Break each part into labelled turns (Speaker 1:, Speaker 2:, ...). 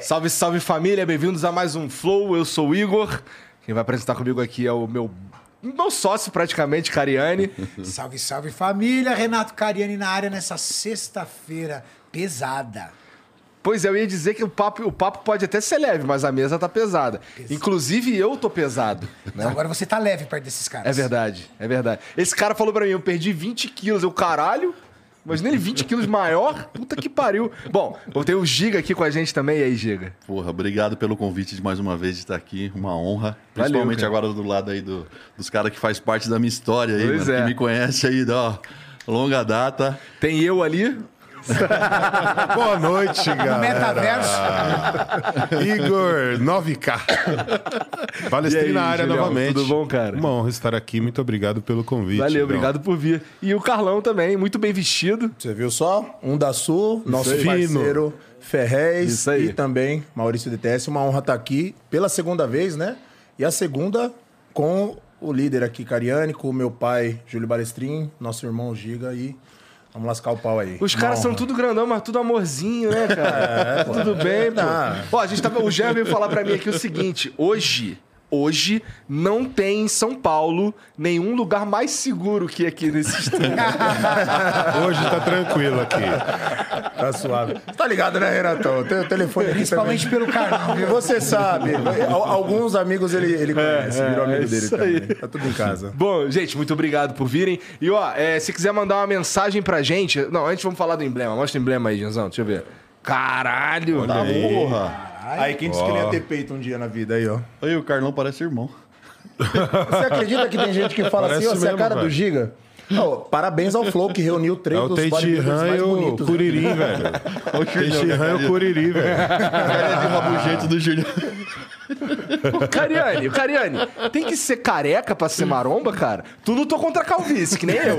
Speaker 1: Salve, salve família, bem-vindos a mais um Flow. Eu sou o Igor. Quem vai apresentar comigo aqui é o meu, meu sócio, praticamente, Cariani.
Speaker 2: Salve, salve família! Renato Cariani na área nessa sexta-feira pesada.
Speaker 1: Pois é, eu ia dizer que o papo, o papo pode até ser leve, mas a mesa tá pesada. Inclusive eu tô pesado.
Speaker 2: Não, agora você tá leve perto desses caras.
Speaker 1: Né? É verdade, é verdade. Esse cara falou pra mim, eu perdi 20 quilos. Eu, caralho, imagina ele 20 quilos maior? Puta que pariu. Bom, eu tenho o Giga aqui com a gente também. E aí, Giga?
Speaker 3: Porra, obrigado pelo convite de mais uma vez de estar aqui, uma honra.
Speaker 1: Valeu,
Speaker 3: Principalmente
Speaker 1: cara.
Speaker 3: agora do lado aí do- dos caras que faz parte da minha história aí,
Speaker 1: Pois
Speaker 3: mano,
Speaker 1: é.
Speaker 3: que me conhece aí, ó, longa data.
Speaker 1: Tem eu ali.
Speaker 4: Boa noite,
Speaker 2: No
Speaker 4: galera.
Speaker 1: Ah, é.
Speaker 2: metaverso,
Speaker 4: Igor 9K.
Speaker 1: E
Speaker 4: Palestrei
Speaker 1: aí,
Speaker 4: na área
Speaker 1: Julião,
Speaker 4: novamente.
Speaker 1: tudo bom, cara?
Speaker 4: Uma honra estar aqui. Muito obrigado pelo convite.
Speaker 1: Valeu,
Speaker 4: Igão.
Speaker 1: obrigado por vir. E o Carlão também, muito bem vestido.
Speaker 5: Você viu só? Um da Sul, nosso
Speaker 4: aí.
Speaker 5: parceiro Ferrez
Speaker 1: Isso aí.
Speaker 5: e também Maurício DTS. Uma honra estar aqui pela segunda vez, né? E a segunda com o líder aqui, Cariani, com o meu pai, Júlio Balestrin, nosso irmão Giga e vamos lascar o pau aí.
Speaker 1: Os caras são tudo grandão, mas tudo amorzinho, né, cara?
Speaker 4: É.
Speaker 5: pô.
Speaker 1: tudo bem, pô.
Speaker 4: Tá.
Speaker 5: Ah.
Speaker 1: Ó, a gente tava, o Jean veio falar pra mim aqui o seguinte: hoje, hoje, não tem em São Paulo nenhum lugar mais seguro que aqui nesse estúdio.
Speaker 4: Hoje tá tranquilo aqui.
Speaker 5: Tá suave. Tá ligado, né, Renatão? Tem o telefone aqui
Speaker 2: principalmente
Speaker 5: também.
Speaker 2: pelo Carlão, viu?
Speaker 5: Você sabe. Al- Alguns amigos ele, ele conhece, virou amigo
Speaker 1: é
Speaker 5: dele
Speaker 1: isso
Speaker 5: também.
Speaker 1: aí.
Speaker 5: Tá tudo em casa.
Speaker 1: Bom, gente, muito obrigado por virem. E ó, é, se quiser mandar uma mensagem pra gente. Não, antes vamos falar do emblema. Mostra o emblema aí, Janzão, deixa eu ver. Caralho!
Speaker 3: Tá
Speaker 1: Tá bom.
Speaker 3: porra.
Speaker 5: Aí quem disse que ele ia ter peito um dia na vida aí, ó.
Speaker 3: Aí o Carlão parece irmão.
Speaker 5: Você acredita que tem gente que fala
Speaker 4: Parece
Speaker 5: assim, ó, você é a
Speaker 4: mesmo,
Speaker 5: cara
Speaker 4: velho.
Speaker 5: do Giga? Não, parabéns ao Flow, que reuniu
Speaker 4: É
Speaker 5: três
Speaker 4: o
Speaker 5: dos bodybuilders
Speaker 4: Teixeirã e
Speaker 5: mais
Speaker 4: o
Speaker 5: bonitos. né?
Speaker 4: Curirim, velho.
Speaker 3: Olha o
Speaker 4: Teixeirã e o Curirim, velho.
Speaker 3: Cara é de rabugento do Julião.
Speaker 1: Cariane, Cariane, tem que ser careca pra ser maromba, cara? Tu lutou contra a calvície, que nem eu.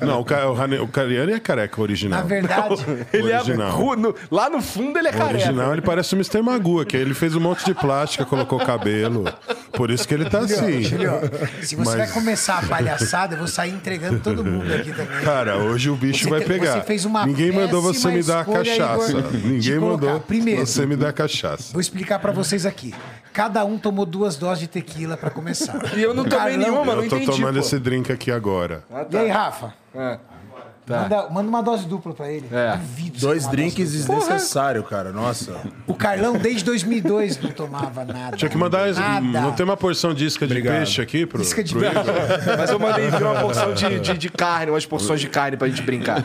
Speaker 4: Não, o, Ca- o Rane- o Cariani é careca
Speaker 2: Na
Speaker 4: original.
Speaker 2: verdade,
Speaker 1: Ele é
Speaker 4: Original.
Speaker 1: ru- no- lá no fundo ele é
Speaker 4: O
Speaker 1: careca.
Speaker 4: original ele parece o Mr. Magoo, que ele fez um monte de plástica, colocou cabelo. Por isso que ele tá assim.
Speaker 2: Júlio, se você vai
Speaker 4: Mas-
Speaker 2: começar a palhaçada, eu vou sair entregando todo mundo aqui também.
Speaker 4: Cara, hoje o bicho
Speaker 2: Você
Speaker 4: vai
Speaker 2: te-
Speaker 4: pegar.
Speaker 2: você fez uma
Speaker 4: Ninguém mandou você
Speaker 2: péssima
Speaker 4: me dar a
Speaker 2: escolha,
Speaker 4: cachaça.
Speaker 2: Igor, de
Speaker 4: Ninguém
Speaker 2: colocar.
Speaker 4: mandou
Speaker 2: Primeiro.
Speaker 4: você me dar a cachaça.
Speaker 2: Vou explicar pra vocês aqui. Cada um tomou duas doses de tequila pra começar.
Speaker 1: E eu não
Speaker 2: O
Speaker 1: tomei
Speaker 2: Carlão-
Speaker 1: nenhuma, não
Speaker 4: Eu tô
Speaker 1: entendi.
Speaker 4: tomando
Speaker 1: pô.
Speaker 4: esse drink aqui agora.
Speaker 2: E aí, Rafa?
Speaker 1: É.
Speaker 2: Manda, manda uma dose dupla pra ele.
Speaker 1: É.
Speaker 2: Duvido você
Speaker 5: Dois
Speaker 2: tomar
Speaker 5: drinks
Speaker 2: dose
Speaker 5: desnecessários, cara. Nossa.
Speaker 2: dupla. O Carlão, desde 2002, não tomava nada.
Speaker 4: Tinha que mandar. Hum,
Speaker 2: Nada.
Speaker 4: Não tem uma porção de isca de
Speaker 5: Obrigado.
Speaker 4: peixe aqui pro.
Speaker 2: Isca de
Speaker 4: pro Igor?
Speaker 1: Mas eu mandei vir uma porção de, de, de carne, umas porções de carne pra gente brincar.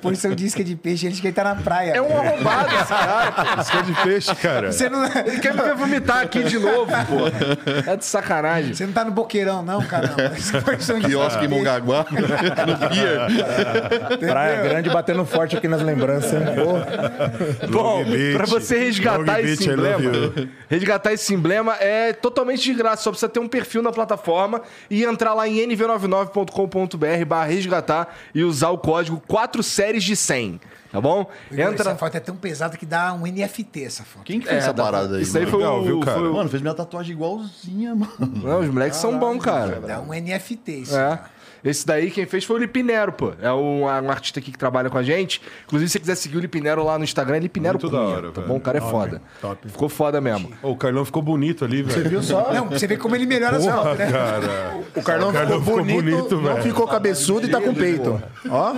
Speaker 2: porção de isca de peixe, ele que tá na praia.
Speaker 1: É um arrombado esse cara.
Speaker 4: Isca de peixe, cara.
Speaker 2: Você não,
Speaker 1: Ele quer me ver vomitar aqui de novo, pô. É de sacanagem.
Speaker 2: você não tá no boqueirão, não, caramba. Essa porção de isca de
Speaker 3: Quiosque em
Speaker 2: peixe.
Speaker 3: Mongaguá. No pier.
Speaker 5: Praia Grande batendo forte aqui nas lembranças, hein? Pô,
Speaker 1: Bom,
Speaker 4: Long Beach.
Speaker 1: pra você resgatar
Speaker 4: Long Beach,
Speaker 1: esse
Speaker 4: I é love
Speaker 1: emblema,
Speaker 4: you.
Speaker 1: resgatar esse emblema é totalmente de graça, só precisa ter um perfil na plataforma e entrar lá em nv99.com.br barra resgatar e usar o código 4 séries de 100, tá bom?
Speaker 2: Essa
Speaker 1: Entra...
Speaker 2: foto é tão pesada que dá um NFT essa foto.
Speaker 3: Quem que fez essa parada aí?
Speaker 1: Isso aí
Speaker 3: mano?
Speaker 1: foi
Speaker 4: Legal,
Speaker 1: o...
Speaker 4: viu, cara?
Speaker 1: foi o-
Speaker 3: Mano, fez minha tatuagem igualzinha, mano.
Speaker 1: Não, os moleques são bons, cara.
Speaker 2: Dá um NFT isso.
Speaker 1: É. Esse daí quem fez foi o Lipinero, pô. É um, um artista aqui que trabalha com a gente. Inclusive, se você quiser seguir o Lipinero lá no Instagram, é Lipinero
Speaker 4: Muito da
Speaker 1: Cunha,
Speaker 4: hora,
Speaker 1: tá
Speaker 4: velho.
Speaker 1: bom? O cara é foda. Ficou foda mesmo.
Speaker 4: Ô, o Carlão ficou bonito ali, velho. Você
Speaker 5: viu só?
Speaker 2: Não, você vê como ele melhora as fotos, né?
Speaker 4: Cara,
Speaker 5: O Carlão,
Speaker 4: Carlão
Speaker 5: ficou
Speaker 4: ficou
Speaker 5: bonito,
Speaker 4: bonito,
Speaker 5: não
Speaker 4: velho.
Speaker 5: ficou cabeçudo e tá com peito. Ó,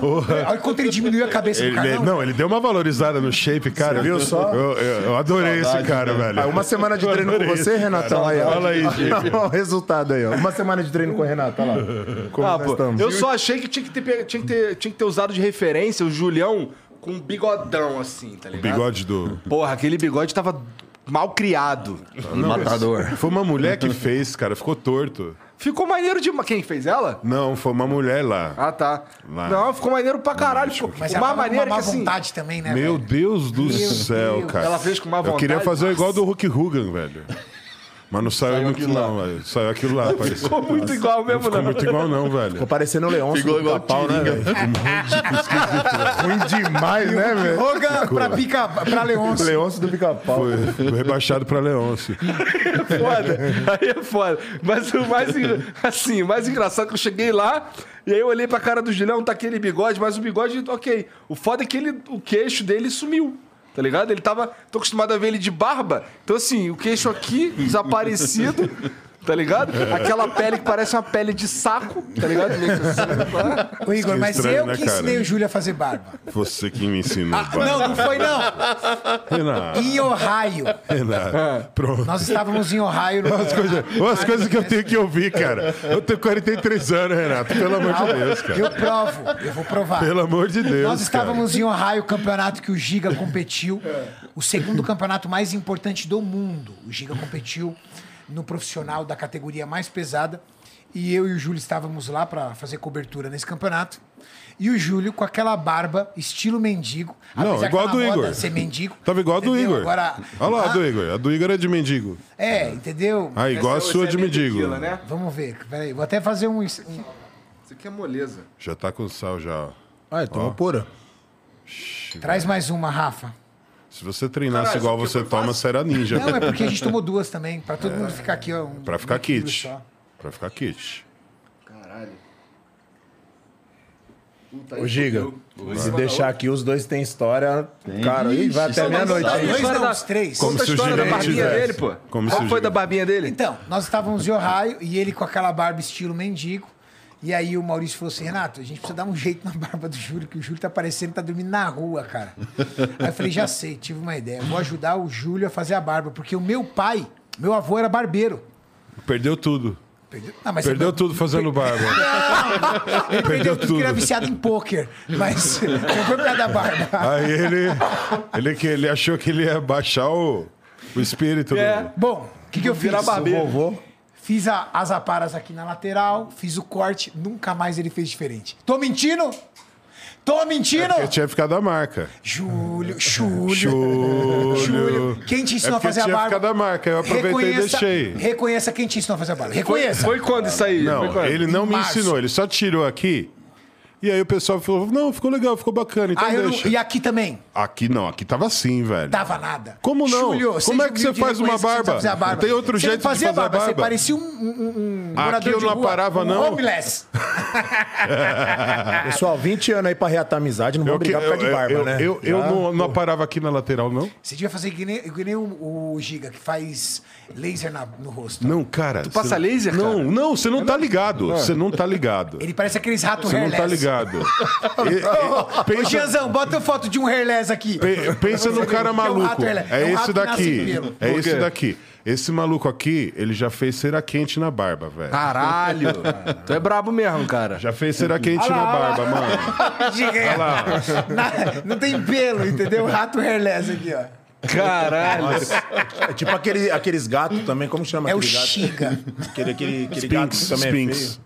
Speaker 2: Olha quanto ele diminuiu a cabeça do
Speaker 4: ele,
Speaker 2: cara.
Speaker 4: ele- não, ele deu uma valorizada no shape, cara.
Speaker 5: Você viu só?
Speaker 4: Eu, eu- eu adorei esse cara, velho.
Speaker 5: aí é uma semana de
Speaker 4: Eu
Speaker 5: treino com
Speaker 4: adorei
Speaker 5: você,
Speaker 4: esse
Speaker 5: Renatão.
Speaker 4: cara.
Speaker 5: Aí, ó.
Speaker 4: Fala aí, Diego.
Speaker 5: Olha o resultado aí, ó. Uma semana de treino com o Renato, olha lá. Como
Speaker 1: Ah,
Speaker 5: nós
Speaker 1: pô,
Speaker 5: estamos.
Speaker 1: eu só achei que tinha que, ter, pe- tinha, que ter, tinha que ter usado de referência o Julião com um bigodão assim, tá
Speaker 4: O
Speaker 1: ligado?
Speaker 4: bigode do...
Speaker 1: Porra, aquele bigode tava mal criado.
Speaker 3: Matador.
Speaker 4: Foi uma mulher que fez, cara. Ficou torto.
Speaker 1: Ficou maneiro demais. Quem fez ela?
Speaker 4: Não, foi uma mulher lá.
Speaker 1: Ah, tá.
Speaker 4: Lá.
Speaker 1: Não, ficou maneiro pra caralho.
Speaker 4: México.
Speaker 1: Ficou,
Speaker 2: Mas
Speaker 1: uma
Speaker 2: ela tava com uma
Speaker 1: maneira
Speaker 2: má
Speaker 1: que assim...
Speaker 2: vontade também, né?
Speaker 4: Meu
Speaker 2: velho?
Speaker 4: Deus do céu,
Speaker 2: Deus.
Speaker 4: cara.
Speaker 1: Ela fez com má
Speaker 4: Eu
Speaker 1: vontade.
Speaker 4: queria fazer igual do Hulk Hogan, velho. Mas não saiu, muito
Speaker 3: aquilo lá.
Speaker 4: não, velho. Saiu aquilo lá, parece.
Speaker 1: Ficou muito igual
Speaker 4: Não
Speaker 1: mesmo, né?
Speaker 4: ficou
Speaker 1: não.
Speaker 4: muito igual não, velho.
Speaker 5: Ficou parecendo o Leôncio
Speaker 3: Ficou
Speaker 5: do
Speaker 3: igual
Speaker 5: pica-pau, né,
Speaker 3: Tiringa.
Speaker 5: velho? Ruim demais, né, velho?
Speaker 2: Roga pra pica, pra Leôncio.
Speaker 5: Leôncio do pica-pau.
Speaker 4: Foi foi rebaixado pra Leôncio.
Speaker 1: foda. Aí é foda. Mas o mais, engra- assim, o mais engraçado é que eu cheguei lá e aí eu olhei pra cara do Julião, tá aquele bigode, mas o bigode, ok. O foda é que ele, o queixo dele sumiu. Tá ligado? Ele tava. Tô acostumado a ver ele de barba. Então, assim, o queixo aqui, desaparecido. Tá ligado? Aquela pele que parece uma pele de saco. Tá ligado? Meio que assim,
Speaker 2: Ô, Igor, mas
Speaker 4: estranho,
Speaker 2: eu
Speaker 4: né,
Speaker 2: que
Speaker 4: cara?
Speaker 2: ensinei o Júlio a fazer barba.
Speaker 4: Você que me ensinou. pai.
Speaker 2: Não, não foi não.
Speaker 4: Renato,
Speaker 2: Em Ohio.
Speaker 4: Renato. Pronto.
Speaker 2: Nós estávamos em Ohio. No...
Speaker 4: As coisas, Ô, as coisas que eu tenho que ouvir, cara. Eu tenho 43 anos, Renato. Pelo amor de Deus, cara.
Speaker 2: Eu provo, eu vou provar.
Speaker 4: Pelo amor de Deus.
Speaker 2: Nós estávamos em Ohio, campeonato que o Giga competiu. O segundo campeonato mais importante do mundo. O Giga competiu no profissional da categoria mais pesada. E eu e o Júlio estávamos lá para fazer cobertura nesse campeonato. E o Júlio com aquela barba, estilo mendigo.
Speaker 4: Não,
Speaker 2: apesar que
Speaker 4: igual
Speaker 2: tá
Speaker 4: a do
Speaker 2: na moda
Speaker 4: Igor.
Speaker 2: Ser mendigo.
Speaker 4: Cara. Tava igual a do
Speaker 2: entendeu?
Speaker 4: Igor.
Speaker 2: Agora,
Speaker 4: Olha lá a do
Speaker 2: Ah,
Speaker 4: Igor. A do Igor é de mendigo.
Speaker 2: É, entendeu?
Speaker 4: Ah, igual a
Speaker 1: Essa
Speaker 4: sua
Speaker 1: é
Speaker 4: de
Speaker 1: meio
Speaker 4: mendigo.
Speaker 1: tequila, né?
Speaker 2: Vamos ver. Peraí, vou até fazer um. um-
Speaker 1: Isso aqui é moleza.
Speaker 4: Já tá com sal já. ó.
Speaker 5: Ah, então uma pura.
Speaker 2: Traz mais uma, Rafa.
Speaker 4: Se você treinasse
Speaker 1: Caralho,
Speaker 4: igual
Speaker 1: isso aqui
Speaker 4: você
Speaker 1: foi
Speaker 4: toma, você era ninja.
Speaker 2: Não, é porque a gente tomou duas também, pra todo mundo ficar aqui, ó. um-
Speaker 4: É, Pra ficar
Speaker 2: um quilo
Speaker 4: kit.
Speaker 2: só.
Speaker 4: Pra ficar kit.
Speaker 1: Caralho.
Speaker 5: Ô, Giga, se deixar aqui, os dois têm história.
Speaker 3: Tem.
Speaker 5: Cara, ih, vai
Speaker 3: Ixi,
Speaker 5: até meia-noite. Né?
Speaker 2: Dois
Speaker 5: hein?
Speaker 2: não,
Speaker 1: História da-
Speaker 2: os três.
Speaker 4: Como
Speaker 1: Conta a
Speaker 4: se o
Speaker 1: história da
Speaker 4: gerente
Speaker 1: barbinha
Speaker 4: tivesse.
Speaker 1: dele, pô.
Speaker 4: Como se
Speaker 1: Qual
Speaker 4: o
Speaker 1: foi da
Speaker 4: gerente-
Speaker 1: barbinha dele?
Speaker 2: Então, nós estávamos em Ohio e ele com aquela barba estilo mendigo. E aí o Maurício falou assim, Renato, a gente precisa dar um jeito na barba do Júlio, que o Júlio tá parecendo que tá dormindo na rua, cara. Aí eu falei, já sei, tive uma ideia. Eu vou ajudar o Júlio a fazer a barba, porque o meu pai, meu avô era barbeiro.
Speaker 4: Perdeu tudo.
Speaker 2: Perdeu, não, mas
Speaker 4: Perdeu
Speaker 2: você-
Speaker 4: tudo fazendo barba.
Speaker 2: Ele perdeu tudo,
Speaker 4: tudo.
Speaker 2: porque era viciado em pôquer. Mas não foi por causa da barba.
Speaker 4: Aí ele, ele, que- ele achou que ele ia baixar o, o espírito
Speaker 1: É.
Speaker 2: Bom, o que, que eu fiz?
Speaker 1: Virar barbeiro.
Speaker 5: Vovô.
Speaker 2: Fiz a- as aparas aqui na lateral, fiz o corte, nunca mais ele fez diferente. Tô mentindo? Tô mentindo?
Speaker 4: do. É Eu tinha ficado a marca.
Speaker 2: Júlio, Júlio,
Speaker 4: Júlio.
Speaker 2: Júlio. Quem te ensinou
Speaker 4: é
Speaker 2: a
Speaker 4: porque
Speaker 2: fazer a
Speaker 4: tinha
Speaker 2: barba?
Speaker 4: ficado a marca. Eu aproveitei e deixei.
Speaker 2: Reconheça quem te ensinou a fazer a barba.
Speaker 1: Foi,
Speaker 2: Reconheça.
Speaker 1: foi quando isso aí? Foi
Speaker 4: Não,
Speaker 1: quando?
Speaker 4: ele não
Speaker 2: Em
Speaker 4: me
Speaker 2: março.
Speaker 4: ensinou. Ele só tirou aqui. E aí o pessoal falou, não, ficou legal, ficou bacana, então
Speaker 2: Ah, eu não-
Speaker 4: deixa.
Speaker 2: e aqui também.
Speaker 4: Aqui não, aqui tava assim, velho.
Speaker 2: Tava nada.
Speaker 4: Como não? Como
Speaker 2: seja
Speaker 4: é que você
Speaker 2: humilde,
Speaker 4: faz uma
Speaker 2: reconheça que você não
Speaker 4: barba?
Speaker 2: sabe fazer a barba?
Speaker 4: Tem outro
Speaker 2: Você
Speaker 4: jeito
Speaker 2: não
Speaker 4: de
Speaker 2: fazia
Speaker 4: fazer a
Speaker 2: barba. Você
Speaker 4: barba.
Speaker 2: parecia um, um, um
Speaker 4: Aqui
Speaker 2: morador
Speaker 4: eu
Speaker 2: de
Speaker 4: não
Speaker 2: rua,
Speaker 4: aparava,
Speaker 2: um
Speaker 4: não.
Speaker 2: homeless.
Speaker 5: Pessoal, 20 anos aí pra reatar amizade, não vou brigar por causa de barba,
Speaker 4: eu,
Speaker 5: né?
Speaker 4: eu- eu
Speaker 5: Já-
Speaker 4: não, não parava aqui na lateral, não?
Speaker 2: Você devia fazer que nem, que nem o, o Giga, que faz laser na- no rosto.
Speaker 4: Não, cara. Tu
Speaker 1: passa laser,
Speaker 4: Não,
Speaker 1: cara?
Speaker 4: não, você não tá ligado. Você não tá ligado.
Speaker 2: Ah. Ele parece aqueles ratos
Speaker 4: Você não
Speaker 2: hairless.
Speaker 4: tá ligado. E- e-
Speaker 2: Ô,
Speaker 4: pensa,
Speaker 2: Gianzão, bota foto de um hairless aqui.
Speaker 4: Pe- Pensa num cara maluco.
Speaker 2: É um rato,
Speaker 4: É
Speaker 2: ele- é um
Speaker 4: esse
Speaker 2: rato que nasce
Speaker 4: daqui.
Speaker 2: pelo.
Speaker 4: É
Speaker 1: Por quê?
Speaker 4: esse daqui. Esse maluco aqui, ele já fez cera quente na barba, velho.
Speaker 1: Ah. Caralho. tu é brabo mesmo, cara.
Speaker 4: Já fez cera quente na barba, mano.
Speaker 2: Giga, na- não tem pelo, entendeu? Rato hairless aqui, ó.
Speaker 1: Caralho.
Speaker 5: É tipo aquele, aqueles gatos também, como chama
Speaker 2: É o
Speaker 5: aquele gato?
Speaker 2: Xiga.
Speaker 5: Aquele, aquele, aquele gato que
Speaker 4: Spinks,
Speaker 5: também é
Speaker 4: Spinks,
Speaker 5: feio.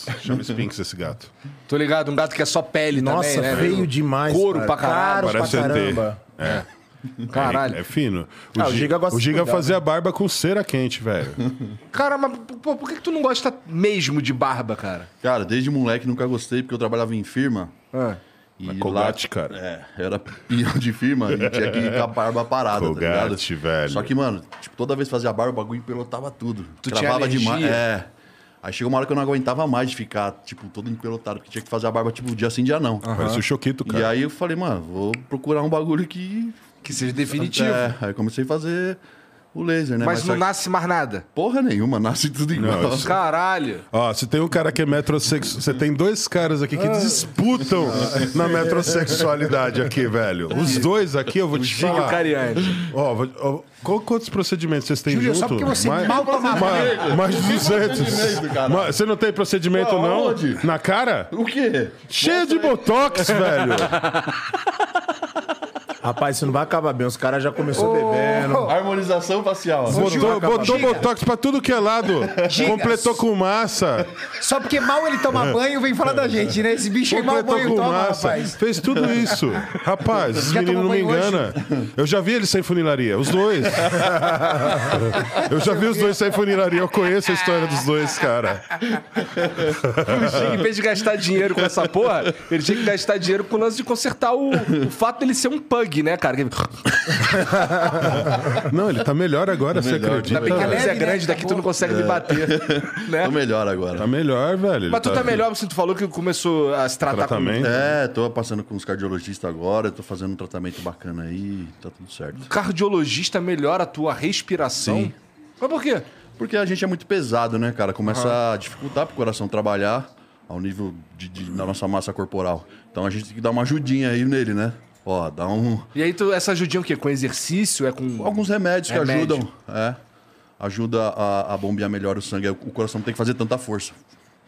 Speaker 4: Spinks. Chama Spinks esse gato.
Speaker 1: Tô ligado, um gato que é só pele
Speaker 5: Nossa,
Speaker 1: também, né?
Speaker 5: feio demais.
Speaker 1: Couro
Speaker 5: cara.
Speaker 1: pra caralho.
Speaker 5: Caro
Speaker 4: Parece
Speaker 5: pra
Speaker 4: ET.
Speaker 5: caramba.
Speaker 1: Caralho.
Speaker 4: É, é fino.
Speaker 5: Ah, o
Speaker 4: Gi-
Speaker 5: Giga gosta
Speaker 4: o
Speaker 5: de
Speaker 4: Giga
Speaker 5: cuidar,
Speaker 4: fazia barba com cera quente, velho.
Speaker 1: Cara, mas pô, por que, que tu não gosta mesmo de barba, cara?
Speaker 3: Cara, desde moleque nunca gostei, porque eu trabalhava em firma.
Speaker 1: Ah.
Speaker 3: E
Speaker 4: Na Colgate, cara.
Speaker 3: É, eu era peão de firma e tinha que ir com a barba parada,
Speaker 4: Colgate,
Speaker 3: tá ligado?
Speaker 4: velho.
Speaker 3: Só que, mano, tipo, toda vez que fazia barba, o bagulho empelotava tudo.
Speaker 1: Tu tinha
Speaker 3: Travava
Speaker 1: alergia?
Speaker 3: demais. É. Aí chegou uma hora que eu não aguentava mais de ficar, tipo, todo empelotado, porque tinha que fazer a barba, tipo, dia sim, dia não.
Speaker 4: Parece o Choquito,
Speaker 3: E
Speaker 4: cara.
Speaker 3: aí eu falei, mano, vou procurar um bagulho que.
Speaker 1: Que seja definitivo.
Speaker 3: É, aí comecei a fazer o laser, né?
Speaker 1: mas não
Speaker 3: só-
Speaker 1: nasce mais nada.
Speaker 3: Porra nenhuma, nasce tudo igual.
Speaker 4: Não, isso-
Speaker 1: Caralho.
Speaker 4: Ó, se tem um cara que é metrosexual. Você tem dois caras aqui que disputam na metrosexualidade aqui, velho. Os dois aqui, eu vou te
Speaker 1: Diga o
Speaker 4: falar.
Speaker 1: Cariani.
Speaker 4: Ó, vou- ó, qual- quantos procedimentos vocês têm
Speaker 2: Júlio,
Speaker 4: junto?
Speaker 2: só porque você
Speaker 4: mais,
Speaker 2: mal tá toma
Speaker 4: mais, mais de 200.
Speaker 3: procedimento, caralho?
Speaker 4: Mas você não tem procedimento,
Speaker 3: Pô,
Speaker 4: não?
Speaker 3: aonde?
Speaker 4: Na cara?
Speaker 3: O quê?
Speaker 4: Cheio
Speaker 2: né?
Speaker 4: de botox, velho.
Speaker 5: Rapaz, isso não vai acabar bem. Os caras já começou bebendo.
Speaker 3: Harmonização facial.
Speaker 4: Botou,
Speaker 2: Giga,
Speaker 4: botou
Speaker 2: Giga.
Speaker 4: botox pra tudo que é lado.
Speaker 2: Giga.
Speaker 4: Completou com massa.
Speaker 2: Só porque mal ele
Speaker 4: É.
Speaker 2: toma banho, vem falar da gente, né? Esse bicho aí mal
Speaker 4: Completou
Speaker 2: banho
Speaker 4: com
Speaker 2: toma,
Speaker 4: massa.
Speaker 2: rapaz.
Speaker 4: Fez tudo isso. Rapaz, esse
Speaker 2: Quer
Speaker 4: menino não
Speaker 2: tomar
Speaker 4: me
Speaker 2: banho hoje?
Speaker 4: engana. Eu já vi ele sem funilaria, os dois. Eu já vi os dois sem funilaria. Eu conheço a história dos dois, cara.
Speaker 1: O Giga, em vez de gastar dinheiro com essa porra, ele tinha que gastar dinheiro com o lance de consertar o, o fato dele ser um pug, né, cara? Ainda
Speaker 4: Não, ele tá melhor agora, você
Speaker 3: melhor,
Speaker 4: acredita?
Speaker 1: bem que a
Speaker 2: Tá
Speaker 1: luz é
Speaker 2: leve, né?
Speaker 1: grande, daqui tu não consegue me bater.
Speaker 3: Tô
Speaker 1: Né?
Speaker 3: melhor agora.
Speaker 4: Tá melhor, velho.
Speaker 1: Mas tu tá melhor, porque tu falou que começou a se tratar com
Speaker 4: Tratamento.
Speaker 3: É, tô passando com os cardiologistas agora, tô fazendo um tratamento bacana aí, tá tudo certo.
Speaker 1: cardiologista melhora a tua respiração.
Speaker 3: Sim.
Speaker 1: Mas por quê?
Speaker 3: Porque a gente é muito pesado, né, cara? Começa a dificultar pro coração trabalhar ao nível de, de- da nossa massa corporal. Então a gente tem que dar uma ajudinha aí nele, né? Ó, dá um.
Speaker 1: E aí tu, essa ajudinha é o quê? Com exercício? É com.
Speaker 3: Alguns remédios que
Speaker 1: Remédio.
Speaker 3: ajudam. É. Ajuda a, a bombear melhor o sangue. O coração não tem que fazer tanta força.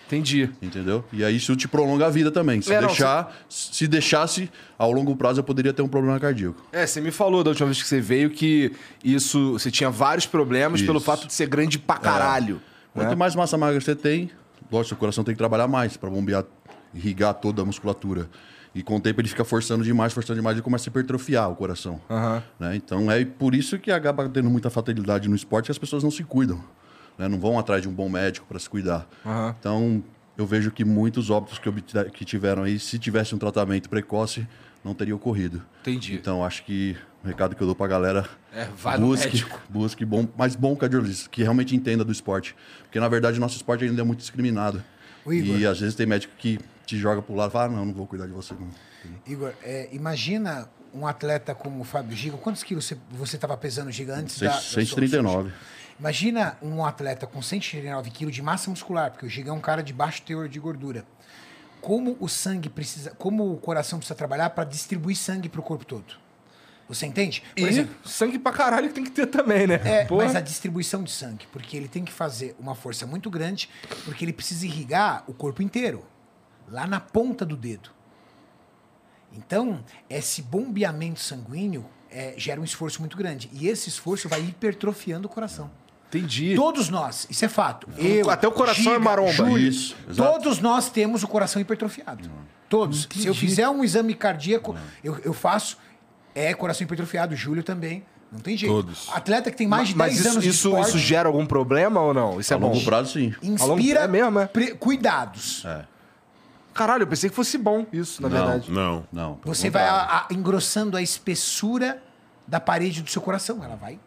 Speaker 1: Entendi.
Speaker 3: Entendeu? E aí isso te prolonga a vida também. Se,
Speaker 1: É, não,
Speaker 3: deixar, se deixasse ao longo prazo, eu poderia ter um problema cardíaco.
Speaker 1: É, você me falou da última vez que você veio que isso. Você tinha vários problemas
Speaker 3: Isso.
Speaker 1: pelo fato de ser grande pra caralho.
Speaker 3: É. Quanto mais massa magra você tem, lógico, seu coração tem que trabalhar mais pra bombear, irrigar toda a musculatura. E com o tempo ele fica forçando demais, forçando demais, ele começa a hipertrofiar o coração. Né? Então é por isso que acaba tendo muita fatalidade no esporte que as pessoas não se cuidam. né? Não vão atrás de um bom médico pra se cuidar. Então eu vejo que muitos óbitos que, obti- que tiveram aí, se tivesse um tratamento precoce, não teria ocorrido.
Speaker 1: Entendi.
Speaker 3: Então acho que o recado que eu dou pra galera
Speaker 1: É, vai no
Speaker 3: busque,
Speaker 1: médico.
Speaker 3: busque bom, mas bom cardiologista, que realmente entenda do esporte. Porque, na verdade, nosso esporte ainda é muito discriminado.
Speaker 2: O Igor.
Speaker 3: E às vezes tem médico que te joga pro lado e fala, ah, não, não vou cuidar de você. Não.
Speaker 2: Igor, é, imagina um atleta como o Fábio Giga. Quantos quilos você, você tava pesando, Giga, antes da... da sua-
Speaker 3: 639.
Speaker 1: Tá
Speaker 2: Imagina um atleta com 139 quilos de massa muscular, porque o Giga é um cara de baixo teor de gordura. Como o sangue precisa, como o coração precisa trabalhar para distribuir sangue para o corpo todo. Você entende? Por
Speaker 1: E
Speaker 2: exemplo,
Speaker 1: sangue pra caralho que tem que ter também, né?
Speaker 2: é,
Speaker 1: Porra.
Speaker 2: mas a distribuição de sangue, porque ele tem que fazer uma força muito grande, porque ele precisa irrigar o corpo inteiro, lá na ponta do dedo. Então, esse bombeamento sanguíneo é, gera um esforço muito grande. E esse esforço vai hipertrofiando o coração.
Speaker 1: Entendi.
Speaker 2: Todos nós, isso é fato. Eu,
Speaker 1: Até o coração
Speaker 2: Giga,
Speaker 1: é maromba.
Speaker 2: Júlio,
Speaker 3: Isso, exato.
Speaker 2: todos nós temos o coração hipertrofiado. Todos. Se eu fizer um exame cardíaco, eu, eu faço, é coração hipertrofiado. Júlio também. Não tem jeito.
Speaker 4: Todos.
Speaker 2: Atleta que tem mais de
Speaker 1: mas
Speaker 2: 10
Speaker 1: isso,
Speaker 2: anos
Speaker 1: isso,
Speaker 2: de esporte,
Speaker 1: isso gera algum problema ou não? Isso
Speaker 3: A
Speaker 1: é bom.
Speaker 3: longo prazo, sim.
Speaker 2: inspira
Speaker 1: É mesmo, é?
Speaker 2: pre- cuidados.
Speaker 1: Caralho, eu pensei que fosse bom isso, na
Speaker 3: Não.
Speaker 1: verdade.
Speaker 4: Não.
Speaker 3: Não, pelo
Speaker 2: Você vai
Speaker 3: contrário.
Speaker 2: a- a- engrossando a espessura da parede do seu coração. Ela vai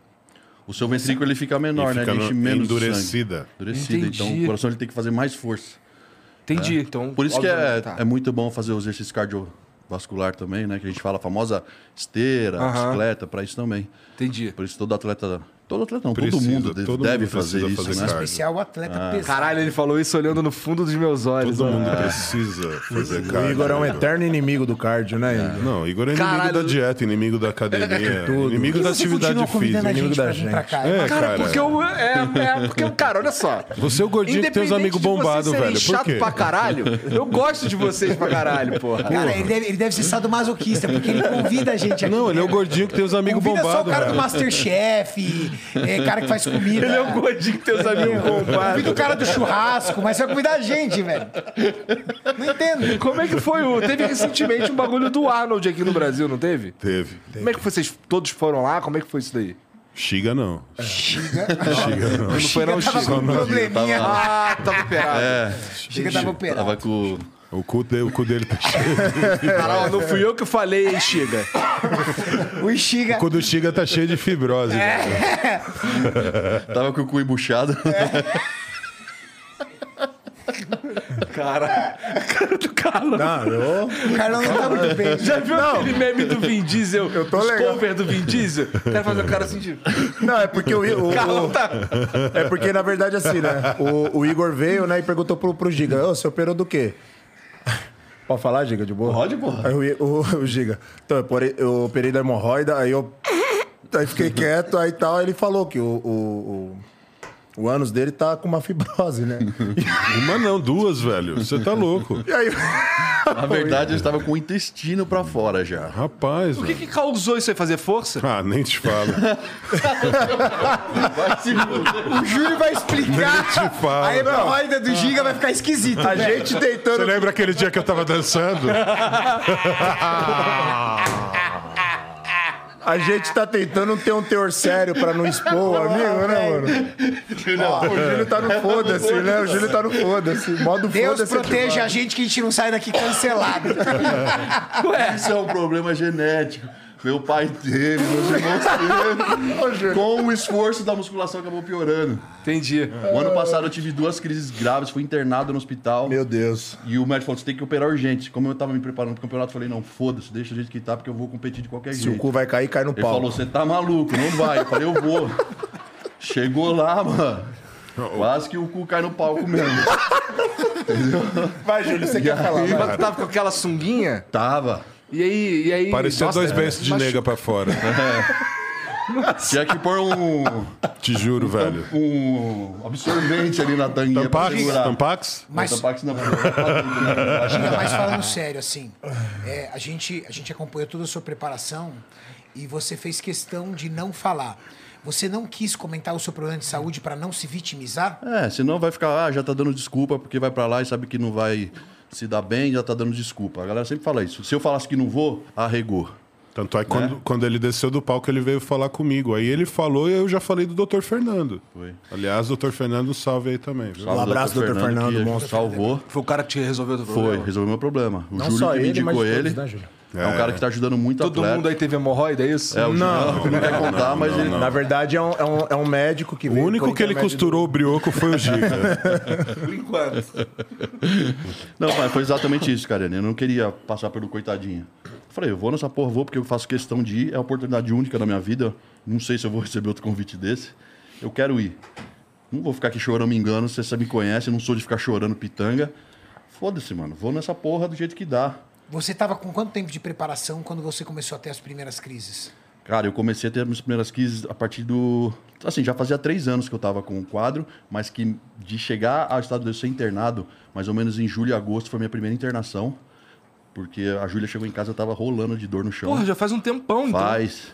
Speaker 3: O seu ventrículo ele fica
Speaker 4: E
Speaker 3: menor, né?
Speaker 4: fica
Speaker 3: Ele enche
Speaker 4: no-
Speaker 3: menos de
Speaker 4: endurecida.
Speaker 3: sangue. Endurecida. Então
Speaker 1: Entendi.
Speaker 3: o coração ele tem que fazer mais força.
Speaker 1: Entendi. Então,
Speaker 3: Por isso que é,
Speaker 1: obviamente, tá.
Speaker 3: é muito bom fazer o exercício cardiovascular também, né? Que a gente fala a famosa esteira,
Speaker 1: Aham.
Speaker 3: bicicleta, pra isso também.
Speaker 1: Entendi.
Speaker 3: Por isso todo atleta Todo atleta não, todo
Speaker 4: Precisa,
Speaker 3: mundo deve,
Speaker 4: todo
Speaker 3: deve
Speaker 4: mundo
Speaker 3: fazer
Speaker 4: precisa
Speaker 3: isso,
Speaker 4: fazer
Speaker 3: né?
Speaker 4: cardio.
Speaker 2: Especial o atleta
Speaker 1: Ah.
Speaker 2: pesado.
Speaker 6: Caralho, ele falou isso olhando no fundo dos meus olhos.
Speaker 4: Todo
Speaker 6: mano.
Speaker 4: mundo precisa fazer
Speaker 5: O
Speaker 4: cardio.
Speaker 5: Igor é um
Speaker 4: velho.
Speaker 5: eterno inimigo do cardio, né, Igor?
Speaker 4: Não, Igor é inimigo
Speaker 6: Caralho.
Speaker 4: da dieta, inimigo da academia, inimigo
Speaker 2: Por
Speaker 4: da
Speaker 2: que você continua
Speaker 4: atividade
Speaker 2: convidando
Speaker 4: física.
Speaker 2: a gente
Speaker 5: da
Speaker 2: pra vir pra
Speaker 5: gente.
Speaker 2: cá?
Speaker 4: É,
Speaker 6: Cara,
Speaker 4: cara.
Speaker 6: porque eu. É, é porque, cara, olha só.
Speaker 4: Você é o gordinho que tem os
Speaker 6: Independente
Speaker 4: amigos
Speaker 6: de vocês
Speaker 4: bombados,
Speaker 6: serem
Speaker 4: velho. Por
Speaker 6: chato
Speaker 4: quê?
Speaker 6: pra caralho, eu gosto de vocês pra caralho, porra.
Speaker 2: Cara, é- ele deve, ele deve ser sadomasoquista, porque ele convida a gente aqui.
Speaker 4: Não, ele é o
Speaker 2: né?
Speaker 4: gordinho que tem os amigos
Speaker 2: Convida só o
Speaker 4: bombados, né?
Speaker 2: cara do
Speaker 4: velho.
Speaker 2: Masterchef, é, cara que faz comida.
Speaker 6: Ele é
Speaker 4: um
Speaker 6: o gordinho que tem os amigos
Speaker 2: Convida o
Speaker 6: bombados.
Speaker 2: cara do churrasco, mas você vai convidar a gente, velho. Não entendo.
Speaker 6: Como é que foi o. Teve recentemente um bagulho do Arnold aqui no Brasil, não teve?
Speaker 4: Teve.
Speaker 6: Como é que vocês todos foram lá? Como é que foi isso daí?
Speaker 4: Xiga não.
Speaker 6: Não foi não,
Speaker 2: Eu tava com
Speaker 6: Chico.
Speaker 2: um probleminha.
Speaker 6: Ah, tava operado.
Speaker 2: Chega, tava operado.
Speaker 3: É. Tava com...
Speaker 4: O cu dele, o cu dele tá cheio.
Speaker 6: Caralho, não fui eu que falei, hein, Chiga.
Speaker 2: O Ishiga.
Speaker 4: Quando o Xiga tá cheio de fibrose. né?
Speaker 3: Tava com o cu embuchado.
Speaker 5: É,
Speaker 6: Cara, cara do Carlos.
Speaker 5: Ah, eu...
Speaker 2: O Carlão não tá muito bem.
Speaker 6: Já viu aquele meme do Vin Diesel? Eu
Speaker 5: tô
Speaker 6: os
Speaker 5: legal.
Speaker 6: cover do Vin Diesel? O cara faz o cara assim sentir.
Speaker 5: Não, é porque o, o,
Speaker 6: Carlão
Speaker 5: o-
Speaker 6: tá.
Speaker 5: É porque, na verdade, assim, né? O, o Igor veio, né, e perguntou pro, pro Giga, ô, você operou do quê? Pode falar, Giga, de boa?
Speaker 3: Pode, porra.
Speaker 5: Aí o, I- o- o Giga, então, eu, porei- eu operei da hemorroida, aí eu aí fiquei quieto, aí tal, aí ele falou que o... o, o... o ânus dele tá com uma fibrose, né?
Speaker 4: Uma não, duas, velho. Você tá louco.
Speaker 5: E aí,
Speaker 3: Na verdade, eu tava com o intestino pra fora já.
Speaker 4: Rapaz,
Speaker 6: O que,
Speaker 4: velho.
Speaker 6: que causou isso aí? Fazer força?
Speaker 4: Ah, nem te falo.
Speaker 3: tipo,
Speaker 2: O Júlio vai explicar.
Speaker 4: Nem te falo.
Speaker 2: A hemorroida do Giga vai ficar esquisita.
Speaker 5: a gente
Speaker 4: Você
Speaker 5: deitando...
Speaker 4: lembra aquele dia que eu tava dançando?
Speaker 5: A gente tá tentando ter um teor sério pra não expor o amigo, né, mano? Ó, o Júlio tá no foda-se, né? O Júlio tá no foda-se. Modo
Speaker 2: Deus
Speaker 5: foda-se.
Speaker 2: proteja a gente que a gente não sai daqui cancelado.
Speaker 3: Isso é um problema genético. Meu pai teve, meus irmãos teve. Com o esforço da musculação acabou piorando.
Speaker 6: Entendi.
Speaker 4: É.
Speaker 3: O ano passado eu tive duas crises graves, fui internado no hospital.
Speaker 5: Meu Deus.
Speaker 3: E o médico falou: você tem que operar urgente. Como eu tava me preparando pro campeonato, eu falei: não, foda-se, deixa do jeito que tá, porque eu vou competir de qualquer
Speaker 5: Se o
Speaker 3: jeito.
Speaker 5: cu vai cair, cai no
Speaker 3: Ele
Speaker 5: pau.
Speaker 3: falou: você tá maluco, não vai. Eu falei: eu vou. Chegou lá, mano. Quase que o cu cai no palco mesmo.
Speaker 5: Vai, Júlio, assim, você quer falar.
Speaker 6: E quando tava com aquela sunguinha,
Speaker 3: Tava.
Speaker 6: e aí. E aí
Speaker 4: Parecia
Speaker 6: Nossa,
Speaker 1: é.
Speaker 4: dois beiços de
Speaker 6: machu-
Speaker 4: nega pra fora.
Speaker 3: Tinha que pôr um,
Speaker 4: Te juro, velho.
Speaker 3: um absorvente ali na tanguinha pra
Speaker 4: Tampax?
Speaker 3: segurar.
Speaker 4: Tampax?
Speaker 3: Mas...
Speaker 2: Mas-
Speaker 3: Tampax não. Tampax
Speaker 2: Giga, mas falando sério, assim, é, a, gente, a gente acompanhou toda a sua preparação e você fez questão de não falar. Você não quis comentar o seu problema de saúde pra não se vitimizar?
Speaker 3: não. É, senão vai ficar, ah, já tá dando desculpa porque vai pra lá e sabe que não vai se dar bem, já tá dando desculpa. A galera sempre fala isso. Se eu falasse que não vou, arregou.
Speaker 4: Tanto é que quando,
Speaker 3: Né?
Speaker 4: quando ele desceu do palco, ele veio falar comigo. Aí ele falou e eu já falei do Dr. Fernando.
Speaker 3: Foi.
Speaker 4: Aliás, Dr. Fernando, salve aí também. viu?
Speaker 3: Salve,
Speaker 5: Um abraço, Dr. Fernando,
Speaker 3: que
Speaker 5: monstro.
Speaker 3: Salvou.
Speaker 6: Foi o cara que te resolveu o
Speaker 3: Foi,
Speaker 6: problema.
Speaker 3: resolveu meu problema. O
Speaker 5: Não
Speaker 3: Júlio
Speaker 5: só
Speaker 3: que me
Speaker 5: ele, mas
Speaker 3: indicou
Speaker 5: todos,
Speaker 3: ele.
Speaker 5: né, Júlio?
Speaker 3: É um cara que tá ajudando muito
Speaker 6: Todo
Speaker 3: atleta.
Speaker 6: mundo aí teve hemorroida, é isso?
Speaker 3: É, o
Speaker 5: Não.
Speaker 3: Júlio não, quer contar, mas ele. tá
Speaker 5: Na verdade, é um, é um, é um médico que
Speaker 4: O
Speaker 5: veio
Speaker 4: único
Speaker 5: por
Speaker 4: que ele
Speaker 5: intermédio
Speaker 4: costurou o brioco foi o É. Giga.
Speaker 6: Por enquanto.
Speaker 3: Não, mas foi exatamente isso, cara. Eu não queria passar pelo coitadinho. Eu Falei, eu vou nessa porra, vou, porque eu faço questão de ir. É a oportunidade única da minha vida. Não sei se eu vou receber outro convite desse. Eu quero ir. Não vou ficar aqui chorando, me engano. Você sabe, me conhece, eu não sou de ficar chorando pitanga. Foda-se, mano. Vou nessa porra do jeito que dá.
Speaker 2: Você tava com quanto tempo de preparação quando você começou a ter as primeiras crises?
Speaker 3: Cara, eu comecei a ter as minhas primeiras crises a partir do. Assim, já fazia três anos que eu tava com o quadro, mas que de chegar ao estado de eu ser internado, mais ou menos em julho e agosto, foi minha primeira internação. Porque a Júlia chegou em casa, eu tava rolando de dor no chão.
Speaker 6: Porra, já faz um tempão, então.
Speaker 3: Faz.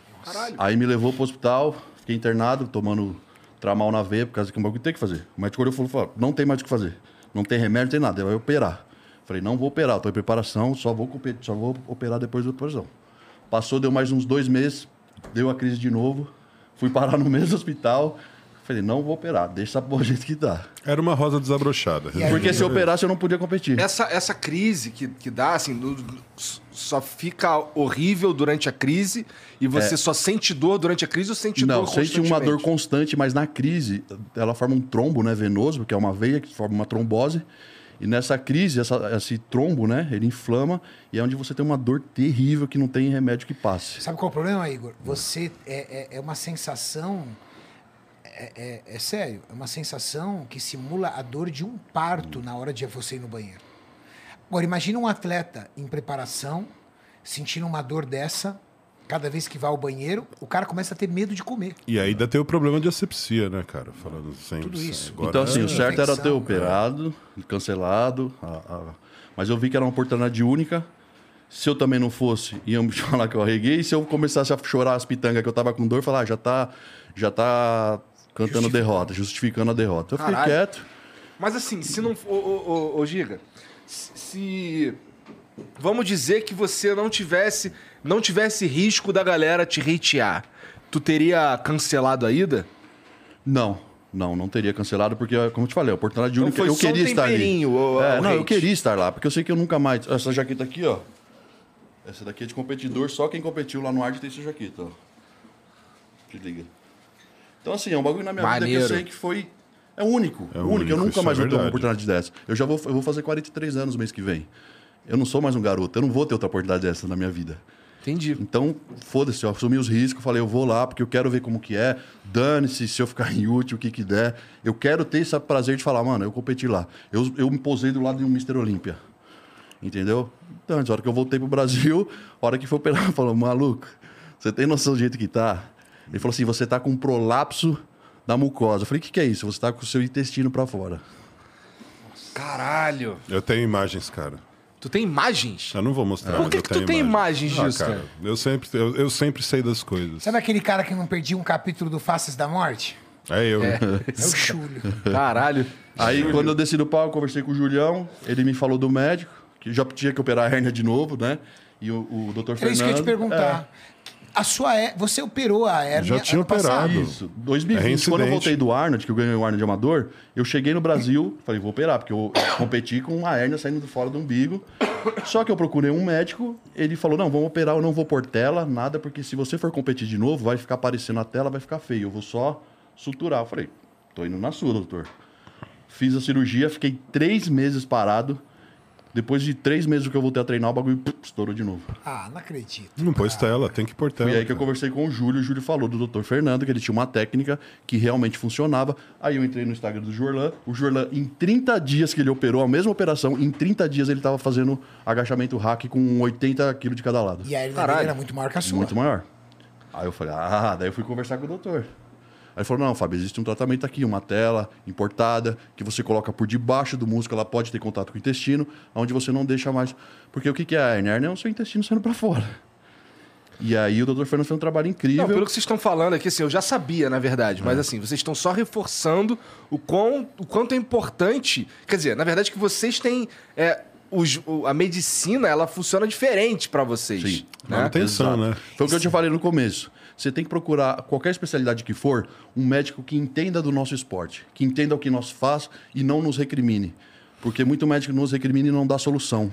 Speaker 3: Aí me levou pro hospital, fiquei internado, tomando tramal na veia, por causa que um bagulho tem que fazer. O médico olhou e falou, falou: não tem mais o que fazer. Não tem remédio, não tem nada, vai operar. Falei, não vou operar, tô em preparação, só vou, competir, só vou operar depois da operação. Passou, deu mais uns dois meses, deu a crise de novo, fui parar no mesmo hospital. Falei, não vou operar, deixa essa porra do jeito que dá.
Speaker 4: Era uma rosa desabrochada.
Speaker 3: Porque se eu operasse, eu não podia competir.
Speaker 6: Essa, essa crise que, que dá, assim, do- só fica horrível durante a crise e você só sente dor durante a crise ou sente
Speaker 3: É.
Speaker 1: Tipo,
Speaker 3: Não,
Speaker 6: dor
Speaker 3: sente uma dor
Speaker 6: constantemente?
Speaker 3: constante, mas na crise ela forma um trombo, né, venoso, que é uma veia que forma uma trombose. E nessa crise, essa- esse trombo, né, ele inflama e é onde você tem uma dor terrível que não tem remédio que passe.
Speaker 2: Sabe qual é o problema, Igor? Você é, é, é uma sensação é, é- é sério, é uma sensação que simula a dor de um parto na hora de você ir no banheiro. Agora, imagina um atleta em preparação, sentindo uma dor dessa, cada vez que vai ao banheiro, o cara começa a ter medo de comer.
Speaker 4: E ainda tem o problema de asepsia, né, cara? Falando sempre.
Speaker 2: Tudo isso.
Speaker 4: Agora,
Speaker 3: Então, assim, o certo era ter
Speaker 2: infecção,
Speaker 3: operado, cancelado. a- a- Mas eu vi que era uma oportunidade única. Se eu também não fosse, iam me falar que eu arreguei. E se eu começasse a chorar as pitangas que eu tava com dor, falar, ah, já tá, já tá cantando derrota, justificando a derrota. Eu fiquei
Speaker 6: Caralho.
Speaker 3: quieto.
Speaker 6: Mas assim, se não. Ô, ô, ô, ô, Giga, se- se. Vamos dizer que você não tivesse. Não tivesse risco da galera te hatear. Tu teria cancelado a ida?
Speaker 3: Não, não, não teria cancelado, porque, como eu te falei, a oportunidade única.
Speaker 6: foi
Speaker 3: eu
Speaker 6: só um
Speaker 3: queria estar ali.
Speaker 6: temperinho, o-
Speaker 3: É,
Speaker 6: o
Speaker 3: não, eu
Speaker 6: hate.
Speaker 3: queria estar lá, porque eu sei que eu nunca mais. Essa jaqueta aqui, ó. Essa daqui é de competidor, só quem competiu lá no Arte tem essa jaqueta, ó. Te liga. Então, assim, é um bagulho na minha vida
Speaker 6: Maneiro.
Speaker 3: que eu sei que foi. É único. único.
Speaker 4: É
Speaker 3: Eu
Speaker 4: único,
Speaker 3: nunca
Speaker 4: isso
Speaker 3: mais
Speaker 4: é
Speaker 3: vou ter uma
Speaker 4: verdade.
Speaker 3: oportunidade dessa. Eu já vou, eu vou fazer 43 anos mês que vem. Eu não sou mais um garoto. Eu não vou ter outra oportunidade dessa na minha vida.
Speaker 6: Entendi.
Speaker 3: Então, foda-se, eu assumi os riscos, falei, eu vou lá porque eu quero ver como que é, dane-se se eu ficar inútil, o que que der. Eu quero ter esse prazer de falar, mano, eu competi lá. Eu, eu me posei do lado de um Mr. Olímpia, entendeu? Então, a hora que eu voltei pro Brasil, a hora que foi operar, falou, maluco, você tem noção do jeito que tá? Ele falou assim, você tá com um prolapso da mucosa. Eu falei, o que que é isso? Você tá com o seu intestino pra fora.
Speaker 6: Caralho.
Speaker 4: Eu tenho imagens, cara.
Speaker 6: Tu tem imagens?
Speaker 4: Eu não vou mostrar.
Speaker 6: Por
Speaker 4: mas
Speaker 6: que
Speaker 4: eu
Speaker 6: que tu
Speaker 4: tenho
Speaker 6: tem
Speaker 4: imagens. Ah,
Speaker 6: imagens disso, cara?
Speaker 4: Eu sempre, eu, eu sempre sei das coisas.
Speaker 2: Sabe aquele cara que não perdia um capítulo do Faces da Morte?
Speaker 4: É eu.
Speaker 2: É o Chulho.
Speaker 6: Caralho.
Speaker 3: Aí, quando eu desci do palco, conversei com o Julião, ele me falou do médico, que já tinha que operar a hérnia de novo, né? E o, o Dr. Fernando...
Speaker 2: É isso que eu ia te perguntar. A sua é- Você operou a hérnia
Speaker 4: Já tinha
Speaker 2: ano passado.
Speaker 3: É,
Speaker 4: operado.
Speaker 3: isso. 2020, quando
Speaker 4: É
Speaker 3: eu
Speaker 4: reincidente.
Speaker 3: voltei do Arnold, que eu ganhei o Arnold Amador, eu cheguei no Brasil, falei, vou operar, porque eu competi com uma hérnia saindo de fora do umbigo. Só que eu procurei um médico, ele falou, não, vamos operar, eu não vou pôr tela, nada, porque se você for competir de novo, vai ficar aparecendo a tela, vai ficar feio, eu vou só suturar. Eu falei, tô indo na sua, doutor. Fiz a cirurgia, fiquei três meses parado. Depois de três meses que eu voltei a treinar, o bagulho pum, estourou de novo.
Speaker 2: Ah, não acredito.
Speaker 4: Não pôs tela, tem que pôr tela.
Speaker 3: E aí que eu conversei com o Júlio, o Júlio falou do Dr. Fernando, que ele tinha uma técnica que realmente funcionava. Aí eu entrei no Instagram do Jorlan. O Jorlan, em 30 dias que ele operou a mesma operação, em 30 dias ele tava fazendo agachamento hack com 80 quilos de cada lado.
Speaker 2: E a hérnia
Speaker 6: Caralho.
Speaker 2: dele era muito maior que a sua.
Speaker 3: Muito maior. Aí eu falei, ah, daí eu fui conversar com o doutor. Aí ele falou, não, Fábio, existe um tratamento aqui, uma tela importada, que você coloca por debaixo do músculo, ela pode ter contato com o intestino, onde você não deixa mais. Porque o que que é a hérnia? A hérnia é o seu intestino saindo para fora. E aí o doutor Fernando fez um trabalho incrível. É.
Speaker 6: Não, pelo que vocês estão falando aqui, assim, eu já sabia, na verdade, mas assim, vocês estão só reforçando o, quão, o quanto é importante. Quer dizer, na verdade, que vocês têm. é, os- o- a medicina, ela funciona diferente pra vocês.
Speaker 3: Sim.
Speaker 6: né?
Speaker 4: Manutenção,
Speaker 3: Exato.
Speaker 4: né?
Speaker 3: Foi o que eu te falei no começo. Você tem que procurar, qualquer especialidade que for, um médico que entenda do nosso esporte, que entenda o que nós faz e não nos recrimine. Porque muito médico nos recrimina e não dá solução.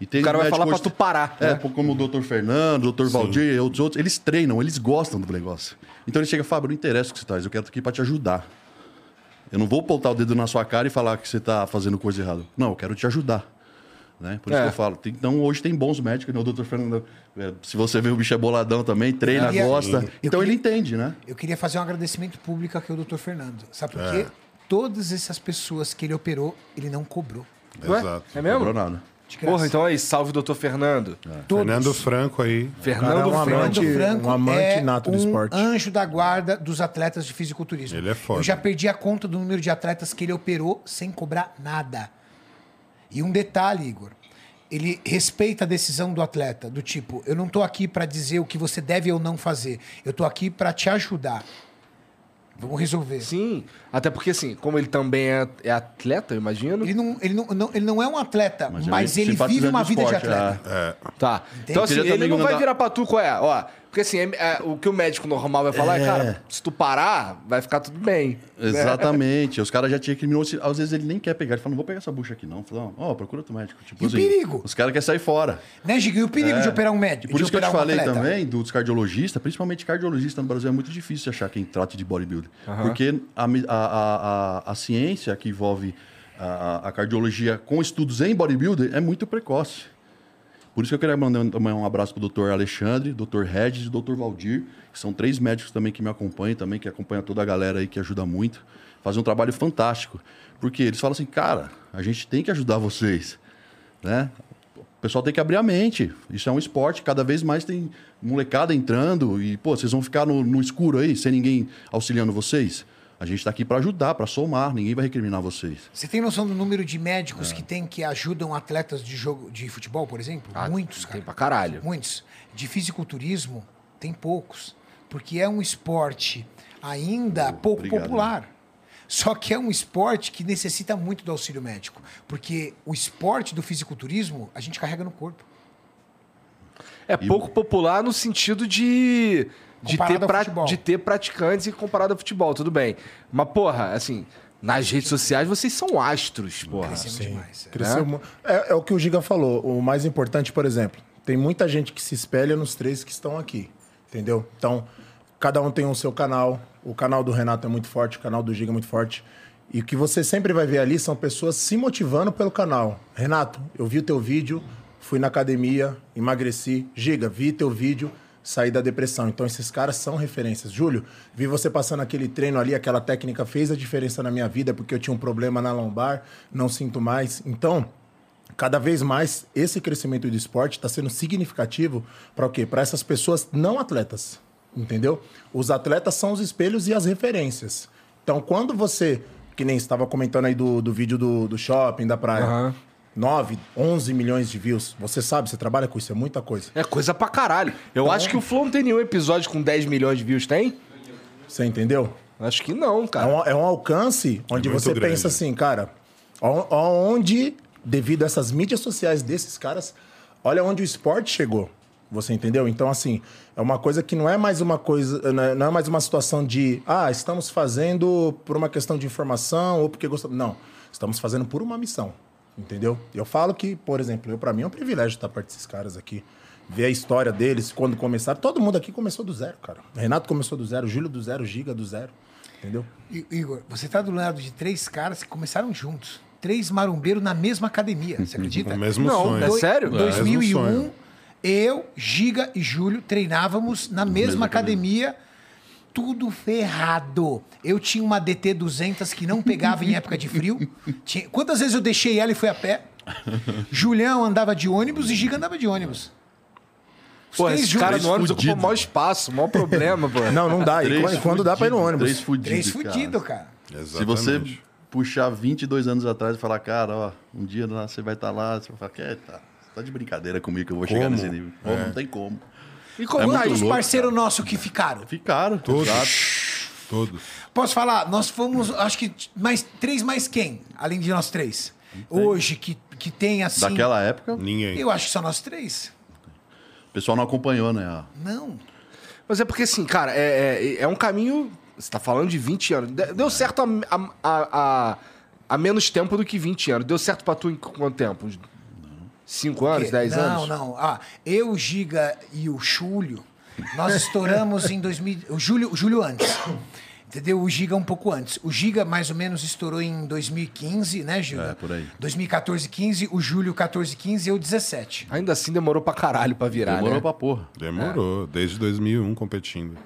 Speaker 3: E tem
Speaker 6: O cara vai
Speaker 3: médico
Speaker 6: falar pra
Speaker 3: hoje-
Speaker 6: tu parar,
Speaker 3: É,
Speaker 6: né?
Speaker 3: pô, como o Dr. Fernando, o Dr. Valdir e outros outros, eles treinam, eles gostam do negócio. Então ele chega, Fábio, não interessa o que você traz, eu quero estar aqui pra te ajudar. Eu não vou apontar o dedo na sua cara e falar que você tá fazendo coisa errada. Não, eu quero te ajudar. Né? Por isso
Speaker 6: É.
Speaker 3: que eu falo. Tem- Então, hoje tem bons médicos, né? O doutor Fernando, é, se você vê o bicho é boladão também, treina,
Speaker 2: E a-
Speaker 3: gosta.
Speaker 2: Sim.
Speaker 3: Então,
Speaker 2: Eu
Speaker 3: ele entende, né?
Speaker 2: Eu queria fazer um agradecimento público aqui ao Dr. Fernando. Sabe
Speaker 5: É.
Speaker 2: por quê? Todas essas pessoas que ele operou, ele não cobrou.
Speaker 6: Ué?
Speaker 4: Exato.
Speaker 6: É mesmo?
Speaker 3: Cobrou nada.
Speaker 2: De graça.
Speaker 6: Porra, então aí, salve, doutor Fernando.
Speaker 3: É.
Speaker 2: Todos.
Speaker 4: Fernando Franco aí.
Speaker 6: Fernando
Speaker 5: Cara, é um
Speaker 6: Fernando.
Speaker 5: amante.
Speaker 2: Fernando Franco
Speaker 5: um amante
Speaker 2: é
Speaker 5: nato do
Speaker 2: um
Speaker 5: esporte.
Speaker 2: anjo da guarda dos atletas de fisiculturismo.
Speaker 4: Ele é foda.
Speaker 2: Eu já perdi a conta do número de atletas que ele operou sem cobrar nada. E um detalhe, Igor. Ele respeita a decisão do atleta, do tipo, eu não tô aqui para dizer o que você deve ou não fazer. Eu tô aqui para te ajudar. Vamos resolver.
Speaker 6: Sim. Até porque, assim, como ele também é, é atleta, eu imagino.
Speaker 2: Ele não, ele, não, não- ele não é um atleta, mas,
Speaker 3: é
Speaker 2: ele
Speaker 3: simpatizante
Speaker 2: vive uma
Speaker 3: do
Speaker 2: vida de
Speaker 3: esporte,
Speaker 2: atleta.
Speaker 3: é.
Speaker 6: Tá. Então, assim,
Speaker 3: Queria
Speaker 6: ele
Speaker 3: também
Speaker 6: não vai
Speaker 3: mandar-
Speaker 6: virar pra tu qual é, ó. Porque, assim, é- é- o que o médico normal vai falar é, cara, se tu parar, vai ficar tudo bem.
Speaker 2: É.
Speaker 6: né?
Speaker 3: Exatamente. Os caras já tinham criminou. Às vezes ele nem quer pegar. Ele fala, não vou pegar essa bucha aqui, não. Fala, ó, procura outro médico. Tipo
Speaker 2: E o perigo?
Speaker 3: Os caras querem sair fora.
Speaker 2: Né, Giga? E o perigo de operar um médico?
Speaker 3: é. E por
Speaker 2: de
Speaker 3: isso que eu te
Speaker 2: operar um
Speaker 3: falei
Speaker 2: atleta?
Speaker 3: também dos cardiologistas, principalmente cardiologista no Brasil, é muito difícil achar quem trate de bodybuilding. Porque a, me- a, a, a, a ciência que envolve a, a- a cardiologia com estudos em bodybuilding é muito precoce. Por isso que eu queria mandar também um abraço pro doutor Alexandre, doutor Regis e doutor Valdir, que são três médicos também que me acompanham, também, que acompanham toda a galera aí, que ajuda muito. Fazem um trabalho fantástico. Porque eles falam assim, cara, a gente tem que ajudar vocês. Né? O pessoal tem que abrir a mente. Isso é um esporte, cada vez mais tem molecada entrando e, pô, vocês vão ficar no, no escuro aí, sem ninguém auxiliando vocês. A gente tá aqui para ajudar, para somar, ninguém vai recriminar vocês.
Speaker 2: Você tem noção do número de médicos
Speaker 3: É.
Speaker 2: que tem que ajudam atletas de jogo de futebol, por exemplo?
Speaker 3: Ah,
Speaker 2: Muitos, cara.
Speaker 6: Tem pra caralho.
Speaker 2: Muitos. De fisiculturismo, tem poucos. Porque é um esporte ainda pouco
Speaker 3: obrigado,
Speaker 2: popular. Só que é um esporte que necessita muito do auxílio médico. Porque o esporte do fisiculturismo, a gente carrega no corpo.
Speaker 6: É pouco popular no sentido de. De
Speaker 2: Comparado
Speaker 6: ter,
Speaker 2: ao
Speaker 6: pra-
Speaker 2: futebol.
Speaker 6: de ter praticantes e comparado ao futebol, tudo bem. Mas, porra, assim, nas redes sociais vocês são astros, porra.
Speaker 2: Crescemos demais. é.
Speaker 5: Cresceu mu- é, é o que o Giga falou. O mais importante, por exemplo, tem muita gente que se espelha nos três que estão aqui. Entendeu? Então, cada um tem o seu canal. O canal do Renato é muito forte, o canal do Giga é muito forte. E o que você sempre vai ver ali são pessoas se motivando pelo canal. Renato, eu vi o teu vídeo, fui na academia, emagreci. Giga, vi teu vídeo, saí da depressão. Então, esses caras são referências. Júlio, vi você passando aquele treino ali, aquela técnica fez a diferença na minha vida, porque eu tinha um problema na lombar, não sinto mais. Então, cada vez mais esse crescimento do esporte está sendo significativo para o quê? Para essas pessoas não atletas, entendeu? Os atletas são os espelhos e as referências. Então, quando você, que nem estava comentando aí do, do vídeo do, do shopping, da praia,
Speaker 6: Aham.
Speaker 5: nove 9, 11 milhões de views, você sabe, você trabalha com isso, é muita coisa.
Speaker 6: É coisa pra caralho. Eu acho que o Flow não tem nenhum episódio com 10 milhões de views, tem?
Speaker 5: Você entendeu?
Speaker 6: Acho que não,
Speaker 5: É
Speaker 6: cara.
Speaker 5: um, é um alcance onde
Speaker 4: muito
Speaker 5: você
Speaker 4: grande.
Speaker 5: pensa assim, cara, a- aonde, devido a essas mídias sociais desses caras, olha onde o esporte chegou. Você entendeu? Então, assim, é uma coisa que não é mais uma coisa, não é- não é mais uma situação de, ah, estamos fazendo por uma questão de informação ou porque gostamos. Não, estamos fazendo por uma missão. Entendeu? Eu falo que, por exemplo, eu para mim é um privilégio estar perto desses caras aqui. Ver a história deles, quando começaram. Todo mundo aqui começou do zero, cara. Renato começou do zero, Júlio do zero, Giga do zero. Entendeu?
Speaker 2: I- Igor, você tá do lado de três caras que começaram juntos. Três marombeiros na mesma academia, você acredita?
Speaker 4: O mesmo
Speaker 6: Não,
Speaker 4: sonho.
Speaker 6: é
Speaker 2: Doi-
Speaker 6: sério?
Speaker 4: É, mesmo
Speaker 2: 2001,
Speaker 4: sonho.
Speaker 2: eu, Giga e Júlio treinávamos na mesma academia, tudo ferrado. Eu tinha uma DT 200 que não pegava em época de frio. Tinha- Quantas vezes eu deixei ela e fui a pé? Julião andava de ônibus e Giga andava de ônibus. Os
Speaker 6: Pô,
Speaker 2: três
Speaker 6: esse
Speaker 2: juntos.
Speaker 6: cara é no ônibus
Speaker 3: fudido.
Speaker 6: ocupa o maior espaço, o maior problema, pô.
Speaker 5: Não, não dá. E
Speaker 3: Três
Speaker 5: quando, quando dá pra ir no
Speaker 3: fudido,
Speaker 5: ônibus.
Speaker 3: Três fudidos.
Speaker 2: Três fudidos, cara.
Speaker 3: Se você puxar 22 anos atrás e falar, cara, ó, um dia lá você vai estar lá, você vai falar, que tá, você tá de brincadeira comigo que eu vou chegar
Speaker 4: Como? É.
Speaker 3: nesse nível. Como? Não tem como.
Speaker 2: E
Speaker 3: É
Speaker 2: como
Speaker 3: muito
Speaker 2: tá os
Speaker 3: louco,
Speaker 2: parceiros nossos que ficaram?
Speaker 3: Ficaram. tá
Speaker 4: Todos.
Speaker 3: exato.
Speaker 4: Todos.
Speaker 2: Posso falar? Nós fomos, acho que mais três mais quem? Além de nós três. Hoje, que, que tem assim.
Speaker 3: Daquela época, o
Speaker 4: Ninguém.
Speaker 2: Eu acho que só nós três.
Speaker 3: pessoal não acompanhou, né? a-
Speaker 2: Não.
Speaker 6: Mas é porque, assim, cara, é, é, é um caminho. Você tá falando de 20 anos. De- Deu certo a, a, a, a- a menos tempo do que 20 anos. Deu certo pra tu em quanto tempo? 5 anos, 10
Speaker 2: não,
Speaker 6: anos?
Speaker 2: Não, não. Ah, eu, o Giga e o Júlio, nós estouramos em 2000. O Júlio, o Júlio antes. Entendeu? O Giga um pouco antes. O Giga mais ou menos estourou em 2015, né, Giga?
Speaker 3: É, por aí.
Speaker 2: 2014, 15, o Júlio 14, 15 eu 17.
Speaker 6: Ainda assim demorou pra caralho pra virar,
Speaker 3: Demorou
Speaker 5: é.
Speaker 6: né?
Speaker 3: pra porra.
Speaker 6: É.
Speaker 4: Demorou, desde 2001 competindo.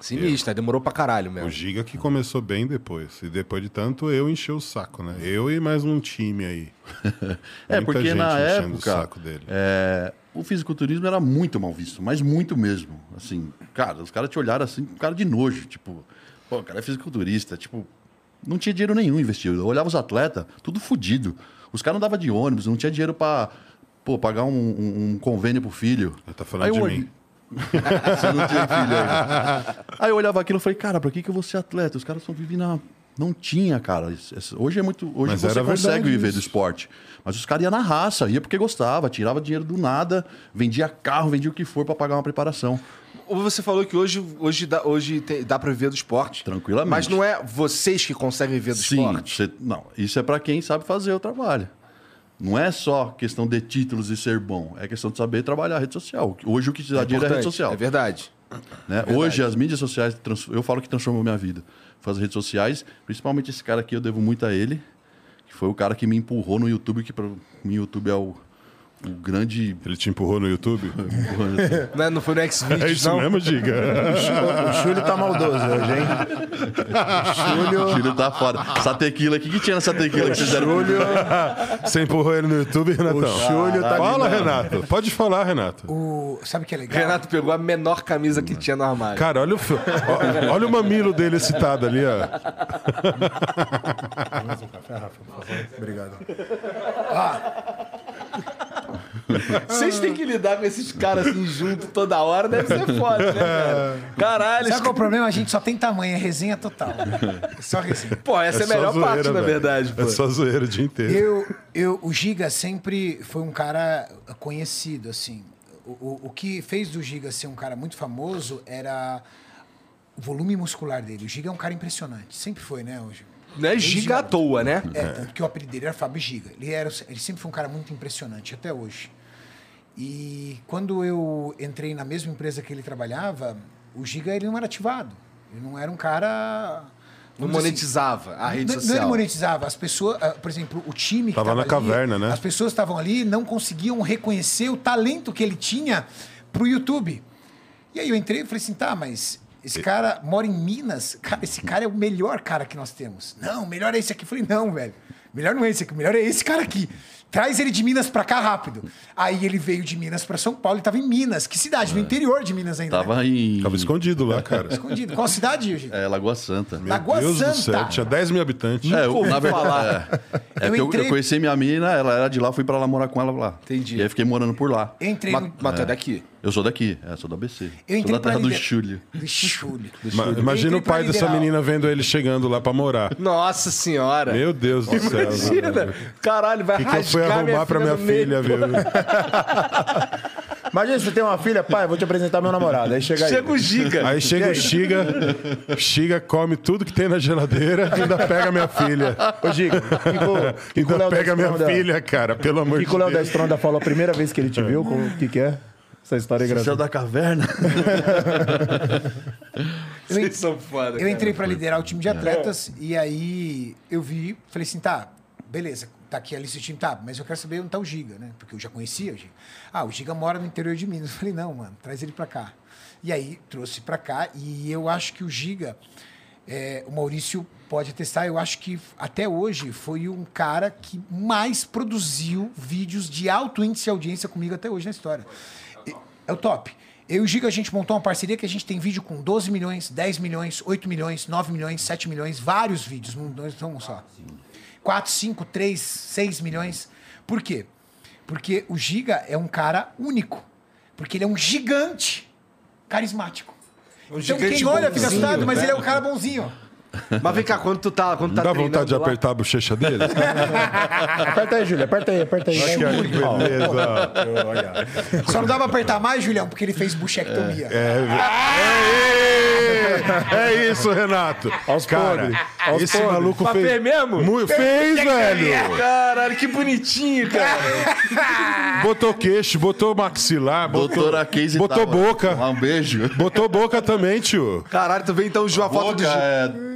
Speaker 6: Sinistra, demorou pra caralho mesmo.
Speaker 4: O Giga
Speaker 6: É.
Speaker 4: que começou bem depois. E depois de tanto, eu enchi o saco, né? Eu e mais um time aí.
Speaker 3: É,
Speaker 4: Muita
Speaker 3: porque
Speaker 4: gente
Speaker 3: na
Speaker 4: enchendo
Speaker 3: época.
Speaker 4: O saco dele.
Speaker 3: é, o fisiculturismo era muito mal visto, mas muito mesmo. Assim, cara, os caras te olharam assim com cara de nojo. Tipo, pô, o cara é fisiculturista. Tipo, não tinha dinheiro nenhum investido. Eu olhava os atletas, tudo fudido. Os caras andavam de ônibus, não tinha dinheiro pra. Pô, pagar um, um- um convênio pro filho.
Speaker 4: Tá falando
Speaker 3: eu
Speaker 4: de
Speaker 3: olhei-
Speaker 4: mim.
Speaker 3: Você não tinha filho ainda. Aí eu olhava aquilo e falei, cara, pra que, que eu vou ser atleta? Os caras estão vivendo na. Não tinha, cara. Isso- isso- Hoje é muito. Hoje
Speaker 4: Mas
Speaker 3: você
Speaker 4: era
Speaker 3: consegue
Speaker 4: verdade
Speaker 3: viver
Speaker 4: isso.
Speaker 3: do esporte. Mas os caras iam na raça, ia porque gostava, tirava dinheiro do nada, vendia carro, vendia o que for pra pagar uma preparação.
Speaker 6: Você falou que hoje, hoje, dá, hoje tem- dá pra viver do esporte.
Speaker 3: Tranquilamente.
Speaker 6: Mas não é vocês que conseguem viver do
Speaker 3: Sim,
Speaker 6: esporte.
Speaker 3: você- não. Isso é pra quem sabe fazer o trabalho. Não é só questão de títulos e ser bom, é questão de saber trabalhar a rede social. Hoje o que te dá dinheiro é a rede
Speaker 6: Importante,
Speaker 3: social.
Speaker 6: É verdade.
Speaker 3: né? Hoje as mídias sociais, trans- eu falo que transformou minha vida. Foi as redes sociais, principalmente esse cara aqui, eu devo muito a ele, que foi o cara que me empurrou no YouTube, que para mim YouTube é o, um grande.
Speaker 4: Ele te empurrou no YouTube?
Speaker 6: Não, é- não foi no x
Speaker 4: É isso
Speaker 6: não?
Speaker 4: mesmo, Giga?
Speaker 5: O Júlio tá maldoso hoje, hein?
Speaker 3: O Júlio tá fora. Essa tequila, o que, que tinha nessa tequila que vocês deram?
Speaker 4: Você empurrou ele no YouTube, Renatão?
Speaker 5: O Júlio tá
Speaker 4: Fala,
Speaker 5: guinando.
Speaker 4: Renato. Pode falar, Renato.
Speaker 2: O... Sabe o que é legal?
Speaker 6: Renato pegou a menor camisa que tinha no armário.
Speaker 4: Cara, olha o, fi- ó- olha o mamilo dele excitado ali, ó.
Speaker 5: Obrigado.
Speaker 6: Vocês têm que lidar com esses caras assim junto toda hora, deve ser foda, né, cara? Caralho,
Speaker 2: Sabe qual é o problema? A gente só tem tamanho, é resenha total. É Só resenha.
Speaker 6: pô, essa é, a
Speaker 4: só
Speaker 6: melhor parte,
Speaker 4: zoeira,
Speaker 6: na
Speaker 4: velho.
Speaker 6: verdade, pô.
Speaker 4: É só zoeira o dia inteiro.
Speaker 2: Eu, eu, o Giga sempre foi um cara conhecido, assim. O, o, o que fez do Giga ser um cara muito famoso era o volume muscular dele. O Giga é um cara impressionante, sempre foi, né? Hoje.
Speaker 6: Não é giga à toa, né?
Speaker 2: É, tanto que o apelido dele era Fábio Giga. Ele, era, ele sempre foi um cara muito impressionante, até hoje. E quando eu entrei na mesma empresa que ele trabalhava, o Giga ele não era ativado. Ele não era um cara.
Speaker 6: Não
Speaker 2: vamos dizer assim,
Speaker 6: monetizava a rede
Speaker 2: não, não
Speaker 6: social.
Speaker 2: ele monetizava. As pessoas, ah, por exemplo, o time que
Speaker 4: Tava na
Speaker 2: ali,
Speaker 4: caverna, né?
Speaker 2: As pessoas estavam ali não conseguiam reconhecer o talento que ele tinha pro YouTube. E aí eu entrei e falei assim, tá, mas esse cara mora em Minas, cara, esse cara é o melhor cara que nós temos. Não, o melhor é esse aqui. Eu falei, não, velho, melhor não é esse aqui, o melhor é esse cara aqui. Traz ele de Minas pra cá rápido. Aí ele veio de Minas pra São Paulo e tava em Minas. Que cidade? No interior de Minas ainda. né?
Speaker 3: Tava em.
Speaker 4: É. Tava escondido lá, cara.
Speaker 2: Escondido. Qual cidade, Gil?
Speaker 3: É, Lagoa Santa.
Speaker 2: Lagoa
Speaker 4: Deus
Speaker 2: Santa.
Speaker 4: do céu, tinha 10 mil habitantes.
Speaker 3: É, eu,
Speaker 6: ouvi
Speaker 3: na
Speaker 6: falar.
Speaker 3: verdade. É, é
Speaker 2: Eu
Speaker 3: que eu,
Speaker 2: entrei-
Speaker 3: eu conheci minha mina, ela era de lá, fui pra lá morar com ela lá.
Speaker 6: Entendi.
Speaker 3: E aí fiquei morando por lá.
Speaker 2: Eu entrei no-
Speaker 6: Ma- Mas tu é daqui.
Speaker 3: Eu sou daqui, é, sou do ABC.
Speaker 2: Eu
Speaker 3: sou
Speaker 2: entrei
Speaker 3: da
Speaker 2: pra
Speaker 3: terra do
Speaker 2: lider-
Speaker 3: Chulho.
Speaker 2: Do Chulho.
Speaker 4: Ma- Imagina
Speaker 2: Entrei
Speaker 4: o pai
Speaker 2: pra
Speaker 4: dessa
Speaker 2: liderar.
Speaker 4: menina vendo ele chegando lá pra morar.
Speaker 6: Nossa senhora.
Speaker 4: Meu Deus do céu.
Speaker 6: Imagina.
Speaker 4: velho.
Speaker 6: Caralho, vai
Speaker 4: O que, que eu fui
Speaker 6: rasgar
Speaker 4: arrumar pra minha
Speaker 6: no meio.
Speaker 4: filha, viu?
Speaker 5: Imagina se você tem uma filha, pai, vou te apresentar meu namorado. Aí chega aí.
Speaker 6: Chega o giga.
Speaker 4: Aí chega o Xiga, Xiga come tudo que tem na geladeira e ainda pega minha filha.
Speaker 5: Ô, Gigo, o que que o
Speaker 4: Ainda
Speaker 5: Léo
Speaker 4: pega minha
Speaker 5: Destronda-
Speaker 4: filha, cara, pelo
Speaker 5: O
Speaker 4: amor
Speaker 5: que
Speaker 4: de
Speaker 5: que é o Léo da
Speaker 4: Deus.
Speaker 5: Estronda falou a primeira vez que ele te viu? O que que é? Essa história é
Speaker 3: Céu
Speaker 5: engraçada.
Speaker 3: da caverna.
Speaker 6: Vocês são foda,
Speaker 2: Eu
Speaker 6: cara.
Speaker 2: entrei pra liderar o time de atletas e aí eu vi, falei assim, tá, beleza, tá aqui a lista do time, tá, mas eu quero saber onde tá o Giga, né? Porque eu já conhecia o Giga. Ah, o Giga mora no interior de Minas. Eu falei, não, mano, traz ele pra cá. E aí trouxe pra cá e eu acho que o Giga, é, o Maurício pode atestar, eu acho que até hoje foi um cara que mais produziu vídeos de alto índice de audiência comigo até hoje na história. E- É o top. Eu e o Giga, a gente montou uma parceria que a gente tem vídeo com 12 milhões, 10 milhões, 8 milhões, 9 milhões, 7 milhões, vários vídeos, não não são um só. 4, 5, 3, 6 milhões. Por quê? Porque o Giga é um cara único. Porque ele é um gigante carismático.
Speaker 1: É um
Speaker 2: então
Speaker 6: gigante
Speaker 2: quem olha fica
Speaker 6: bonzinho,
Speaker 2: assustado, mas
Speaker 6: né?
Speaker 2: ele é um cara bonzinho.
Speaker 6: Mas vem cá, quando tu tá, quando tá
Speaker 4: Dá
Speaker 6: treinando
Speaker 4: vontade de
Speaker 6: lá-
Speaker 4: apertar a bochecha dele?
Speaker 5: Aperta aí, Júlia, aperta aí, aperta aí.
Speaker 4: Olha que beleza.
Speaker 2: Só não dá pra apertar mais, Julião, porque ele fez buchectomia.
Speaker 4: É, é, é isso, Renato.
Speaker 5: Aos
Speaker 4: cara,
Speaker 5: podres, aos
Speaker 4: esse
Speaker 5: podres.
Speaker 4: maluco
Speaker 6: Mas
Speaker 4: fez...
Speaker 6: fez mesmo?
Speaker 4: Mu- fez, velho.
Speaker 6: Caralho, que bonitinho, cara.
Speaker 4: Botou queixo, botou maxilar, botou,
Speaker 3: Doutora Casey
Speaker 4: botou
Speaker 3: Tava.
Speaker 4: boca.
Speaker 3: Um beijo.
Speaker 4: Botou boca também, tio.
Speaker 6: Caralho, tu vem então de uma foto do
Speaker 3: Boca,
Speaker 6: giga.
Speaker 3: é...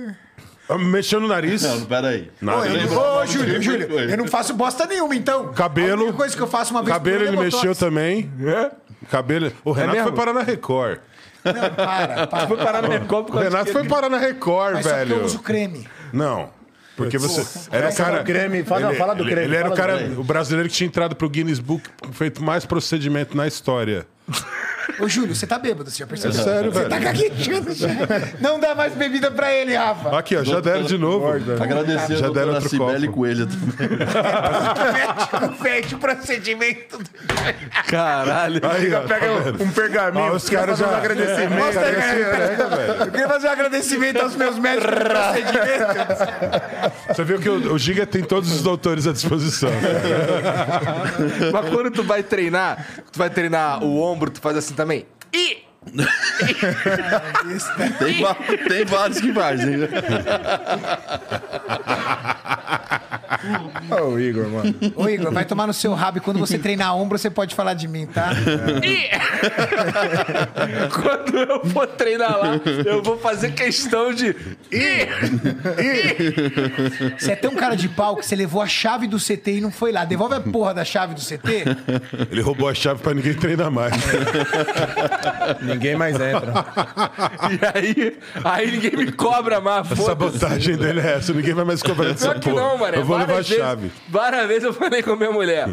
Speaker 4: Mexeu no nariz.
Speaker 3: Não, peraí.
Speaker 4: Não,
Speaker 3: Eu
Speaker 4: eu
Speaker 3: lembro-
Speaker 2: Ô, Júlio,
Speaker 3: lembro-
Speaker 2: Júlio, eu não faço bosta nenhuma, então.
Speaker 4: Cabelo.
Speaker 2: A única coisa que eu faço uma vez
Speaker 4: Cabelo
Speaker 2: por
Speaker 4: ele
Speaker 2: ano é
Speaker 4: mexeu
Speaker 2: botox.
Speaker 4: também. Cabelo. O Renato
Speaker 6: mesmo?
Speaker 4: foi parar na Record.
Speaker 2: Não, para, para.
Speaker 6: Foi parar no
Speaker 1: É
Speaker 6: Record por
Speaker 4: O
Speaker 6: causa
Speaker 4: Renato
Speaker 6: de-
Speaker 4: foi parar na Record,
Speaker 2: Mas só que eu
Speaker 4: velho.
Speaker 2: uso creme.
Speaker 4: Não. Porque você. Era o
Speaker 5: Fala
Speaker 4: cara.
Speaker 5: do Grêmio, fala- fala do
Speaker 4: ele-
Speaker 5: Grêmio,
Speaker 4: Ele era
Speaker 5: fala
Speaker 4: o
Speaker 5: do
Speaker 4: cara.
Speaker 5: Grêmio.
Speaker 4: O brasileiro que tinha entrado pro Guinness Book, feito mais procedimento na história.
Speaker 2: Ô, Júlio, você tá bêbado, você já percebeu?
Speaker 4: É Sério,
Speaker 2: Você tá
Speaker 4: velho.
Speaker 2: gaguejando já. Não dá mais bebida pra ele, Rafa.
Speaker 4: Aqui, ó, já deram de novo.
Speaker 3: Agradecer
Speaker 4: Já
Speaker 3: a doutora
Speaker 4: deram outro
Speaker 3: Cibele
Speaker 4: copo.
Speaker 3: Coelho também.
Speaker 2: Confete o procedimento.
Speaker 6: Caralho.
Speaker 4: Aí, ó, tá
Speaker 5: Pega um pergaminho.
Speaker 4: Ó, os caras já.
Speaker 5: agradecimento.
Speaker 4: Os caras se entregam,
Speaker 2: Eu
Speaker 4: velho.
Speaker 2: queria fazer um agradecimento aos meus médicos do procedimento.
Speaker 4: Você viu que o, o Giga tem todos os doutores à disposição. cara.
Speaker 6: Mas quando tu vai treinar, tu vai treinar o ombro, tu faz assim também.
Speaker 3: Tem, va- né? tem vários que fazem.
Speaker 5: Olha o Igor, mano.
Speaker 2: Ô, Igor, vai tomar no seu rabo e quando você treinar ombro, você pode falar de mim, tá?
Speaker 1: Quando eu for treinar lá, eu vou fazer questão de. Ih!
Speaker 2: Você é tão cara de pau que você levou a chave do CT e não foi lá. Devolve a porra da chave do CT.
Speaker 4: Ele roubou a chave pra ninguém treinar mais.
Speaker 5: Ninguém mais entra.
Speaker 1: E aí, aí ninguém me cobra mais.
Speaker 4: A
Speaker 1: foda-se.
Speaker 4: sabotagem dele é essa, ninguém vai mais cobrar dessa
Speaker 1: Só que
Speaker 4: porra.
Speaker 1: não,
Speaker 5: é
Speaker 1: mano.
Speaker 4: eu vou levar a
Speaker 1: várias vezes-
Speaker 4: chave.
Speaker 1: Várias vezes eu falei com a minha mulher.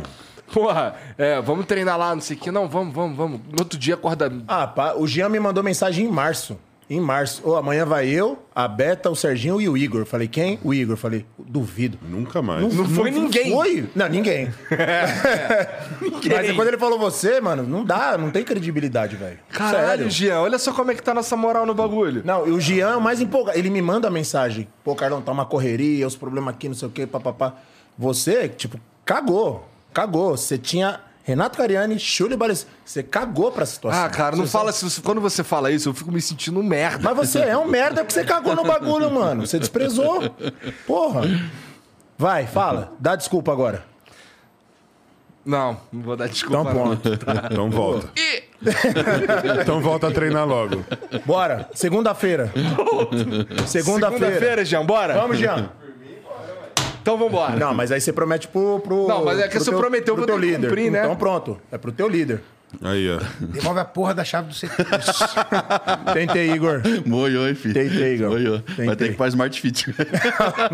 Speaker 1: Porra, é, vamos treinar lá, não sei o que. Não, vamos, vamos, vamos. No outro dia acorda.
Speaker 5: Ah, pá, o Jean me mandou mensagem em março. Em março. Ô, amanhã vai eu, a Beta, o Serginho e o Igor. Eu Falei, quem? O Igor. Eu Falei, duvido.
Speaker 4: Nunca mais.
Speaker 1: Não foi ninguém.
Speaker 5: Foi? Não, ninguém. Mas quando ele falou você, mano, não dá, não tem credibilidade, velho.
Speaker 1: Caralho,
Speaker 5: Sério.
Speaker 1: Jean, olha só como é que tá a nossa moral no bagulho.
Speaker 5: Não, e o Jean é o mais empolgado. Ele me manda mensagem. Pô, Carlão, tá uma correria, os problemas aqui, não sei o quê, papapá. Você, tipo, cagou. Cagou. Você tinha Renato Cariani, Júlio Bales. Você cagou pra situação.
Speaker 1: Ah, cara, não
Speaker 5: Você
Speaker 1: fala se você- quando você fala isso, eu fico me sentindo um merda.
Speaker 5: Mas você é um merda porque você cagou no bagulho, mano. Você desprezou. Porra. Vai, fala. Dá desculpa agora.
Speaker 1: Não, não vou dar desculpa.
Speaker 5: Então,
Speaker 1: não.
Speaker 5: ponto.
Speaker 4: Então volta. então volta a treinar logo.
Speaker 5: Bora. Segunda-feira. Segunda-feira.
Speaker 1: Segunda-feira, Jean, bora?
Speaker 5: Vamos, Jean.
Speaker 1: Então vambora.
Speaker 5: Não, mas aí você promete pro. pro
Speaker 1: Não, mas é que
Speaker 5: pro
Speaker 1: se eu prometer, eu vou
Speaker 5: pro teu
Speaker 1: ter que
Speaker 5: líder.
Speaker 1: cumprir, né?
Speaker 5: Então pronto. É pro teu líder.
Speaker 4: Aí, ó.
Speaker 2: Devolve a porra da chave do CT.
Speaker 5: Tentei, Igor.
Speaker 3: Moiou, hein, filho?
Speaker 5: Tentei, Igor.
Speaker 3: Moiou. Vai ter
Speaker 5: Tentei.
Speaker 3: que fazer Smart Fit.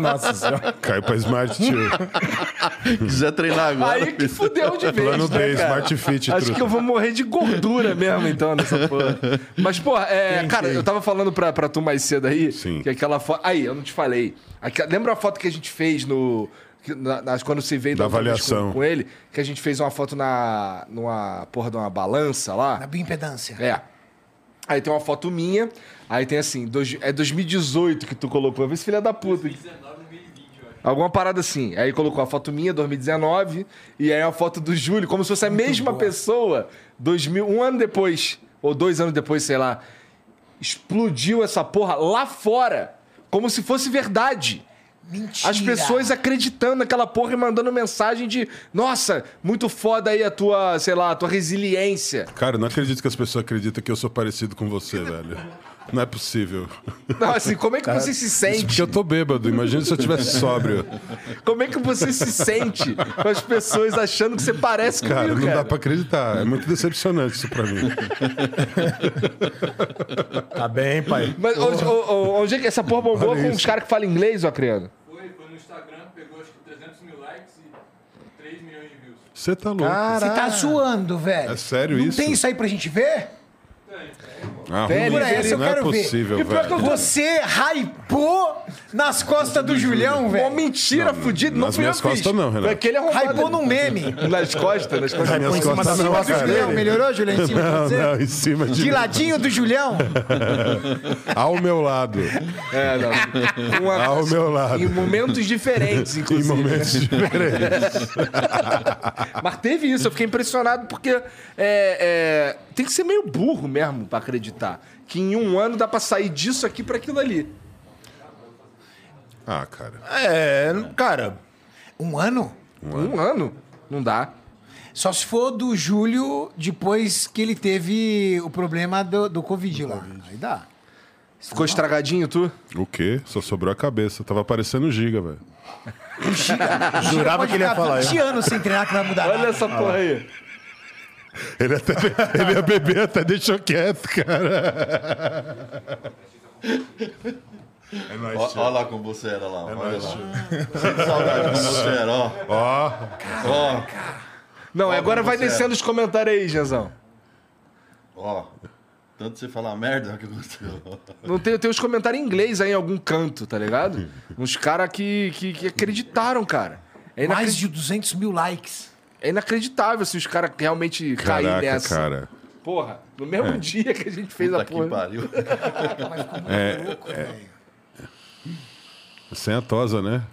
Speaker 5: Nossa senhora.
Speaker 4: Caiu pra Smart Tio.
Speaker 3: Quiser treinar agora.
Speaker 1: Aí que fudeu de vez,
Speaker 4: É Plano
Speaker 1: né,
Speaker 4: D,
Speaker 1: cara?
Speaker 4: Smart Fit,
Speaker 1: Acho
Speaker 4: truta.
Speaker 1: que eu vou morrer de gordura mesmo, então, nessa porra. Mas, porra, é, cara, eu tava falando pra, pra tu mais cedo aí,
Speaker 4: Sim.
Speaker 1: que aquela foto... Aí, eu não te falei. Aquela- Lembra a foto que a gente fez no... que na- nas- quando você veio um
Speaker 4: Da
Speaker 1: outra vez
Speaker 4: avaliação.
Speaker 1: Com, com ele, que a gente fez uma foto na... numa porra de uma balança lá.
Speaker 2: Na bioimpedância.
Speaker 1: É. Aí tem uma foto minha, aí tem assim, dois- é 2018 que tu colocou, vê se filha da puta. 2019 Alguma parada assim. Aí colocou a foto minha, 2019, e aí a foto do Júlio, como se fosse a mesma pessoa, 2000, um ano depois, ou dois anos depois, sei lá. Explodiu essa porra lá fora, como se fosse verdade.
Speaker 2: Mentira.
Speaker 1: As pessoas acreditando naquela porra e mandando mensagem de: Nossa, muito foda aí a tua, sei lá, a tua resiliência.
Speaker 4: Cara, eu não acredito que as pessoas acreditam que eu sou parecido com você, velho. Não é possível.
Speaker 1: Não, assim, como é que você se
Speaker 4: Isso
Speaker 1: sente?
Speaker 4: porque eu tô bêbado. Imagina se eu tivesse sóbrio.
Speaker 1: Como é que você se sente com as pessoas achando que você parece comigo,
Speaker 4: Cara,
Speaker 1: cara?
Speaker 4: não dá pra acreditar. É muito decepcionante isso pra mim.
Speaker 5: Tá bem, pai.
Speaker 1: Mas onde, o- o- onde é que essa porra bombou
Speaker 4: Olha
Speaker 1: com
Speaker 4: isso.
Speaker 1: uns caras que falam inglês, ó, criando?
Speaker 7: Foi, foi no Instagram, pegou acho que 300 mil likes e 3 milhões de views.
Speaker 4: Você tá louco.
Speaker 2: Você tá zoando, velho.
Speaker 4: É sério
Speaker 2: não
Speaker 4: isso?
Speaker 2: Tem isso aí pra gente ver?
Speaker 4: Ah,
Speaker 1: Velho,
Speaker 4: Rubens,
Speaker 1: essa eu
Speaker 4: não é
Speaker 2: quero ver.
Speaker 4: possível,
Speaker 1: E pior que eu
Speaker 4: velho.
Speaker 1: vou-
Speaker 2: Você hypou nas costas do Julião,
Speaker 1: Uma
Speaker 2: velho.
Speaker 1: mentira fudida, não
Speaker 4: nas
Speaker 1: fui eu
Speaker 4: minhas
Speaker 1: que fiz.
Speaker 4: costas não, Renato.
Speaker 5: É
Speaker 1: Foi aquele
Speaker 5: um
Speaker 1: arrombado.
Speaker 2: Hypou num meme.
Speaker 1: Nas costas, nas costas.
Speaker 4: Minhas
Speaker 5: cima
Speaker 4: costas
Speaker 5: da
Speaker 4: não,
Speaker 5: sua
Speaker 4: Tá cara.
Speaker 5: cadeira.
Speaker 2: Julião, melhorou, Julião? Em cima de
Speaker 4: Não,
Speaker 2: você?
Speaker 4: não, em cima de...
Speaker 2: De ladinho do Julião?
Speaker 4: Ao meu lado.
Speaker 1: É, não. Uma-
Speaker 4: Ao meu lado.
Speaker 1: Em momentos diferentes,
Speaker 4: Em
Speaker 1: inclusive.
Speaker 4: momentos diferentes.
Speaker 1: Mas teve isso, eu fiquei impressionado porque é, é, tem que ser meio burro mesmo pra acreditar que em um ano dá pra sair disso aqui pra aquilo ali.
Speaker 4: Ah, cara.
Speaker 5: É, cara.
Speaker 2: Um ano?
Speaker 1: Um ano? Não dá.
Speaker 2: Só se for do Júlio depois que ele teve o problema do, do Covid lá. Aí dá.
Speaker 1: Ficou estragadinho, tu?
Speaker 4: O quê? Só sobrou a cabeça. Tava parecendo o Giga, velho.
Speaker 5: Jurava
Speaker 2: Pode
Speaker 5: que ele ia
Speaker 2: ficar tá?
Speaker 5: falar.
Speaker 2: 20 anos sem treinar que não vai mudar
Speaker 1: Olha
Speaker 2: nada.
Speaker 1: essa
Speaker 4: Ah,
Speaker 1: porra aí.
Speaker 4: Ele, até, ele ia beber, até deixou quieto, cara. É nóis,
Speaker 3: Olha lá como você era
Speaker 4: É
Speaker 3: lá. Olha lá. Sinto saudade como você era, ó.
Speaker 4: Ó,
Speaker 3: Ó,
Speaker 1: Não, agora vai
Speaker 3: você
Speaker 1: descendo os comentários aí, Janzão.
Speaker 3: ó. Tanto você falar merda que aconteceu.
Speaker 1: Não tem, tem os comentários em inglês aí em algum canto, tá ligado? Uns caras que, que, que acreditaram, cara. É, inacre-
Speaker 2: Mais de 200 mil likes.
Speaker 1: é inacreditável se os caras realmente caírem
Speaker 4: caraca,
Speaker 1: nessa.
Speaker 4: cara.
Speaker 1: Porra, no mesmo dia que a gente fez
Speaker 3: É. Puta
Speaker 1: a
Speaker 3: que
Speaker 1: porra.
Speaker 3: pariu.
Speaker 4: Sem a tosa, né?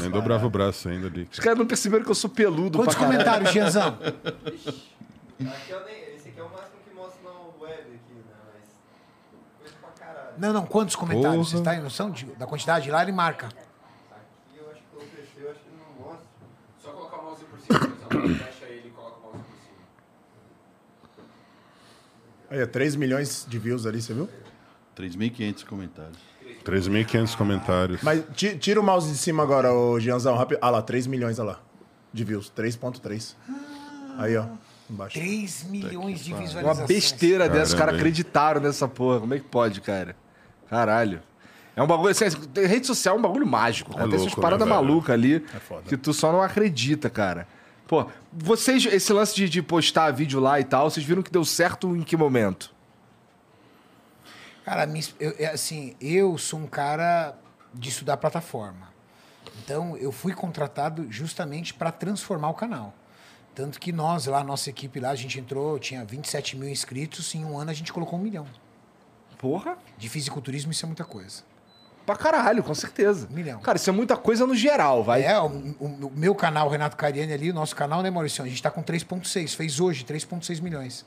Speaker 4: Nem dobrava o braço ainda ali.
Speaker 1: Os caras não perceberam que eu sou peludo
Speaker 2: Quantos
Speaker 1: pra caralho.
Speaker 2: comentários, Gianzão?
Speaker 7: Aqui eu nem, esse aqui é o máximo que mostra na web aqui, né? Mas. Coisa pra caralho.
Speaker 2: Não, não, quantos comentários? tá
Speaker 4: Porra.
Speaker 2: Vocês têm noção de- da quantidade? Lá ele marca.
Speaker 7: Aqui
Speaker 5: Aí, 3 milhões de views ali, você viu?
Speaker 3: 3.500 comentários.
Speaker 4: 3.500 comentários.
Speaker 5: Mas ti- tira o mouse de cima agora, ô Gianzão, rápido. Ah lá, 3 milhões, olha lá. De views, 3.3. Aí, ó, embaixo.
Speaker 2: 3 milhões de
Speaker 1: Uma
Speaker 2: visualizações.
Speaker 1: besteira dessa, os caras
Speaker 4: Caramba.
Speaker 1: acreditaram nessa porra. Como é que pode, cara? Caralho. É um bagulho, assim, rede social é um bagulho mágico. Acontece umas
Speaker 4: louco,
Speaker 1: paradas
Speaker 4: né, velho?
Speaker 1: malucas ali
Speaker 5: foda.
Speaker 1: que tu só não acredita, cara. Pô, vocês, esse lance de, de postar vídeo lá e tal, vocês viram que deu certo em que momento?
Speaker 2: Cara, me- eu, é assim, eu sou um cara de estudar plataforma. Então, eu fui contratado justamente para transformar o canal. Tanto que nós, lá, nossa equipe lá, a gente entrou, tinha 27 mil inscritos, em um ano a gente colocou um milhão.
Speaker 1: Porra,
Speaker 2: De fisiculturismo, isso é muita coisa.
Speaker 1: pra caralho, com certeza.
Speaker 2: Milhão.
Speaker 1: Cara, isso é muita coisa no geral, vai.
Speaker 2: É, o, o- o meu canal, Renato Cariani ali, o nosso canal, né, Maurício? A gente tá com 3,6, fez hoje 3,6 milhões.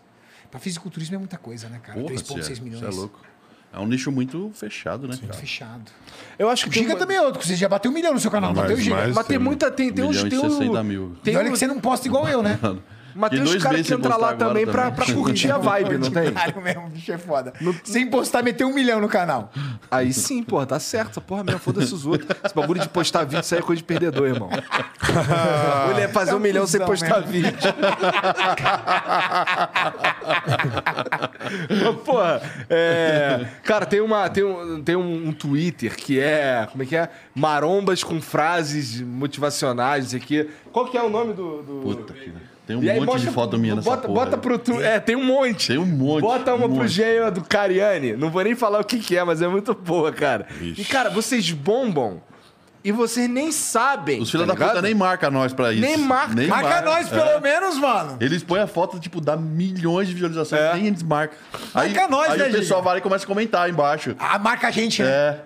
Speaker 2: Pra fisiculturismo é muita coisa, né, cara?
Speaker 3: Porra,
Speaker 2: 3,6
Speaker 3: Cê é-
Speaker 2: milhões. Tá
Speaker 3: cê é louco. É um nicho muito fechado, né, cara?
Speaker 2: Fechado.
Speaker 1: Eu acho que.
Speaker 2: O Giga
Speaker 1: tem-
Speaker 2: também é outro, que você já bateu um milhão no seu canal, não,
Speaker 4: Mas-
Speaker 2: bateu, Giga?
Speaker 4: mas-
Speaker 1: Mas tem muita. Tem, tem uns.
Speaker 3: Milhão e
Speaker 1: Tem um-
Speaker 3: 60 mil.
Speaker 1: Tem
Speaker 2: e olha
Speaker 1: um-
Speaker 2: que você não posta igual eu, né?
Speaker 1: Mas
Speaker 3: Que
Speaker 1: tem uns
Speaker 3: dois
Speaker 1: caras
Speaker 3: meses
Speaker 1: que
Speaker 3: sem
Speaker 1: entram lá
Speaker 3: postar agora
Speaker 1: também pra,
Speaker 3: também.
Speaker 1: pra curtir a vibe, não tem?
Speaker 2: Caralho mesmo, bicho é foda. Sem postar, meteu um milhão no canal.
Speaker 1: Aí sim, porra, tá certo. Essa porra mesmo, foda-se os outros. Esse bagulho de postar vídeo, isso aí é coisa de perdedor, irmão. Mulher fazer
Speaker 2: É
Speaker 1: um
Speaker 2: um
Speaker 1: milhão sem
Speaker 2: cuzão
Speaker 1: postar vídeo. Mas, porra, é... Cara, tem, uma, tem, um, tem um um Twitter que é... Como é que é? Marombas com frases motivacionais, isso aqui. Qual que é o nome do... do-
Speaker 3: Puta que... Tem um
Speaker 1: E aí
Speaker 3: monte
Speaker 1: mostra-
Speaker 3: de foto minha nessa
Speaker 1: bota,
Speaker 3: porra.
Speaker 1: Bota pro tu... É, tem um monte.
Speaker 3: Tem um monte,
Speaker 1: Bota uma
Speaker 3: um
Speaker 1: pro
Speaker 3: monte.
Speaker 1: Gênio do Cariani. Não vou nem falar o que que é, mas é muito boa, cara.
Speaker 4: Ixi.
Speaker 1: E, cara, vocês bombam e vocês nem sabem.
Speaker 3: Os filhos
Speaker 1: tá
Speaker 3: da puta
Speaker 1: ligado?
Speaker 3: nem marca nós pra isso. É.
Speaker 1: Nem marca.
Speaker 2: Marca nós, pelo menos, mano.
Speaker 3: Eles põem a foto, tipo, dá milhões de visualizações,
Speaker 1: É.
Speaker 3: nem eles marcam. Aí,
Speaker 2: Marca nós,
Speaker 3: aí
Speaker 2: né,
Speaker 3: o pessoal vai lá e começa a comentar aí embaixo.
Speaker 2: Ah, marca a gente, né?
Speaker 3: É.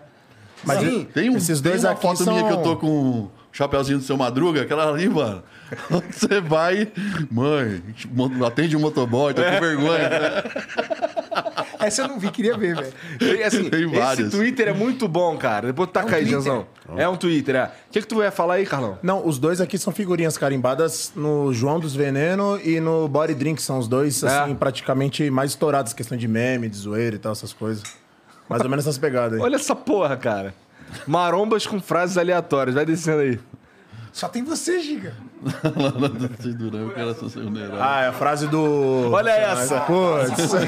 Speaker 5: Mas
Speaker 3: Sim, tem um,
Speaker 5: esses
Speaker 3: tem
Speaker 5: dois
Speaker 3: uma
Speaker 5: aqui
Speaker 3: foto minha
Speaker 5: são-
Speaker 3: que eu tô com o chapeuzinho do seu Madruga, aquela ali, mano. Você vai, mãe, mo- atende um motoboy, tô
Speaker 1: É.
Speaker 3: com vergonha. né?
Speaker 2: Essa eu não vi, queria ver, velho.
Speaker 1: Tem, assim,
Speaker 3: Tem
Speaker 1: esse
Speaker 3: várias.
Speaker 1: Twitter é muito bom, cara. Depois taca aí,
Speaker 2: Twitter.
Speaker 1: Janzão. É um Twitter, é. O que, que tu vai falar aí, Carlão?
Speaker 5: Não, os dois aqui são figurinhas carimbadas no João dos Veneno e no Body Drink. São os dois,
Speaker 1: É.
Speaker 5: assim, praticamente mais estourados. Questão de meme, de zoeira e tal, essas coisas. Mais ou menos essas pegadas aí.
Speaker 1: Olha essa porra, cara. Marombas com frases aleatórias. Vai descendo aí.
Speaker 2: Só tem você, Giga.
Speaker 3: Lá na Dulce Durão, que era só seu neural.
Speaker 5: Ah, é a frase do...
Speaker 1: Olha essa.
Speaker 5: Putz.
Speaker 2: Essa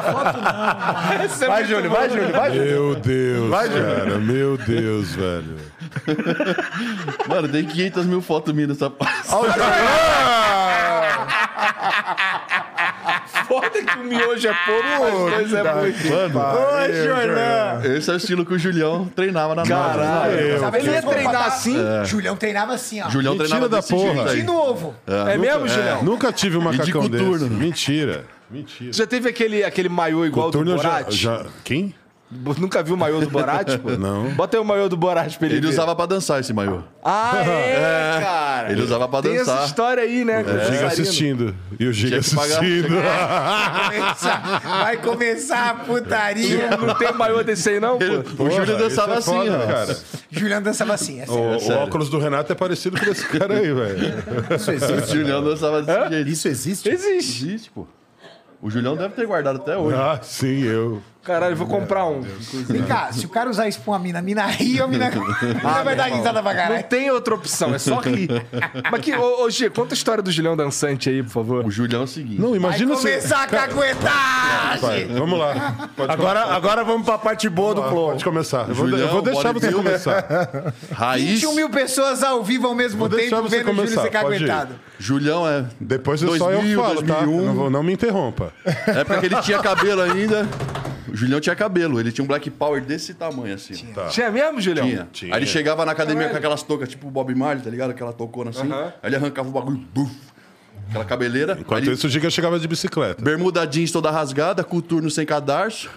Speaker 2: foto não.
Speaker 1: Essa é
Speaker 5: Vai,
Speaker 1: muito
Speaker 5: Júlio,
Speaker 1: boa.
Speaker 5: vai, Júlio, vai, Júlio.
Speaker 4: Meu Deus,
Speaker 5: Vai, Júlio.
Speaker 4: cara. Meu Deus, velho.
Speaker 3: Mano, tem 500 mil fotos minhas nessa pasta.
Speaker 5: Olha o
Speaker 1: Foda que o miojo é pouco, mas coisa é muito.
Speaker 5: Oi, Jornal.
Speaker 3: Esse é o estilo que o Julião treinava na
Speaker 1: Caralho.
Speaker 3: NASA.
Speaker 4: Eu,
Speaker 2: Sabe, é
Speaker 1: Ele ia
Speaker 2: eles vão
Speaker 1: treinar
Speaker 2: botar-
Speaker 1: assim?
Speaker 2: Julião treinava assim, ó.
Speaker 3: Julião
Speaker 4: Mentira
Speaker 3: treinava
Speaker 4: da
Speaker 3: desse jeito
Speaker 4: porra.
Speaker 3: aí.
Speaker 2: E no ovo.
Speaker 1: É, mesmo, Julião?
Speaker 4: Nunca tive um
Speaker 3: E de
Speaker 4: macacão desse.
Speaker 3: coturno. é
Speaker 4: Mentira. Mentira.
Speaker 1: Já teve aquele, aquele maiô igual
Speaker 4: Coturno
Speaker 1: do
Speaker 4: eu
Speaker 1: Borat?
Speaker 4: já, já... Quem?
Speaker 1: Nunca viu o maiô do Borat, pô?
Speaker 4: Não.
Speaker 1: Bota aí o maiô do Borat pra ele
Speaker 3: Ele
Speaker 1: ver.
Speaker 3: usava pra dançar esse maiô.
Speaker 1: Ah, é, cara.
Speaker 3: Ele usava pra
Speaker 1: Tem essa
Speaker 3: dançar.
Speaker 1: história aí, né?
Speaker 3: É.
Speaker 4: O Giga
Speaker 1: Dançarino.
Speaker 4: É. assistindo. E o Giga
Speaker 3: Tinha que pagar-
Speaker 4: assistindo.
Speaker 2: Começa- vai começar a putaria.
Speaker 1: Não tem maiô desse aí, não,
Speaker 3: Ele-
Speaker 1: pô?
Speaker 3: o
Speaker 4: Porra,
Speaker 3: Júlio dançava
Speaker 4: isso é
Speaker 3: assim,
Speaker 4: foda,
Speaker 3: ó.
Speaker 4: cara.
Speaker 2: Julião dançava assim, assim.
Speaker 4: O- O,
Speaker 3: sério.
Speaker 4: óculos do Renato é parecido com esse cara aí, velho.
Speaker 5: Isso
Speaker 3: O
Speaker 5: existe?
Speaker 3: Julião dançava desse jeito.
Speaker 5: Isso existe?
Speaker 1: Existe.
Speaker 3: Existe, pô. O Julião deve ter guardado até hoje.
Speaker 4: Ah, sim, eu.
Speaker 1: Caralho, eu vou comprar um.
Speaker 2: Vem cá, se o cara usar isso pra uma mina, a mina ri, a mina, a mina vai dar risada pra
Speaker 1: Não
Speaker 2: caralho.
Speaker 1: tem outra opção, é só rir. Mas que, ô, ô G, conta a história do Julião dançante aí, por favor.
Speaker 3: O Julião é o seguinte.
Speaker 4: Não,
Speaker 2: Vai
Speaker 4: imagina se.
Speaker 2: começar a caguetar!
Speaker 4: Vai, vamos lá. Pode,
Speaker 5: Agora, agora vamos pra parte boa do
Speaker 4: pode,
Speaker 5: flow.
Speaker 4: começar. Eu vou,
Speaker 3: Julião,
Speaker 4: eu vou deixar você
Speaker 3: bodybuilder.
Speaker 4: começar.
Speaker 3: Raiz.
Speaker 2: 21 mil pessoas ao vivo ao mesmo
Speaker 4: Vou deixar
Speaker 2: tempo
Speaker 4: você
Speaker 2: vendo o Júlio
Speaker 4: começar,
Speaker 2: ser
Speaker 4: pode ir.
Speaker 2: caguetado.
Speaker 3: Julião é.
Speaker 4: Depois eu só eu
Speaker 3: 2000,
Speaker 4: falo, tá?
Speaker 3: 2001.
Speaker 4: Não, vou- não me interrompa.
Speaker 3: Época que um. É ele tinha cabelo ainda. O Julião tinha cabelo. Ele tinha um black power desse tamanho, assim. ó.
Speaker 1: Tinha mesmo, Julião?
Speaker 3: Tinha.
Speaker 4: Tinha.
Speaker 3: Então, Aí ele chegava na academia com aquelas toucas, tipo o Bob Marley, tá ligado? Aquela tocona assim. Aí ele arrancava o bagulho, buf, aquela cabeleira. Aí
Speaker 4: Enquanto
Speaker 3: ele-
Speaker 4: isso, o Giga chegava de bicicleta.
Speaker 3: Bermuda jeans toda rasgada, coturno sem cadarço.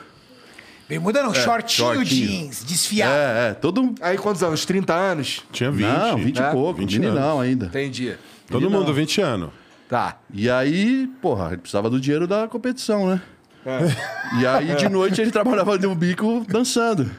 Speaker 2: Bermuda não, shortinho,
Speaker 3: É, shortinho.
Speaker 2: jeans, desfiado.
Speaker 3: É, é, todo um.
Speaker 1: Aí quantos anos? 30 anos?
Speaker 4: Tinha 20.
Speaker 3: Não, 20
Speaker 1: né?
Speaker 3: e pouco,
Speaker 4: 20
Speaker 3: meninão ainda.
Speaker 1: Entendi.
Speaker 4: Todo mundo, 20 anos.
Speaker 1: Tá.
Speaker 3: E aí, porra, ele precisava do dinheiro da competição, né? E aí, de noite, ele trabalhava no bico dançando.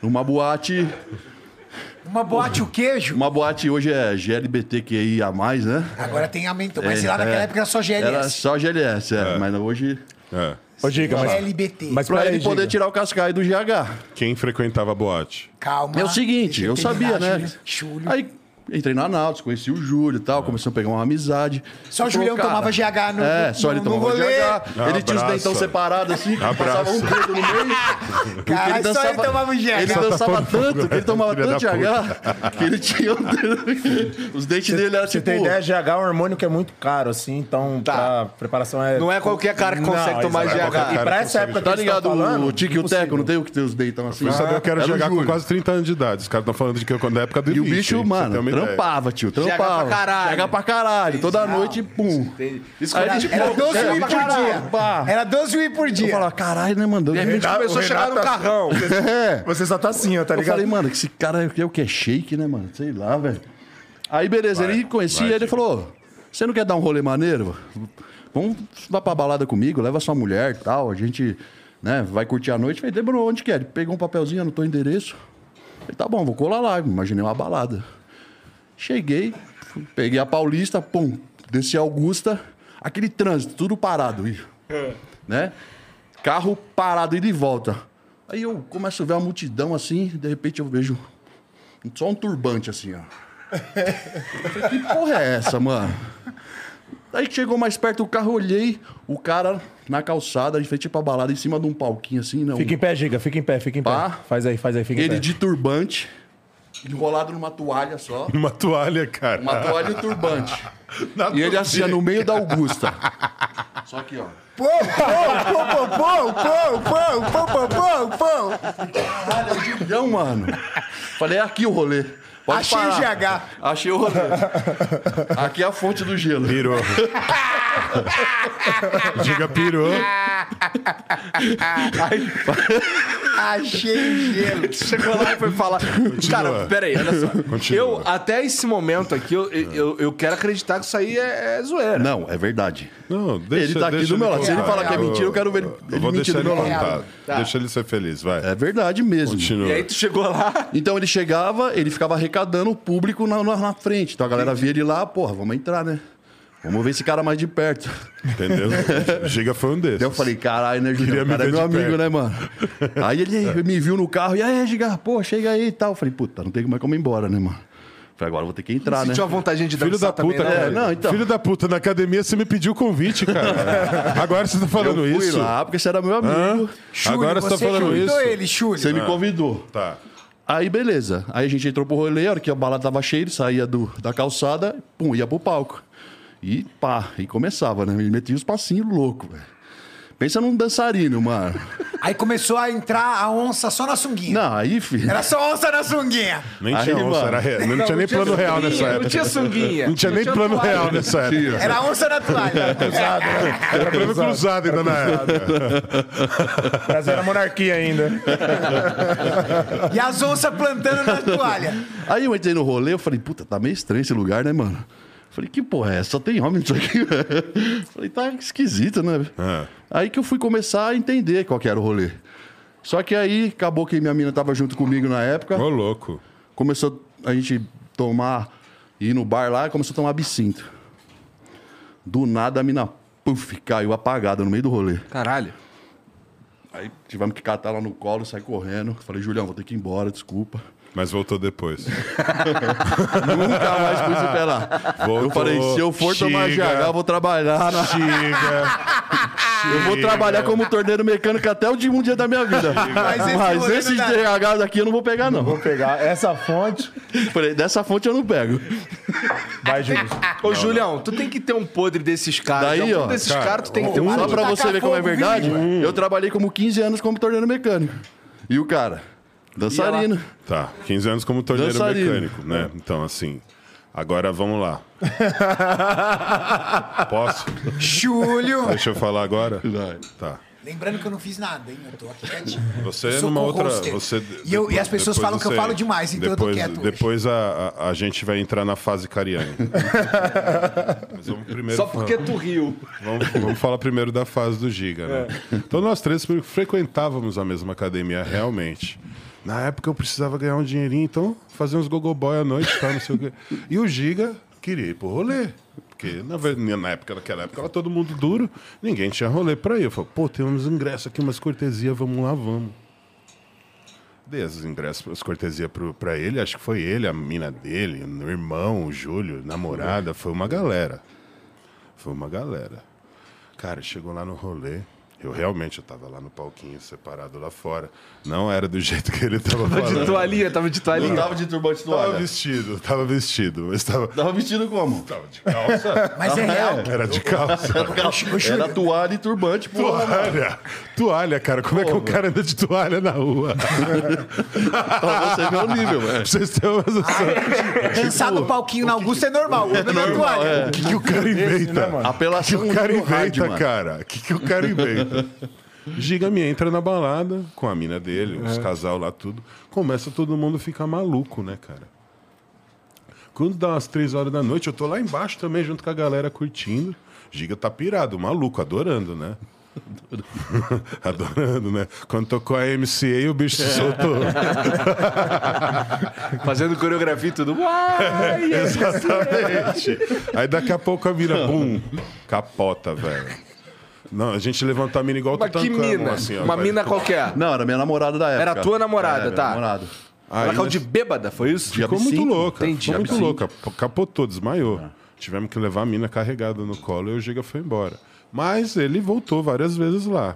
Speaker 3: Numa boate. É.
Speaker 2: Uma boate o queijo.
Speaker 3: Uma boate hoje é GLBTQIA, né?
Speaker 2: Agora tem aumento, mas
Speaker 3: É,
Speaker 2: sei lá, naquela
Speaker 3: é.
Speaker 2: época era só
Speaker 3: Era
Speaker 2: GLS.
Speaker 3: só GLS, é, mas hoje.
Speaker 4: É.
Speaker 5: Ô, Giga, mas,
Speaker 2: LBT.
Speaker 5: mas
Speaker 3: Pra
Speaker 5: peraí,
Speaker 3: ele poder
Speaker 5: Giga.
Speaker 3: tirar o cascaio do GH.
Speaker 4: Quem frequentava a boate?
Speaker 2: Calma.
Speaker 3: É o seguinte,
Speaker 2: deixa
Speaker 3: eu sabia,
Speaker 2: terminar,
Speaker 3: né?
Speaker 2: Júlio. Ah, Júlio. Ah.
Speaker 3: Aí entrei na Náutico, conheci o Júlio e tal, começamos a pegar uma amizade.
Speaker 2: Só o
Speaker 3: Falou,
Speaker 2: Julião
Speaker 3: cara,
Speaker 2: tomava GH no.
Speaker 3: É, só
Speaker 2: no-
Speaker 3: ele
Speaker 2: no
Speaker 3: tomava
Speaker 2: rolê.
Speaker 3: GH. Ele tinha os
Speaker 4: Abraço.
Speaker 3: dentão separados assim, que
Speaker 4: Abraço.
Speaker 3: passava um dedo no meio. Porque
Speaker 2: Caralho, Ah, só ele tomava GH.
Speaker 3: Ele dançava tanto, que ele tomava
Speaker 4: Filha
Speaker 3: tanto
Speaker 4: da
Speaker 3: GH, que ele tinha... um dedo- Os dentes dele eram
Speaker 5: Você
Speaker 3: tipo...
Speaker 5: tem ideia, GH é um hormônio que é muito caro, assim, então
Speaker 6: Tá.
Speaker 5: pra preparação é.
Speaker 6: Não é qualquer cara que consegue tomar
Speaker 5: exato. E
Speaker 4: GH. Cara
Speaker 5: pra
Speaker 4: que
Speaker 5: essa
Speaker 4: consegue.
Speaker 5: época que
Speaker 3: Tá
Speaker 5: eles estão
Speaker 3: ligado
Speaker 5: falando,
Speaker 3: o Tique e o Teco? Não tem o que tem os deitão assim?
Speaker 4: Isso eu quero
Speaker 3: Era o
Speaker 4: jogar com
Speaker 3: Júlio.
Speaker 4: quase 30 anos de idade. Os caras estão falando de que eu quando é a época do
Speaker 3: E o
Speaker 4: lixo,
Speaker 3: bicho,
Speaker 4: hein? Pra você ter
Speaker 3: mano,
Speaker 4: uma ideia.
Speaker 3: trampava, tio, trampava.
Speaker 6: Chega pra caralho.
Speaker 3: Chega pra caralho. Toda noite, pum.
Speaker 6: Isso
Speaker 3: Aí
Speaker 6: quando a
Speaker 3: ele
Speaker 6: gente
Speaker 2: Era
Speaker 3: Pô,
Speaker 2: 12
Speaker 3: é,
Speaker 2: mil por
Speaker 3: caralho,
Speaker 2: dia.
Speaker 3: pá.
Speaker 2: Era 12 mil por
Speaker 3: Eu
Speaker 2: dia.
Speaker 3: falava, caralho, né, mano? Eu-
Speaker 5: Tá,
Speaker 6: começou a chegar no carrão.
Speaker 3: É.
Speaker 5: Você só tá assim, ó, tá
Speaker 3: Eu
Speaker 5: ligado?
Speaker 3: falei, mano, que esse cara aqui é o que? É shake, né, mano? Sei lá, velho. Aí, beleza,
Speaker 4: Vai,
Speaker 3: ele conhecia,
Speaker 4: vai,
Speaker 3: ele
Speaker 4: Diego.
Speaker 3: falou: você não quer dar um rolê maneiro? Vamos lá pra balada comigo, leva sua mulher e tal. A gente, né, vai curtir a noite. Falei, demorou onde quer? Ele pegou um papelzinho, anotou o endereço. Falei, tá bom, vou colar lá. Imaginei uma balada. Cheguei, fui- peguei a Paulista, pum, desci a Augusta, aquele trânsito, tudo parado. e-
Speaker 4: É.
Speaker 3: Né? Carro parado, ida e volta. Aí eu começo a ver uma multidão assim, de repente eu vejo só um turbante assim, ó. Eu falei, que porra é essa, mano? Aí que chegou mais perto do carro, olhei o cara na calçada, de frente pra balada, em cima de um palquinho assim, não.
Speaker 5: Fica em pé, Giga, fica em pé, fica em
Speaker 3: Pá.
Speaker 5: pé. Faz aí, faz aí, fica em
Speaker 3: Ele
Speaker 5: pé.
Speaker 3: de turbante, enrolado numa toalha só.
Speaker 4: Uma toalha, cara.
Speaker 3: Uma toalha e um turbante.
Speaker 4: Na
Speaker 3: E ele
Speaker 4: toalha.
Speaker 3: assim, ó, no meio da Augusta. Só aqui, ó.
Speaker 2: Pô, pô, pô, pô, pô, pô, pô, pô, pô, pô.
Speaker 3: Caralho, é o Julião, mano. Falei, é aqui o rolê. Pode
Speaker 2: Achei o GH.
Speaker 3: Achei o rolê. Aqui é a fonte do gelo.
Speaker 4: Pirou. Diga pirou.
Speaker 2: Achei o gelo.
Speaker 6: Chegou lá e foi falar. Cara, peraí, olha só.
Speaker 4: Continua.
Speaker 6: Eu, até esse momento aqui, eu, eu, eu quero acreditar que isso aí é, é zoeira.
Speaker 3: Não, é verdade.
Speaker 4: Não, deixa,
Speaker 3: Ele tá aqui
Speaker 4: deixa
Speaker 3: do meu lado. Se ele
Speaker 4: contar.
Speaker 3: falar que é mentira, eu quero ver ele-
Speaker 4: Eu
Speaker 3: ele
Speaker 4: vou
Speaker 3: mentir
Speaker 4: deixar
Speaker 3: do
Speaker 4: ele
Speaker 3: meu lado. Tá.
Speaker 4: contar. Deixa ele ser feliz, vai.
Speaker 3: É verdade mesmo.
Speaker 4: Continua.
Speaker 6: E aí tu chegou lá.
Speaker 3: Então ele chegava, ele ficava arrecadando o público na, na- na frente. Então a galera via ele lá, porra, vamos entrar, né? Vamos ver esse cara mais de perto.
Speaker 4: Entendeu? Giga foi um desses.
Speaker 3: Daí eu falei, caralho, né,
Speaker 4: Queria
Speaker 3: Julião? O
Speaker 4: me
Speaker 3: cara é
Speaker 4: ver
Speaker 3: meu
Speaker 4: de
Speaker 3: amigo,
Speaker 4: perto.
Speaker 3: né, mano? Aí ele me viu no carro, e aí, Giga, pô, chega aí e tal. Eu falei, puta, não tem mais como ir embora, né, mano? Falei, agora eu vou ter que entrar, né?
Speaker 6: Sentiu a vontade de dançar
Speaker 4: Ah, Filho da
Speaker 6: também,
Speaker 4: puta,
Speaker 6: né?
Speaker 4: cara.
Speaker 3: É, não, então.
Speaker 4: Filho da puta, na academia você me pediu o convite, cara. Agora você tá
Speaker 3: Eu
Speaker 4: falando
Speaker 3: fui
Speaker 4: isso?
Speaker 3: lá, porque você era meu amigo.
Speaker 4: Agora você tá falando
Speaker 2: convidou
Speaker 4: isso?
Speaker 6: É.
Speaker 2: ele, Júlio.
Speaker 3: Você me convidou.
Speaker 4: Tá.
Speaker 3: Aí, beleza. Aí a gente entrou pro rolê, a hora que a balada tava cheia, ele saía do, da calçada, pum, ia pro palco. E pá, e começava, né? Ele metia os passinhos loucos, velho. Pensa num dançarino, mano.
Speaker 2: Aí começou a entrar a onça só na sunguinha.
Speaker 3: Não, aí, filho.
Speaker 2: Era só onça na sunguinha.
Speaker 4: Nem
Speaker 3: Aí,
Speaker 4: tinha onça,
Speaker 3: mano.
Speaker 4: era re- não, tinha nem plano real nessa
Speaker 6: Não
Speaker 4: época.
Speaker 6: tinha sunguinha.
Speaker 4: Não tinha nem plano
Speaker 6: toalha.
Speaker 4: real nessa época.
Speaker 2: Era a onça na toalha.
Speaker 5: Cruzado, né?
Speaker 4: Era plano cruzado ainda na época.
Speaker 5: Brasil era monarquia ainda.
Speaker 2: e as onças plantando na toalha.
Speaker 3: Aí eu entrei no rolê, eu falei, puta, tá meio estranho esse lugar, né, mano? Falei, que porra é essa? Só tem homem nisso aqui. velho. falei, tá esquisito, né?
Speaker 4: É.
Speaker 3: Aí que eu fui começar a entender qual que era o rolê. Só que aí acabou que minha mina tava junto comigo na época.
Speaker 4: Ô, louco.
Speaker 3: Começou a gente tomar, ir no bar lá, começou a tomar absinto. Do nada a mina, puf, caiu apagada no meio do rolê.
Speaker 6: Caralho.
Speaker 3: Aí tivemos que catar ela no colo, sair correndo. Falei, Julião, vou ter que ir embora, desculpa.
Speaker 4: Mas voltou depois.
Speaker 3: Nunca mais pus o pé lá.
Speaker 4: Voltou,
Speaker 3: Eu falei, se eu for tomar
Speaker 4: chega.
Speaker 3: GH, eu vou trabalhar na-
Speaker 4: Giga.
Speaker 3: Eu vou
Speaker 4: Chega.
Speaker 3: trabalhar como torneiro mecânico até o último dia da minha vida. Mas esse,
Speaker 2: rolê não dá.
Speaker 3: GH daqui eu não vou pegar, não.
Speaker 5: Vou pegar essa fonte.
Speaker 3: Falei, dessa fonte eu não pego.
Speaker 5: Vai, Júlio.
Speaker 6: Ô, Julião, tu tem que ter um podre desses caras.
Speaker 3: Daí,
Speaker 6: Então, um
Speaker 3: ó,
Speaker 6: desses
Speaker 4: cara,
Speaker 6: caras, tu tem que ter um
Speaker 3: Só
Speaker 6: podre.
Speaker 3: pra você ver como é
Speaker 2: fogo
Speaker 3: verdade, eu trabalhei como 15 anos como torneiro mecânico. E o cara? Dançarino.
Speaker 4: Tá, 15 anos como torneiro
Speaker 3: Dançarino.
Speaker 4: mecânico, né? Então, assim. Agora vamos lá. Posso?
Speaker 2: Júlio.
Speaker 4: Deixa eu falar agora?
Speaker 3: Vai.
Speaker 4: Tá.
Speaker 2: Lembrando que eu não fiz nada, hein? Eu tô aqui quietinho.
Speaker 4: Você
Speaker 2: Eu
Speaker 4: é
Speaker 2: sou
Speaker 4: numa outra.
Speaker 2: co-hoster.
Speaker 4: Você,
Speaker 2: e, eu- e
Speaker 4: depois-
Speaker 2: as pessoas
Speaker 4: depois
Speaker 2: falam que eu
Speaker 4: você-
Speaker 2: falo demais, então
Speaker 4: depois,
Speaker 2: eu tô quieto. hoje.
Speaker 4: Depois a, a, a gente vai entrar na fase cariane. Mas vamos primeiro.
Speaker 6: Só porque tu riu.
Speaker 4: Vamos, vamos falar primeiro da fase do Giga, né? Então nós três frequentávamos a mesma academia, realmente. Na época eu precisava ganhar um dinheirinho, então fazia uns gogoboy à noite, tá, não sei o quê. E o Giga queria ir pro rolê. Porque na, ver- na época, naquela época, era todo mundo duro, ninguém tinha rolê pra ir. Eu falei, pô, tem uns ingressos aqui, umas cortesias, vamos lá, vamos. Dei as ingressos, as cortesias pro, pra ele, acho que foi ele, a mina dele, o irmão, o Júlio, namorada, foi uma galera. Foi uma galera. Cara, chegou lá no rolê. Eu realmente eu tava lá no palquinho separado lá fora. Não era do jeito que ele tava
Speaker 6: Tava de
Speaker 4: falando.
Speaker 6: toalhinha, tava de
Speaker 3: Não
Speaker 6: toalhinha.
Speaker 3: tava de turbante no
Speaker 4: Tava
Speaker 3: ar.
Speaker 4: vestido, tava vestido, mas tava,
Speaker 3: Tava vestido como?
Speaker 4: tava de calça.
Speaker 2: Mas é real.
Speaker 4: Era de calça.
Speaker 3: Era toalha e turbante, porra.
Speaker 4: Toalha! Toalha, cara. Como é que o cara anda de toalha na rua?
Speaker 3: Pra você ver o nível, velho.
Speaker 4: Pra vocês terem uma noção Tipo,
Speaker 2: Dançar no palquinho na Augusta é normal. O problema é a toalha.
Speaker 4: do que, que o cara inventa.
Speaker 3: Apelação
Speaker 4: que o cara
Speaker 3: do
Speaker 4: inventa,
Speaker 3: rádio, mano.
Speaker 4: cara? O que, que o cara inventa? Giga me entra na balada com a mina dele, os casal lá, tudo. Começa todo mundo a ficar maluco, né, cara? Quando dá umas três horas da noite, eu tô lá embaixo também, junto com a galera curtindo. Giga tá pirado, maluco, adorando, né? Adorando, né? Quando tocou a MCA, o bicho se soltou.
Speaker 6: Fazendo coreografia e tudo. Uai!
Speaker 4: Exatamente. Aí daqui a pouco a mina, bum, capota, velho. Não, a gente levantou a mina igual
Speaker 6: Mas que
Speaker 4: Tutankhamon,
Speaker 6: mina?
Speaker 4: assim, ó,
Speaker 6: Uma
Speaker 4: vai-
Speaker 6: mina qualquer.
Speaker 3: Não, era minha namorada da época.
Speaker 6: Era tua namorada,
Speaker 3: É, minha
Speaker 6: tá.
Speaker 3: namorada.
Speaker 4: Aí
Speaker 6: Ela caiu
Speaker 4: nós-
Speaker 6: de bêbada, foi isso?
Speaker 3: Dia
Speaker 4: Ah, Ficou muito
Speaker 3: absinto.
Speaker 4: louca.
Speaker 6: Entendi,
Speaker 4: Ficou muito
Speaker 6: absinto. Ah.
Speaker 4: louca. P- Capotou, desmaiou. Tivemos que levar a mina carregada no colo e o Giga foi embora. Mas ele voltou várias vezes lá.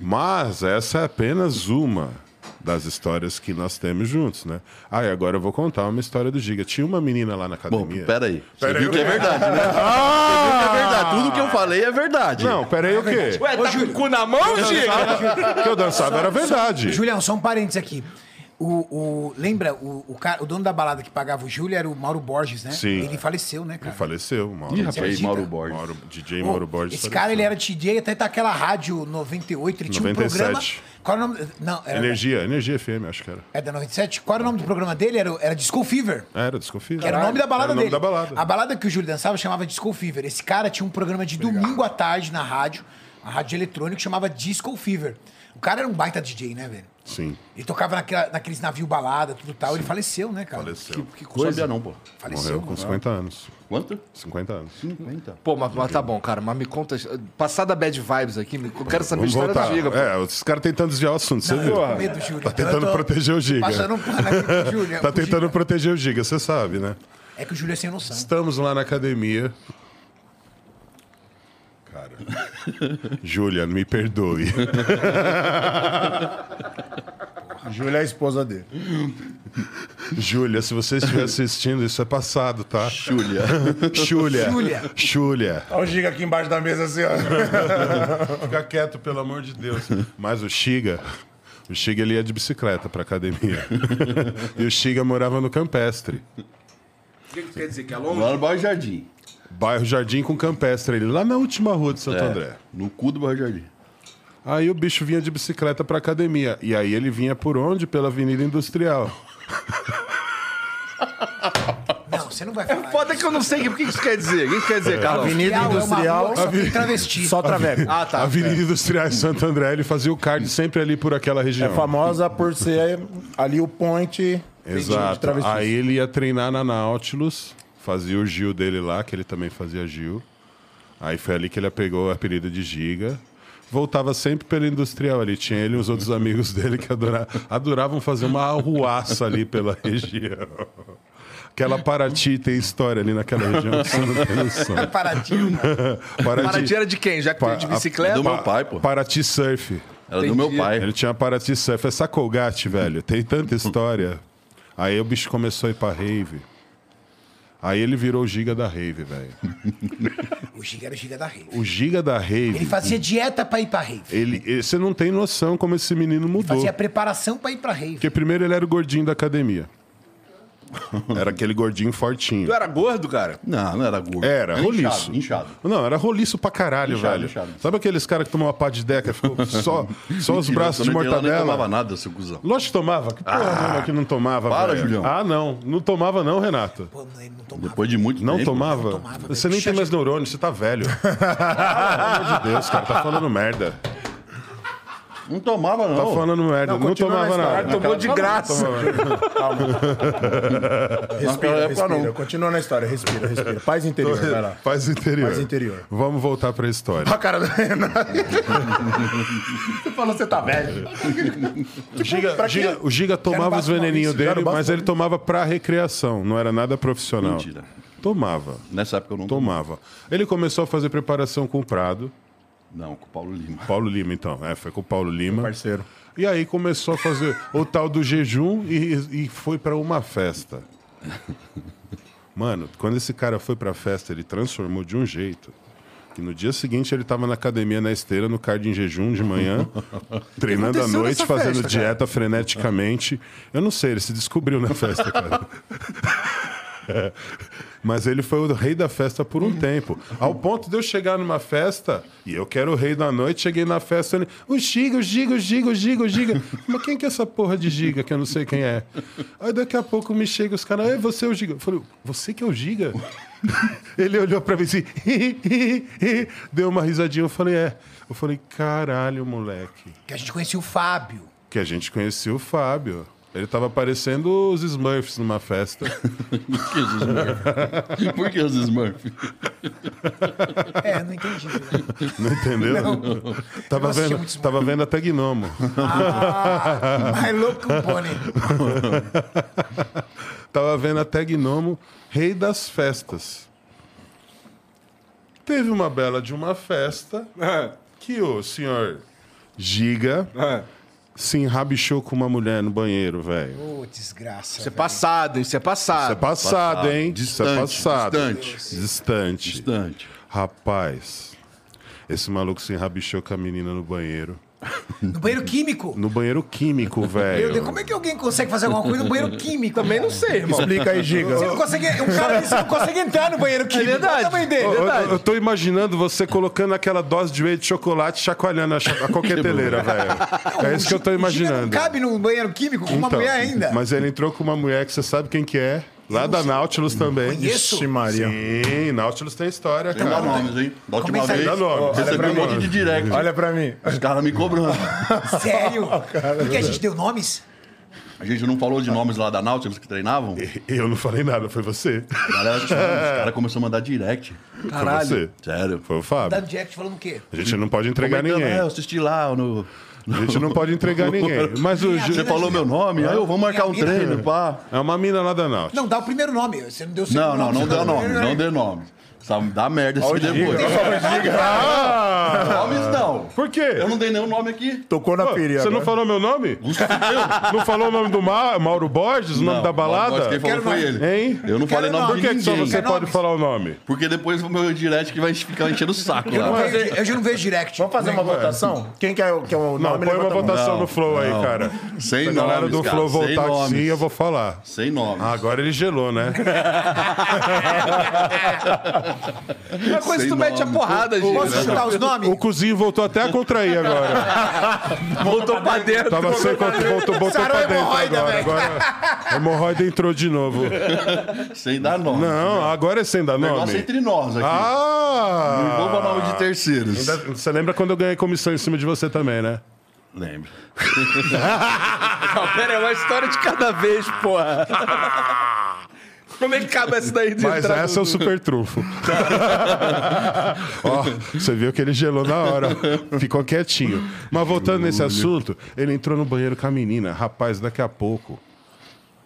Speaker 4: Mas essa é apenas uma das histórias que nós temos juntos, né? Ah, e agora eu vou contar uma história do Giga. Tinha uma menina lá na
Speaker 3: Bom,
Speaker 4: academia. Ah!
Speaker 3: peraí. Você viu que é verdade, né? Você viu que é verdade. Tudo que eu É falei é verdade.
Speaker 4: Não, peraí, o quê?
Speaker 6: Ué, tá com o cu na mão, Giga?
Speaker 4: O que eu dançava era verdade.
Speaker 2: Julião, só um parênteses aqui. O, o- lembra, o, o, cara- o dono da balada que pagava o Júlio era o Mauro Borges, né?
Speaker 4: Sim.
Speaker 2: Ele faleceu, né, cara?
Speaker 4: Ele faleceu, Mauro.
Speaker 3: Ih, rapaz,
Speaker 2: acredita?
Speaker 3: Mauro Borges.
Speaker 4: Mauro- DJ
Speaker 2: Pô,
Speaker 4: Mauro Borges.
Speaker 2: Esse cara, ele era DJ, até tá aquela rádio 98, ele tinha um
Speaker 4: 97.
Speaker 2: programa... Qual era o nome... Não, era,
Speaker 4: Energia, Energia FM, acho que era. Ah,
Speaker 2: é da 97? Qual era o nome do programa dele? Era, o- era Disco Fever.
Speaker 4: Era, desconfio.
Speaker 2: Era o nome da balada
Speaker 4: Era o nome
Speaker 2: dele.
Speaker 4: da balada.
Speaker 2: A balada que o Júlio dançava chamava Disco Fever. Esse cara tinha um programa de domingo à tarde na rádio, uma rádio eletrônica, que chamava Disco Fever. O cara era um baita DJ, né, velho?
Speaker 4: Sim.
Speaker 2: Ele tocava naquela- naqueles navios balada, tudo tal. Ele faleceu, né, cara?
Speaker 4: Faleceu.
Speaker 3: Que coisa. Sabia não, pô.
Speaker 2: Faleceu.
Speaker 4: Morreu com 50 anos.
Speaker 3: Quanto?
Speaker 4: 50 anos.
Speaker 3: 50.
Speaker 6: Pô, mas, mas tá bom, cara. Mas me conta. Passada bad vibes aqui, me- eu quero saber a
Speaker 4: Vamos
Speaker 6: história
Speaker 4: voltar.
Speaker 6: da Giga. pô.
Speaker 4: É, os caras tentando desviar o assunto, você viu?
Speaker 2: Com medo, Júlio.
Speaker 4: Tá tentando
Speaker 2: Eu tô
Speaker 4: proteger o Giga.
Speaker 2: Passando um pano aqui pro Júlio.
Speaker 4: Tá
Speaker 2: pro
Speaker 4: tentando
Speaker 2: Giga.
Speaker 4: proteger o Giga, você sabe, né?
Speaker 2: É que o Júlio é sem noção.
Speaker 4: Estamos lá na academia. Cara. Júlia, me perdoe.
Speaker 5: Júlia é a esposa dele.
Speaker 4: Júlia, se você estiver assistindo, isso é passado, tá?
Speaker 3: Júlia.
Speaker 4: Júlia.
Speaker 2: Júlia.
Speaker 4: Júlia.
Speaker 5: Olha o um Giga aqui embaixo da mesa assim, ó.
Speaker 4: Fica quieto, pelo amor de Deus. Mas o Xiga, o Xiga ele ia de bicicleta pra academia. E o Xiga morava no Campestre.
Speaker 6: O que que quer dizer? Que é longe?
Speaker 3: Lá no Bairro Jardim.
Speaker 4: Bairro Jardim com Campestre, ele lá na última rua de Santo André.
Speaker 3: No cu do Bairro Jardim.
Speaker 4: Aí o bicho vinha de bicicleta pra academia. E aí ele vinha por onde? Pela Avenida Industrial.
Speaker 2: Não, você não vai falar.
Speaker 6: Foda que eu não sei o que isso quer dizer. O que isso quer dizer, Carlão?
Speaker 5: Avenida Industrial.
Speaker 2: É uma rua que só tem travesti.
Speaker 5: Só traveco.
Speaker 6: Ah, tá.
Speaker 4: Avenida Industrial em Santo André, ele fazia o card sempre ali por aquela região.
Speaker 5: É famosa por ser ali o point de
Speaker 4: Exato.
Speaker 5: travestis.
Speaker 4: Aí ele ia treinar na Nautilus, fazia o Gil dele lá, que ele também fazia Gil. Aí foi ali que ele pegou o apelido de Giga. Voltava sempre pela industrial ali. Tinha ele e os outros amigos dele que adora- adoravam fazer uma arruaça ali pela região. Aquela Paraty tem história ali naquela região que você não tem noção.
Speaker 2: Paradinho, né? mano.
Speaker 6: Paraty era de quem? Já que
Speaker 4: Pa-
Speaker 6: tem de bicicleta? É
Speaker 3: Do meu pai, pô.
Speaker 4: Paraty Surf.
Speaker 3: Era do meu pai.
Speaker 4: Ele tinha Paraty Surf. Essa Colgate, velho, tem tanta história. Aí o bicho começou a ir pra rave. Aí ele virou o giga da rave, velho.
Speaker 2: O Giga era o Giga da rave.
Speaker 4: O giga da rave...
Speaker 2: Ele fazia dieta pra ir pra rave.
Speaker 4: ele- é ele- você não tem noção como esse menino mudou.
Speaker 2: Fazia preparação pra ir pra rave.
Speaker 4: Porque primeiro ele era o gordinho da academia. Era aquele gordinho fortinho.
Speaker 6: Tu era gordo, cara?
Speaker 3: Não, não era gordo.
Speaker 4: Era, roliço.
Speaker 3: Inchado, inchado.
Speaker 4: Não, era roliço pra caralho,
Speaker 3: Inchado,
Speaker 4: velho.
Speaker 3: inchado.
Speaker 4: Sabe aqueles caras que tomam uma pá de deca, ficou só, só os
Speaker 3: Mentira,
Speaker 4: braços de
Speaker 3: quando eu entrei lá,
Speaker 4: mortadela?
Speaker 3: Não tomava nada, seu cuzão.
Speaker 4: Lógico que tomava. Que porra mesmo é que não tomava,
Speaker 3: para,
Speaker 4: velho?
Speaker 3: Julião.
Speaker 4: Ah, não. Não tomava não, Renato.
Speaker 2: Pô, ele não tomava.
Speaker 3: Depois de muito
Speaker 4: Não
Speaker 3: tempo.
Speaker 4: tomava?
Speaker 2: tomava, velho.
Speaker 4: você nem tem mais neurônio, você tá velho. Pelo amor de Deus, cara. Tá falando merda.
Speaker 3: Não tomava, não.
Speaker 4: Tá falando merda. Não,
Speaker 5: continua
Speaker 4: tomava
Speaker 5: na história.
Speaker 4: nada.
Speaker 6: Tomou de graça.
Speaker 3: Naquela
Speaker 4: é
Speaker 5: Respira,
Speaker 3: época,
Speaker 5: respira.
Speaker 3: não.
Speaker 5: Continua na história. Respira, respira. Paz interior, vai lá.
Speaker 4: Faz o interior.
Speaker 5: Faz o interior.
Speaker 4: Vamos voltar pra história.
Speaker 5: A cara do Renan. Você falou, você tá velho.
Speaker 4: Giga-
Speaker 5: pra
Speaker 4: Giga-
Speaker 5: quê?
Speaker 4: o Giga tomava
Speaker 5: Quero
Speaker 4: os
Speaker 5: bafo
Speaker 4: veneninhos
Speaker 5: Maurício, quero
Speaker 4: dele,
Speaker 5: bafo
Speaker 4: mas ele
Speaker 5: Maurício.
Speaker 4: tomava pra recreação, não era nada profissional.
Speaker 3: Mentira.
Speaker 4: Tomava,
Speaker 3: Nessa época eu não
Speaker 4: tomava. Ele começou a fazer preparação com o Prado,
Speaker 3: Não, com o Paulo Lima.
Speaker 4: Paulo Lima então, é, foi com o Paulo Lima.
Speaker 5: Parceiro.
Speaker 4: E aí começou a fazer o tal do jejum e, e foi pra uma festa. Mano, quando esse cara foi pra festa, ele transformou de um jeito. Que no dia seguinte ele tava na academia na esteira, no card em jejum de manhã, treinando à
Speaker 6: aconteceu
Speaker 4: noite,
Speaker 6: nessa
Speaker 4: fazendo
Speaker 6: festa, cara?
Speaker 4: dieta freneticamente. Eu não sei, ele se descobriu na festa, cara. Mas ele foi o rei da festa por um tempo. Ao ponto de eu chegar numa festa, e eu quero o rei da noite, cheguei na festa ele. O Giga, o Giga, o Giga, o Giga, o Giga. Mas quem que é essa porra de Giga que eu não sei quem é? Aí daqui a pouco me chega os caras, é você é o Giga. Eu falei, você que é o Giga? ele olhou pra mim assim, deu uma risadinha. Eu falei, é. Eu falei, caralho, moleque.
Speaker 2: Que a gente conhecia o Fábio.
Speaker 4: Que a gente conhecia o Fábio. Ele tava parecendo os Smurfs numa festa.
Speaker 3: Por que os Smurfs? Por que os Smurfs?
Speaker 2: É, não entendi. né?
Speaker 4: Não entendeu?
Speaker 2: Eu
Speaker 4: Tava,
Speaker 2: assisti
Speaker 4: vendo,
Speaker 2: muitos-
Speaker 4: tava vendo até Gnomo.
Speaker 2: Mais louco que um pônei.
Speaker 4: tava vendo até Gnomo, rei das festas. Teve uma bela de uma festa
Speaker 2: É.
Speaker 4: que o senhor Giga se enrabichou com uma mulher no banheiro, velho.
Speaker 2: Ô, desgraça.
Speaker 6: Isso é
Speaker 2: velho.
Speaker 6: passado, isso é
Speaker 4: Isso é
Speaker 6: passado.
Speaker 4: passado, hein? Isso é
Speaker 3: Distante,
Speaker 4: passado.
Speaker 3: distante.
Speaker 4: Distante.
Speaker 3: Distante.
Speaker 4: Rapaz, esse maluco se enrabichou com a menina no banheiro.
Speaker 2: No banheiro químico.
Speaker 4: No banheiro químico,
Speaker 2: Meu Deus,
Speaker 4: velho.
Speaker 2: como é que alguém consegue fazer alguma coisa no banheiro químico?
Speaker 6: Também não sei, irmão.
Speaker 5: Explica aí, Giga.
Speaker 2: Você não consegue, um cara desse não consegue entrar no banheiro químico. Olha o
Speaker 6: verdade.
Speaker 2: tamanho dele.
Speaker 4: Eu, eu, eu tô imaginando você colocando aquela dose de whey de chocolate chacoalhando a, cha- a coqueteleira, velho. É isso que eu tô
Speaker 2: O Giga
Speaker 4: imaginando.
Speaker 2: Não cabe no banheiro químico com uma
Speaker 4: Então,
Speaker 2: mulher ainda.
Speaker 4: Mas ele entrou com uma mulher que você sabe quem que é. Lá da Nautilus também.
Speaker 2: conheço.
Speaker 5: Ixi, Maria.
Speaker 4: Sim, Nautilus tem história,
Speaker 3: Não dá
Speaker 4: cara. é
Speaker 3: nomes, hein? Da última
Speaker 2: Começa aí.
Speaker 3: vez,
Speaker 4: Dá nome. Olha
Speaker 3: recebi
Speaker 4: pra
Speaker 3: um monte
Speaker 4: mim.
Speaker 3: de direct.
Speaker 5: Olha pra mim.
Speaker 3: Os caras me cobrando.
Speaker 2: Sério? Porque a gente deu nomes?
Speaker 3: A gente não falou de nomes lá da Nautilus que treinavam?
Speaker 4: Eu não falei nada, foi você.
Speaker 3: A galera, os caras começaram a mandar direct.
Speaker 4: Caralho. Foi você.
Speaker 3: Sério.
Speaker 4: Foi o Fábio.
Speaker 2: Dando Tá direct falando o quê?
Speaker 4: A gente não pode entregar
Speaker 3: Comentando,
Speaker 4: ninguém.
Speaker 3: "É, Eu assisti lá no...
Speaker 4: A gente não pode entregar ninguém. Mas o Ju-
Speaker 3: Você falou meu nome, aí eu vou marcar um
Speaker 2: Minha vida.
Speaker 3: treino, pá.
Speaker 4: é uma mina lá da Nautilus.
Speaker 2: Não, dá o primeiro nome. Você não deu o
Speaker 3: Não,
Speaker 2: segundo
Speaker 3: não, é não
Speaker 2: você
Speaker 3: deu
Speaker 2: deu o
Speaker 3: nome,
Speaker 2: primeiro
Speaker 3: não deu nome. Só dá merda se depois.
Speaker 4: Ah!
Speaker 3: Nomes não.
Speaker 4: Por quê?
Speaker 3: Eu não dei nenhum nome aqui.
Speaker 5: Tocou na
Speaker 4: Pô,
Speaker 5: ferida.
Speaker 4: Você não falou meu nome? Não falou o nome do Ma- Mauro Borges, o nome
Speaker 3: Não,
Speaker 4: da balada?
Speaker 3: mas Quem falou
Speaker 2: Quero
Speaker 3: foi
Speaker 2: nome.
Speaker 3: ele.
Speaker 4: Hein?
Speaker 3: Eu não falei
Speaker 2: Quero
Speaker 3: nome
Speaker 4: Por
Speaker 3: de
Speaker 4: que, que só
Speaker 3: ninguém.
Speaker 4: você
Speaker 2: Quer
Speaker 4: pode
Speaker 2: nomes?
Speaker 4: falar o nome?
Speaker 3: Porque depois o meu direct que vai ficar enchendo o saco
Speaker 4: é-
Speaker 3: lá.
Speaker 2: Eu, já não vejo direct.
Speaker 5: Vamos fazer uma votação? Quem quer, quer um
Speaker 4: Não,
Speaker 5: nome?
Speaker 4: põe uma
Speaker 5: Levanta a mão.
Speaker 4: votação
Speaker 3: Não,
Speaker 4: no Flow aí,
Speaker 3: não.
Speaker 4: cara.
Speaker 3: Sem
Speaker 4: Se a galera
Speaker 3: nomes,
Speaker 4: do
Speaker 3: cara,
Speaker 4: Flow
Speaker 3: sem
Speaker 4: voltar aqui,
Speaker 3: nomes.
Speaker 4: sim, eu vou falar.
Speaker 3: Sem nome.
Speaker 4: Ah, agora ele gelou, né?
Speaker 6: Uma coisa que tu
Speaker 3: Sem
Speaker 6: mete a
Speaker 3: nome.
Speaker 6: porrada,
Speaker 2: Posso
Speaker 6: gente.
Speaker 2: chutar os nomes?
Speaker 4: O cozinho voltou até a contrair agora.
Speaker 6: Voltou pra dentro.
Speaker 4: Tava sem
Speaker 3: é
Speaker 4: contra, voltou, botou
Speaker 2: Sarou
Speaker 4: pra dentro
Speaker 2: hemorroida,
Speaker 4: agora.
Speaker 2: velho.
Speaker 4: agora. A hemorroida entrou de novo.
Speaker 3: Sem dar nome.
Speaker 4: Não, agora é sem dar
Speaker 3: O negócio é
Speaker 4: nome.
Speaker 3: entre nós aqui.
Speaker 4: Ah!
Speaker 3: Não envolva nome de terceiros.
Speaker 4: Ainda- Você lembra quando eu ganhei comissão em cima de você também, né?
Speaker 3: Lembra.
Speaker 6: Não, pera, é uma história de cada vez, porra. Como é que cabe essa daí de
Speaker 4: Mas
Speaker 6: entrar
Speaker 4: essa é o
Speaker 6: no-
Speaker 4: super trunfo. Ó, você viu que ele gelou na hora. Ficou quietinho. Mas voltando nesse assunto, ele entrou no banheiro com a menina. Rapaz, daqui a pouco,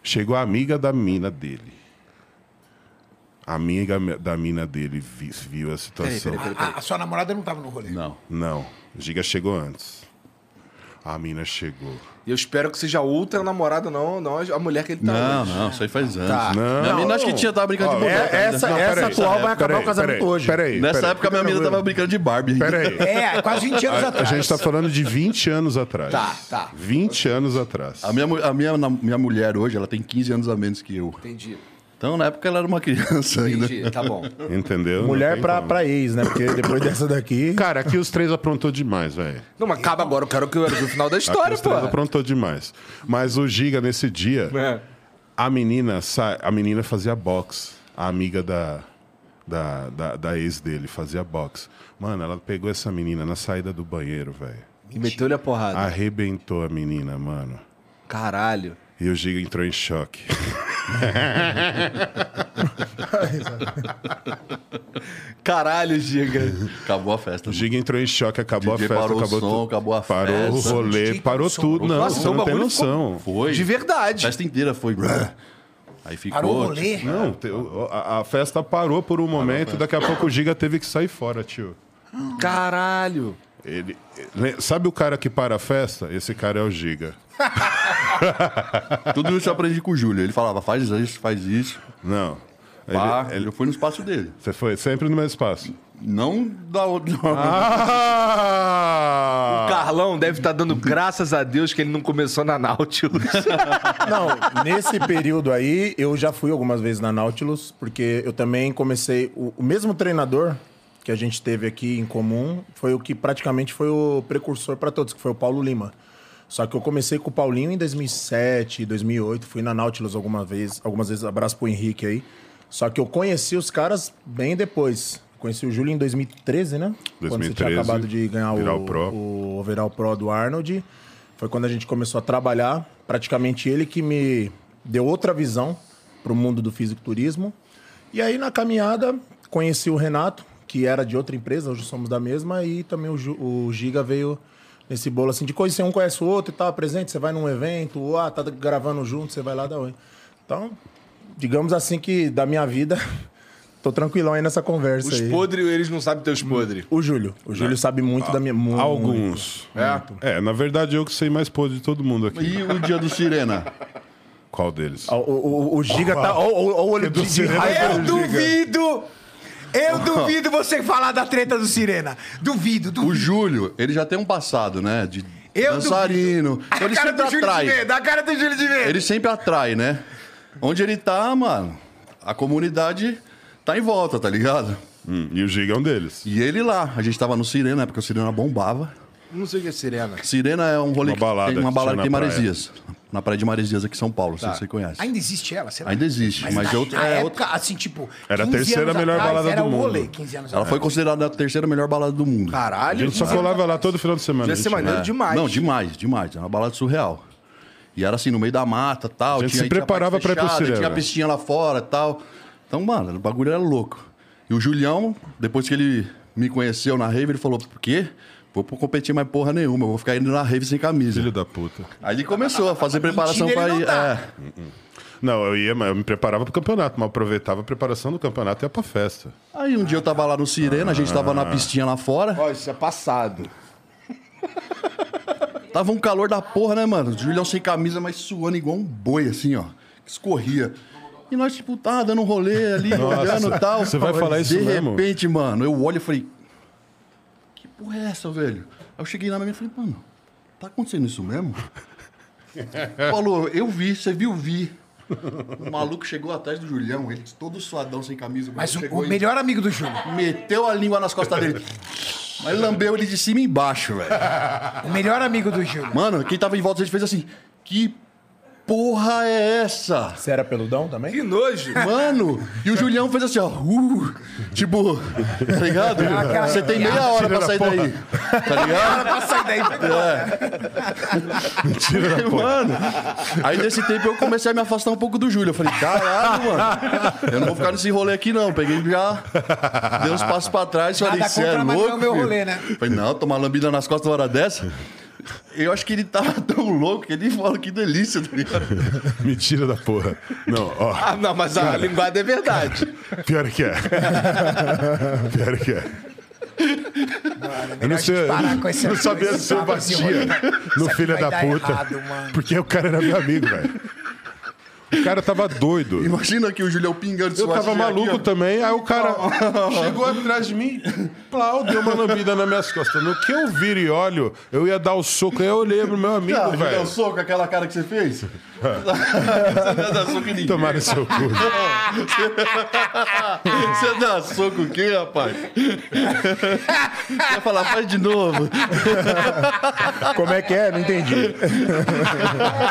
Speaker 4: chegou a amiga da mina dele. A amiga me- da mina dele vi- viu a situação.
Speaker 2: A, a sua namorada não tava no rolê.
Speaker 3: Não.
Speaker 4: Não, Giga chegou antes. A mina chegou.
Speaker 6: Eu espero que seja outra namorada, não, não a mulher que ele tá
Speaker 3: Não,
Speaker 6: hoje.
Speaker 3: não, isso aí faz anos.
Speaker 4: Não.
Speaker 3: Minha mina acho que tinha tava brincando de
Speaker 4: Ó,
Speaker 3: boneca.
Speaker 5: É, essa
Speaker 4: Não,
Speaker 5: essa
Speaker 4: peraí,
Speaker 5: atual vai
Speaker 4: peraí,
Speaker 5: acabar
Speaker 4: peraí,
Speaker 5: o casamento
Speaker 4: peraí,
Speaker 5: hoje.
Speaker 4: Peraí,
Speaker 3: Nessa
Speaker 4: peraí,
Speaker 3: época, minha mina tava brincando de Barbie.
Speaker 4: peraí.
Speaker 2: É, quase 20 anos
Speaker 4: A
Speaker 2: atrás.
Speaker 4: gente tá falando de 20 anos atrás.
Speaker 6: Tá, tá.
Speaker 4: 20 anos atrás.
Speaker 3: A minha, mu- a minha, na- minha mulher hoje, ela tem 15 anos a menos que eu.
Speaker 6: Entendi,
Speaker 3: Então, na época, ela era uma criança ainda.
Speaker 6: entendi, tá bom.
Speaker 4: Entendeu? Não
Speaker 5: Mulher
Speaker 4: tem
Speaker 5: pra,
Speaker 4: como.
Speaker 5: pra ex, né? Porque depois dessa daqui.
Speaker 4: Cara, aqui os três aprontou demais, velho.
Speaker 6: Não, mas acaba agora, eu quero que eu veja o final da
Speaker 4: Aqui
Speaker 6: história,
Speaker 4: os três
Speaker 6: porra.
Speaker 4: aprontou demais. Mas o Giga, nesse dia,
Speaker 6: É.
Speaker 4: a menina sa- a menina fazia box. A amiga da, da, da, da ex dele fazia box. Mano, ela pegou essa menina na saída do banheiro, velho.
Speaker 6: E meteu-lhe a
Speaker 3: Ah.
Speaker 6: porrada.
Speaker 4: Arrebentou a menina, mano.
Speaker 6: Caralho.
Speaker 4: E o Giga entrou em choque.
Speaker 6: Caralho, Giga.
Speaker 3: Acabou a festa. né?
Speaker 4: O
Speaker 3: mano.
Speaker 4: Giga entrou em choque, acabou
Speaker 3: DJ
Speaker 4: a festa,
Speaker 3: parou o
Speaker 4: acabou
Speaker 3: som,
Speaker 4: tudo.
Speaker 3: acabou a
Speaker 4: parou
Speaker 3: festa.
Speaker 4: o rolê,
Speaker 2: DJ
Speaker 4: parou
Speaker 2: som.
Speaker 4: tudo. Não,
Speaker 6: Nossa,
Speaker 4: você
Speaker 6: o
Speaker 4: não tem
Speaker 6: bagulho ficou-
Speaker 4: noção.
Speaker 3: Foi.
Speaker 6: De
Speaker 3: A
Speaker 6: verdade.
Speaker 3: festa inteira foi. Aí ficou. tipo,
Speaker 2: Parou o rolê?
Speaker 4: Não, te- o- a, a festa parou por um momento, daqui a pouco o Giga teve que sair fora, tio.
Speaker 6: Caralho.
Speaker 4: Ele, le- sabe o cara que para a festa? Esse cara é o Giga.
Speaker 3: tipo, Tudo isso eu aprendi com o Júlio. Ele falava, faz isso, faz isso.
Speaker 4: Não. Ele-
Speaker 3: Pá,
Speaker 4: ele-
Speaker 3: Eu fui no espaço dele.
Speaker 4: você foi sempre no meu espaço.
Speaker 3: Não da outra.
Speaker 4: Ah!
Speaker 6: Carlão deve estar dando graças a Deus que ele não começou na Nautilus.
Speaker 5: Não, nesse período aí, eu já fui algumas vezes na Nautilus, porque eu também comecei. O, o mesmo treinador que a gente teve aqui em comum foi o que praticamente foi o precursor para todos, que foi o Paulo Lima. Só que eu comecei com o Paulinho em 2007, 2008, fui na Nautilus alguma vez, algumas vezes, abraço pro Henrique aí. Só que eu conheci os caras bem depois. Conheci o Júlio em 2013, né? Quando você tinha
Speaker 4: 2013,
Speaker 5: acabado de ganhar
Speaker 4: virar
Speaker 5: o,
Speaker 4: o Pro.
Speaker 5: o overall pro do Arnold. Foi quando a gente começou a trabalhar. Praticamente ele que me deu outra visão para o mundo do fisiculturismo. E aí, na caminhada, conheci o Renato, que era de outra empresa, hoje somos da mesma. E também o, Ju- o Giga veio nesse bolo assim de coisa. Você um conhece o outro e tal, presente, você vai num evento, ou ah, tá gravando junto, você vai lá, dá oi. Então, digamos assim que da minha vida, tô tranquilão aí nessa conversa
Speaker 6: Os
Speaker 5: aí.
Speaker 6: podres, eles não sabem teus podres.
Speaker 5: O Júlio. O Júlio sabe muito da minha... mu- muito.
Speaker 4: Alguns. É? na verdade eu que sei mais podre de todo mundo aqui.
Speaker 3: E o dia do Sirena?
Speaker 4: Qual deles?
Speaker 5: Ah, O, o- o- o Giga tá. Ó, ó, ó, o olho de, de
Speaker 3: é
Speaker 5: raiva.
Speaker 2: Eu duvido! Eu duvido você falar da treta do Sirena. Duvido,
Speaker 3: O
Speaker 2: duvido.
Speaker 3: Júlio, ele já tem um passado, né? De
Speaker 2: Eu
Speaker 3: dançarino. Então ele sempre atrai.
Speaker 2: Da cara do Júlio de Medo.
Speaker 3: Ele sempre atrai, né? Onde ele tá, mano, a comunidade tá em volta, tá ligado?
Speaker 4: Hum, e o Giga é um deles.
Speaker 3: E ele lá, a gente tava no Sirena, porque o Sirena bombava.
Speaker 6: Não sei o que é sirena.
Speaker 3: Sirena é um rolê
Speaker 4: Uma balada
Speaker 3: que tem uma
Speaker 4: que
Speaker 3: balada que
Speaker 4: tinha
Speaker 3: tem
Speaker 4: na praia.
Speaker 3: Maresias. Na praia de Maresias aqui em São Paulo, se você conhece.
Speaker 2: Ainda existe ela, será?
Speaker 3: Ainda existe, mas,
Speaker 2: na,
Speaker 3: eu,
Speaker 2: na
Speaker 3: é,
Speaker 2: época, assim, tipo.
Speaker 4: Era a
Speaker 2: 15
Speaker 4: terceira
Speaker 2: anos
Speaker 4: melhor
Speaker 2: atrás,
Speaker 4: balada
Speaker 2: era
Speaker 4: do
Speaker 2: o rolê,
Speaker 4: mundo.
Speaker 2: 15 anos
Speaker 3: ela
Speaker 2: atrás.
Speaker 3: foi considerada a terceira melhor balada do mundo.
Speaker 4: A
Speaker 6: Caralho.
Speaker 4: gente só colava lá todo final de semana.
Speaker 6: Ia ser
Speaker 4: gente.
Speaker 6: maneiro demais.
Speaker 3: É. Não, demais, demais. Era uma balada surreal. E era assim, no meio da mata tal.
Speaker 4: A gente
Speaker 3: tinha-
Speaker 4: se
Speaker 3: tinha
Speaker 4: preparava
Speaker 3: parte
Speaker 4: pra ir pro
Speaker 3: fechada,
Speaker 4: Sirena.
Speaker 3: Tinha a pistinha lá fora tal. Então, mano, o bagulho era louco. E o Julião, depois que ele me conheceu na rave, ele falou: por quê? Vou competir mais porra nenhuma, eu vou ficar indo na rave sem camisa.
Speaker 4: Filho da puta.
Speaker 3: Aí ele começou a fazer preparação
Speaker 2: Mentira,
Speaker 3: pra
Speaker 2: ele não
Speaker 3: ir.
Speaker 2: dá.
Speaker 3: é.
Speaker 4: Não, eu ia, mas eu me preparava pro campeonato, mas aproveitava a preparação do campeonato e ia pra festa.
Speaker 3: Aí um dia eu tava lá no Sirena, a gente tava
Speaker 4: Ah.
Speaker 3: na pistinha lá fora.
Speaker 6: Ó, isso é passado.
Speaker 3: Tava um calor da porra, né, mano? O Julião sem camisa, mas suando igual um boi, assim, ó. Escorria. E nós, tipo, tá dando um rolê ali,
Speaker 4: Nossa,
Speaker 3: olhando e tal.
Speaker 4: você vai falar isso
Speaker 3: De
Speaker 4: mesmo?
Speaker 3: repente, mano, eu olho e falei... Que porra é essa, velho? Aí eu cheguei lá na minha e falei, mano, tá acontecendo isso mesmo? Falou, eu vi, você viu, vi. O maluco chegou atrás do Julião, ele todo suadão, sem camisa.
Speaker 2: Mas o,
Speaker 3: chegou
Speaker 2: o
Speaker 3: e
Speaker 2: melhor amigo do Júlio.
Speaker 3: Meteu a língua nas costas dele. Mas lambeu ele de cima e embaixo, velho.
Speaker 2: O melhor amigo do Júlio.
Speaker 3: Mano, quem tava em volta dele fez assim: Que porra é essa?
Speaker 5: Você era peludão também?
Speaker 6: Que nojo.
Speaker 3: Mano, e o Julião fez assim, ó. Uh, tipo, tá ligado? Você tem meia hora pra sair daí. Tá ligado?
Speaker 2: Pra sair daí, vai embora.
Speaker 3: Mano, aí nesse tempo eu comecei a me afastar um pouco do Júlio. Eu falei, caralho, mano, eu não vou ficar nesse rolê aqui não. Peguei já, dei uns passos pra trás e falei,
Speaker 2: Nada
Speaker 3: você é
Speaker 2: contra, mas não é
Speaker 3: louco?
Speaker 2: o meu
Speaker 3: filho?"
Speaker 2: rolê, né?
Speaker 3: Falei, não, tomar lambida nas costas na hora dessa. Eu acho que ele tava tão louco que ele falou que delícia, tá ligado?
Speaker 4: Mentira da porra. Não, ó.
Speaker 6: Ah, não, mas a linguada é verdade.
Speaker 4: Pior que é. Pior que é. eu não, sei,
Speaker 2: parar com esse
Speaker 4: eu não sabia
Speaker 2: esse
Speaker 4: se eu
Speaker 2: papo, esse
Speaker 4: batia
Speaker 2: rolê.
Speaker 4: no
Speaker 2: Isso aqui
Speaker 4: filho
Speaker 2: vai
Speaker 4: da
Speaker 2: dar
Speaker 4: puta.
Speaker 2: errado, mano.
Speaker 4: porque o cara era meu amigo, velho. O cara tava doido.
Speaker 3: Imagina que o Julião pingando
Speaker 4: Eu
Speaker 3: suor,
Speaker 4: tava
Speaker 3: assim,
Speaker 4: maluco
Speaker 3: aqui, ó.
Speaker 4: também, aí o cara chegou atrás de mim, plau, deu uma lambida nas minhas costas. No que eu viro e olho, eu ia dar o soco, aí eu olhei pro meu amigo,
Speaker 3: Cara, Julião,
Speaker 4: velho.
Speaker 3: um soco, aquela cara que você fez. Você não dá soco em ninguém.
Speaker 4: Tomar no seu cu.
Speaker 3: Você dá soco o quê, rapaz? Quer falar, faz de novo.
Speaker 5: Como é que é? Não entendi.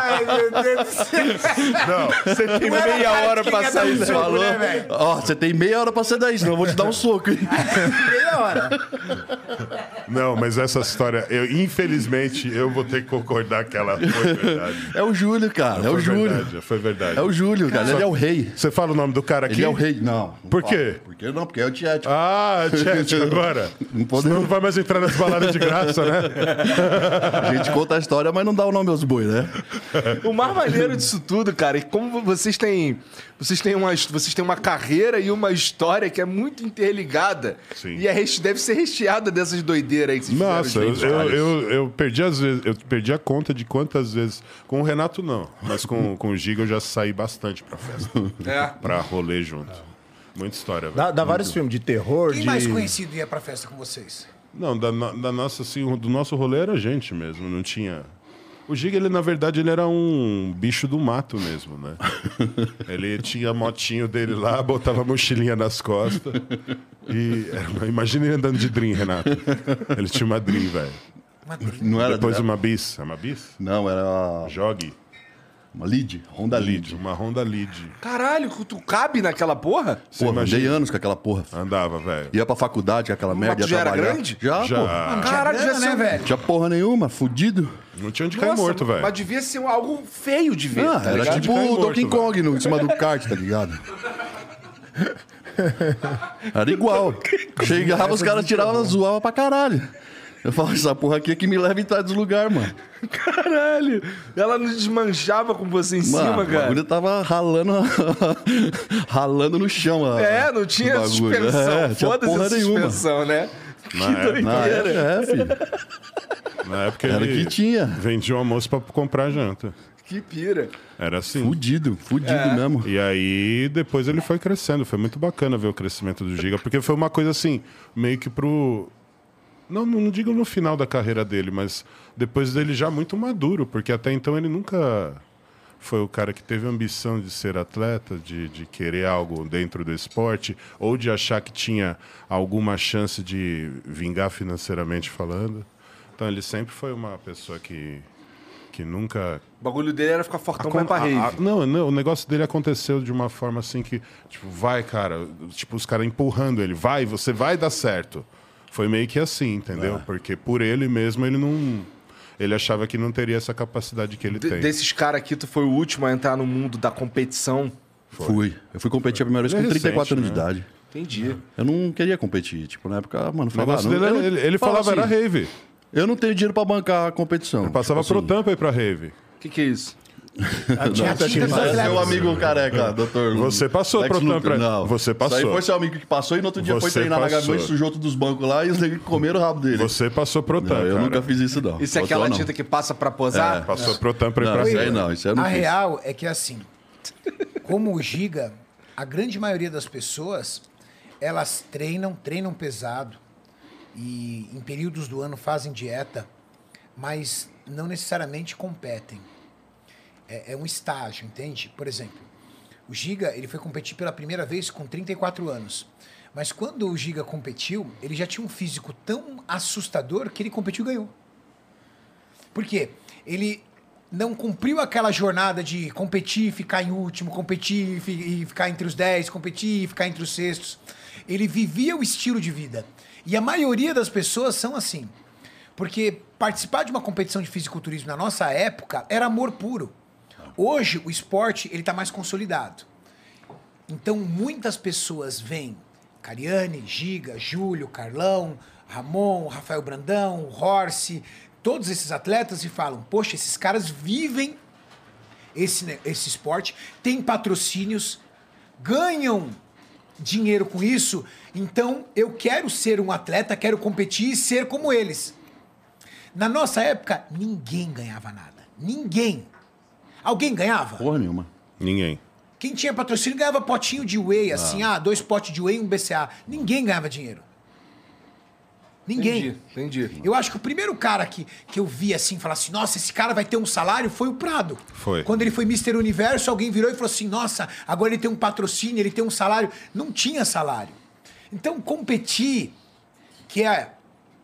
Speaker 2: Ai, meu Deus do céu.
Speaker 4: Não, Você tem meia hora pra sair
Speaker 2: isso,
Speaker 4: falou.
Speaker 2: né, velho?
Speaker 3: Ó, você tem meia hora pra sair daí, senão eu vou te dar um soco. hein?
Speaker 2: Meia hora.
Speaker 4: Não, mas essa história, eu, infelizmente, eu vou ter que concordar que ela foi verdade.
Speaker 3: É o Júlio, cara. É o
Speaker 4: Foi
Speaker 3: Júlio.
Speaker 4: verdade, foi verdade.
Speaker 3: É o Júlio, cara. Ele é o rei.
Speaker 4: Você fala o nome do cara aqui?
Speaker 3: Ele é o rei. Não. não
Speaker 4: Por
Speaker 3: fala.
Speaker 4: quê?
Speaker 3: Por que não? Porque é o Tietchan.
Speaker 4: Ah, chat, agora.
Speaker 3: Não
Speaker 4: Senão
Speaker 3: podemos.
Speaker 4: não vai mais entrar nas baladas de graça, né?
Speaker 3: A gente conta a história, mas não dá o nome aos boi, né?
Speaker 6: O mais maneiro disso tudo, cara, é que como vocês têm. Vocês têm uma, vocês têm uma carreira e uma história que é muito interligada.
Speaker 4: Sim.
Speaker 6: E a reche- deve ser recheada dessas doideiras aí que vocês
Speaker 4: Nossa,
Speaker 6: fizeram,
Speaker 4: eu,
Speaker 6: gente.
Speaker 4: eu, eu, eu perdi as vezes, eu perdi a conta de quantas vezes. Com o Renato, não. Mas com, com o Giga eu já saí bastante pra festa.
Speaker 6: É.
Speaker 4: Pra rolê junto. Muita história, velho.
Speaker 5: Dá, dá vários filmes de terror,
Speaker 2: Quem
Speaker 5: de...
Speaker 2: mais conhecido ia pra festa com vocês?
Speaker 4: Não, da, no- da nossa, assim, do nosso rolê era a gente mesmo, não tinha. O Giga, ele, na verdade, ele era um bicho do mato mesmo, né? ele tinha a motinho dele lá, botava a mochilinha nas costas. E era- imagina ele andando de Dream, Renato. Ele tinha uma Dream, velho.
Speaker 3: Não era.
Speaker 4: Depois uma bis. É uma bis?
Speaker 3: Não, era
Speaker 4: Jogue.
Speaker 3: uma lead. Honda
Speaker 4: Lead.
Speaker 3: lead.
Speaker 4: Uma Honda Lead.
Speaker 6: Caralho, tu cabe naquela porra?
Speaker 4: Você
Speaker 3: Porra, andei
Speaker 4: imagina?
Speaker 3: anos com aquela porra.
Speaker 4: Andava, velho.
Speaker 3: Ia pra faculdade com aquela merda,
Speaker 6: tu
Speaker 3: ia
Speaker 6: já era
Speaker 3: trabalhar.
Speaker 6: grande?
Speaker 3: Já,
Speaker 4: Já.
Speaker 3: porra.
Speaker 6: Caralho,
Speaker 2: Grana,
Speaker 6: já
Speaker 2: né, velho?
Speaker 3: Tinha porra nenhuma, fudido.
Speaker 4: Não tinha onde cair Tá morto, velho.
Speaker 6: Mas devia ser algo feio de ver.
Speaker 3: Ah,
Speaker 6: tá
Speaker 3: era
Speaker 6: ligado?
Speaker 3: tipo
Speaker 4: Cai
Speaker 3: o
Speaker 4: morto,
Speaker 3: Donkey
Speaker 4: velho.
Speaker 3: Kong no, em cima do kart, tá ligado? Era igual. Chegava, os
Speaker 4: é
Speaker 3: caras tiravam, zoavam pra caralho. Eu falava, essa porra aqui é que me leva em tal dos lugar, mano.
Speaker 6: Caralho, ela não desmanchava com você em
Speaker 3: Mano,
Speaker 6: cima,
Speaker 3: o bagulho
Speaker 6: cara.
Speaker 3: tava ralando, ralando no chão. a-
Speaker 6: É, não
Speaker 3: o
Speaker 6: tinha
Speaker 3: bagulho.
Speaker 6: suspensão.
Speaker 3: É, tinha
Speaker 6: Foda-se
Speaker 3: porra
Speaker 6: a
Speaker 3: nenhuma.
Speaker 6: suspensão, né?
Speaker 4: Na época,
Speaker 3: Na época, é, filho.
Speaker 4: na época
Speaker 3: Era o
Speaker 4: ele
Speaker 3: que tinha.
Speaker 4: vendia o almoço pra comprar janta.
Speaker 6: Que pira.
Speaker 4: Era assim.
Speaker 3: Fudido, fudido
Speaker 6: É.
Speaker 3: mesmo.
Speaker 4: E aí, depois ele foi crescendo. Foi muito bacana ver o crescimento do Giga, porque foi uma coisa assim, meio que pro. Não, não digo no final da carreira dele, mas depois dele já muito maduro, porque até então ele nunca foi o cara que teve a ambição de ser atleta, de, de querer algo dentro do esporte, ou de achar que tinha alguma chance de vingar financeiramente falando. Então ele sempre foi uma pessoa que, que nunca
Speaker 6: O bagulho dele era ficar fortão
Speaker 4: Acon-
Speaker 6: vai pra
Speaker 4: a- a-
Speaker 6: rave.
Speaker 4: Ah, não, não, o negócio dele aconteceu de uma forma assim que, tipo, vai, cara, tipo, os caras empurrando ele, vai, você vai dar certo. Foi meio que assim,
Speaker 3: É.
Speaker 4: entendeu? Porque por ele mesmo ele não. Ele achava que não teria essa capacidade que ele
Speaker 6: De-
Speaker 4: tem.
Speaker 6: desses caras aqui, tu foi o último a entrar no mundo da competição.
Speaker 3: Fui. Eu fui competir a primeira vez
Speaker 4: Ele
Speaker 3: com
Speaker 4: é
Speaker 3: 34 anos de
Speaker 4: recente,
Speaker 3: idade.
Speaker 6: Entendi.
Speaker 1: Uhum.
Speaker 3: Eu não queria competir. Tipo, na época, mano,
Speaker 4: O
Speaker 3: falava,
Speaker 4: negócio
Speaker 3: não,
Speaker 4: dele
Speaker 3: eu
Speaker 4: era-
Speaker 3: não-
Speaker 4: ele, ele falava,
Speaker 3: assim,
Speaker 4: era rave.
Speaker 3: Eu não tenho dinheiro pra bancar a competição. Tipo assim, Ele
Speaker 4: Passava pro tampa aí pra rave.
Speaker 6: O que, que é isso?
Speaker 2: Tinha tinta dos
Speaker 3: Parece é meu
Speaker 2: atletas.
Speaker 3: amigo careca, doutor.
Speaker 4: É. Você passou
Speaker 3: Lex
Speaker 4: pro
Speaker 3: Luthor.
Speaker 4: Tampa.
Speaker 3: Não.
Speaker 4: Você passou.
Speaker 3: Isso aí foi seu amigo que passou e no outro dia foi
Speaker 4: Você
Speaker 3: treinar na
Speaker 4: passou.
Speaker 3: H2, sujou todos os bancos lá e os negros comeram o rabo dele.
Speaker 4: Você passou pro
Speaker 3: não,
Speaker 4: tampa.
Speaker 3: eu
Speaker 4: cara.
Speaker 3: nunca fiz isso, não.
Speaker 6: Isso é
Speaker 3: Só
Speaker 6: aquela
Speaker 3: não.
Speaker 6: tinta que passa pra posar?
Speaker 4: Passou pro tampa aí pra
Speaker 3: Não, isso aí
Speaker 4: rave.
Speaker 3: não, isso aí eu não
Speaker 2: A
Speaker 3: fiz.
Speaker 2: real é que assim, como o Giga, a grande maioria das pessoas, elas treinam, treinam pesado e em períodos do ano fazem dieta, mas não necessariamente competem. É, é um estágio, entende? Por exemplo, o Giga, ele foi competir pela primeira vez com 34 anos. Mas quando o Giga competiu, ele já tinha um físico tão assustador que ele competiu e ganhou. Por quê? Ele não cumpriu aquela jornada de competir, ficar em último, competir e fi- e ficar entre os 10, competir e ficar entre os sextos. Ele vivia o estilo de vida. E a maioria das pessoas são assim. Porque participar de uma competição de fisiculturismo na nossa época era amor puro. Hoje o esporte ele tá mais consolidado. Então muitas pessoas vêm. Cariane, Giga, Júlio, Carlão, Ramon, Rafael Brandão, Horse, todos esses atletas e falam: Poxa, esses caras vivem esse, ne- esse esporte, têm patrocínios, ganham dinheiro com isso, então eu quero ser um atleta, quero competir e ser como eles. Na nossa época, ninguém ganhava nada. Ninguém. Alguém ganhava?
Speaker 3: Porra nenhuma.
Speaker 4: Ninguém.
Speaker 2: Quem tinha patrocínio ganhava potinho de whey, assim, ah, dois potes de whey e um BCA. Ninguém ganhava dinheiro. Ninguém.
Speaker 6: Entendi. entendi.
Speaker 2: Eu acho que o primeiro cara que, que eu vi assim, falar assim, nossa, esse cara vai ter um salário, foi o Prado.
Speaker 4: Foi.
Speaker 2: Quando ele foi Mr. Universo, alguém virou e falou assim, nossa, agora ele tem um patrocínio, ele tem um salário. Não tinha salário. Então, competir, que é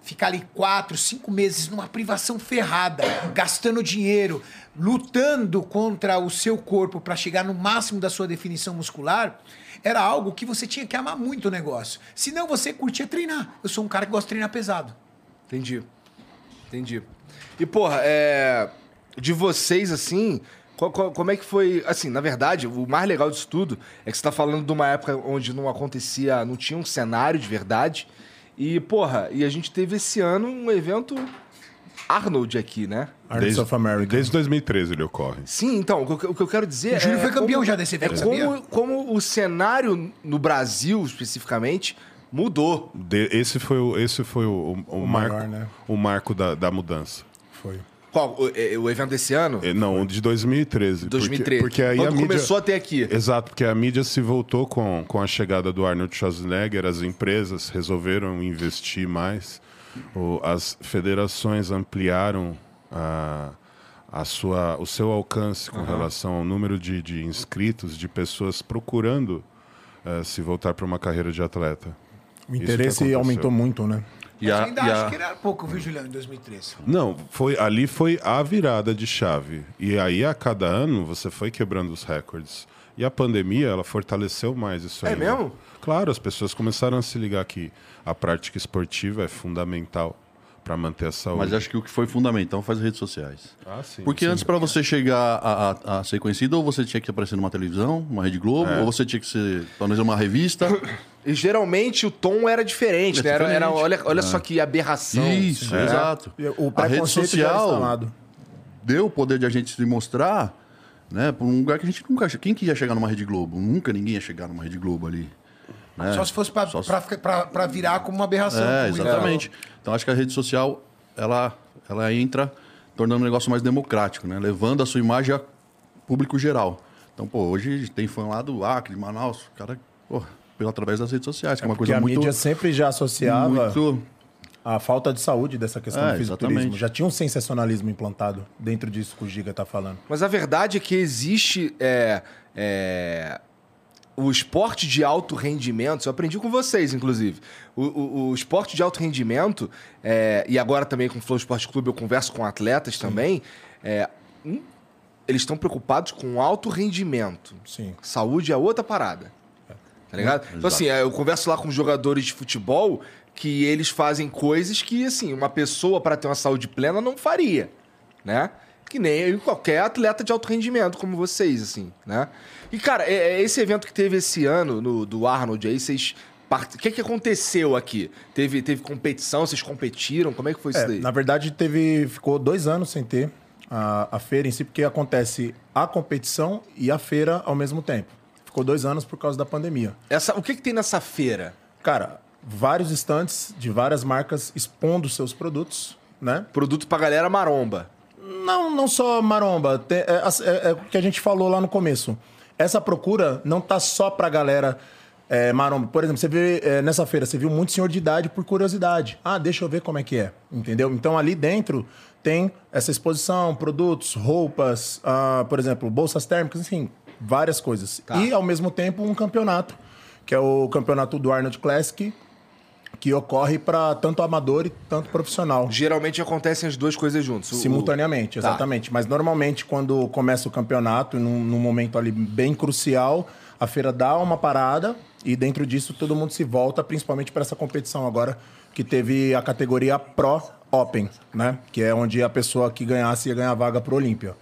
Speaker 2: ficar ali quatro, cinco meses numa privação ferrada, gastando dinheiro, lutando contra o seu corpo para chegar no máximo da sua definição muscular, era algo que você tinha que amar muito o negócio. Senão você curtia treinar. Eu sou um cara que gosta de treinar pesado.
Speaker 1: Entendi. Entendi. E, porra, é. De vocês, assim. qual- qual- como é que foi. Assim, na verdade, o mais legal disso tudo é que você tá falando de uma época onde não acontecia. Não tinha um cenário de verdade. E, porra, e a gente teve esse ano um evento Arnold aqui, né?
Speaker 5: Arts of America.
Speaker 4: Desde 2013 ele ocorre.
Speaker 1: Sim, então, o que eu, o que eu quero dizer
Speaker 2: O Júlio
Speaker 1: é
Speaker 2: foi campeão
Speaker 1: como-
Speaker 2: já desse evento,
Speaker 1: é
Speaker 2: sabia?
Speaker 1: como, como o cenário no Brasil, especificamente, mudou.
Speaker 4: De- esse foi o, esse foi o, o, o marco,
Speaker 5: maior, né?
Speaker 4: o marco da, da mudança.
Speaker 5: Foi.
Speaker 1: Qual? O, é, o evento desse ano?
Speaker 4: Eh, Não, o de 2013.
Speaker 1: 2013.
Speaker 4: Porque, porque aí
Speaker 1: Quando
Speaker 4: a mídia...
Speaker 1: começou até aqui.
Speaker 4: Exato, porque a mídia se voltou com, com a chegada do Arnold Schwarzenegger, as empresas resolveram investir mais, o- as federações ampliaram a, a sua, o seu alcance com relação ao número de, de inscritos, de pessoas procurando eh, se voltar para uma carreira de atleta.
Speaker 5: O
Speaker 4: Isso que
Speaker 5: interesse
Speaker 4: aconteceu.
Speaker 5: aumentou muito, né?
Speaker 3: E a-
Speaker 2: Mas ainda
Speaker 3: e
Speaker 2: acho
Speaker 3: a-
Speaker 2: que é era pouco, viu, Juliano, em 2013.
Speaker 4: Não, foi ali foi a virada de chave. E aí a cada ano você foi quebrando os recordes. E a pandemia, ela fortaleceu mais isso
Speaker 1: É
Speaker 4: aí. né?
Speaker 1: mesmo?
Speaker 4: Claro, as pessoas começaram a se ligar que a prática esportiva é fundamental para manter a saúde.
Speaker 3: Mas acho que o que foi fundamental foi as redes sociais.
Speaker 4: Ah, sim,
Speaker 3: Porque
Speaker 4: sim.
Speaker 3: antes, para você chegar a, a- a ser conhecido, ou você tinha que aparecer numa televisão, numa Rede Globo,
Speaker 4: É.
Speaker 3: ou você tinha que ser, talvez, uma revista.
Speaker 1: E geralmente o tom era diferente,
Speaker 3: É
Speaker 1: né? Era, era-
Speaker 3: diferente.
Speaker 1: olha olha
Speaker 2: Ah.
Speaker 1: só que aberração.
Speaker 3: Isso,
Speaker 1: né?
Speaker 3: exato.
Speaker 5: E O
Speaker 3: a rede
Speaker 5: preconceito já era
Speaker 3: social
Speaker 5: instalado.
Speaker 3: deu o poder de a gente se mostrar né, para um lugar que a gente nunca... che- Quem que ia chegar numa Rede Globo? Nunca ninguém ia chegar numa Rede Globo ali. né?
Speaker 2: Só se fosse pra,
Speaker 3: Só se-
Speaker 2: pra ficar- pra- pra virar como uma aberração.
Speaker 3: É,
Speaker 2: ruim, né?
Speaker 3: exatamente. Então acho que a rede social ela, ela entra tornando o negócio mais democrático, né? Levando a sua imagem a público geral. Então, pô, hoje tem fã lá do Acre, de Manaus, o cara, pô, pelo através das redes sociais, que é uma
Speaker 5: Porque
Speaker 3: coisa
Speaker 5: a
Speaker 3: muito
Speaker 5: mídia sempre já associava
Speaker 3: muito
Speaker 5: a falta de saúde dessa questão
Speaker 3: É,
Speaker 5: do fisiculturismo.
Speaker 3: exatamente.
Speaker 5: Já tinha um sensacionalismo implantado dentro disso que o Giga tá falando.
Speaker 1: Mas a verdade é que existe é, é, o esporte de alto rendimento. Isso Eu aprendi com vocês, inclusive. O, o- o esporte de alto rendimento, é, e agora também com o Flow Esporte Clube eu converso com atletas também. é, hum, eles estão preocupados com alto rendimento.
Speaker 5: Sim.
Speaker 1: Saúde é outra parada. Tá ligado?
Speaker 5: Né?
Speaker 1: Então, assim, é, eu converso lá com jogadores de futebol que eles fazem coisas que, assim, uma pessoa para ter uma saúde plena não faria, né? Que nem qualquer atleta de alto rendimento, como vocês, assim, né? E, cara, é- é esse evento que teve esse ano no, do Arnold aí, vocês. part- O que, que aconteceu aqui? Teve, teve competição, vocês competiram? Como é que foi isso
Speaker 5: É,
Speaker 1: daí?
Speaker 5: na verdade, teve, ficou dois anos sem ter a, a feira em si, porque acontece a competição e a feira ao mesmo tempo. Ficou dois anos por causa da pandemia.
Speaker 1: Essa, o que, que tem nessa feira?
Speaker 5: Cara, vários estantes de várias marcas expondo seus produtos, né?
Speaker 1: Produto pra galera maromba.
Speaker 5: Não, não só maromba. Tem- é, é- é o que a gente falou lá no começo. Essa procura não tá só pra galera é, maromba. Por exemplo, você vê é, nessa feira, você viu muito senhor de idade por curiosidade. Ah, deixa eu ver como é que é. Entendeu? Então ali dentro tem essa exposição, produtos, roupas, ah, por exemplo, bolsas térmicas, enfim, várias coisas. E ao mesmo tempo um campeonato, que é o campeonato do Arnold Classic, que ocorre para tanto amador e tanto profissional.
Speaker 1: Geralmente acontecem as duas coisas juntas. O- o-
Speaker 5: Simultaneamente,
Speaker 1: Tá.
Speaker 5: exatamente. Mas normalmente, quando começa o campeonato, num, num momento ali bem crucial, a feira dá uma parada e dentro disso todo mundo se volta, principalmente para essa competição agora, que teve a categoria Pro Open, né? Que é onde a pessoa que ganhasse ia ganhar a vaga para o Olímpia.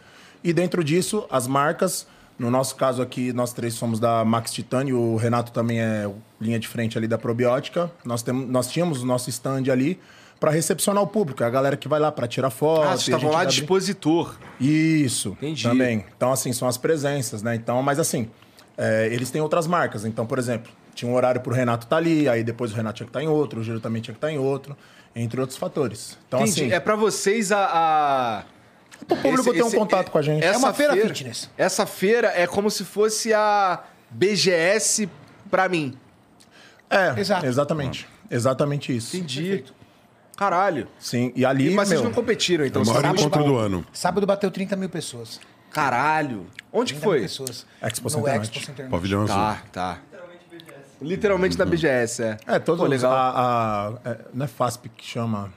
Speaker 5: E dentro disso, as marcas, no nosso caso aqui, nós três somos da Max Titânio, o Renato também é linha de frente ali da probiótica. Nós, temos, nós tínhamos o nosso stand ali para recepcionar o público, É a galera que vai lá para tirar foto.
Speaker 1: Ah,
Speaker 5: e a
Speaker 1: vocês estavam
Speaker 5: gente Então,
Speaker 1: lá
Speaker 5: dá
Speaker 1: de
Speaker 5: brin-
Speaker 1: expositor.
Speaker 5: Isso.
Speaker 1: Entendi.
Speaker 5: Também. Então, assim, são as presenças, né? Então, mas assim, é, eles têm outras marcas. Então, por exemplo, tinha um horário pro Renato estar ali, aí depois o Renato tinha que estar em outro, o Giro também tinha que estar em outro, entre outros fatores. Então,
Speaker 1: Entendi.
Speaker 5: assim,
Speaker 1: é pra vocês a. a-
Speaker 5: o público tem um contato com a gente.
Speaker 2: É uma feira fitness.
Speaker 1: Essa feira é como se fosse a BGS pra mim.
Speaker 5: É,
Speaker 2: Exato.
Speaker 5: exatamente. Exatamente isso.
Speaker 1: Ah. Entendi. Caralho.
Speaker 5: Sim, e ali,
Speaker 1: Mas vocês
Speaker 5: meu,
Speaker 1: não competiram, então.
Speaker 4: o
Speaker 1: vocês
Speaker 4: maior
Speaker 3: tá
Speaker 1: estavam-
Speaker 4: encontro do ano.
Speaker 2: Sábado bateu 30 mil pessoas.
Speaker 1: Caralho. Onde que
Speaker 2: 30 mil
Speaker 1: foi?
Speaker 2: pessoas.
Speaker 5: Expo
Speaker 2: no
Speaker 5: Center
Speaker 2: Expo
Speaker 5: Norte.
Speaker 2: Center Norte.
Speaker 4: Pavilhão Azul.
Speaker 1: Tá, tá.
Speaker 8: Literalmente BTS.
Speaker 1: Literalmente da BGS, é.
Speaker 5: É, todos
Speaker 1: Pô, legal.
Speaker 5: A, a- é, não é FASP que chama,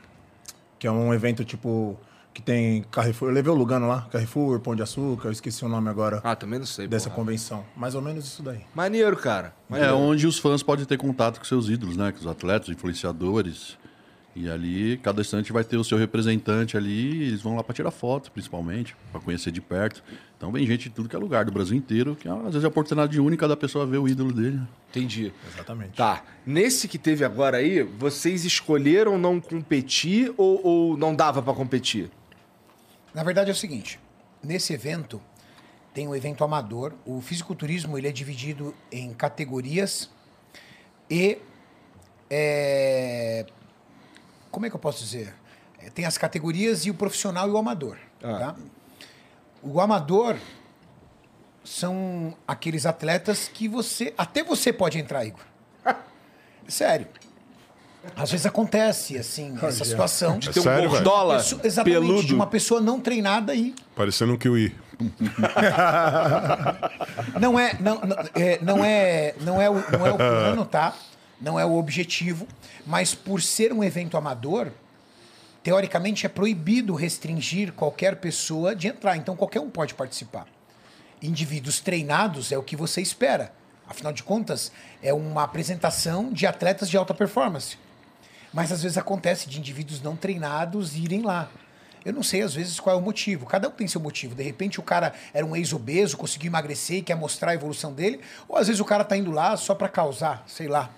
Speaker 5: que é um evento tipo que tem Carrefour. Eu levei o Lugano lá, Carrefour, Pão de Açúcar, eu esqueci o nome agora
Speaker 1: Ah, também não sei.
Speaker 5: dessa
Speaker 1: porra.
Speaker 5: convenção. Mais ou menos isso daí.
Speaker 1: Maneiro, cara.
Speaker 3: É
Speaker 1: Maneiro.
Speaker 3: onde os fãs podem ter contato com seus ídolos, né? Com os atletas, influenciadores. E ali, cada estante vai ter o seu representante ali, e eles vão lá para tirar foto, principalmente, para conhecer de perto. Então vem gente de tudo que é lugar, do Brasil inteiro, que às vezes é a oportunidade única da pessoa ver o ídolo dele. né?
Speaker 1: Entendi.
Speaker 5: Exatamente.
Speaker 1: Tá. Nesse que teve agora aí, vocês escolheram não competir ou, ou não dava pra competir?
Speaker 2: Na verdade é o seguinte, nesse evento tem um evento amador. O fisiculturismo ele é dividido em categorias e é, como é que eu posso dizer? É, Tem as categorias e o profissional e o amador. tá? O amador são aqueles atletas que você até você pode entrar, Igor. Sério. Às vezes acontece assim essa situação.
Speaker 4: É sério, velho?
Speaker 1: um Gordola,
Speaker 2: Isso, exatamente, de
Speaker 1: peludo.
Speaker 2: uma pessoa não treinada aí.
Speaker 4: Parecendo um kiwi.
Speaker 2: Não é, não, não é, não é, não é, o, não é o plano, tá? Não é o objetivo, mas por ser um evento amador, teoricamente é proibido restringir qualquer pessoa de entrar, então qualquer um pode participar. Indivíduos treinados é o que você espera. Afinal de contas, é uma apresentação de atletas de alta performance. Mas às vezes acontece de indivíduos não treinados irem lá. Eu não sei às vezes qual é o motivo. Cada um tem seu motivo. De repente o cara era um ex-obeso, conseguiu emagrecer e quer mostrar a evolução dele. Ou às vezes o cara tá indo lá só para causar, sei lá.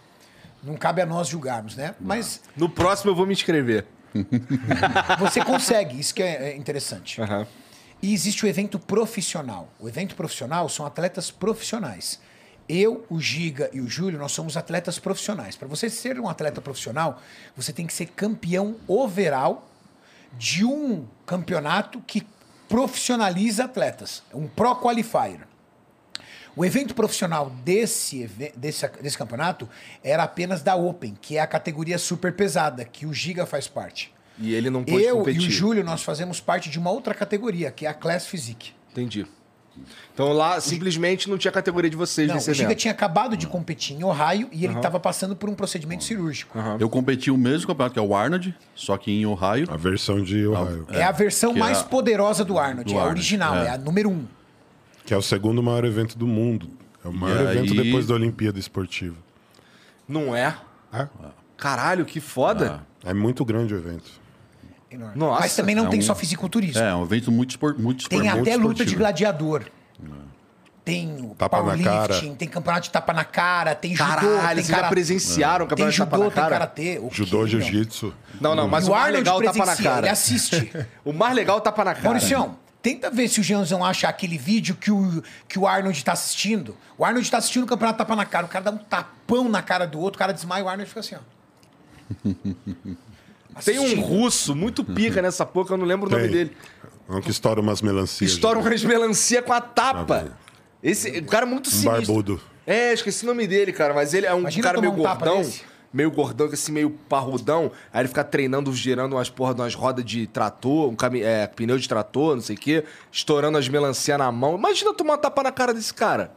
Speaker 2: Não cabe a nós julgarmos, né? Mas
Speaker 1: No próximo eu vou me inscrever.
Speaker 2: você consegue, isso que é é interessante. E existe o evento profissional. O evento profissional são atletas profissionais. Eu, o Giga e o Júlio, nós somos atletas profissionais. Para você ser um atleta profissional, você tem que ser campeão overall de um campeonato que profissionaliza atletas. É Um pro qualifier. O evento profissional desse, even- desse, desse campeonato era apenas da Open, que é a categoria super pesada, que o Giga faz parte.
Speaker 1: E ele não pôde
Speaker 2: Eu
Speaker 1: competir.
Speaker 2: e o Júlio, nós fazemos parte de uma outra categoria, que é a Class Physique.
Speaker 1: Entendi. Então lá simplesmente não tinha categoria de vocês
Speaker 2: Não,
Speaker 1: nesse
Speaker 2: o Giga
Speaker 1: evento.
Speaker 2: tinha acabado
Speaker 1: Uhum.
Speaker 2: de competir em Ohio e ele estava passando por um procedimento
Speaker 1: Uhum.
Speaker 2: cirúrgico.
Speaker 3: Eu competi o mesmo campeonato que é o Arnold, só que em Ohio.
Speaker 4: A versão de Ohio.
Speaker 2: É, a versão
Speaker 3: que Tá. é
Speaker 2: mais
Speaker 3: a-
Speaker 2: poderosa do Arnold,
Speaker 3: do
Speaker 2: é a
Speaker 3: Arnold,
Speaker 2: original, é.
Speaker 3: é.
Speaker 2: a número um.
Speaker 4: Que é o segundo maior evento do mundo. É o maior
Speaker 3: E aí-
Speaker 4: evento depois da Olimpíada Esportiva.
Speaker 1: Não é? Caralho, que foda.
Speaker 4: É muito grande o evento.
Speaker 2: Enorme.
Speaker 1: Nossa,
Speaker 2: Mas também não
Speaker 3: é
Speaker 2: tem
Speaker 3: um-
Speaker 2: só fisiculturismo.
Speaker 3: É, um evento muito espor, muito espor,
Speaker 2: Tem
Speaker 3: muito
Speaker 2: até luta de
Speaker 1: né?
Speaker 3: esportivo.
Speaker 2: gladiador.
Speaker 1: É.
Speaker 2: Tem o
Speaker 4: Tapa na
Speaker 2: powerlifting, tem campeonato de tapa na cara, tem judô,
Speaker 1: Caralho,
Speaker 2: tem
Speaker 1: vocês já
Speaker 2: cara...
Speaker 1: presenciaram o
Speaker 2: tem
Speaker 1: campeonato de tapa
Speaker 2: judô,
Speaker 1: na
Speaker 2: tem
Speaker 1: cara?
Speaker 2: karatê. o
Speaker 4: Judô,
Speaker 2: que-
Speaker 4: jiu-jitsu.
Speaker 1: Não, não, mas
Speaker 2: E
Speaker 1: o,
Speaker 2: o
Speaker 1: mais
Speaker 2: Arnold
Speaker 1: legal é o tapa na
Speaker 2: presencia, ele
Speaker 1: cara.
Speaker 2: assiste.
Speaker 1: O mais legal é o tapa na cara.
Speaker 2: Mauricião, tenta ver se o Jeanzão acha aquele vídeo que o, que o Arnold tá assistindo. O Arnold tá assistindo o campeonato tapa na cara. O cara dá um tapão na cara do outro, o cara desmaia o Arnold fica assim, ó.
Speaker 1: Tem um
Speaker 2: Assistindo.
Speaker 1: russo muito pica nessa porca, eu não lembro o nome
Speaker 4: Uhum. Tem.
Speaker 1: dele.
Speaker 4: Um que estoura umas melancias.
Speaker 1: Estoura um
Speaker 4: né?
Speaker 1: umas melancia com a
Speaker 4: Sabe.
Speaker 1: tapa. Esse o cara é muito
Speaker 4: um
Speaker 1: sinistro.
Speaker 4: barbudo.
Speaker 1: É, esqueci o nome dele, cara, mas ele é um
Speaker 2: Imagina
Speaker 1: cara
Speaker 2: tomar
Speaker 1: meio
Speaker 2: um tapa
Speaker 1: gordão.
Speaker 2: desse.
Speaker 1: Meio gordão, assim, meio parrudão. Aí ele fica treinando, girando umas porra de umas rodas de trator, um cami- é, pneu de trator, não sei o quê, estourando as melancia na mão. Imagina tomar uma tapa na cara desse cara.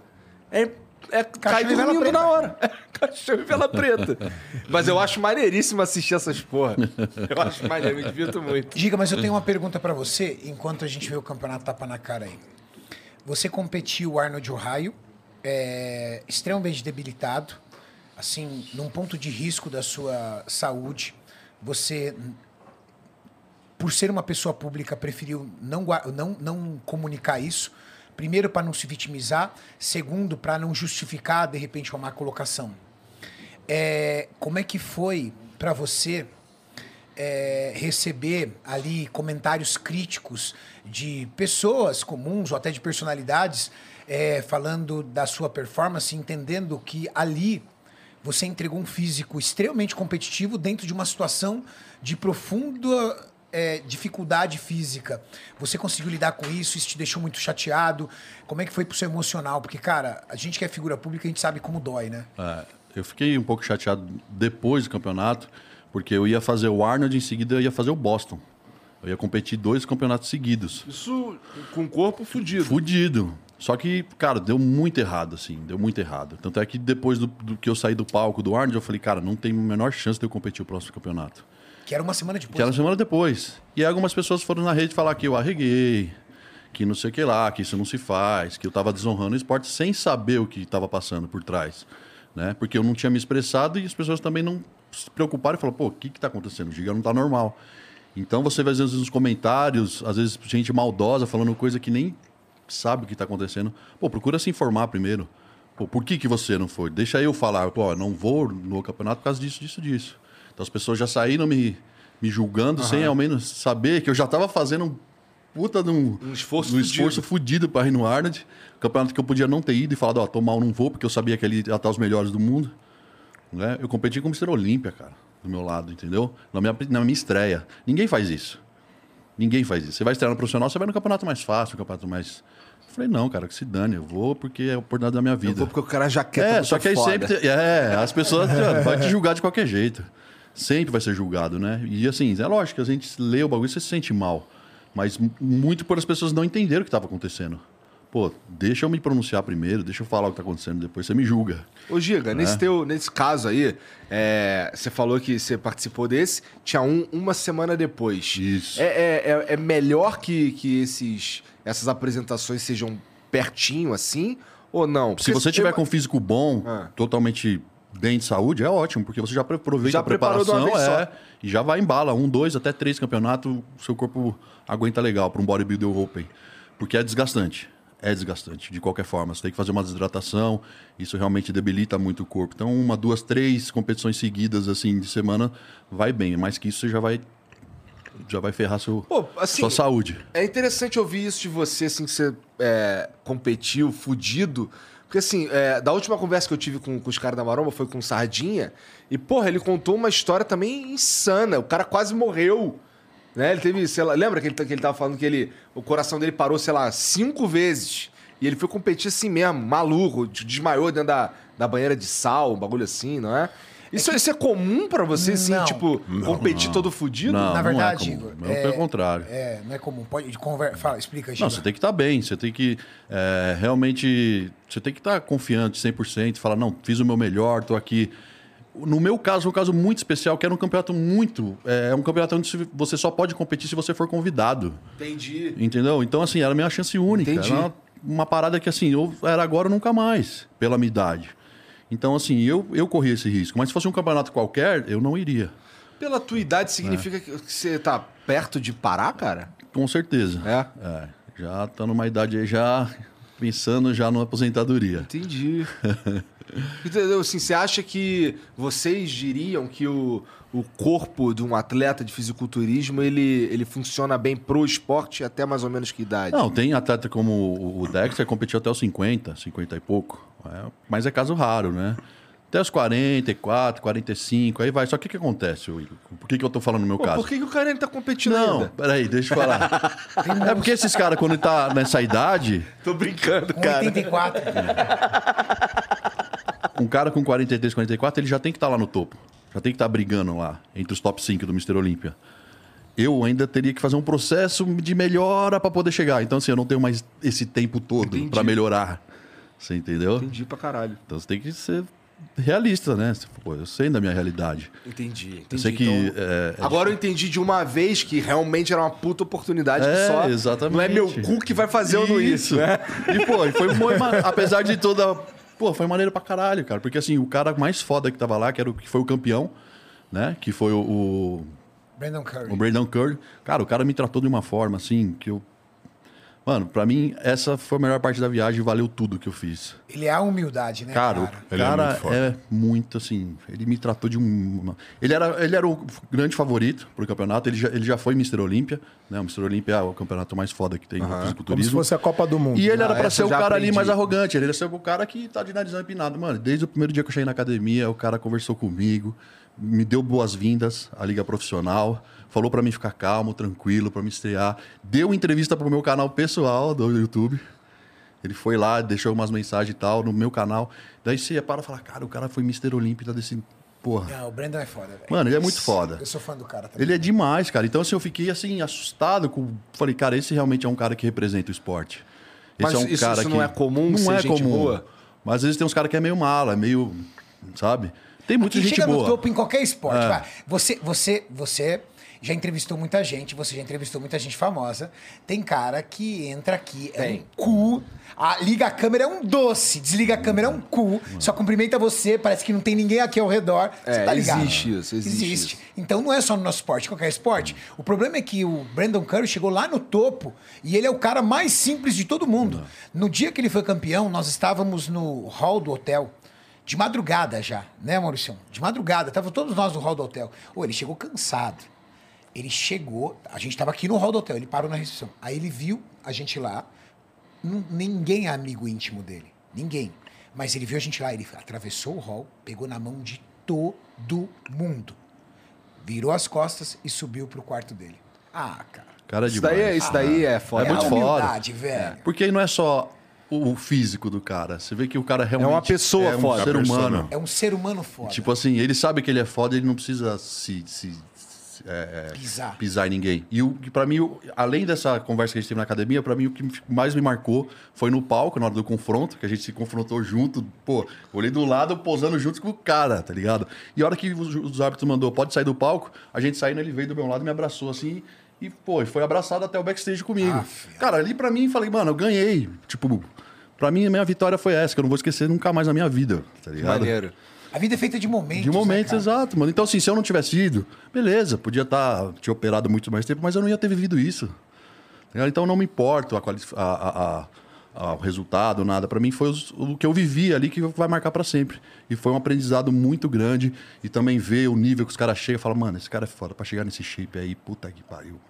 Speaker 1: É, é cai
Speaker 2: e vela
Speaker 1: dormindo
Speaker 2: preta.
Speaker 1: na hora. É, Cachorro e vela preta. Mas eu acho maneiríssimo assistir essas porra. Eu acho maneiro, me divirto muito.
Speaker 2: Giga, mas eu tenho uma pergunta pra você, enquanto a gente vê o campeonato tapa na cara aí. Você competiu o Arnold Ohio, é, extremamente debilitado, assim, num ponto de risco da sua saúde. Você, por ser uma pessoa pública, preferiu não, gua- não, não comunicar isso. Primeiro, para não se vitimizar. Segundo, para não justificar, de repente, uma má colocação. É, como é que foi para você é, receber ali comentários críticos de pessoas comuns ou até de personalidades é, falando da sua performance, entendendo que ali você entregou um físico extremamente competitivo dentro de uma situação de profunda é, dificuldade física. Você conseguiu lidar com isso? Isso te deixou muito chateado? Como é que foi pro seu emocional? Porque, cara, a gente que é figura pública, a gente sabe como dói, né?
Speaker 3: É, eu fiquei um pouco chateado depois do campeonato, porque eu ia fazer o Arnold em seguida eu ia fazer o Boston. Eu ia competir dois campeonatos seguidos.
Speaker 1: Isso com o corpo fudido.
Speaker 3: Fudido. Só que, cara, deu muito errado, assim, deu muito errado. Tanto é que depois do, do que eu saí do palco do Arnold, eu falei, cara, não tem a menor chance de eu competir o próximo campeonato.
Speaker 2: Que era uma semana depois.
Speaker 3: Que era um uma semana depois. E aí algumas pessoas foram na rede falar que eu arreguei, que não sei o que lá, que isso não se faz, que eu estava desonrando o esporte sem saber o que estava passando por trás. Né? Porque eu não tinha me expressado e as pessoas também não se preocuparam e falaram, pô, o que está acontecendo? O Giga não está normal. Então você vê às vezes nos comentários, às vezes gente maldosa falando coisa que nem sabe o que está acontecendo. Pô, procura se informar primeiro. Pô, por que, que você não foi? Deixa eu falar. Pô, não vou no campeonato por causa disso, disso, disso. Então as pessoas já saíram me, me julgando sem ao menos saber que eu já estava fazendo um puta de um,
Speaker 6: Um esforço
Speaker 3: um esforço fudido para ir no Arnold. Campeonato que eu podia não ter ido e falado, ó, tô mal, não vou, porque eu sabia que ali ia estar os melhores do mundo. Né? Eu competi com o Mr. Olímpia, cara, do meu lado, entendeu? Na minha, na minha estreia. Ninguém faz isso. Ninguém faz isso. Você vai estrear no profissional, você vai no campeonato mais fácil, no campeonato mais. Eu falei, não, cara, que se dane, eu vou porque é a oportunidade da minha vida.
Speaker 1: Eu vou porque o cara já quer
Speaker 3: É,
Speaker 1: tá
Speaker 3: só que aí
Speaker 1: foda.
Speaker 3: sempre. te- É, as pessoas mano, vai te julgar de qualquer jeito. Sempre vai ser julgado, né? E assim, é lógico, que a gente lê o bagulho e você se sente mal. Mas m- muito por as pessoas não entenderam o que estava acontecendo. Pô, deixa eu me pronunciar primeiro, deixa eu falar o que tá acontecendo, depois você me julga.
Speaker 1: Ô, Giga,
Speaker 3: É.
Speaker 1: nesse, teu, nesse caso aí, é, você falou que você participou desse, tinha um uma semana depois.
Speaker 3: Isso.
Speaker 1: É, é- é- é melhor que, que esses, essas apresentações sejam pertinho, assim, ou não?
Speaker 3: Se você tiver
Speaker 1: eu-
Speaker 3: com um físico bom,
Speaker 1: Ah.
Speaker 3: totalmente bem de saúde, é ótimo, porque você já pre- aproveita
Speaker 1: Já
Speaker 3: a
Speaker 1: preparou de uma
Speaker 3: preparação
Speaker 1: vez
Speaker 3: é, e já vai em bala. Um, dois, até três campeonatos, o seu corpo aguenta legal para um bodybuilder open. Porque é desgastante. É desgastante, de qualquer forma. Você tem que fazer uma desidratação, isso realmente debilita muito o corpo. Então, uma, duas, três competições seguidas, assim, de semana, vai bem. Mais que isso, você já vai, já vai ferrar seu,
Speaker 1: Pô, assim,
Speaker 3: sua saúde.
Speaker 1: É interessante ouvir isso de você, assim, que você é, competiu, fudido. Porque, assim, é, da última conversa que eu tive com, com os caras da Maromba foi com o Sardinha. E, porra, ele contou uma história também insana. O cara quase morreu. Né? Ele teve, sei lá, lembra que ele, tá- que ele tava falando que ele, o coração dele parou, sei lá, cinco vezes. E ele foi competir assim mesmo, maluco, de- desmaiou dentro da, da banheira de sal, um bagulho assim, não é? Isso, isso é comum pra você, assim,
Speaker 2: Não.
Speaker 1: tipo, competir todo fudido?
Speaker 3: Não,
Speaker 2: Na
Speaker 3: não é
Speaker 2: verdade,
Speaker 3: comum.
Speaker 2: Igor,
Speaker 3: É,
Speaker 2: é-
Speaker 3: pelo contrário.
Speaker 2: É, não é comum. Pode conver... Fala, explica, Giga.
Speaker 3: Não, você tem que estar bem, você tem que é, realmente. Você tem que estar confiante 100%, falar, não, fiz o meu melhor, tô aqui. No meu caso, foi um caso muito especial, que era um campeonato muito. É é um campeonato onde você só pode competir se você for convidado.
Speaker 1: Entendi.
Speaker 3: Entendeu? Então, assim, era a minha chance única.
Speaker 1: Entendi.
Speaker 3: Era uma, uma parada que, assim, eu era agora ou nunca mais, pela minha idade. Então, assim, eu, eu corri esse risco. Mas se fosse um campeonato qualquer, eu não iria.
Speaker 1: Pela tua idade, significa que você tá perto de parar, cara?
Speaker 3: Com certeza.
Speaker 1: É?
Speaker 3: É, já tá numa idade aí, já pensando já numa aposentadoria.
Speaker 1: Entendi. Entendeu? Assim, você acha que vocês diriam que o, o corpo de um atleta de fisiculturismo, ele, ele funciona bem pro esporte até mais ou menos que idade?
Speaker 3: Não, tem atleta como o- o Dexter competiu até os 50, 50 e pouco. É, mas é caso raro, né? Até os 44, 45, aí vai. Só que o que acontece, Will? Por que, que eu tô falando no meu
Speaker 1: Pô,
Speaker 3: caso?
Speaker 1: por que, que o cara ainda tá competindo
Speaker 3: Não,
Speaker 1: ainda?
Speaker 3: peraí, deixa eu falar. é porque esses caras, quando tá nessa idade,
Speaker 1: Tô brincando,
Speaker 2: Com
Speaker 1: cara.
Speaker 2: 84.
Speaker 3: um cara com 43, 44, ele já tem que estar lá no topo. Já tem que estar brigando lá, entre os top 5 do Mister Olímpia. Eu ainda teria que fazer um processo de melhora para poder chegar. Então, assim, eu não tenho mais esse tempo todo para melhorar. Você entendeu?
Speaker 1: Entendi pra caralho.
Speaker 3: Então você tem que ser realista, né? Você, Pô, eu sei da minha realidade.
Speaker 1: Entendi. entendi.
Speaker 3: eu sei que.
Speaker 1: Então,
Speaker 3: é, é
Speaker 1: Agora eu entendi de uma vez que realmente era uma puta oportunidade que
Speaker 3: É,
Speaker 1: tipo só.
Speaker 3: exatamente.
Speaker 1: Não é meu cu que vai fazer eu não isso. né?
Speaker 3: E, pô, e foi uma, apesar de toda. Pô, foi maneiro pra caralho, cara. Porque assim, o cara mais foda que tava lá, que, era o, que foi o campeão, né? Que foi o, o,
Speaker 2: Brandon Curry.
Speaker 3: o Brandon Curry. Cara, o cara me tratou de uma forma, assim, que eu. Mano, pra mim, essa foi a melhor parte da viagem, valeu tudo que eu fiz.
Speaker 2: Ele é a humildade, né?
Speaker 3: Cara,
Speaker 2: cara?
Speaker 3: o
Speaker 4: Ele é
Speaker 3: cara é
Speaker 4: muito
Speaker 3: muito,
Speaker 4: foda.
Speaker 3: assim. Ele me tratou de um. uma- Ele era, ele era o grande favorito pro campeonato. Ele já, ele já foi Mr. Olímpia, né? O Mr. Olímpia é o campeonato mais foda que tem no
Speaker 5: Como se
Speaker 3: fisiculturismo.
Speaker 5: fosse a Copa do Mundo.
Speaker 3: E ele
Speaker 1: Ah,
Speaker 3: era pra
Speaker 1: essa
Speaker 3: ser
Speaker 1: eu
Speaker 3: o
Speaker 1: já
Speaker 3: cara ali
Speaker 1: aprendi.
Speaker 3: mais arrogante. Ele era ser o cara que tá de narizão empinado. Mano, desde o primeiro dia que eu cheguei na academia, o cara conversou comigo, me deu boas-vindas à Liga Profissional, falou pra mim ficar calmo, tranquilo, pra me estrear. Deu entrevista pro meu canal pessoal do YouTube. Ele foi lá, deixou umas mensagens e tal no meu canal. Daí você para e fala, cara, o cara foi Mr. Olímpia desse... Porra.
Speaker 2: Não, o Brandon é foda, velho.
Speaker 3: Mano, ele é muito foda.
Speaker 2: Eu sou fã do cara também.
Speaker 3: Ele é demais, cara. Então, assim, eu fiquei assim, assustado. Com... Falei, cara, esse realmente é um cara que representa o esporte.
Speaker 1: Mas isso- isso não é comum
Speaker 3: Não
Speaker 1: ser
Speaker 3: é
Speaker 1: gente
Speaker 3: comum.
Speaker 1: boa?
Speaker 3: Mas às vezes tem uns caras que é meio mala, é meio. Sabe? Tem muita
Speaker 2: Quem
Speaker 3: gente
Speaker 2: chega
Speaker 3: boa. É.
Speaker 2: no topo em qualquer esporte. vai. Você, você, você já entrevistou muita gente, você já entrevistou muita gente famosa. Tem cara que entra aqui, é um cu. A, liga a câmera, é um doce. Desliga a câmera, é um cu. Só cumprimenta você, parece que não tem ninguém aqui ao redor.
Speaker 1: É,
Speaker 2: você tá ligado?
Speaker 1: existe isso, existe isso.
Speaker 2: Então não é só no nosso esporte, qualquer esporte. O problema é que o Brandon Curry chegou lá no topo e ele é o cara mais simples de todo mundo. No dia que ele foi campeão, nós estávamos no hall do hotel. De madrugada já, né, Maurício? De madrugada, estavam todos nós no hall do hotel. Ô, ele chegou cansado. Ele chegou, a gente estava aqui no hall do hotel, ele parou na recepção. Aí ele viu a gente lá, Nun- ninguém é amigo íntimo dele. Ninguém. Mas ele viu a gente lá, ele atravessou o hall, pegou na mão de todo mundo. Virou as costas e subiu pro quarto dele. Ah, cara.
Speaker 3: Cara
Speaker 1: Isso
Speaker 3: demais.
Speaker 1: daí, é- isso daí é foda.
Speaker 3: muito
Speaker 2: a
Speaker 3: foda.
Speaker 2: humildade, velho.
Speaker 3: Porque aí não é só o o físico do cara. Você vê que o cara realmente.
Speaker 1: uma pessoa
Speaker 3: é um
Speaker 1: foda.
Speaker 3: ser
Speaker 4: É uma pessoa,
Speaker 3: humano.
Speaker 2: É um ser humano foda.
Speaker 3: Tipo assim, ele sabe que ele é foda, ele não precisa se, se- se- é, é,
Speaker 2: Pisar.
Speaker 3: pisar em ninguém. E o que para mim, o- além dessa conversa que a gente teve na academia, pra mim o que mais me marcou foi no palco, na hora do confronto, que a gente se confrontou junto, pô, olhei do lado, posando junto com o cara, tá ligado? E a hora que os, os árbitros mandou, pode sair do palco, a gente saindo, ele veio do meu lado, me abraçou assim, e pô, e foi abraçado até o backstage comigo. cara, ali pra mim, falei, mano, eu ganhei. Tipo, pra mim, a minha vitória foi essa, que eu não vou esquecer nunca mais na minha vida, tá ligado?
Speaker 1: Maneiro.
Speaker 2: A vida é feita de momentos.
Speaker 3: De momentos,
Speaker 2: né, cara?
Speaker 3: exato, mano. Então, assim, se eu não tivesse ido, beleza, podia estar te operado muito mais tempo, mas eu não ia ter vivido isso. Tá ligado? Então, não me importo a quali- a- a- a- a- o resultado, nada. Pra mim, foi os- o que eu vivi ali que vai marcar pra sempre. E foi um aprendizado muito grande. E também ver o nível que os caras chegam e falam, mano, esse cara é foda. Pra chegar nesse shape aí, puta que pariu.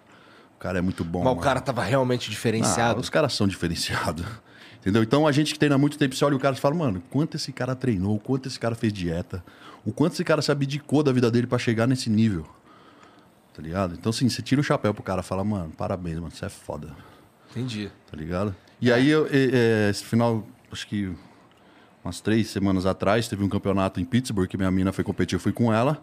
Speaker 3: O cara é muito bom.
Speaker 1: Mas o
Speaker 3: mano."
Speaker 1: cara tava realmente
Speaker 3: Ah,
Speaker 1: diferenciado.
Speaker 3: os caras são diferenciados. Entendeu? Então a gente que treina há muito tempo, você olha o cara e fala, mano, quanto esse cara treinou, o quanto esse cara fez dieta, o quanto esse cara se abdicou da vida dele pra chegar nesse nível. Tá ligado? Então, assim, você tira o chapéu pro cara e fala, mano, parabéns, mano, você é foda.
Speaker 1: Entendi.
Speaker 3: Tá ligado? E aí, eu, eh, eh, esse final, acho que umas três semanas atrás, teve um campeonato em Pittsburgh que minha mina foi competir, eu fui com ela.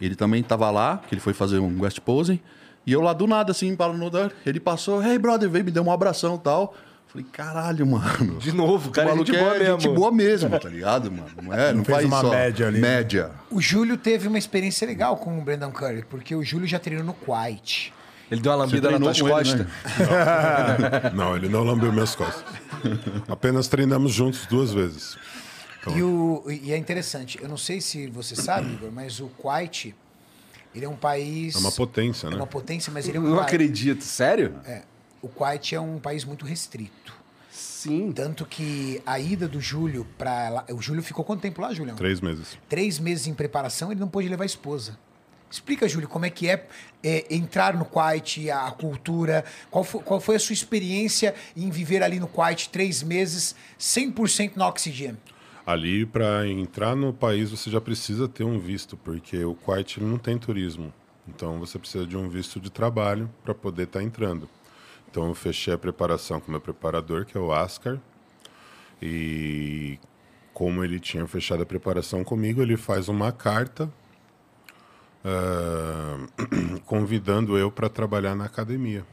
Speaker 3: Ele também tava lá, que ele foi fazer um West Posing. E eu lá do nada, assim, para no ele passou, hey brother, veio, me deu um abração e tal. Falei, caralho, mano.
Speaker 1: De novo, o cara é
Speaker 3: maluco
Speaker 1: gente boa
Speaker 3: é
Speaker 1: mesmo.
Speaker 3: gente boa mesmo, tá ligado, mano? Não, é, não
Speaker 5: Fez
Speaker 3: faz
Speaker 5: uma
Speaker 3: só
Speaker 5: média ali. né?
Speaker 3: Média.
Speaker 2: O Júlio teve uma experiência legal com o Brandon Curry, porque o Júlio já treinou no Kuwait.
Speaker 1: Ele deu uma
Speaker 3: Você
Speaker 1: lambida nas
Speaker 3: treinou
Speaker 1: tuas
Speaker 3: com ele,
Speaker 1: costas.
Speaker 3: né?
Speaker 4: Não, ele não lambeu minhas costas. Apenas treinamos juntos duas vezes.
Speaker 2: E, o, e é interessante, eu não sei se você sabe, Igor, mas o Kuwait, ele é um país...
Speaker 4: É uma potência,
Speaker 2: É
Speaker 4: né?
Speaker 2: uma potência, mas ele é um
Speaker 1: Não
Speaker 2: país-
Speaker 1: acredito. Sério?
Speaker 2: É, o Kuwait é um país muito restrito.
Speaker 1: Sim.
Speaker 2: Tanto que a ida do Júlio para lá. O Júlio ficou quanto tempo lá, Julião?
Speaker 4: Três meses.
Speaker 2: Três meses em preparação, ele não pôde levar a esposa. Explica, Júlio, como é que é, é, entrar no Kuwait, a cultura, qual foi, qual foi a sua experiência em viver ali no Kuwait três meses, 100% no oxigênio?
Speaker 4: Ali, para entrar no país, você já precisa ter um visto, porque o Kuwait ele não tem turismo. Então, você precisa de um visto de trabalho para poder estar entrando. Então, eu fechei a preparação com o meu preparador, que é o Ascar. E como ele tinha fechado a preparação comigo, ele faz uma carta ah, convidando eu para trabalhar na academia.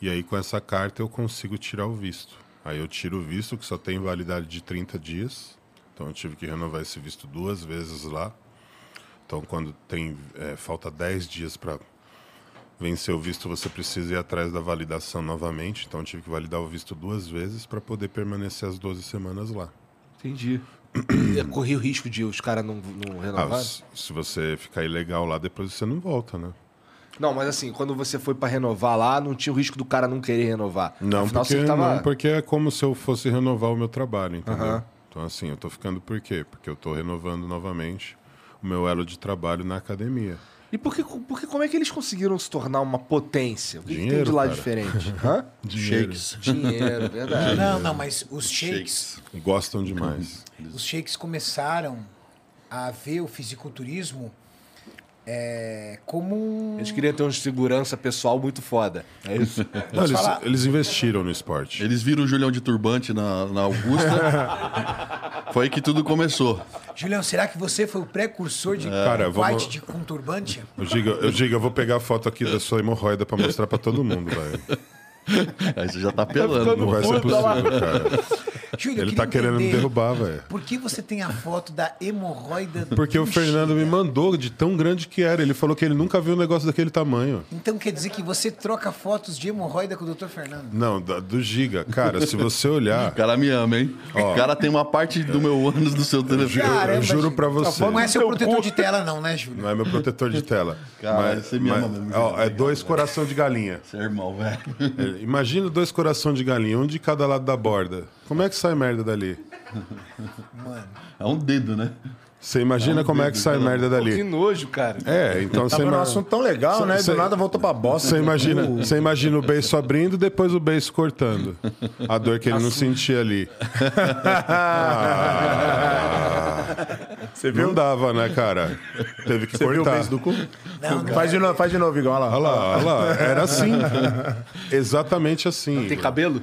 Speaker 4: E aí, com essa carta, eu consigo tirar o visto. Aí eu tiro o visto, que só tem validade de 30 dias. Então, eu tive que renovar esse visto duas vezes lá. Então, quando tem eh, falta 10 dias para vencer o visto, você precisa ir atrás da validação novamente. Então, eu tive que validar o visto duas vezes para poder permanecer as 12 semanas lá.
Speaker 1: Entendi. Eu corri o risco de os caras não, não
Speaker 4: Ah,
Speaker 1: renovar.
Speaker 4: s- se você ficar ilegal lá, depois você não volta, né?
Speaker 1: Não, mas assim, quando você foi pra renovar lá, não tinha o risco do cara não querer renovar.
Speaker 4: Não,
Speaker 1: Afinal,
Speaker 4: porque,
Speaker 1: você tava...
Speaker 4: não, porque é como se eu fosse renovar o meu trabalho, entendeu?
Speaker 1: Aham.
Speaker 4: Então, assim, eu tô ficando por quê? Porque eu tô renovando novamente o meu elo de trabalho na academia.
Speaker 1: E por que, por que- como é que eles conseguiram se tornar uma potência? O que, que tem de
Speaker 4: Dinheiro,
Speaker 1: lá
Speaker 4: cara.
Speaker 1: diferente? Hã?
Speaker 4: Dinheiro.
Speaker 3: Shakes.
Speaker 1: Dinheiro, é verdade.
Speaker 2: Não, não, mas os shakes,
Speaker 4: E gostam demais.
Speaker 2: os shakes começaram a ver o fisiculturismo é, como um
Speaker 1: Eles queriam ter uma segurança pessoal muito foda. É isso?
Speaker 4: Não, eles, eles investiram no esporte.
Speaker 3: Eles viram o Julião de Turbante na, na Augusta. foi aí que tudo começou.
Speaker 2: Julião, será que você foi o precursor de
Speaker 4: É, Cara,
Speaker 2: Kuwait
Speaker 4: vamos-
Speaker 2: de com turbante?
Speaker 4: Eu digo, eu digo, eu vou pegar a foto aqui da sua hemorroida pra mostrar pra todo mundo, velho.
Speaker 3: Aí você já tá pelando.
Speaker 4: Não vai ser possível, cara.
Speaker 2: Júlio, eu
Speaker 4: Ele
Speaker 2: queria
Speaker 4: tá querendo me
Speaker 2: entender
Speaker 4: derrubar, velho.
Speaker 2: Por que você tem a foto da hemorroida
Speaker 4: Porque
Speaker 2: do
Speaker 4: o Fernando me
Speaker 2: Chile?
Speaker 4: mandou de tão grande que era. Ele falou que ele nunca viu um negócio daquele tamanho.
Speaker 2: Então quer dizer que você troca fotos de hemorroida com o Dr. Fernando?
Speaker 4: Não, da- do Giga. Cara, se você olhar.
Speaker 3: O cara me ama, hein? O cara tem uma parte do meu ânus do seu telefone.
Speaker 2: Cara,
Speaker 4: eu juro
Speaker 2: Gil.
Speaker 4: pra você.
Speaker 2: Não é seu
Speaker 4: Teu
Speaker 2: protetor
Speaker 4: cu.
Speaker 2: de tela, não, né, Júlio?
Speaker 4: Não é meu protetor de tela.
Speaker 3: Cara, você me ama mesmo,
Speaker 4: ó,
Speaker 5: né,
Speaker 3: Giga.
Speaker 4: é dois coração de galinha.
Speaker 3: Seu irmão, velho.
Speaker 4: É, Imagina dois coração de galinha, um de cada lado da borda. Como é que sai merda dali?
Speaker 3: É um dedo, né?
Speaker 4: Você
Speaker 5: um
Speaker 4: imagina como é que sai merda
Speaker 1: Que
Speaker 4: dali?
Speaker 1: nojo, cara.
Speaker 4: É, então você
Speaker 5: Tava né? Tá num
Speaker 4: ima-
Speaker 5: assunto tão legal,
Speaker 4: Cê-
Speaker 5: né?
Speaker 4: cê-
Speaker 5: Do nada voltou pra bosta.
Speaker 4: Você imagina, você imagina o beiço abrindo, depois o beiço cortando. A dor que ele não sentia ali. Você viu? Ah. Não dava, né, cara? Teve que
Speaker 5: Viu o
Speaker 4: cortar.
Speaker 5: beijo do cu?
Speaker 2: Não, não.
Speaker 5: Faz de novo, faz de novo, Igor. Olha
Speaker 4: Olha
Speaker 5: lá.
Speaker 4: lá, olha lá. Era assim. Exatamente assim.
Speaker 1: Tem cabelo?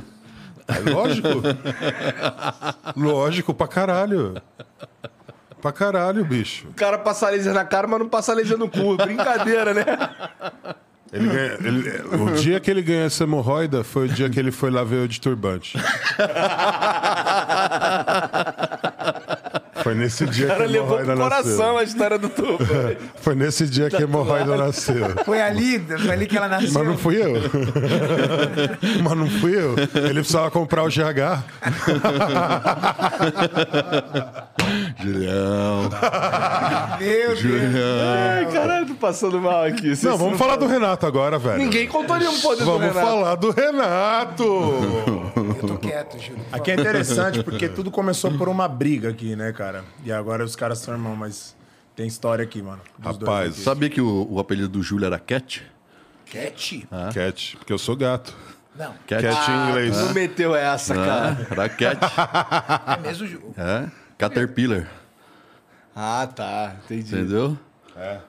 Speaker 4: É Lógico. Lógico, pra caralho. Pra caralho, bicho.
Speaker 1: O cara passa laser na cara, mas não passa laser no cu. Brincadeira, né?
Speaker 4: Ele ganha- ele- o dia que ele ganhou essa hemorroida foi o dia que ele foi lá ver o de turbante. Foi nesse dia
Speaker 1: O cara
Speaker 4: que a
Speaker 1: levou
Speaker 4: hemorroida
Speaker 1: pro coração Tá
Speaker 4: nasceu.
Speaker 1: a história do topo.
Speaker 4: Foi nesse dia que a hemorroida nasceu.
Speaker 2: Foi ali, foi ali que ela nasceu.
Speaker 4: Mas não fui eu. Mas não fui eu. Ele precisava comprar o GH.
Speaker 3: Julião,
Speaker 2: Meu Deus.
Speaker 3: Julião.
Speaker 1: Ai, caralho, tô passando mal aqui. Vocês
Speaker 4: Não, vamos falar do Renato agora, velho.
Speaker 1: Ninguém contou nenhum poder
Speaker 4: Vamos
Speaker 1: do Renato.
Speaker 4: falar do Renato!
Speaker 2: Eu tô quieto, Júlio.
Speaker 5: Aqui é interessante porque tudo começou por uma briga aqui, né, cara? E agora os caras são irmãos, mas tem história aqui, mano. dos dois
Speaker 4: Rapaz,
Speaker 5: aqui.
Speaker 3: Sabia que o, o apelido do Júlio era Cat?
Speaker 2: Cat?
Speaker 4: Ah. Cat, porque eu sou gato.
Speaker 2: Não,
Speaker 3: Cat,
Speaker 4: Cat em inglês.
Speaker 1: Não meteu essa, cara.
Speaker 3: Ah, era Cat.
Speaker 2: é mesmo Júlio.
Speaker 3: É. Caterpillar,
Speaker 1: Ah, tá. Entendi.
Speaker 3: entendeu?
Speaker 4: É.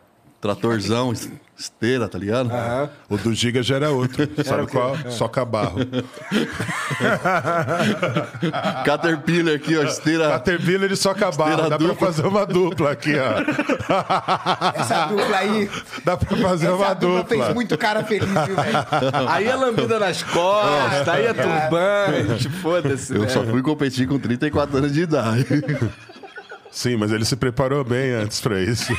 Speaker 3: Tratorzão, es- esteira, tá ligado?
Speaker 4: O do Giga já era outro. Sabe qual? Só cabarro.
Speaker 3: Caterpillar aqui, ó, esteira.
Speaker 4: Caterpillar Tá, ele só cabarro.
Speaker 3: Esteira
Speaker 4: Dá pra
Speaker 3: dupla.
Speaker 4: fazer uma dupla aqui, ó.
Speaker 2: Essa dupla aí.
Speaker 5: É
Speaker 4: Dá pra fazer
Speaker 2: Essa
Speaker 4: uma
Speaker 2: dupla,
Speaker 4: dupla.
Speaker 2: fez muito cara tá feliz, viu, velho?
Speaker 1: Aí é lambida nas costas, aí é turbante, foda-se.
Speaker 3: Eu
Speaker 1: né?
Speaker 3: só fui competir com 34 anos de idade.
Speaker 4: Sim, mas ele se preparou bem antes pra isso.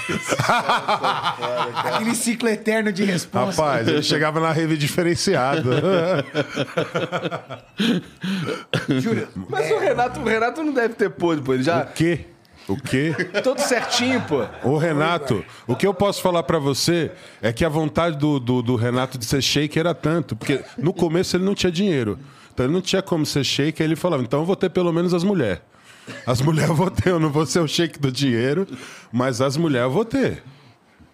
Speaker 2: Aquele ciclo eterno de resposta.
Speaker 4: Rapaz, ele chegava na rave diferenciado.
Speaker 2: Júlio,
Speaker 1: Mas o Renato, o Renato não deve ter podre, pô. Ele já.
Speaker 4: que? O quê?
Speaker 1: Todo certinho, pô.
Speaker 4: Ô, Renato, o que eu posso falar pra você é que a vontade do, do, do Renato de ser shake era tanto, porque no começo ele não tinha dinheiro. Então ele não tinha como ser shake, aí ele falava, então eu vou ter pelo menos as mulheres. As mulheres eu vou ter, eu não vou ser o shake do dinheiro, mas as mulheres eu vou ter.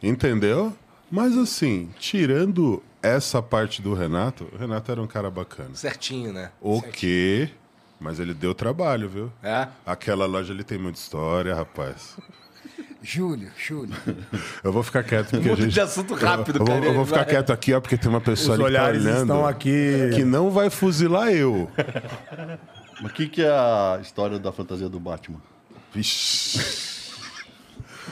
Speaker 4: Entendeu? Mas assim, tirando essa parte do Renato, o Renato era um cara bacana.
Speaker 1: Certinho, né?
Speaker 4: O quê? Mas ele deu trabalho, viu?
Speaker 1: É?
Speaker 4: Aquela loja ali tem muita história, rapaz.
Speaker 2: Júlio, Júlio.
Speaker 4: Eu vou ficar quieto porque a
Speaker 1: Muda
Speaker 4: gente.
Speaker 1: de assunto rápido,
Speaker 4: eu, vou-
Speaker 1: cara.
Speaker 4: eu vou ficar quieto aqui, ó, porque tem uma pessoa
Speaker 5: Os
Speaker 4: ali que tá
Speaker 5: olhares
Speaker 4: olhando.
Speaker 5: estão aqui.
Speaker 4: Que não vai fuzilar eu.
Speaker 3: Mas o que, que é a história da fantasia do Batman?
Speaker 4: Vixe.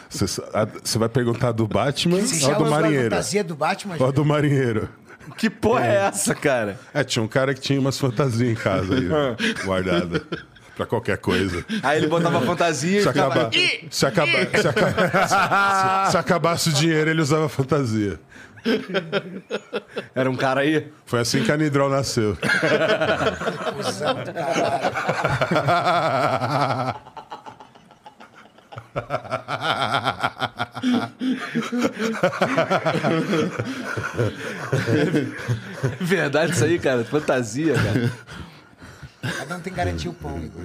Speaker 4: Você sa- a- Você vai perguntar do Batman
Speaker 2: Se
Speaker 4: ou
Speaker 2: chama
Speaker 4: do
Speaker 2: a
Speaker 4: marinheiro?
Speaker 2: fantasia do Batman,
Speaker 4: Ou
Speaker 2: Júlio.
Speaker 4: do marinheiro?
Speaker 1: Que porra é essa, cara?
Speaker 4: É, tinha um cara que tinha umas fantasias em casa aí, ó, guardada. Pra qualquer coisa.
Speaker 1: Aí ele botava fantasia e
Speaker 4: Se
Speaker 1: ficava-
Speaker 4: acabar, se, acabar, se, acabar- se- se acabasse o dinheiro, ele usava fantasia.
Speaker 1: Era um cara aí?
Speaker 4: Foi assim que a Nidrol nasceu.
Speaker 1: Verdade isso aí, cara. Fantasia, cara.
Speaker 2: Cada um tem que garantir o pão, Igor.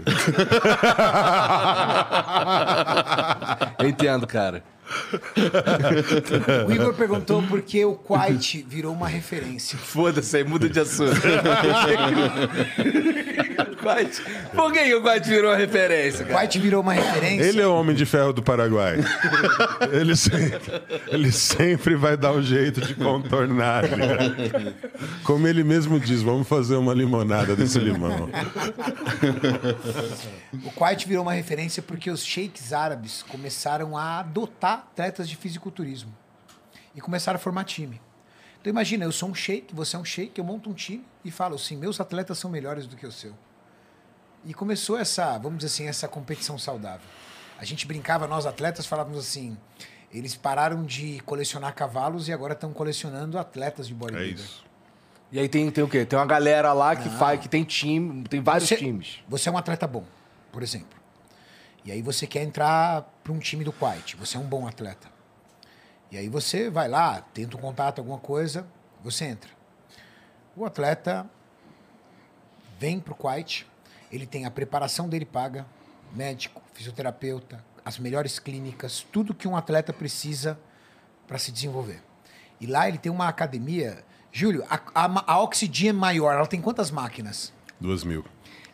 Speaker 1: Eu entendo, cara.
Speaker 2: O Igor perguntou por que o Quite virou uma referência.
Speaker 1: Foda-se aí, muda de assunto. Quite- Por que, que o Quite virou uma referência, cara?
Speaker 2: Quite virou uma referência.
Speaker 4: Ele é o homem de ferro do Paraguai. Ele sempre, ele sempre vai dar um jeito de contornar. né? Como ele mesmo diz, vamos fazer uma limonada desse limão. um-
Speaker 2: O Quite virou uma referência porque os sheiks árabes começaram a adotar atletas de fisiculturismo e começaram a formar time. Então imagina, eu sou um shake, você é um shake, eu monto um time e falo assim, meus atletas são melhores do que o seu. E começou essa, vamos dizer assim, essa competição saudável. A gente brincava, nós atletas falávamos assim, eles pararam de colecionar cavalos e agora estão colecionando atletas de
Speaker 4: É
Speaker 2: bodybuilder.
Speaker 4: isso.
Speaker 1: E aí tem, tem o quê? Tem uma galera lá que
Speaker 2: Ah.
Speaker 1: faz, que tem time, tem vários
Speaker 2: Você-
Speaker 1: times.
Speaker 2: Você é um atleta bom, por exemplo. E aí você quer entrar para um time do Quiet. Você é um bom atleta. E aí você vai lá, tenta um contato, alguma coisa, você entra. O atleta vem para o Quiet, ele tem a preparação dele paga, médico, fisioterapeuta, as melhores clínicas, tudo que um atleta precisa para se desenvolver. E lá ele tem uma academia. Júlio, a, a, a Oxygen maior, ela tem quantas máquinas?
Speaker 4: Duas mil.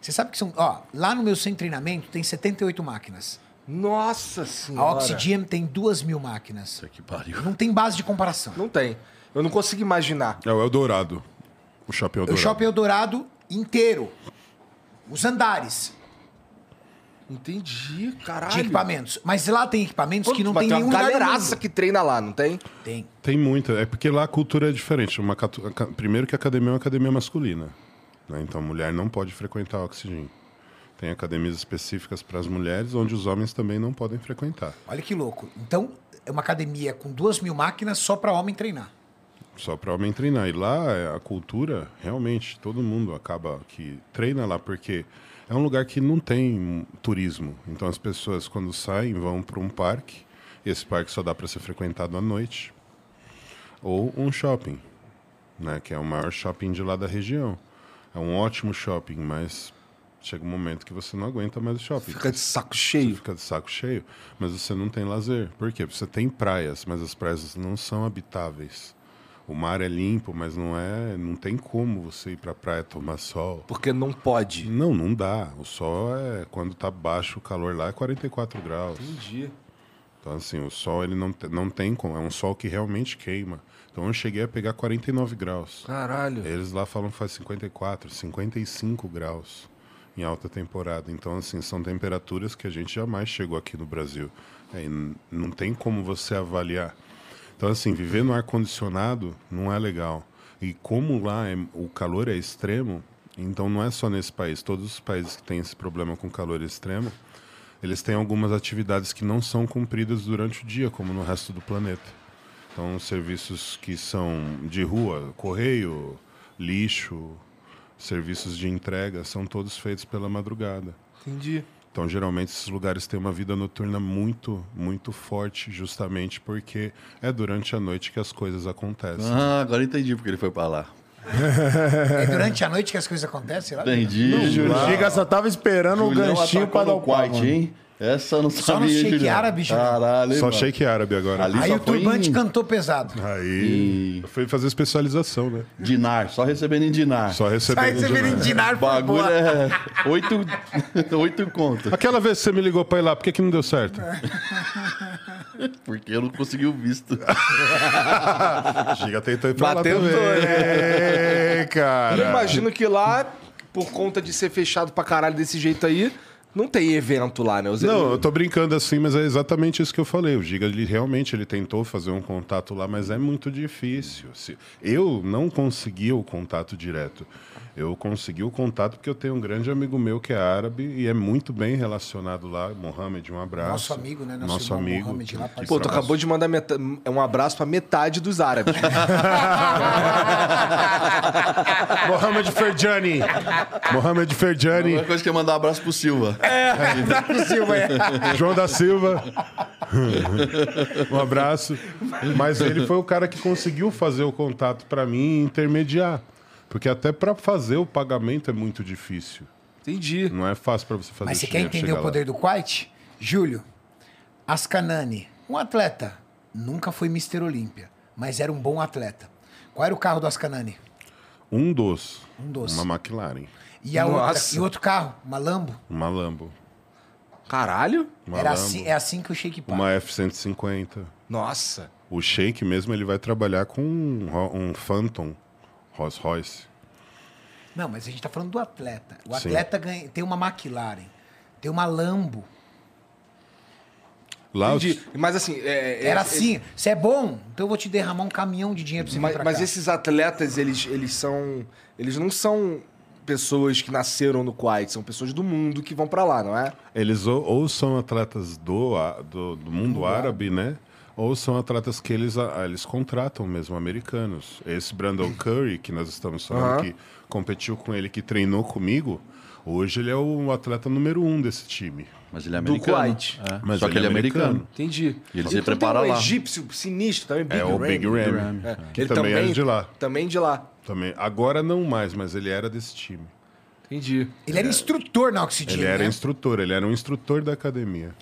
Speaker 2: Você sabe que são. Ó, lá no meu centro de treinamento tem 78 máquinas.
Speaker 1: Nossa
Speaker 2: A
Speaker 1: senhora.
Speaker 2: Oxygen tem 2 mil máquinas.
Speaker 3: Que pariu.
Speaker 2: Não tem base de comparação.
Speaker 1: Não tem. Eu não consigo imaginar.
Speaker 4: É o Eldorado. O chapéu
Speaker 2: O
Speaker 4: dourado.
Speaker 2: shopping Eldorado inteiro. Os andares,
Speaker 1: Entendi, caralho.
Speaker 2: de equipamentos. Mas lá tem equipamentos que não
Speaker 1: Mas
Speaker 2: tem nenhum
Speaker 1: uma
Speaker 2: lugar no
Speaker 1: galeraça
Speaker 2: mundo.
Speaker 1: que treina lá, não tem?
Speaker 2: Tem.
Speaker 4: Tem muita. É porque lá a cultura é diferente. Uma catu- aca- Primeiro que a academia é uma academia masculina. né? Então, mulher não pode frequentar a Oxygen. Tem academias específicas para as mulheres, onde os homens também não podem frequentar.
Speaker 2: Olha que louco. Então, é uma academia com 2 mil máquinas só para homem treinar.
Speaker 4: Só para homem treinar. E lá é, a cultura, realmente, todo mundo acaba que treina lá, porque é um lugar que não tem turismo. Então as pessoas, quando saem, vão para um parque. Esse parque só dá para ser frequentado à noite. Ou um shopping, né? que é o maior shopping de lá da região. É um ótimo shopping, mas chega um momento que você não aguenta mais o shopping.
Speaker 1: Fica de saco
Speaker 4: Você
Speaker 1: cheio.
Speaker 4: fica de saco cheio, mas você não tem lazer. Por quê? Você tem praias, mas as praias não são habitáveis. O mar é limpo, mas não é, não tem como você ir pra praia tomar sol.
Speaker 1: Porque não pode.
Speaker 4: Não, não dá. O sol é quando tá baixo, o calor lá é 44 graus.
Speaker 1: Entendi.
Speaker 4: Então assim, o sol ele não, te- não tem como, é um sol que realmente queima. Então eu cheguei a pegar 49 graus.
Speaker 1: Caralho.
Speaker 4: Eles lá falam que faz 54, 55 graus em alta temporada. Então, assim, são temperaturas que a gente jamais chegou aqui no Brasil. É, e n- não tem como você avaliar. Então, assim, viver no ar-condicionado não é legal. E como lá é- o calor é extremo, então não é só nesse país. Todos os países que têm esse problema com calor extremo, eles têm algumas atividades que não são cumpridas durante o dia, como no resto do planeta. Então, serviços que são de rua, correio, lixo, serviços de entrega, são todos feitos pela madrugada.
Speaker 1: Entendi.
Speaker 4: Então, geralmente, esses lugares têm uma vida noturna muito, muito forte, justamente porque é durante a noite que as coisas acontecem.
Speaker 3: Ah, agora entendi porque ele foi pra lá.
Speaker 2: É durante a noite que as coisas acontecem lá.
Speaker 3: Entendi. Julião.
Speaker 5: O Giga só tava esperando o
Speaker 3: Julião
Speaker 5: um ganchinho
Speaker 3: atacou
Speaker 5: pra dar
Speaker 3: no
Speaker 5: o quarto,
Speaker 3: quite, hein? Essa eu não
Speaker 2: Só no
Speaker 3: sabia,
Speaker 2: shake
Speaker 3: Julião.
Speaker 2: árabe, Julião.
Speaker 3: Caralho,
Speaker 4: Só
Speaker 3: mano.
Speaker 4: shake árabe agora.
Speaker 3: Ali
Speaker 2: Aí
Speaker 3: só
Speaker 2: o
Speaker 3: foi
Speaker 2: turbante
Speaker 3: em
Speaker 2: cantou pesado.
Speaker 4: Aí eu fui fazer especialização, né?
Speaker 3: dinar, só recebendo em dinar.
Speaker 4: Só
Speaker 2: Aí
Speaker 4: recebendo.
Speaker 2: você vira
Speaker 4: de
Speaker 2: em
Speaker 4: nada.
Speaker 2: dinar
Speaker 3: O
Speaker 2: foi
Speaker 3: bagulho
Speaker 2: boa.
Speaker 3: é oito, oito contas.
Speaker 4: Aquela vez que você me ligou pra ir lá, por que, que não deu certo?
Speaker 3: Porque eu não consegui o visto.
Speaker 4: Chega tentou ir pra
Speaker 1: Bateu
Speaker 4: lá também.
Speaker 1: dois,
Speaker 4: Ei, cara.
Speaker 1: Eu imagino que lá, por conta de ser fechado pra caralho desse jeito aí, não tem evento lá, né? Os-
Speaker 4: Não, eu tô brincando assim, mas é exatamente isso que eu falei. O Giga, ele realmente ele tentou fazer um contato lá, mas é muito difícil. Se- Eu não consegui o contato direto. Eu consegui o contato porque eu tenho um grande amigo meu que é árabe e é muito bem relacionado lá. Mohamed, um abraço.
Speaker 2: Nosso amigo, né? Nosso
Speaker 4: Nosso,
Speaker 2: irmão
Speaker 4: amigo.
Speaker 2: Mohamed lá, parceiro.
Speaker 1: Pô, tu acabou de mandar meta- um abraço pra metade dos árabes.
Speaker 4: Mohamed Ferjani. Mohamed Ferjani.
Speaker 3: Uma coisa que é mandar um abraço pro Silva.
Speaker 2: é
Speaker 4: João da Silva. um abraço. Mas ele foi o cara que conseguiu fazer o contato para mim e intermediar. Porque até para fazer o pagamento é muito difícil.
Speaker 1: Entendi.
Speaker 4: Não é fácil para você fazer
Speaker 2: Mas você
Speaker 4: o
Speaker 2: quer
Speaker 4: chinelo
Speaker 2: entender
Speaker 4: chegar
Speaker 2: o poder do Quite? Júlio, Ascanani, um atleta, nunca foi Mr. Olímpia, mas era um bom atleta. Qual era o carro do Ascanani?
Speaker 4: Lá. Um dos.
Speaker 2: Um dos.
Speaker 4: Uma McLaren.
Speaker 2: E, a outra,
Speaker 1: Nossa.
Speaker 2: e outro carro, uma Lambo?
Speaker 4: Uma Lambo.
Speaker 1: Caralho?
Speaker 4: Uma
Speaker 2: Era
Speaker 4: Lambo.
Speaker 2: assim, é assim que o Shake paga.
Speaker 4: Uma F-150.
Speaker 1: Nossa.
Speaker 4: O Sheik mesmo, ele vai trabalhar com um, Ro- um Phantom Rolls Royce.
Speaker 2: Não, mas a gente tá falando do atleta. O
Speaker 4: Sim.
Speaker 2: atleta ganha- tem uma McLaren, tem uma Lambo.
Speaker 4: Lá os-
Speaker 1: Entendi. Mas assim. é- é-
Speaker 2: Era assim, você é bom, então eu vou te derramar um caminhão de dinheiro pra você vir
Speaker 1: Mas,
Speaker 2: pra
Speaker 1: mas
Speaker 2: cá.
Speaker 1: esses atletas, eles, eles são. Eles não são pessoas que nasceram no Kuwait, são pessoas do mundo que vão pra lá, não é?
Speaker 4: Eles ou, ou são atletas do, a- do, do mundo árabe, né? Ou são atletas que eles, a- eles contratam mesmo, americanos. Esse Brandon Curry, que nós estamos falando, que competiu com ele, que treinou comigo, hoje ele é o atleta número um desse time.
Speaker 3: Mas ele é americano.
Speaker 1: Kuwait.
Speaker 3: É. Só que ele é americano.
Speaker 1: Entendi.
Speaker 3: E
Speaker 1: Então
Speaker 3: eles se preparam
Speaker 1: tem um
Speaker 3: lá.
Speaker 1: egípcio sinistro também, Big
Speaker 4: é o
Speaker 1: Ram.
Speaker 4: Big Ram,
Speaker 1: É,
Speaker 4: que também, é de lá.
Speaker 1: Também de lá.
Speaker 4: Também. Agora não mais, mas ele era desse time.
Speaker 1: Entendi.
Speaker 2: Ele era instrutor na Oxygen,
Speaker 4: Ele era
Speaker 2: né?
Speaker 4: instrutor, ele era um instrutor da academia.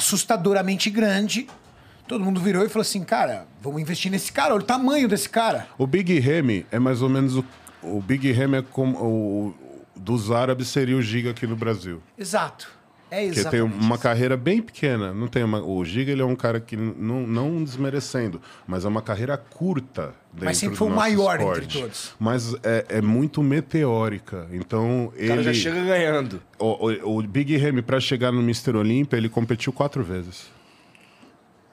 Speaker 2: assustadoramente grande. Todo mundo virou e falou assim, cara, vamos investir nesse cara, olha o tamanho desse cara.
Speaker 4: O Big Remy é mais ou menos o. O Big Remy é como. O, o- dos árabes seria o Giga aqui no Brasil.
Speaker 2: Exato. É
Speaker 4: Porque
Speaker 2: exato.
Speaker 4: tem uma carreira bem pequena. Não tem uma- o Giga ele é um cara que, não, não desmerecendo, mas é uma carreira curta dentro
Speaker 2: Mas sempre
Speaker 4: do
Speaker 2: foi o
Speaker 4: nosso
Speaker 2: maior
Speaker 4: esporte.
Speaker 2: entre todos.
Speaker 4: Mas é, é muito meteórica. Então,
Speaker 1: O cara
Speaker 4: ele.
Speaker 1: já chega ganhando.
Speaker 4: O, o- o Big Remy, para chegar no Mr. Olímpia, ele competiu quatro vezes.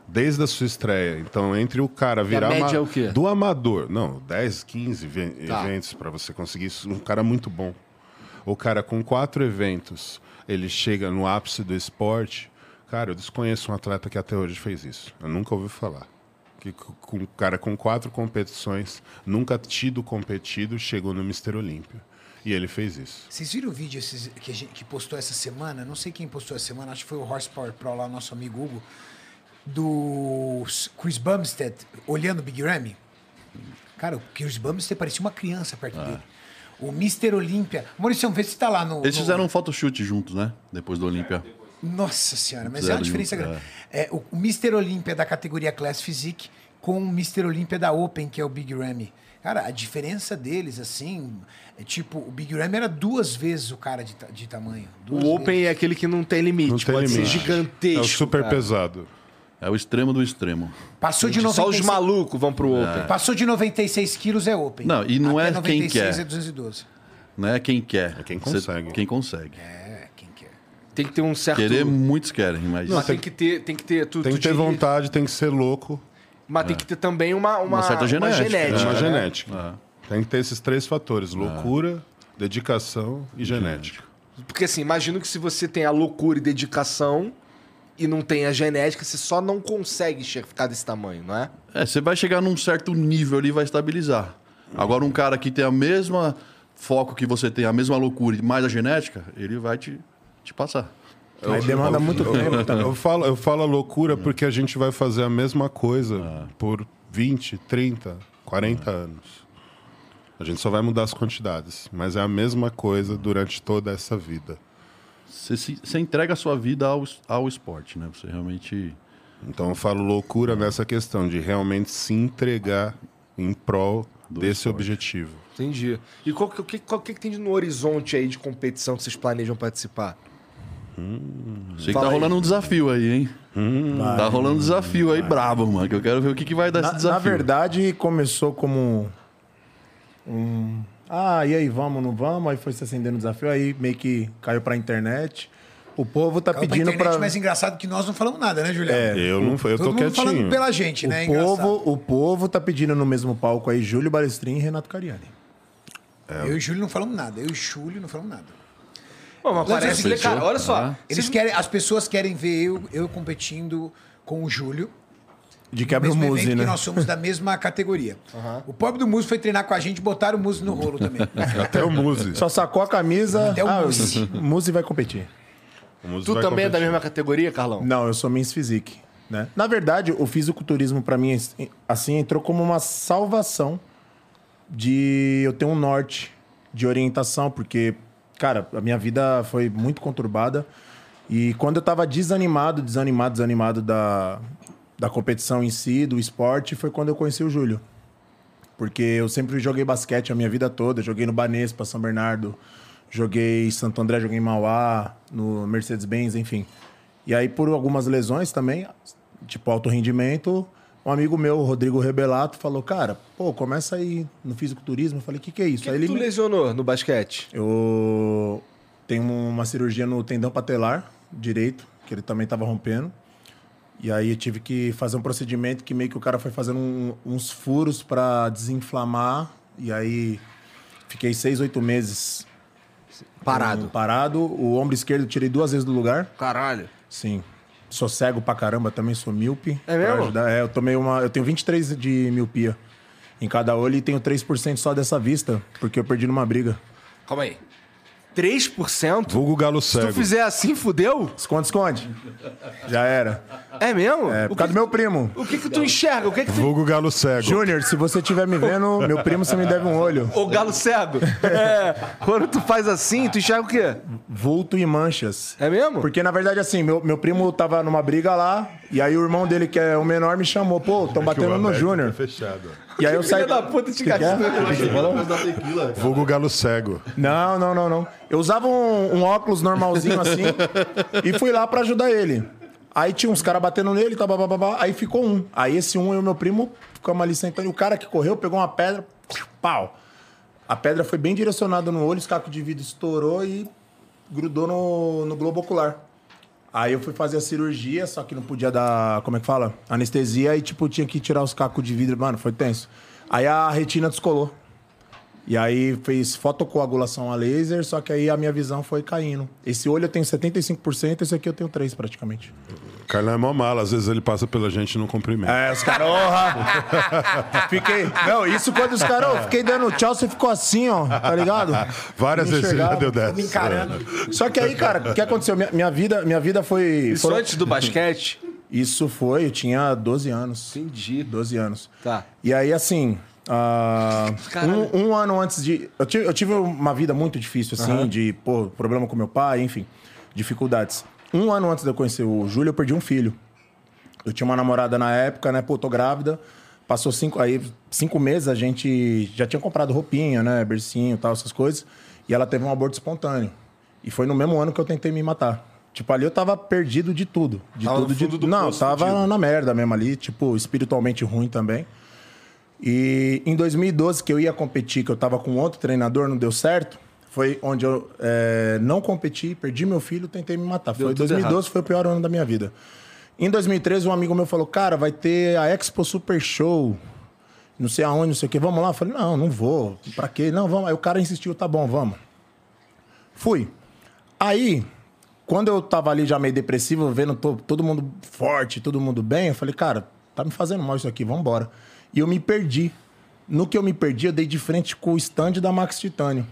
Speaker 4: Desde a sua estreia. Então, entre o cara virar.
Speaker 1: média
Speaker 4: ama-
Speaker 1: é o quê?
Speaker 4: Do amador. Não, 10, 15 ve-
Speaker 1: Tá.
Speaker 4: eventos para você conseguir. isso, Um cara muito bom. O cara com quatro eventos, ele chega no ápice do esporte. Cara, eu desconheço um atleta que até hoje fez isso. Eu nunca ouvi falar. Que c- com um cara com quatro competições, nunca tido competido, chegou no Mr. Olímpia. E ele fez isso.
Speaker 2: Vocês viram o vídeo esses- que, a gente, que postou essa semana? Não sei quem postou essa semana, acho que foi o Horsepower Pro lá, nosso amigo Hugo, do Chris Bumstead olhando o Big Ramy. Cara, o Chris Bumstead parecia uma criança perto
Speaker 4: Ah.
Speaker 2: dele. O Mr. Olímpia. Maurício, vê se tá lá no.
Speaker 3: Eles
Speaker 2: no-
Speaker 3: fizeram um photoshoot juntos, né? Depois do Olímpia.
Speaker 2: Nossa senhora, mas é
Speaker 3: Fizeram
Speaker 2: uma diferença
Speaker 3: junto,
Speaker 2: grande. É, o, o Mr. Olímpia da categoria Class Physique com o Mr. Olímpia da Open, que é o Big Ramy. Cara, a diferença deles, assim, é tipo, o Big Ramy era duas vezes o cara de, ta- de tamanho. Duas
Speaker 1: O Open é aquele que não tem limite.
Speaker 4: Não tem
Speaker 1: Pode
Speaker 4: limite.
Speaker 1: ser
Speaker 4: É
Speaker 1: gigantesco.
Speaker 4: o super
Speaker 1: cara.
Speaker 4: pesado.
Speaker 3: É o extremo do extremo.
Speaker 2: Passou de,
Speaker 1: Só os
Speaker 2: 96,
Speaker 1: malucos vão pro Open.
Speaker 2: passou de 96 quilos é Open.
Speaker 3: Não, e não
Speaker 2: Até
Speaker 3: é quem
Speaker 2: 96
Speaker 3: quer.
Speaker 2: é 212.
Speaker 3: Não é quem quer.
Speaker 4: É quem
Speaker 3: Cê-
Speaker 4: consegue.
Speaker 3: quem consegue.
Speaker 2: É, quem quer.
Speaker 1: Tem que ter um certo.
Speaker 3: Querer, muitos querem, mas...
Speaker 1: Mas tem que ter. Tem que ter, tu-
Speaker 4: Tem
Speaker 1: tu
Speaker 4: que ter
Speaker 1: diria-
Speaker 4: vontade, tem que ser louco.
Speaker 1: Mas tem que ter também uma, uma,
Speaker 3: Uma certa genética,
Speaker 4: É uma
Speaker 1: né?
Speaker 3: né?
Speaker 4: genética. Tem que ter esses três fatores: loucura, dedicação e genética.
Speaker 1: Porque assim, imagino que se você tem a loucura e dedicação e não tem a genética, você só não consegue che- ficar desse tamanho, não é?
Speaker 3: É, você vai chegar num certo nível ali e vai estabilizar. Agora, um cara que tem a mesma foco que você tem, a mesma loucura e mais a genética, ele vai te, te passar.
Speaker 5: Aí demanda muito tempo. tá?
Speaker 4: Eu falo, eu falo a loucura porque a gente vai fazer a mesma coisa por 20, 30, 40 anos. A gente só vai mudar as quantidades, mas é a mesma coisa durante toda essa vida.
Speaker 3: Você, se, você entrega a sua vida ao, es- ao esporte, né? Você realmente...
Speaker 4: Então eu falo loucura nessa questão de realmente se entregar em prol desse objetivo.
Speaker 1: Entendi. E qual, que- o que, qual que que tem no horizonte aí de competição que vocês planejam participar?
Speaker 3: Sei que
Speaker 1: Fala
Speaker 3: tá
Speaker 1: aí.
Speaker 3: rolando um desafio aí, hein?
Speaker 4: Hum.
Speaker 3: tá rolando um desafio aí brabo, mano. Que eu quero ver o que, que vai dar
Speaker 5: Na,
Speaker 3: esse
Speaker 5: na
Speaker 3: desafio.
Speaker 5: verdade, começou como um. Ah, e aí, vamos, não vamos? Aí foi se acendendo o desafio, aí meio que caiu pra internet. O povo tá
Speaker 2: Caiu pra
Speaker 5: pedindo
Speaker 2: internet,
Speaker 5: pra.
Speaker 2: mas engraçado que nós não falamos nada, né, Julião?
Speaker 5: É,
Speaker 4: Eu não
Speaker 2: Todo
Speaker 4: eu tô
Speaker 2: mundo falando
Speaker 4: quietinho.
Speaker 2: pela gente, né?
Speaker 5: O
Speaker 2: Engraçado.
Speaker 5: povo, o povo tá pedindo no mesmo palco aí Júlio Balestrin e Renato Cariani.
Speaker 2: Eu e o Júlio não falamos nada. Eu e o Júlio não falamos nada.
Speaker 1: Pô, mas parece que, cara, olha só.
Speaker 2: Eles querem, as pessoas querem ver eu, eu competindo com o Júlio.
Speaker 5: De quebra o
Speaker 2: mesmo evento
Speaker 5: Muse,
Speaker 2: que
Speaker 5: né?
Speaker 2: nós somos da mesma categoria. O pobre do Muzi foi treinar com a gente, botaram o Muzi no rolo também.
Speaker 4: Até o Muzi.
Speaker 5: Só sacou a camisa.
Speaker 2: Até o
Speaker 5: ah,
Speaker 2: Muse.
Speaker 5: o Muse vai competir.
Speaker 4: O Muzi
Speaker 1: Tu
Speaker 4: vai
Speaker 1: também é da
Speaker 4: competir.
Speaker 1: mesma categoria, Carlão?
Speaker 5: Não, eu sou Miss Physique, né? Na verdade, o fisiculturismo pra mim assim entrou como uma salvação de eu ter um norte de orientação, porque cara, a minha vida foi muito conturbada e quando eu tava desanimado, desanimado, desanimado da da competição em si, do esporte, foi quando eu conheci o Júlio. Porque eu sempre joguei basquete a minha vida toda. Joguei no Banespa, São Bernardo, joguei em Santo André, joguei em Mauá, no Mercedes-Benz, enfim. E aí, por algumas lesões também, tipo alto rendimento, um amigo meu, o Rodrigo Rebelato, falou: Cara, pô, começa aí no fisiculturismo. Eu falei: O que, que é isso?
Speaker 1: O que,
Speaker 5: aí
Speaker 1: que tu
Speaker 5: me-
Speaker 1: lesionou no basquete?
Speaker 5: eu tenho uma cirurgia no tendão patelar direito, que ele também estava rompendo. E aí eu tive que fazer um procedimento que meio que o cara foi fazendo um- uns furos pra desinflamar. E aí fiquei seis, oito meses
Speaker 1: Parado.
Speaker 5: hum, parado. O ombro esquerdo eu tirei duas vezes do lugar.
Speaker 1: Caralho.
Speaker 5: Sim. Sou cego pra caramba também, sou míope.
Speaker 1: É
Speaker 5: Pra
Speaker 1: mesmo?
Speaker 5: ajudar. É, eu tomei uma. Eu tenho 23 de miopia em cada olho e tenho 3% só dessa vista, porque eu perdi numa briga.
Speaker 1: Calma aí. 3%?
Speaker 4: Vulgo galo
Speaker 1: Se tu
Speaker 4: cego.
Speaker 1: fizer assim, fudeu?
Speaker 5: Esconde, esconde. Já era.
Speaker 1: É mesmo?
Speaker 5: É,
Speaker 1: o,
Speaker 5: por
Speaker 1: que,
Speaker 5: causa do meu primo.
Speaker 1: o que que tu enxerga? O que que tu...
Speaker 4: Vulgo galo cego.
Speaker 5: Júnior, se você estiver me vendo, meu primo, você me deve um olho.
Speaker 1: Ô, galo cego. É, quando tu faz assim, tu enxerga o quê?
Speaker 5: Vulto e manchas.
Speaker 1: É mesmo?
Speaker 5: Porque, na verdade, assim, meu, meu primo tava numa briga lá, e aí o irmão dele, que é o menor, me chamou. Pô, tão
Speaker 4: Que o
Speaker 5: batendo no
Speaker 4: América
Speaker 5: Júnior.
Speaker 4: tá Fechado.
Speaker 5: E aí eu saí...
Speaker 1: Filha da puta te
Speaker 5: Que que é?
Speaker 4: Vulgo galo cego.
Speaker 5: Não, não, não, não. Eu usava um, um óculos normalzinho assim e fui lá pra ajudar ele. Aí tinha uns caras batendo nele, tá, babá, aí ficou um. Aí esse um, eu e meu primo ficamos ali sentando. E o cara que correu pegou uma pedra, pau. A pedra foi bem direcionada no olho, os cacos de vidro estourou e grudou no, no globo ocular. Aí eu fui fazer a cirurgia, só que não podia dar, como é que fala? Anestesia e, tipo, tinha que tirar os cacos de vidro. Mano, foi tenso. Aí a retina descolou. E aí fez fotocoagulação a laser, só que aí a minha visão foi caindo. Esse olho eu tenho 75%, esse aqui eu tenho 3 praticamente.
Speaker 4: O Carlão é mó mala, às vezes ele passa pela gente e não cumprimenta.
Speaker 5: É, os caras, orra! fiquei. Não, isso quando os caras, "Ô, fiquei dando tchau, você ficou assim, ó, tá ligado?
Speaker 4: Várias
Speaker 5: Não
Speaker 4: vezes ele já
Speaker 5: enxergava.
Speaker 4: deu dessa.
Speaker 2: Me encarando.
Speaker 5: Só que aí, cara, o que aconteceu? Minha, minha vida, minha vida foi.
Speaker 1: Isso
Speaker 5: foram-
Speaker 1: antes do basquete?
Speaker 5: Isso foi, eu tinha 12 anos.
Speaker 1: Entendi.
Speaker 5: 12 anos.
Speaker 1: Tá.
Speaker 5: E aí, assim. ah,
Speaker 1: Caralho.
Speaker 5: um, um ano antes de. Eu tive, eu tive uma vida muito difícil, assim, de pô, problema com meu pai, enfim, dificuldades. Um ano antes de eu conhecer o Júlio, eu perdi um filho. Eu tinha uma namorada na época, né? Pô, tô grávida. Passou cinco, aí, cinco meses, a gente já tinha comprado roupinha, né? Bercinho e tal, essas coisas. E ela teve um aborto espontâneo. E foi no mesmo ano que eu tentei me matar. Tipo, ali eu tava perdido de tudo. De
Speaker 1: Tava no
Speaker 5: tudo, de
Speaker 1: fundo do
Speaker 5: tudo. Não,
Speaker 1: poço
Speaker 5: tava
Speaker 1: fudido.
Speaker 5: na merda mesmo ali. Tipo, espiritualmente ruim também. E em 2012, que eu ia competir, que eu tava com outro treinador, não deu certo. Foi onde eu eh, não competi, perdi meu filho, tentei me matar.
Speaker 1: Deu
Speaker 5: foi
Speaker 1: tudo
Speaker 5: 2012, foi o pior ano da minha vida. Em 2013, um amigo meu falou: Cara, vai ter a Expo Super Show, não sei aonde, não sei o quê, vamos lá? Eu falei: Não, não vou, pra quê? Não, vamos. Aí o cara insistiu: Tá bom, vamos. Fui. Aí, quando eu tava ali já meio depressivo, vendo to- todo mundo forte, todo mundo bem, eu falei, cara, tá me fazendo mal isso aqui, vambora. E eu me perdi. No que eu me perdi, eu dei de frente com o stand da Max Titânio.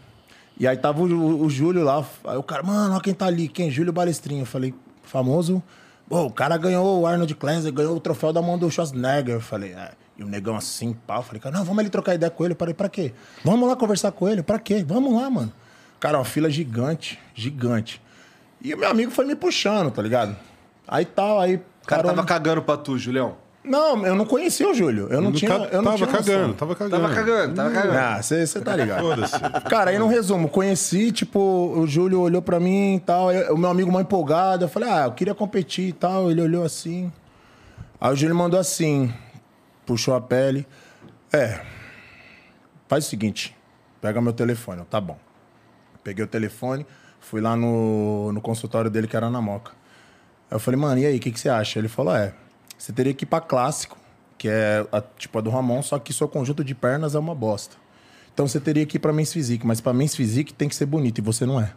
Speaker 5: E aí tava o, Ju- o Júlio lá, aí o cara, mano, olha quem tá ali, quem? Júlio Balestrinho. Eu falei, famoso. Pô, o cara ganhou o Arnold Cleanser, ganhou o troféu da mão do Schwarzenegger. Eu falei, é. E o negão assim, pau. Eu falei, cara, não, vamos ali trocar ideia com ele. Eu falei, pra quê? Vamos lá conversar com ele, pra quê? Vamos lá, mano. Cara, é uma fila gigante, gigante. E o meu amigo foi me puxando, tá ligado? Aí tal, aí.
Speaker 1: O cara
Speaker 5: carona-
Speaker 1: tava cagando pra tu, Julião.
Speaker 5: Não, eu não conhecia o Júlio. Eu não, tinha.
Speaker 4: Tá-
Speaker 5: Eu não
Speaker 4: tava,
Speaker 5: tinha noção.
Speaker 4: cagando, tava cagando,
Speaker 1: Tava cagando, tava cagando.
Speaker 5: Ah, você tá ligado.
Speaker 4: Foda-se.
Speaker 5: Cara, aí no resumo, conheci, tipo, o Júlio olhou pra mim e tal. aí o meu amigo mó empolgado. Eu falei, ah, eu queria competir e tal. Ele olhou assim. Aí o Júlio mandou assim. Puxou a pele. É. Faz o seguinte. Pega meu telefone. Eu, tá bom. Peguei o telefone. Fui lá no, no consultório dele, que era na Moca. Aí eu falei, mano, e aí, o que, que você acha? Ele falou, é, você teria que ir pra clássico, que é a, tipo a do Ramon, só que seu conjunto de pernas é uma bosta. Então você teria que ir pra Men's Physique, mas pra Men's Physique tem que ser bonito, e você não é.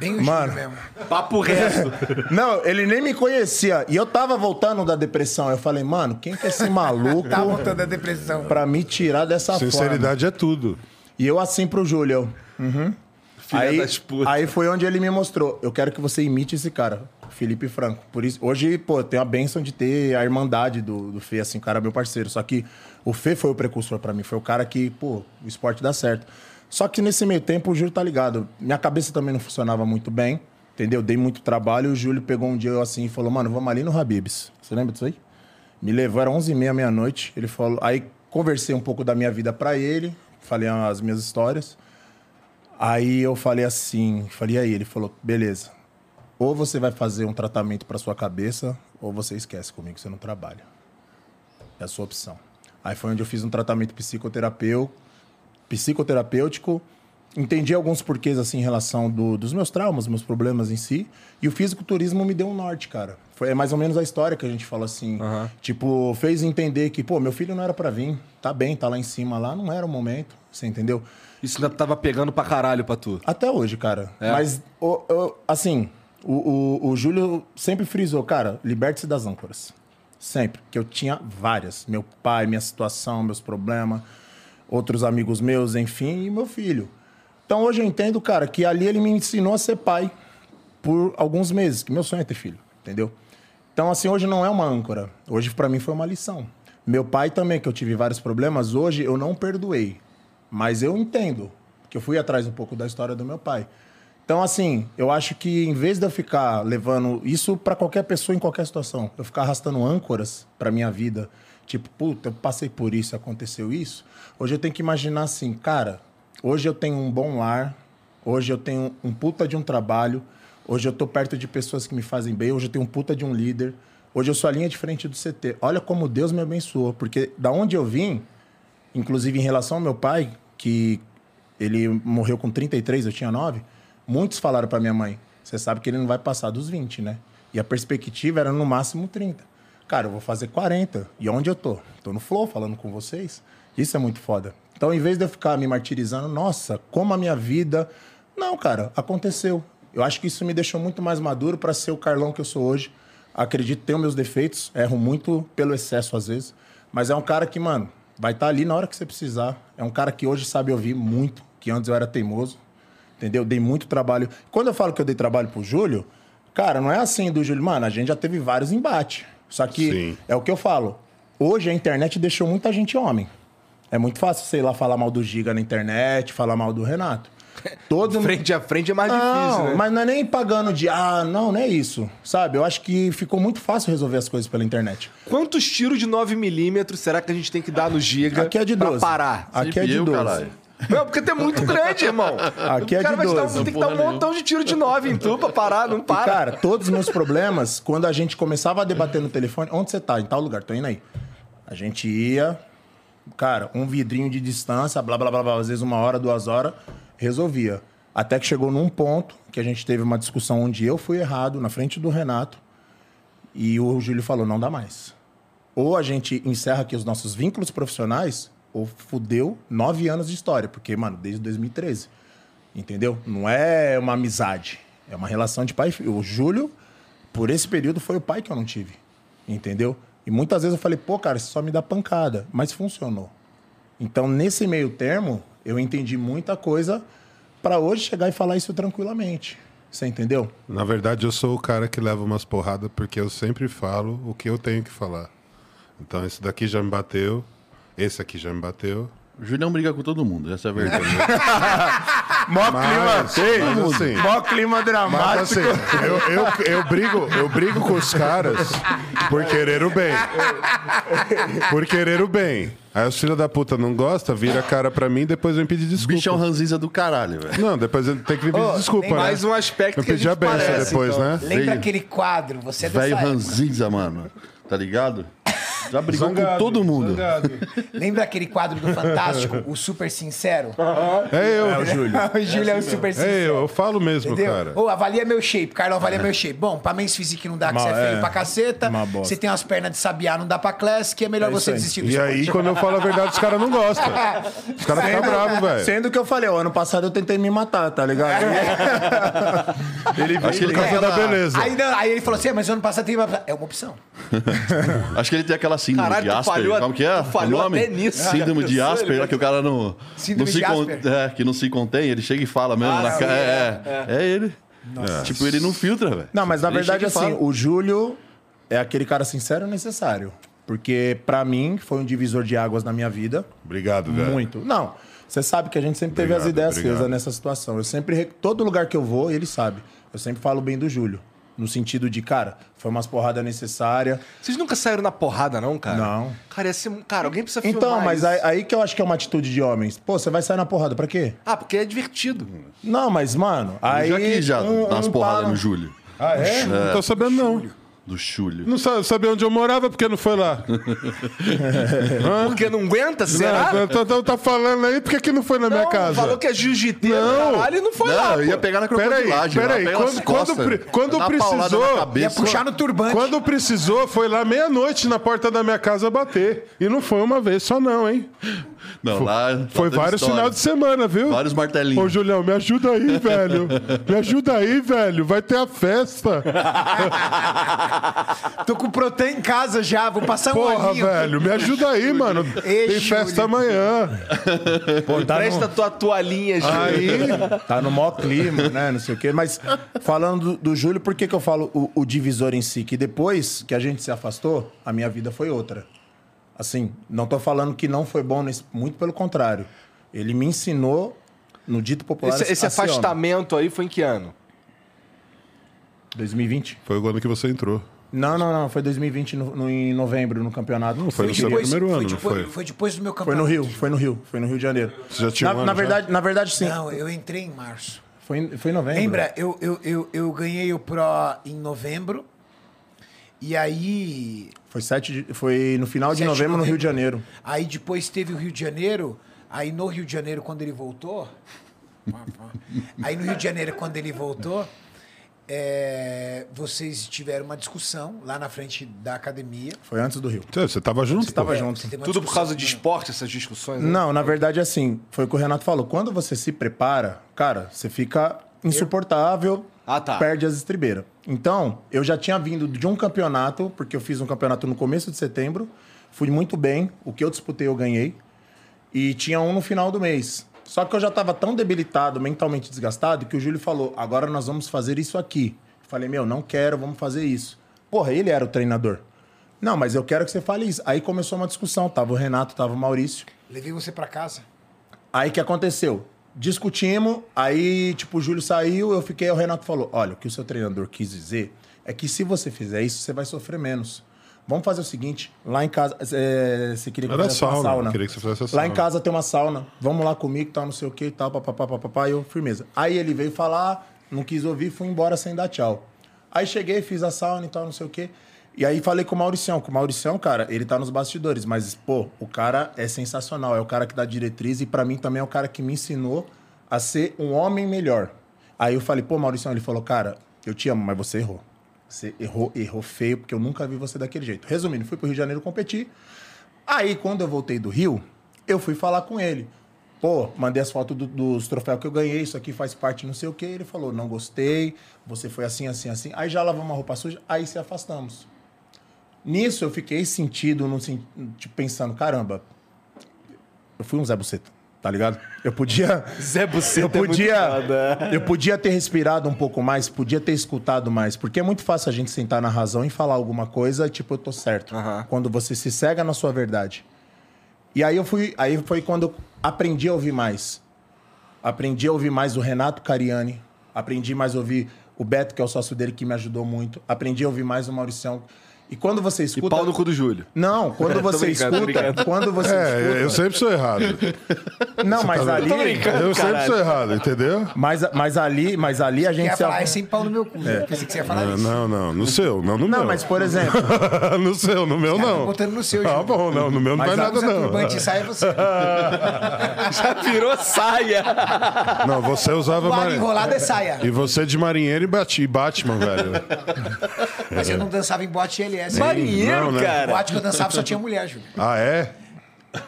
Speaker 2: Bem o Júlio
Speaker 5: Mano.
Speaker 2: mesmo.
Speaker 1: Papo reto.
Speaker 5: Não, ele nem me conhecia. E eu tava voltando da depressão. Eu falei, mano, quem que é esse maluco
Speaker 2: Tá voltando a depressão.
Speaker 5: pra me tirar dessa forma?
Speaker 4: Sinceridade é tudo.
Speaker 5: E eu assim pro Júlio, eu,
Speaker 1: Uhum. Filha
Speaker 5: aí,
Speaker 1: das putas.
Speaker 5: aí foi onde ele me mostrou. Eu quero que você imite esse cara, Felipe Franco. Por isso, hoje, pô, eu tenho a benção de ter a irmandade do, do Fê, assim, o cara é meu parceiro. Só que o Fê foi o precursor pra mim, foi o cara que, pô, o esporte dá certo. Só que nesse meio tempo, o Júlio tá ligado. Minha cabeça também não funcionava muito bem, entendeu? Dei muito trabalho. O Júlio pegou um dia eu assim e falou, mano, vamos ali no Habibs. Você lembra disso aí? Me levaram 11 e meia, meia-noite. Ele falou. Aí conversei um pouco da minha vida pra ele, falei as minhas histórias. Aí eu falei assim, falei aí, ele falou, beleza. Ou você vai fazer um tratamento pra sua cabeça, ou você esquece comigo, você não trabalha. É a sua opção. Aí foi onde eu fiz um tratamento psicoterapeu, psicoterapêutico entendi alguns porquês assim em relação do- dos meus traumas, meus problemas em si. E o fisiculturismo me deu um norte, cara. Foi é mais ou menos a história que a gente fala assim. Tipo, fez entender que, pô, meu filho não era pra vir. Tá bem, tá lá em cima lá, não era o momento. Você entendeu?
Speaker 1: Isso ainda tava pegando pra caralho pra tu.
Speaker 5: Até hoje, cara. Mas, o- o- assim, o, o, o Júlio sempre frisou, cara, liberte-se das âncoras. Sempre. Que eu tinha várias. Meu pai, minha situação, meus problemas, outros amigos meus, enfim, e meu filho. Então hoje eu entendo, cara, que ali ele me ensinou a ser pai por alguns meses, que meu sonho é ter filho, entendeu? Então, assim, hoje não é uma âncora. Hoje, pra mim, foi uma lição. Meu pai também, que eu tive vários problemas, hoje eu não perdoei. Mas eu entendo, porque eu fui atrás um pouco da história do meu pai. Então, assim, eu acho que em vez de eu ficar levando isso pra qualquer pessoa em qualquer situação, eu ficar arrastando âncoras pra minha vida, tipo, puta, eu passei por isso, aconteceu isso. Hoje eu tenho que imaginar assim, cara, hoje eu tenho um bom lar, Hoje eu tenho um puta de um trabalho. Hoje eu tô perto de pessoas que me fazem bem. Hoje eu tenho um puta de um líder. Hoje eu sou a linha de frente do CT. Olha como Deus me abençoou. Porque da onde eu vim, inclusive em relação ao meu pai, que ele morreu com 33, eu tinha 9, muitos falaram pra minha mãe: você sabe que ele não vai passar dos 20, né? E a perspectiva era no máximo 30. Cara, eu vou fazer 40. E onde eu tô? Tô no Flow falando com vocês. Isso é muito foda. Então, em vez de eu ficar me martirizando, nossa, como a minha vida. Não, cara, aconteceu. Eu acho que isso me deixou muito mais maduro pra ser o Carlão que eu sou hoje. Acredito ter os meus defeitos, erro muito pelo excesso às vezes. Mas é um cara que, mano, vai estar ali na hora que você precisar. É um cara que hoje sabe ouvir muito, que antes eu era teimoso. Entendeu? Dei muito trabalho. Quando eu falo que eu dei trabalho pro Júlio, cara, não é assim do Júlio. Mano, a gente já teve vários embates. Só que
Speaker 4: Sim.
Speaker 5: é o que eu falo. Hoje a internet deixou muita gente homem. É muito fácil, sei lá, falar mal do Giga na internet, falar mal do Renato. Todo mundo.
Speaker 1: Frente a frente é mais
Speaker 5: Não,
Speaker 1: difícil, né?
Speaker 5: mas não é nem pagando de. Ah, não, não é isso. Sabe? Eu acho que ficou muito fácil resolver as coisas pela internet.
Speaker 1: Quantos tiros de 9mm será que a gente tem que dar no giga
Speaker 5: Aqui é de 12.
Speaker 1: pra parar?
Speaker 5: Aqui é de
Speaker 3: Viu,
Speaker 5: 12.
Speaker 3: caralho?
Speaker 1: Não, porque tu é muito grande, irmão.
Speaker 5: Aqui é
Speaker 1: o cara
Speaker 5: de
Speaker 1: vai te dar um-
Speaker 5: 12.
Speaker 1: tem que dar um
Speaker 3: Porra
Speaker 1: montão de tiro de 9 em tu pra parar, não para.
Speaker 5: E, cara, todos os meus problemas, quando a gente começava a debater no telefone, onde você tá? Em tal lugar, tô indo aí. A gente ia, cara, um vidrinho de distância, blá, blá, blá, blá, às vezes uma hora, duas horas, resolvia. Até que chegou num ponto que a gente teve uma discussão onde eu fui errado, na frente do Renato, e o Júlio falou, não dá mais. Ou a gente encerra aqui os nossos vínculos profissionais, ou fudeu nove anos de história, porque, mano, desde 2013. Entendeu? Não é uma amizade. É uma relação de pai e filho. O Júlio, por esse período, foi o pai que eu não tive. Entendeu? E muitas vezes eu falei, pô, cara, você só me dá pancada. Mas funcionou. Então, nesse meio termo, eu entendi muita coisa pra hoje chegar e falar isso tranquilamente. Você entendeu?
Speaker 4: Na verdade, eu sou o cara que leva umas porradas porque eu sempre falo o que eu tenho que falar. Então, esse daqui já me bateu, esse aqui já me bateu.
Speaker 3: O Julião briga com todo mundo, essa é a verdade.
Speaker 5: Mó
Speaker 4: Mas, mas assim,
Speaker 5: Mó clima
Speaker 4: mas,
Speaker 5: dramático.
Speaker 4: assim eu, eu, eu, brigo, eu brigo com os caras por querer o bem. Por querer o bem. Aí os filhos da puta não gostam, vira a cara pra mim e depois vem pedir desculpa.
Speaker 3: Bicho é um ranzinza do caralho, velho.
Speaker 4: Não, depois ele tem que vir pedir desculpa, né?
Speaker 1: mais um aspecto
Speaker 4: Eu
Speaker 1: que a
Speaker 4: pedi a
Speaker 1: gente
Speaker 4: benção
Speaker 1: parece,
Speaker 4: depois,
Speaker 1: então.
Speaker 4: né?
Speaker 2: Lembra
Speaker 3: Velho.
Speaker 2: aquele quadro? Você é dessa
Speaker 3: Velho
Speaker 2: época.
Speaker 3: ranzinza, mano. Tá ligado? Já brigou
Speaker 4: Zangado,
Speaker 3: com todo mundo.
Speaker 4: zangado.
Speaker 2: Lembra aquele quadro do Fantástico, o Super Sincero?
Speaker 4: É eu,
Speaker 2: o Júlio é o Super Sincero.
Speaker 4: é eu, eu falo mesmo,
Speaker 2: Entendeu?
Speaker 4: cara.
Speaker 2: Ou avalia meu shape, Carlão, avalia meu shape. Bom, pra mens physique não dá, que
Speaker 5: Uma-
Speaker 2: você é feio
Speaker 5: é.
Speaker 2: pra caceta.
Speaker 5: Uma bosta.
Speaker 2: Você tem umas pernas de sabiá, não dá pra classic, é melhor
Speaker 5: É isso
Speaker 2: você
Speaker 5: aí.
Speaker 2: desistir do
Speaker 4: E
Speaker 2: esporte. É.
Speaker 4: aí, quando eu falo a verdade, os caras não gostam. Os caras ficam bravos,
Speaker 3: É.
Speaker 4: velho.
Speaker 5: Sendo que eu falei, ó, ano passado eu tentei me matar, tá ligado?
Speaker 3: Ele Acho que ele
Speaker 4: Por causa
Speaker 3: tem
Speaker 4: da
Speaker 3: aquela...
Speaker 4: beleza.
Speaker 2: Aí, não, aí ele falou assim: "É, mas ano passado teve uma. É uma opção.
Speaker 3: Acho que ele tem aquela síndrome
Speaker 1: Caralho,
Speaker 3: de
Speaker 1: tu
Speaker 3: Asper.
Speaker 1: falhou-
Speaker 3: Como que é?
Speaker 1: tu falhou
Speaker 3: o nome?
Speaker 1: até nisso, cara.
Speaker 3: Síndrome de
Speaker 1: Pensou,
Speaker 3: Asper,
Speaker 1: ele-
Speaker 3: lá que o cara não.
Speaker 2: Síndrome
Speaker 3: não se
Speaker 2: de
Speaker 3: con-
Speaker 2: Asper.
Speaker 3: é, que não se contém, ele chega e fala
Speaker 1: Ah,
Speaker 3: mesmo. na
Speaker 2: sim,
Speaker 3: cara. É, é, é ele. Tipo, ele não filtra, velho.
Speaker 5: Não, mas na
Speaker 3: Ele
Speaker 5: verdade,
Speaker 3: chega e fala.
Speaker 5: assim, o Júlio é aquele cara sincero e necessário. Porque, pra mim, foi um divisor de águas na minha vida.
Speaker 4: Obrigado,
Speaker 3: É.
Speaker 4: velho.
Speaker 5: Muito. Não, você sabe que a gente sempre teve as
Speaker 4: Obrigado,
Speaker 5: ideias
Speaker 4: obrigado.
Speaker 5: feias nessa situação. Eu sempre, re- todo lugar que eu vou, ele sabe. Eu sempre falo bem do Júlio. No sentido de, cara, foi umas porradas necessárias.
Speaker 1: Vocês nunca saíram na porrada, não, cara?
Speaker 5: Não.
Speaker 1: Cara, ia ser... cara alguém precisa filmar
Speaker 5: Então, mas
Speaker 1: isso.
Speaker 5: aí, aí que eu acho que é uma atitude de homens. Pô, você vai sair na porrada pra quê?
Speaker 1: Ah, porque é divertido.
Speaker 5: Não, mas, mano,
Speaker 3: Eu
Speaker 5: aí.
Speaker 3: já quis já
Speaker 5: um-
Speaker 3: dar umas
Speaker 5: um
Speaker 3: porradas
Speaker 5: pala-
Speaker 3: no Júlio.
Speaker 4: Ah, é? Não tô sabendo, não.
Speaker 3: do Chulho.
Speaker 4: Não sa- sabia onde eu morava porque não foi lá. Né?
Speaker 1: Porque não aguenta, será?
Speaker 4: Não, tá, tá- tá falando aí porque que não foi na minha
Speaker 1: Não,
Speaker 4: casa.
Speaker 1: Falou que é jiu-jiteiro,
Speaker 4: Não.
Speaker 1: caralho, e não foi lá.
Speaker 3: Não,
Speaker 1: pô.
Speaker 3: eu ia pegar na
Speaker 4: Peraí,
Speaker 3: crocodilagem. lá,
Speaker 4: peraí,
Speaker 3: pelas
Speaker 4: quando, quando,
Speaker 3: costas,
Speaker 4: pre- quando
Speaker 3: dar uma paulada na
Speaker 4: precisou.
Speaker 3: cabeça.
Speaker 2: Ia puxar no turbante.
Speaker 4: Quando precisou, foi lá meia-noite na porta da minha casa bater. E não foi uma vez só, não, hein?
Speaker 3: Não, lá. lá
Speaker 4: Foi
Speaker 3: teve
Speaker 4: vários
Speaker 3: história.
Speaker 4: finais de semana, viu?
Speaker 3: Vários martelinhos.
Speaker 4: Ô, Julião, me ajuda aí, velho. Me ajuda aí, velho. Vai ter a festa.
Speaker 2: Tô com o protein em casa já, vou passar um
Speaker 4: Porra,
Speaker 2: olhinho.
Speaker 4: velho. Me ajuda aí, mano. Tem festa
Speaker 2: Júlio.
Speaker 4: amanhã.
Speaker 5: tá
Speaker 1: Presta
Speaker 5: no,
Speaker 1: tua toalhinha, Júlio.
Speaker 4: Aí.
Speaker 5: tá no maior clima, né? Não sei o quê. Mas falando do, do Júlio, por que, que eu falo o, o divisor em si? Que depois que a gente se afastou, a minha vida foi outra. Assim, não tô falando que não foi bom, nesse- muito pelo contrário. Ele me ensinou, no dito popular,
Speaker 1: Esse, esse
Speaker 5: a ser homem.
Speaker 1: afastamento aí foi em que ano?
Speaker 5: 2020?
Speaker 4: Foi o ano que você entrou.
Speaker 5: Não, não, não. Foi 2020, no, no- em novembro, no campeonato. Não,
Speaker 4: foi no seu primeiro ano, não
Speaker 2: depois,
Speaker 4: foi?
Speaker 2: foi depois do meu
Speaker 5: Foi
Speaker 2: campeonato.
Speaker 5: no Rio, foi no Rio, foi no Rio de Janeiro.
Speaker 4: Você já tinha
Speaker 5: na,
Speaker 4: um ano
Speaker 5: na
Speaker 4: já?
Speaker 5: verdade, na verdade, sim.
Speaker 2: Não, eu entrei em março.
Speaker 5: Foi, em- foi em novembro.
Speaker 2: Lembra? Eu, eu, eu, eu ganhei o Pro em novembro. E aí.
Speaker 5: Foi, sete de- foi no final de
Speaker 2: 7 de
Speaker 5: novembro no Rio
Speaker 2: novembro.
Speaker 5: de Janeiro.
Speaker 2: Aí depois teve o Rio de Janeiro. Aí no Rio de Janeiro, quando ele voltou. Aí no Rio de Janeiro, quando ele voltou, é, vocês tiveram uma discussão lá na frente da academia.
Speaker 5: Foi antes do Rio.
Speaker 4: Você, você tava junto?
Speaker 5: Você tava
Speaker 4: pô.
Speaker 5: junto.
Speaker 2: Você teve uma
Speaker 1: Tudo por
Speaker 2: discussão né?
Speaker 1: causa de esporte, essas discussões? né?
Speaker 5: Não, na verdade, assim, foi o que o Renato falou. Quando você se prepara, cara, você fica insuportável,
Speaker 1: Ah, tá.
Speaker 5: perde as estribeiras. Então, eu já tinha vindo de um campeonato, porque eu fiz um campeonato no começo de setembro, fui muito bem, o que eu disputei eu ganhei, e tinha um no final do mês. Só que eu já estava tão debilitado, mentalmente desgastado, que o Júlio falou: agora nós vamos fazer isso aqui. Eu falei: meu, não quero, vamos fazer isso. Porra, ele era o treinador. Não, mas eu quero que você fale isso. Aí começou uma discussão. Tava o Renato, tava o Maurício.
Speaker 2: Levei você pra casa.
Speaker 5: Aí que aconteceu? Discutimos, aí, tipo, o Júlio saiu, eu fiquei, o Renato falou: olha, o que o seu treinador quis dizer é que se você fizer isso, você vai sofrer menos. Vamos fazer o seguinte, lá em casa. É, você queria que eu
Speaker 4: Era
Speaker 5: fizesse uma
Speaker 4: sauna, eu queria que você fizesse a
Speaker 5: Lá
Speaker 4: sauna.
Speaker 5: em casa tem uma sauna. Vamos lá comigo, tal, não sei o que, tal, papapá, papapá, e eu, firmeza. Aí ele veio falar, não quis ouvir, fui embora sem dar tchau. Aí cheguei, fiz a sauna e tal, não sei o quê. E aí falei com o Mauricião, com o Mauricião, cara, ele tá nos bastidores, mas, pô, o cara é sensacional, é o cara que dá diretriz e pra mim também é o cara que me ensinou a ser um homem melhor. Aí eu falei, pô, Mauricião, ele falou, cara, eu te amo, mas você errou. Você errou, errou feio, porque eu nunca vi você daquele jeito. Resumindo, fui pro Rio de Janeiro competir. Aí, quando eu voltei do Rio, eu fui falar com ele. Pô, mandei as fotos do- dos troféus que eu ganhei, isso aqui faz parte não sei o quê. Ele falou, não gostei, você foi assim, assim, assim. Aí já lavamos a roupa suja, aí se afastamos. Nisso eu fiquei sentido, no, sen- tipo, pensando, caramba, eu fui um Zé Buceta, tá ligado? Eu podia...
Speaker 1: Zé Buceta
Speaker 5: Eu
Speaker 1: é muito né?
Speaker 5: podia,
Speaker 1: foda.
Speaker 5: eu podia ter respirado um pouco mais, podia ter escutado mais, porque é muito fácil a gente sentar na razão e falar alguma coisa, tipo, eu tô certo.
Speaker 1: Aham.
Speaker 5: Quando você se cega na sua verdade. E aí eu fui, aí foi quando eu aprendi a ouvir mais. Aprendi a ouvir mais o Renato Cariani, aprendi mais a ouvir o Beto, que é o sócio dele que me ajudou muito, aprendi a ouvir mais o Mauricião. E quando você escuta
Speaker 1: E pau no cu do Júlio.
Speaker 5: Não, quando você
Speaker 1: brincando, tô
Speaker 5: escuta,
Speaker 1: brincando.
Speaker 5: quando você
Speaker 4: É, eu
Speaker 5: escuta.
Speaker 4: sempre sou errado.
Speaker 5: Não, mas ali,
Speaker 1: é. Tô brincando,
Speaker 4: Eu sempre
Speaker 1: caralho.
Speaker 4: sou errado, entendeu?
Speaker 5: mas, mas ali, mas ali a
Speaker 2: Eu
Speaker 5: gente
Speaker 2: ia
Speaker 5: se
Speaker 2: falar, é sem pau no meu cu. Pensei que você ia falar isso.
Speaker 4: Não, não, no seu, não no meu.
Speaker 5: Não, mas por exemplo,
Speaker 4: no seu, no meu
Speaker 2: Cara,
Speaker 4: não.
Speaker 2: botando no seu,
Speaker 4: Ah,
Speaker 2: Júlio.
Speaker 4: bom, não, no meu não vai
Speaker 5: Mas
Speaker 4: nada
Speaker 2: Usa
Speaker 4: não.
Speaker 2: turbante e saia você.
Speaker 1: Já virou saia.
Speaker 4: Não, você usava
Speaker 2: O ar
Speaker 4: marinheiro.
Speaker 2: enrolado é saia.
Speaker 4: E você de marinheiro e, Bat- e Batman, velho.
Speaker 2: Mas eu não dançava em boate LS.
Speaker 1: Marinheiro,
Speaker 4: não, né?
Speaker 2: O
Speaker 1: cara.
Speaker 2: boate que eu dançava só tinha mulher, Júlio.
Speaker 4: Ah, é?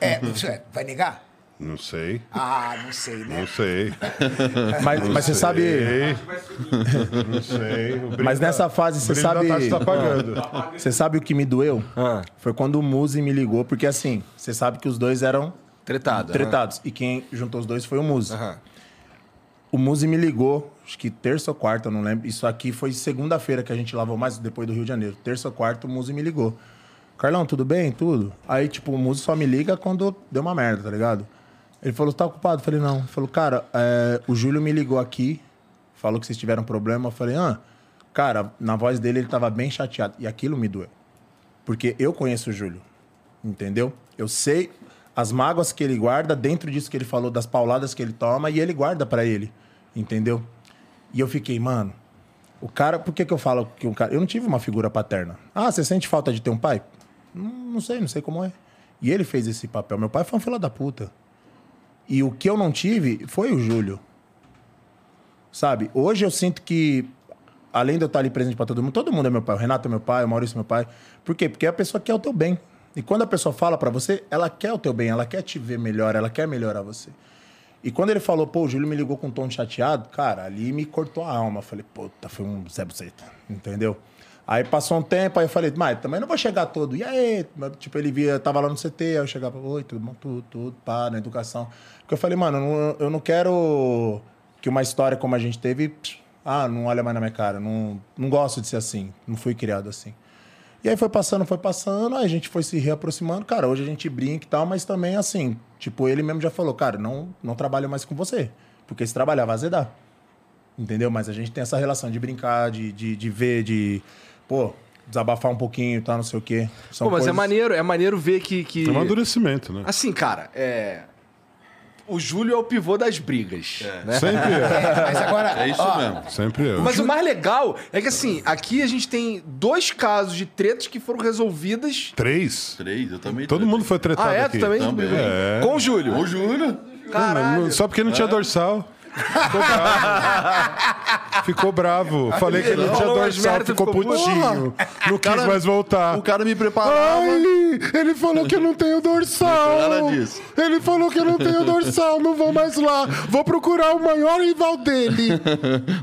Speaker 2: É, você vai negar?
Speaker 4: Não sei,
Speaker 2: Ah, não sei, né?
Speaker 4: não sei.
Speaker 5: mas, mas você sabe,
Speaker 4: Ei, não sei. o brilho
Speaker 5: mas
Speaker 4: da-
Speaker 5: nessa fase
Speaker 4: o
Speaker 5: você
Speaker 4: brilho da
Speaker 5: sabe,
Speaker 4: tarde tá apagando.
Speaker 5: você sabe o que me doeu?
Speaker 1: Ah.
Speaker 5: Foi quando o Muzi me ligou, porque assim, você sabe que os dois eram
Speaker 1: Tretado. né?
Speaker 5: tretados e quem juntou os dois foi o Muzi.
Speaker 1: Aham.
Speaker 5: O Muzi me ligou, acho que terça ou quarta, eu não lembro. Isso aqui foi segunda-feira que a gente lavou mais depois do Rio de Janeiro. Terça ou quarta, o Muzi me ligou. Carlão, tudo bem? Tudo? Aí, tipo, o Muzi só me liga quando deu uma merda, tá ligado? Ele falou, tá ocupado? Eu falei, não. Ele falou, cara, é, o Júlio me ligou aqui, falou que vocês tiveram problema. Eu falei, ah, cara, na voz dele ele tava bem chateado. E aquilo me doeu. Porque eu conheço o Júlio, entendeu? Eu sei as mágoas que ele guarda dentro disso que ele falou, das pauladas que ele toma, e ele guarda pra ele, entendeu? E eu fiquei, mano, O cara, por que, que eu falo que um cara. Eu não tive uma figura paterna. Ah, você sente falta de ter um pai? Não, não sei, não sei como é. E ele fez esse papel. Meu pai foi um fila da puta. E o que eu não tive foi o Júlio. Sabe? Hoje eu sinto que, além de eu estar ali presente para todo mundo, todo mundo é meu pai. O Renato é meu pai, o Maurício é meu pai. Por quê? Porque a pessoa quer o teu bem. E quando a pessoa fala para você, ela quer o teu bem, ela quer te ver melhor, ela quer melhorar você. E quando ele falou, pô, o Júlio me ligou com um tom chateado, cara, ali me cortou a alma. Eu Falei, puta, foi um Zé Buceta, entendeu? Aí passou um tempo, aí eu falei, mas também não vou chegar todo. E aí? Mas, Tipo, ele via, tava lá no CT, aí eu chegava, oi, tudo bom, tudo, tudo, pá, na educação. Porque eu falei, mano, eu não, eu não quero que uma história como a gente teve, pss, ah, não olha mais na minha cara, não, não gosto de ser assim, não fui criado assim. E aí foi passando, foi passando, aí a gente foi se reaproximando. Cara, hoje a gente brinca e tal, mas também assim, tipo, ele mesmo já falou, cara, não, não trabalho mais com você. Porque se trabalhar, vai azedar. Entendeu? Mas a gente tem essa relação de brincar, de, de, de ver, de, pô, desabafar um pouquinho e tal, não sei o quê. São
Speaker 1: Pô, mas é
Speaker 5: coisas-
Speaker 1: maneiro, é maneiro ver que. que...
Speaker 4: É um amadurecimento, né?
Speaker 1: Assim, cara, é. O Júlio é o pivô das brigas. né?
Speaker 4: Sempre é.
Speaker 2: Mas agora,
Speaker 3: É isso
Speaker 2: ó,
Speaker 3: mesmo.
Speaker 4: Sempre eu.
Speaker 1: Mas o mais legal é que, assim, aqui a gente tem dois casos de tretas que foram resolvidas.
Speaker 4: Três.
Speaker 3: Três, eu também.
Speaker 4: Todo mundo foi tretado
Speaker 1: Ah, é?
Speaker 4: aqui.
Speaker 1: Tu também?
Speaker 3: também.
Speaker 4: É.
Speaker 1: Com o Júlio.
Speaker 3: Ô, Júlio.
Speaker 1: Caralho.
Speaker 4: Só porque não
Speaker 3: É?
Speaker 4: tinha dorsal. Ficou bravo. Ficou bravo. Falei que ele não tinha
Speaker 1: Falou umas
Speaker 4: dorsal,
Speaker 1: merda,
Speaker 4: ficou
Speaker 1: ficou
Speaker 4: putinho. Não quis mais voltar.
Speaker 3: O cara me preparava.
Speaker 4: Ai, ele falou que eu não tenho dorsal.
Speaker 3: Não foi nada disso.
Speaker 4: Ele falou que eu não tenho dorsal, não vou mais lá. Vou procurar o maior rival dele.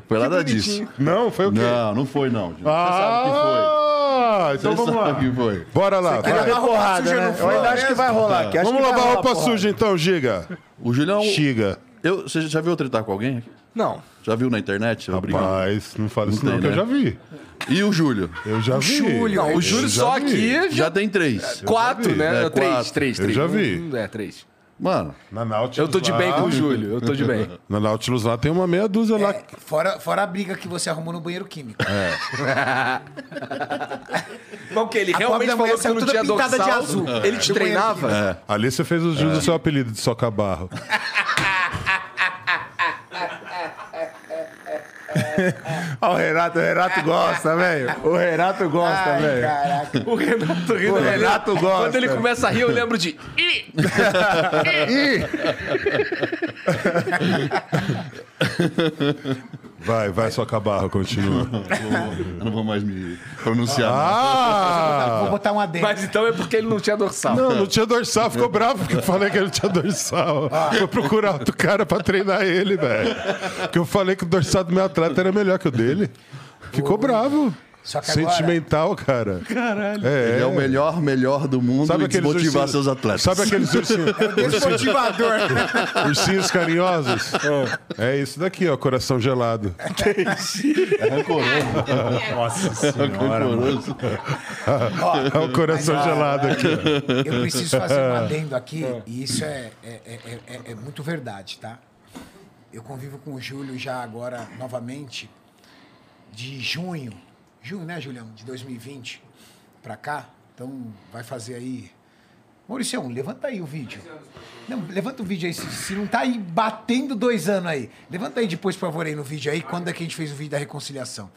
Speaker 3: Foi nada disso.
Speaker 4: Não, foi o quê?
Speaker 3: Não, não foi, não. Júlio. Você sabe que foi.
Speaker 4: Ah,
Speaker 3: Você
Speaker 4: então vamos
Speaker 3: sabe
Speaker 4: lá.
Speaker 3: que foi.
Speaker 4: Bora lá. vai.
Speaker 5: Vai dar porrada,
Speaker 2: suja
Speaker 5: né?
Speaker 2: no
Speaker 5: Eu ainda acho que vai rolar aqui. acho
Speaker 4: Vamos
Speaker 5: que vai
Speaker 4: lavar a
Speaker 5: rolar
Speaker 4: roupa
Speaker 5: porrada.
Speaker 4: suja então, Giga.
Speaker 3: O Júlio é um.
Speaker 4: Giga.
Speaker 3: Eu, você já viu eu tretar com alguém?
Speaker 1: Não.
Speaker 3: Já viu na internet? Eu brigando?
Speaker 4: Mas não fala isso
Speaker 3: Não
Speaker 4: não, que
Speaker 3: tem, né?
Speaker 4: eu já vi.
Speaker 3: E o Júlio?
Speaker 4: Eu já vi.
Speaker 2: Júlio.
Speaker 1: Não, o
Speaker 4: Eu
Speaker 1: Júlio
Speaker 4: já
Speaker 1: só
Speaker 4: vi.
Speaker 1: aqui.
Speaker 3: Já tem três.
Speaker 1: Quatro,
Speaker 4: vi.
Speaker 1: né?
Speaker 3: É,
Speaker 1: três,
Speaker 3: quatro.
Speaker 1: três,
Speaker 4: Eu
Speaker 1: três.
Speaker 4: já vi.
Speaker 1: Um, é, três.
Speaker 3: Mano,
Speaker 4: Na Nautilus
Speaker 1: Eu tô de
Speaker 4: lá-
Speaker 1: bem com o Júlio, eu tô de bem.
Speaker 4: Na Nautilus lá tem uma meia dúzia lá.
Speaker 2: É. fora, fora a briga que você arrumou no banheiro químico.
Speaker 1: Mas o que? Ele
Speaker 2: A pobre
Speaker 1: realmente
Speaker 2: da
Speaker 1: falou
Speaker 2: mulher
Speaker 1: que
Speaker 2: saiu
Speaker 1: não
Speaker 2: toda
Speaker 1: tinha
Speaker 2: pintada
Speaker 1: dorsal?
Speaker 2: de azul.
Speaker 1: Ele te
Speaker 2: Do banheiro
Speaker 1: treinava?
Speaker 4: Ali você fez o jus do seu apelido de soca-barro.
Speaker 5: Ó, o Renato, o Renato gosta, velho. O Renato gosta,
Speaker 2: Ai,
Speaker 5: velho.
Speaker 2: caraca.
Speaker 1: O Renato rindo.
Speaker 5: O
Speaker 1: né?
Speaker 5: Renato gosta.
Speaker 1: Quando ele começa a rir, eu lembro de. "Ih!"
Speaker 4: Vai, vai, soca-barro, continua.
Speaker 3: eu não vou mais me pronunciar.
Speaker 2: Vou
Speaker 4: Ah!
Speaker 2: botar um adendo.
Speaker 1: Mas então é porque ele não tinha dorsal.
Speaker 4: Não, não tinha dorsal, ficou bravo porque eu falei que ele não tinha dorsal. Vou procurar outro cara pra treinar ele, velho. Porque eu falei que o dorsal do meu atleta era melhor que o dele. Ficou bravo.
Speaker 2: Só que agora-
Speaker 4: Sentimental, cara. Caralho.
Speaker 3: não. Ele é o melhor, melhor do mundo
Speaker 4: Sabe
Speaker 3: em
Speaker 4: aqueles
Speaker 3: desmotivar
Speaker 4: ursinhos-
Speaker 3: seus atletas.
Speaker 4: Sabe aqueles ursinhos,
Speaker 2: Desmotivador.
Speaker 4: ursinhos carinhosos? É isso daqui, ó, coração gelado.
Speaker 5: Nossa senhora, mano.
Speaker 3: Horroroso.
Speaker 4: É o coração gelado aqui. ó.
Speaker 2: Eu preciso fazer um adendo aqui, e isso é, é, é- é- é muito verdade, tá? Eu convivo com o Júlio já agora, novamente, de junho, junho, né, Julião, de 2020 pra cá. Então, vai fazer aí... Mauricião, levanta aí o vídeo. Não, levanta o vídeo aí, se, se não tá aí batendo dois anos aí. Levanta aí depois, por favor, aí no vídeo aí, quando é que a gente fez o vídeo da reconciliação.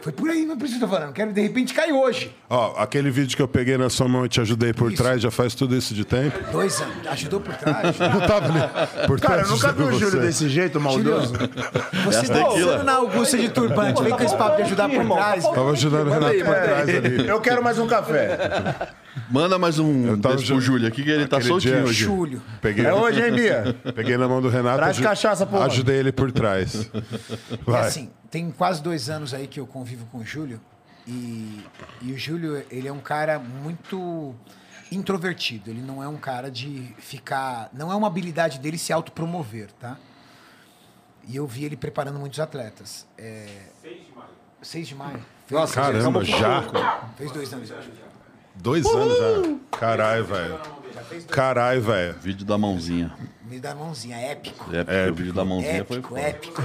Speaker 2: Foi por aí, não preciso estar falando. Quero, de repente, cair hoje.
Speaker 4: Ó, aquele vídeo que eu peguei na sua mão e te ajudei por
Speaker 2: Isso.
Speaker 4: trás, já faz tudo isso de tempo.
Speaker 2: Dois anos. Ajudou por trás.
Speaker 4: Não tava ali. Por
Speaker 5: Cara,
Speaker 4: trás
Speaker 5: eu nunca vi o
Speaker 4: ajudando
Speaker 5: Júlio
Speaker 4: você.
Speaker 5: desse jeito, maldoso.
Speaker 2: Você tá pensando na Augusta de Turbante. Vem com esse papo de ajudar por trás.
Speaker 4: Tava ajudando o Renato por trás ali.
Speaker 5: Eu quero mais um café.
Speaker 3: Manda mais um
Speaker 4: Eu tava
Speaker 3: desse pro
Speaker 4: ju-
Speaker 3: Júlio aqui que ele tá
Speaker 4: Aquele
Speaker 3: soltinho
Speaker 4: dia-
Speaker 3: hoje.
Speaker 2: Júlio.
Speaker 4: Peguei,
Speaker 5: É hoje, hein, Bia?
Speaker 4: peguei na mão do Renato.
Speaker 5: Traz cachaça, pô.
Speaker 4: Ajudei ele por trás. Vai.
Speaker 2: Assim, tem quase dois anos aí que eu convivo com o Júlio. E, e o Júlio, ele é um cara muito introvertido. Ele não é um cara de ficar... Não é uma habilidade dele se autopromover, tá? E eu vi ele preparando muitos atletas. É... 6 de maio. 6 de maio. Fez-
Speaker 1: Nossa,
Speaker 4: Caramba, já.
Speaker 2: Fez dois anos.
Speaker 4: Dois anos já. Caralho, velho. Caralho, velho.
Speaker 3: Vídeo da mãozinha.
Speaker 2: Me dá a mãozinha, épico.
Speaker 3: É, porque o vídeo da mãozinha foi
Speaker 2: Épico,
Speaker 3: foda.
Speaker 2: épico.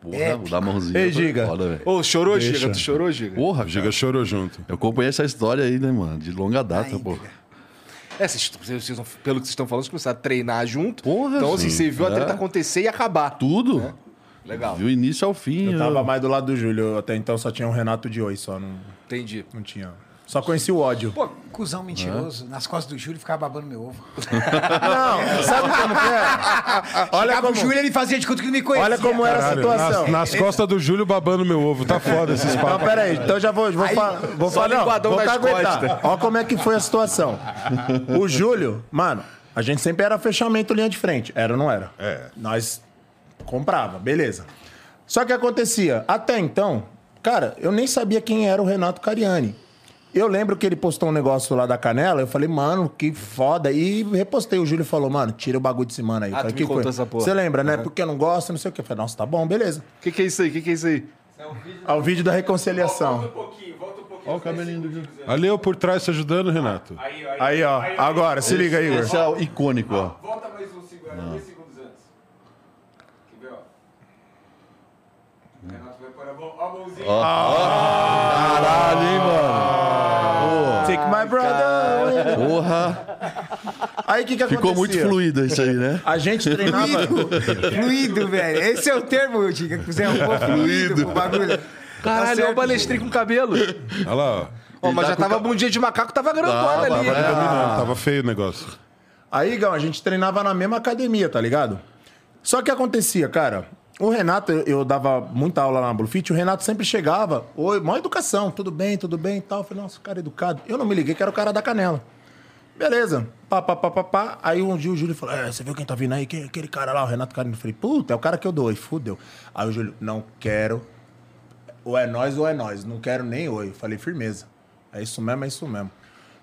Speaker 3: Porra,
Speaker 2: épico.
Speaker 3: o da mãozinha
Speaker 5: Ei,
Speaker 3: foi
Speaker 5: Giga.
Speaker 3: foda, velho.
Speaker 1: Ô, chorou, Giga? Tu chorou, Giga?
Speaker 3: Porra,
Speaker 4: O Giga
Speaker 3: cara.
Speaker 4: chorou junto.
Speaker 3: Eu acompanhei essa história aí, né, mano? De longa data,
Speaker 2: Ainda.
Speaker 3: pô.
Speaker 1: É, vocês, vocês- vocês- pelo que vocês estão falando, vocês começaram a treinar junto.
Speaker 3: Porra,
Speaker 1: Então, assim,
Speaker 3: sim.
Speaker 1: você viu a
Speaker 3: É.
Speaker 1: treta acontecer e acabar.
Speaker 3: Tudo.
Speaker 1: Legal.
Speaker 3: Do início ao fim.
Speaker 5: Eu tava mais do lado do Júlio. eu Até então só tinha o Renato de oi, só não,
Speaker 1: Entendi.
Speaker 5: não tinha. Só conheci o ódio.
Speaker 2: Cusão mentiroso. Nas costas do Júlio ficava babando meu ovo.
Speaker 5: não, sabe como que é? Olha
Speaker 2: Chegava
Speaker 5: como,
Speaker 2: o Júlio ele fazia de conta que não me conhecia.
Speaker 5: olha como é. era a situação.
Speaker 4: Nas, nas costas do Júlio babando meu ovo. Tá foda esses
Speaker 5: Não,
Speaker 4: papos.
Speaker 5: peraí, então eu já vou, vou falar. Vou
Speaker 1: só
Speaker 5: falar, não,
Speaker 1: linguadão
Speaker 5: vou
Speaker 1: nas
Speaker 5: caguetar.
Speaker 1: costas.
Speaker 5: Olha como é que foi a situação. O Júlio, mano, a gente sempre era fechamento linha de frente. Era ou não era? É. Nós comprava, beleza. Só que acontecia, até então, cara, eu nem sabia quem era o Renato Cariani. Eu lembro que ele postou um negócio lá da canela, eu falei, mano, que foda. E repostei, o Júlio falou, mano, tira o bagulho desse mano aí.
Speaker 1: Ah,
Speaker 5: Eu falei,
Speaker 1: tu me
Speaker 5: "Que
Speaker 1: contou
Speaker 5: coisa?"
Speaker 1: essa porra.
Speaker 5: Você lembra, né? Porque eu não gosto, não sei o quê. Eu falei, nossa, tá bom, beleza.
Speaker 1: O que, que é isso aí? O que, que é isso aí?
Speaker 9: Isso é um vídeo.
Speaker 5: Ao vídeo da reconciliação.
Speaker 9: Volta um pouquinho, volta um pouquinho.
Speaker 3: Olha o cabelinho do Júlio.
Speaker 4: Ali eu por trás te ajudando, Renato.
Speaker 9: Aí, aí,
Speaker 5: Aí, ó.
Speaker 9: aí,
Speaker 5: Agora, se liga, Igor.
Speaker 3: Esse é o icônico, ó.
Speaker 9: Volta mais um segundo, era dois segundos antes. Quer ver, ó?
Speaker 3: Hum.
Speaker 9: O Renato vai pôr a mão, ó a mãozinha.
Speaker 3: Caralho, hein, mano.
Speaker 5: Take my brother.
Speaker 3: Pô, Porra.
Speaker 5: Aí o que, que acontecia?
Speaker 3: Ficou muito fluido isso aí, né?
Speaker 5: A gente treinava.
Speaker 2: Fluido, fluido, velho. Esse é o termo, Diga, que fizeram um pouco fluido pro bagulho.
Speaker 4: Tá
Speaker 1: Caralho, olha o balestrinho com cabelo.
Speaker 4: Olha lá, ó.
Speaker 1: Ó, mas
Speaker 3: tá
Speaker 1: já
Speaker 3: com
Speaker 1: tava
Speaker 2: Um
Speaker 3: ca-
Speaker 1: bundinha de macaco, tava
Speaker 4: Tá,
Speaker 1: grandona
Speaker 3: Tava,
Speaker 1: ali.
Speaker 3: vai-
Speaker 5: Ah.
Speaker 4: Pra mim não, tava feio o negócio.
Speaker 5: Aí, Igão, a gente treinava na mesma academia, tá ligado? Só que acontecia, cara. O Renato, eu- eu dava muita aula lá na Bluefit, o Renato sempre chegava, oi, maior educação, tudo bem, tudo bem e tal. Eu falei, nossa, cara é educado. Eu não me liguei que era o cara da canela. Beleza, pá, pá, pá, pá, pá. Aí um dia o Júlio falou: é, você viu quem tá vindo aí? Quem, é aquele cara lá, o Renato Carino. Eu falei, puta, é o cara que eu dou, e fudeu. Aí o Júlio, não quero ou é nós ou é nós. Não quero nem oi. Falei, firmeza. É isso mesmo, é isso mesmo.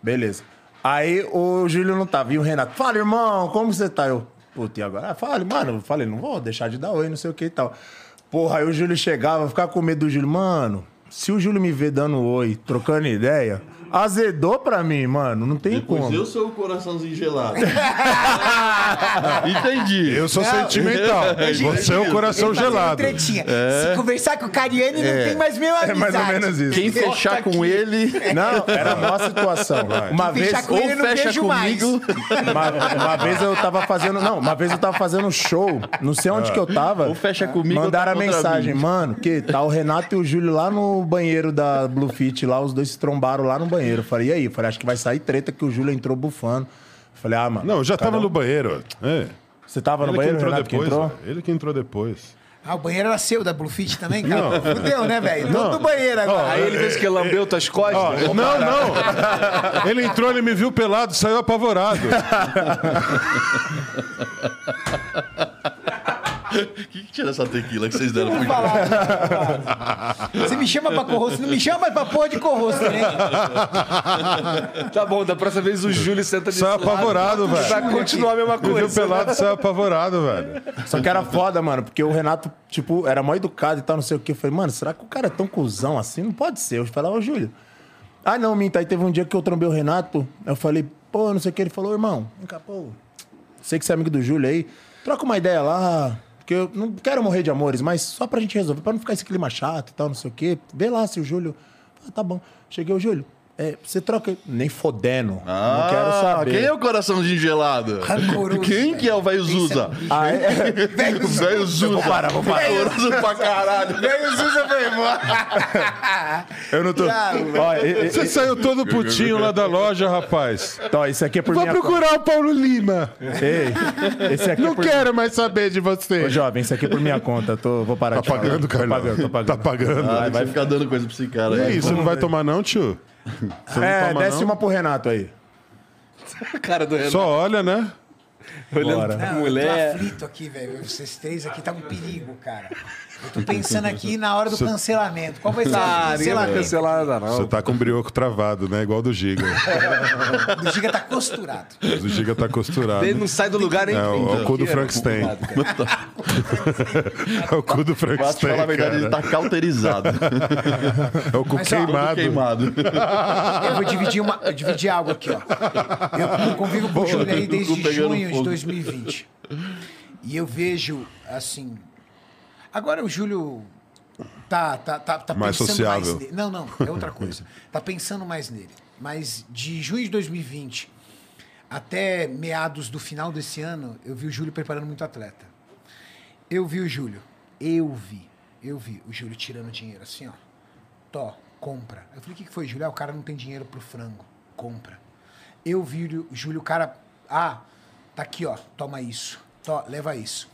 Speaker 5: Beleza. Aí o Júlio não tava. E o Renato, fala, irmão, como você tá? Eu, puta, e agora? Ah, fale, mano, eu falei, não vou deixar de dar oi, não sei o que e tal. Porra, aí o Júlio chegava, ficava com medo do Júlio. Mano, se o Júlio me vê dando oi, trocando ideia, azedou pra mim, mano. Não tem
Speaker 3: Depois
Speaker 5: como.
Speaker 3: eu sou o coraçãozinho gelado. Entendi.
Speaker 4: Eu sou sentimental. Você é o coração
Speaker 2: Fazendo
Speaker 4: gelado.
Speaker 2: tretinha. Se conversar com o Cariani, não tem mais meu
Speaker 5: É
Speaker 2: amizade.
Speaker 5: mais ou menos isso.
Speaker 3: Quem
Speaker 2: Corta
Speaker 3: fechar com ele,
Speaker 5: Não, era a maior situação. Uma vez.
Speaker 2: Fechar com
Speaker 3: ou
Speaker 2: ele, eu não
Speaker 3: fecha
Speaker 2: vejo mais.
Speaker 3: comigo.
Speaker 5: Uma, uma vez eu tava fazendo. Não, uma vez eu tava fazendo um show. Não sei onde que eu tava.
Speaker 3: Ah. Ou fecha comigo,
Speaker 5: Mandaram a
Speaker 3: ou tá contra
Speaker 5: mensagem,
Speaker 3: mim.
Speaker 5: mano, que tá o Renato e o Júlio lá no banheiro da Blue Fit, lá, os dois se trombaram lá no banheiro. Eu falei, e aí? Eu falei, acho que vai sair treta que o Júlio entrou bufando. Eu falei, ah, mano.
Speaker 4: Não, eu já
Speaker 5: cada
Speaker 4: tava
Speaker 5: um-
Speaker 4: no banheiro. É.
Speaker 5: Você tava no
Speaker 4: Ele que
Speaker 5: banheiro,
Speaker 4: entrou
Speaker 5: Renato, que
Speaker 4: depois.
Speaker 5: entrou?
Speaker 4: velho. Ele que entrou depois.
Speaker 2: Ah, o banheiro era seu da Bluefit também, cara? Fudeu, né, velho? Todo banheiro agora.
Speaker 1: Aí ele fez que lambeu tuas costas.
Speaker 4: Não, não! Ele entrou, ele me viu pelado, saiu apavorado.
Speaker 3: O que, que tira essa tequila que vocês deram pro Júlio?
Speaker 2: né? Você me chama pra corroço, não me chama pra porra de corroço, né?
Speaker 1: Tá bom, da próxima vez o Júlio senta de
Speaker 4: Saiu apavorado, velho.
Speaker 1: Vai continuar a mesma
Speaker 4: Me
Speaker 1: coisa.
Speaker 4: viu pelado, saiu apavorado, velho.
Speaker 5: Só que era foda, mano, porque o Renato, tipo, era mó educado e tal, não sei o que. Eu falei, mano, será que o cara é tão cuzão assim? Não pode ser. Eu falei, ô Júlio. Ah, não, Minta, aí teve um dia que eu trombei o Renato, eu falei, pô, não sei o que. Ele falou, irmão, vem cá, pô, sei que você é amigo do Júlio aí, troca uma ideia lá, porque eu não quero morrer de amores, mas só pra gente resolver, pra não ficar esse clima chato e tal, não sei o quê. Vê lá se o Júlio. Ah, tá bom. Cheguei, ô Júlio, é, você troca. Nem fodendo. não quero saber.
Speaker 3: Quem é o coraçãozinho gelado?
Speaker 2: Rancoroso.
Speaker 3: Quem que é o velho Zuza?
Speaker 5: Ah, é?
Speaker 3: O velho Zuza. Vou parar, vou parar. Coração pra caralho.
Speaker 2: Velho Zusa foi embora.
Speaker 5: Eu não tô. Ó, e- e-
Speaker 4: Você saiu todo putinho lá da loja, rapaz.
Speaker 5: Então, isso aqui é por
Speaker 4: Vou
Speaker 5: minha conta.
Speaker 4: procurar o Paulo Lima.
Speaker 5: Ei, esse aqui é
Speaker 4: Não
Speaker 5: por...
Speaker 4: quero mais saber de
Speaker 5: Ô,
Speaker 4: você.
Speaker 5: jovem, isso aqui é por minha conta. Tô, vou parar
Speaker 4: Tá
Speaker 5: de falar.
Speaker 4: pagando, cara?
Speaker 5: Tô pagando, tô pagando.
Speaker 4: Tá pagando.
Speaker 3: Ai, vai ficar dando coisa pra esse cara.
Speaker 4: E
Speaker 3: aí.
Speaker 4: aí, você não vai tomar não, tio? Você não
Speaker 5: É,
Speaker 4: toma,
Speaker 5: desce
Speaker 4: não?
Speaker 5: uma pro Renato aí.
Speaker 1: Cara do tá Renato.
Speaker 4: Só olha, né?
Speaker 5: Bora.
Speaker 2: Não, Eu
Speaker 1: Mulher.
Speaker 2: tô aflito aqui, velho. Vocês três aqui tá um perigo, cara. Eu tô pensando aqui na hora do cancelamento. Qual vai ser o
Speaker 1: Ah, ninguém vai
Speaker 2: cancelamento?
Speaker 1: cancelar nada,
Speaker 4: Você
Speaker 1: não.
Speaker 4: tá com o brioco travado, né? Igual do Giga.
Speaker 2: O Diga tá costurado.
Speaker 4: Mas o Giga tá costurado.
Speaker 1: Ele não sai do lugar nem
Speaker 4: É, o, o cu do Frankenstein. É o cu
Speaker 3: Pra
Speaker 4: do
Speaker 3: te
Speaker 4: Frankenstein,
Speaker 3: falar a verdade, ele
Speaker 4: cara.
Speaker 3: tá cauterizado.
Speaker 4: É o cu
Speaker 2: Mas, ó,
Speaker 4: queimado.
Speaker 3: Queimado.
Speaker 2: Eu vou dividir, uma, eu dividi algo aqui, ó. Eu convivo com o Júlio aí desde
Speaker 3: Tô pegando
Speaker 2: junho de
Speaker 3: fogo.
Speaker 2: 2020. E eu vejo, assim. Agora o Júlio tá, tá, tá, tá
Speaker 4: Mais
Speaker 2: pensando mais
Speaker 4: sociável.
Speaker 2: nele. Não, não, é outra coisa. tá pensando mais nele. Mas de junho de 2020 até meados do final desse ano, eu vi o Júlio preparando muito atleta. Eu vi o Júlio Eu vi, eu vi o Júlio tirando dinheiro assim, ó. Tó, compra. Eu falei, o que, que foi, Júlio? Ah, o cara não tem dinheiro pro frango. Compra. Eu vi o Júlio, o cara. Ah, tá aqui, ó. Toma isso. Tó, leva isso.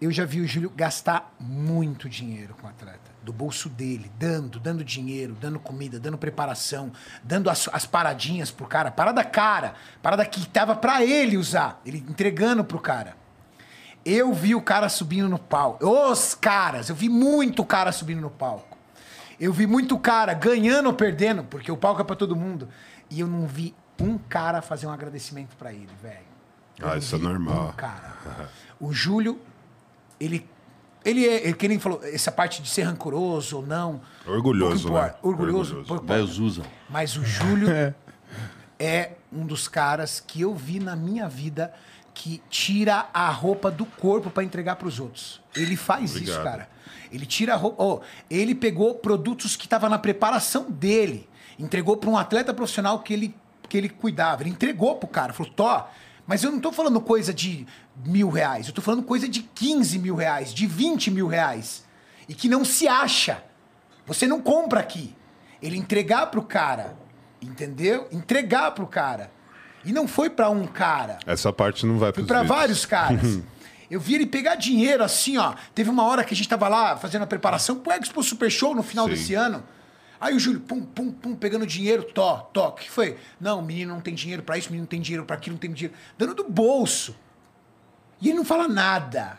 Speaker 2: Eu já vi o Júlio gastar muito dinheiro com o atleta. Do bolso dele, dando, dando dinheiro, dando comida, dando preparação, dando as, as paradinhas pro cara. Parada cara. Parada que tava pra ele usar. Ele entregando pro cara. Eu vi o cara subindo no palco. Os caras, eu vi muito cara subindo no palco. Eu vi muito cara ganhando ou perdendo, porque o palco é pra todo mundo. E eu não vi um cara fazer um agradecimento pra ele, velho. Eu
Speaker 4: Ah,
Speaker 2: não
Speaker 4: isso é
Speaker 2: vi
Speaker 4: normal.
Speaker 2: Um cara. O Júlio, ele. Ele é, ele- que nem falou, essa parte de ser rancoroso ou não.
Speaker 4: Orgulhoso,
Speaker 2: pouco
Speaker 4: né?
Speaker 2: importa. Orgulhoso,
Speaker 4: Orgulhoso.
Speaker 2: pouco
Speaker 3: Vai,
Speaker 2: importa.
Speaker 3: Zuza.
Speaker 2: Mas o Júlio é um dos caras que eu vi na minha vida que tira a roupa do corpo pra entregar pros outros. Ele faz isso,
Speaker 4: Obrigado.
Speaker 2: cara. Ele tira a roupa. ó, ele pegou produtos que estavam na preparação dele, entregou pra um atleta profissional que ele, que ele cuidava. Ele entregou pro cara, falou: Tó, mas eu não tô falando coisa de mil reais, eu tô falando coisa de 15 mil reais, de 20 mil reais. E que não se acha. Você não compra aqui. Ele entregar pro cara, entendeu? Entregar pro cara. E não foi pra um cara,
Speaker 4: Essa parte não vai
Speaker 2: foi
Speaker 4: pros
Speaker 2: pra
Speaker 4: vídeos.
Speaker 2: vários caras. Eu vi ele pegar dinheiro assim, ó. Teve uma hora que a gente tava lá fazendo a preparação pro Expo Super Show no final
Speaker 4: Sim.
Speaker 2: desse ano. Aí o Júlio, pum, pum, pum, pegando dinheiro, tó, tó. O que foi? Não, o menino não tem dinheiro pra isso, o menino não tem dinheiro pra aquilo, não tem dinheiro. Dando do bolso. E ele não fala nada.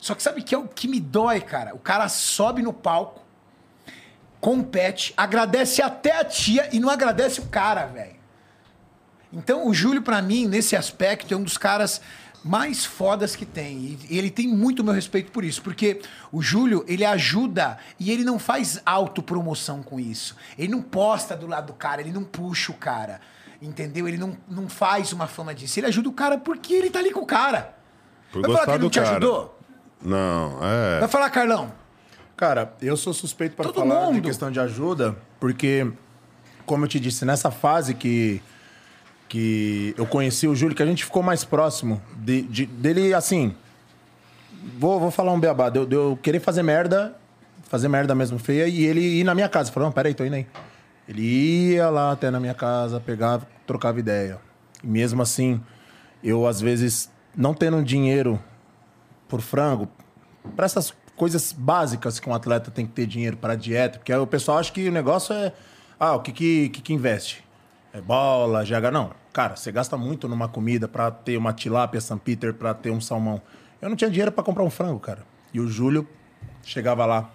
Speaker 2: Só que sabe que é o que me dói, cara? O cara sobe no palco, compete, agradece até a tia e não agradece o cara, velho. Então o Júlio, pra mim, nesse aspecto, é um dos caras mais fodas que tem. E ele tem muito meu respeito por isso, porque o Júlio, ele ajuda e ele não faz autopromoção com isso. Ele não posta do lado do cara, ele não puxa o cara. Entendeu? Ele não, não faz uma fama disso. Ele ajuda o cara porque ele tá ali com o cara.
Speaker 4: Por
Speaker 2: Vai falar que
Speaker 4: gostar
Speaker 2: ele não
Speaker 4: do
Speaker 2: te
Speaker 4: cara.
Speaker 2: ajudou?
Speaker 4: Não, é.
Speaker 2: Vai falar, Carlão.
Speaker 5: Cara, eu sou suspeito para
Speaker 2: Todo
Speaker 5: falar de
Speaker 2: mundo.
Speaker 5: questão de ajuda, porque, como eu te disse, nessa fase que, que eu conheci o Júlio, que a gente ficou mais próximo de- de- dele, assim. Vou, vou falar um beabá, de eu, de eu querer fazer merda, fazer merda mesmo feia, e ele ir na minha casa. Falou, não, peraí, tô indo aí. Ele ia lá até na minha casa, pegava, trocava ideia. E mesmo assim, eu, às vezes, não tendo dinheiro por frango, para essas coisas básicas que um atleta tem que ter dinheiro para dieta, porque aí o pessoal acha que o negócio é, ah, o que que, que, que investe? É bola, GH, não. Cara, você gasta muito numa comida para ter uma tilápia San Peter, para ter um salmão. Eu não tinha dinheiro para comprar um frango, cara. E o Júlio chegava lá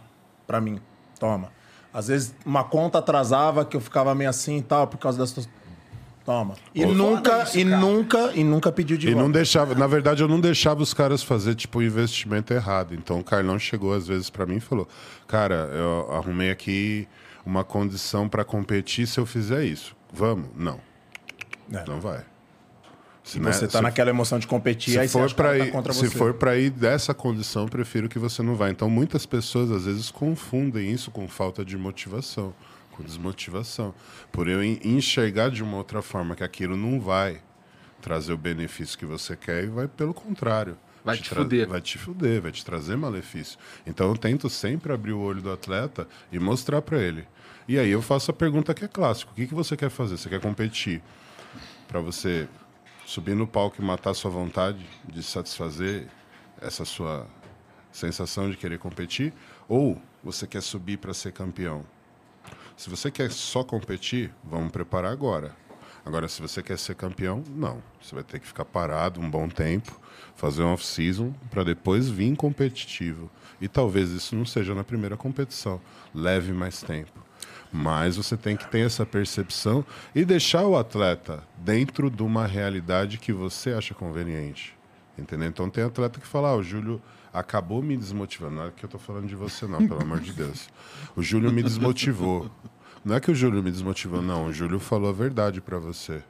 Speaker 5: para mim, toma. Às vezes uma conta atrasava que eu ficava meio assim e tal por causa das tuas... Toma. E
Speaker 2: Foda
Speaker 5: nunca
Speaker 2: isso,
Speaker 5: e
Speaker 2: cara.
Speaker 5: nunca e nunca pediu de
Speaker 4: E
Speaker 5: volta.
Speaker 4: não deixava, na verdade, eu não deixava os caras fazer tipo investimento errado. Então o Carlão chegou às vezes pra mim e falou: "Cara, eu arrumei aqui uma condição pra competir se eu fizer isso. Vamos? Não.
Speaker 5: É.
Speaker 4: Não vai. Se
Speaker 5: E
Speaker 4: né,
Speaker 5: você tá
Speaker 4: se-
Speaker 5: naquela emoção de competir, aí
Speaker 4: se
Speaker 5: você
Speaker 4: for
Speaker 5: acha que o
Speaker 4: pra
Speaker 5: cara tá
Speaker 4: ir,
Speaker 5: contra
Speaker 4: se
Speaker 5: você.
Speaker 4: for para ir dessa condição, prefiro que você não vá. Então muitas pessoas às vezes confundem isso com falta de motivação, com desmotivação, por eu en- enxergar de uma outra forma que aquilo não vai trazer o benefício que você quer e vai pelo contrário.
Speaker 1: Vai te
Speaker 4: tra-
Speaker 1: fuder.
Speaker 4: Vai te fuder, vai te trazer malefício. Então eu tento sempre abrir o olho do atleta e mostrar pra ele. E aí eu faço a pergunta que é clássica: o que, que você quer fazer? Você quer competir? Pra você subir no palco e matar sua vontade de satisfazer essa sua sensação de querer competir ou você quer subir para ser campeão? Se você quer só competir, vamos preparar agora. Agora, se você quer ser campeão, não. Você vai ter que ficar parado um bom tempo, fazer um off-season para depois vir competitivo. E talvez isso não seja na primeira competição. Leve mais tempo. Mas você tem que ter essa percepção e deixar o atleta dentro de uma realidade que você acha conveniente. Entendeu? Então tem atleta que fala, ah, o Júlio acabou me desmotivando. Não é que eu tô falando de você, não, pelo amor de Deus. O Júlio me desmotivou. Não é que o Júlio me desmotivou, não. O Júlio falou a verdade para você.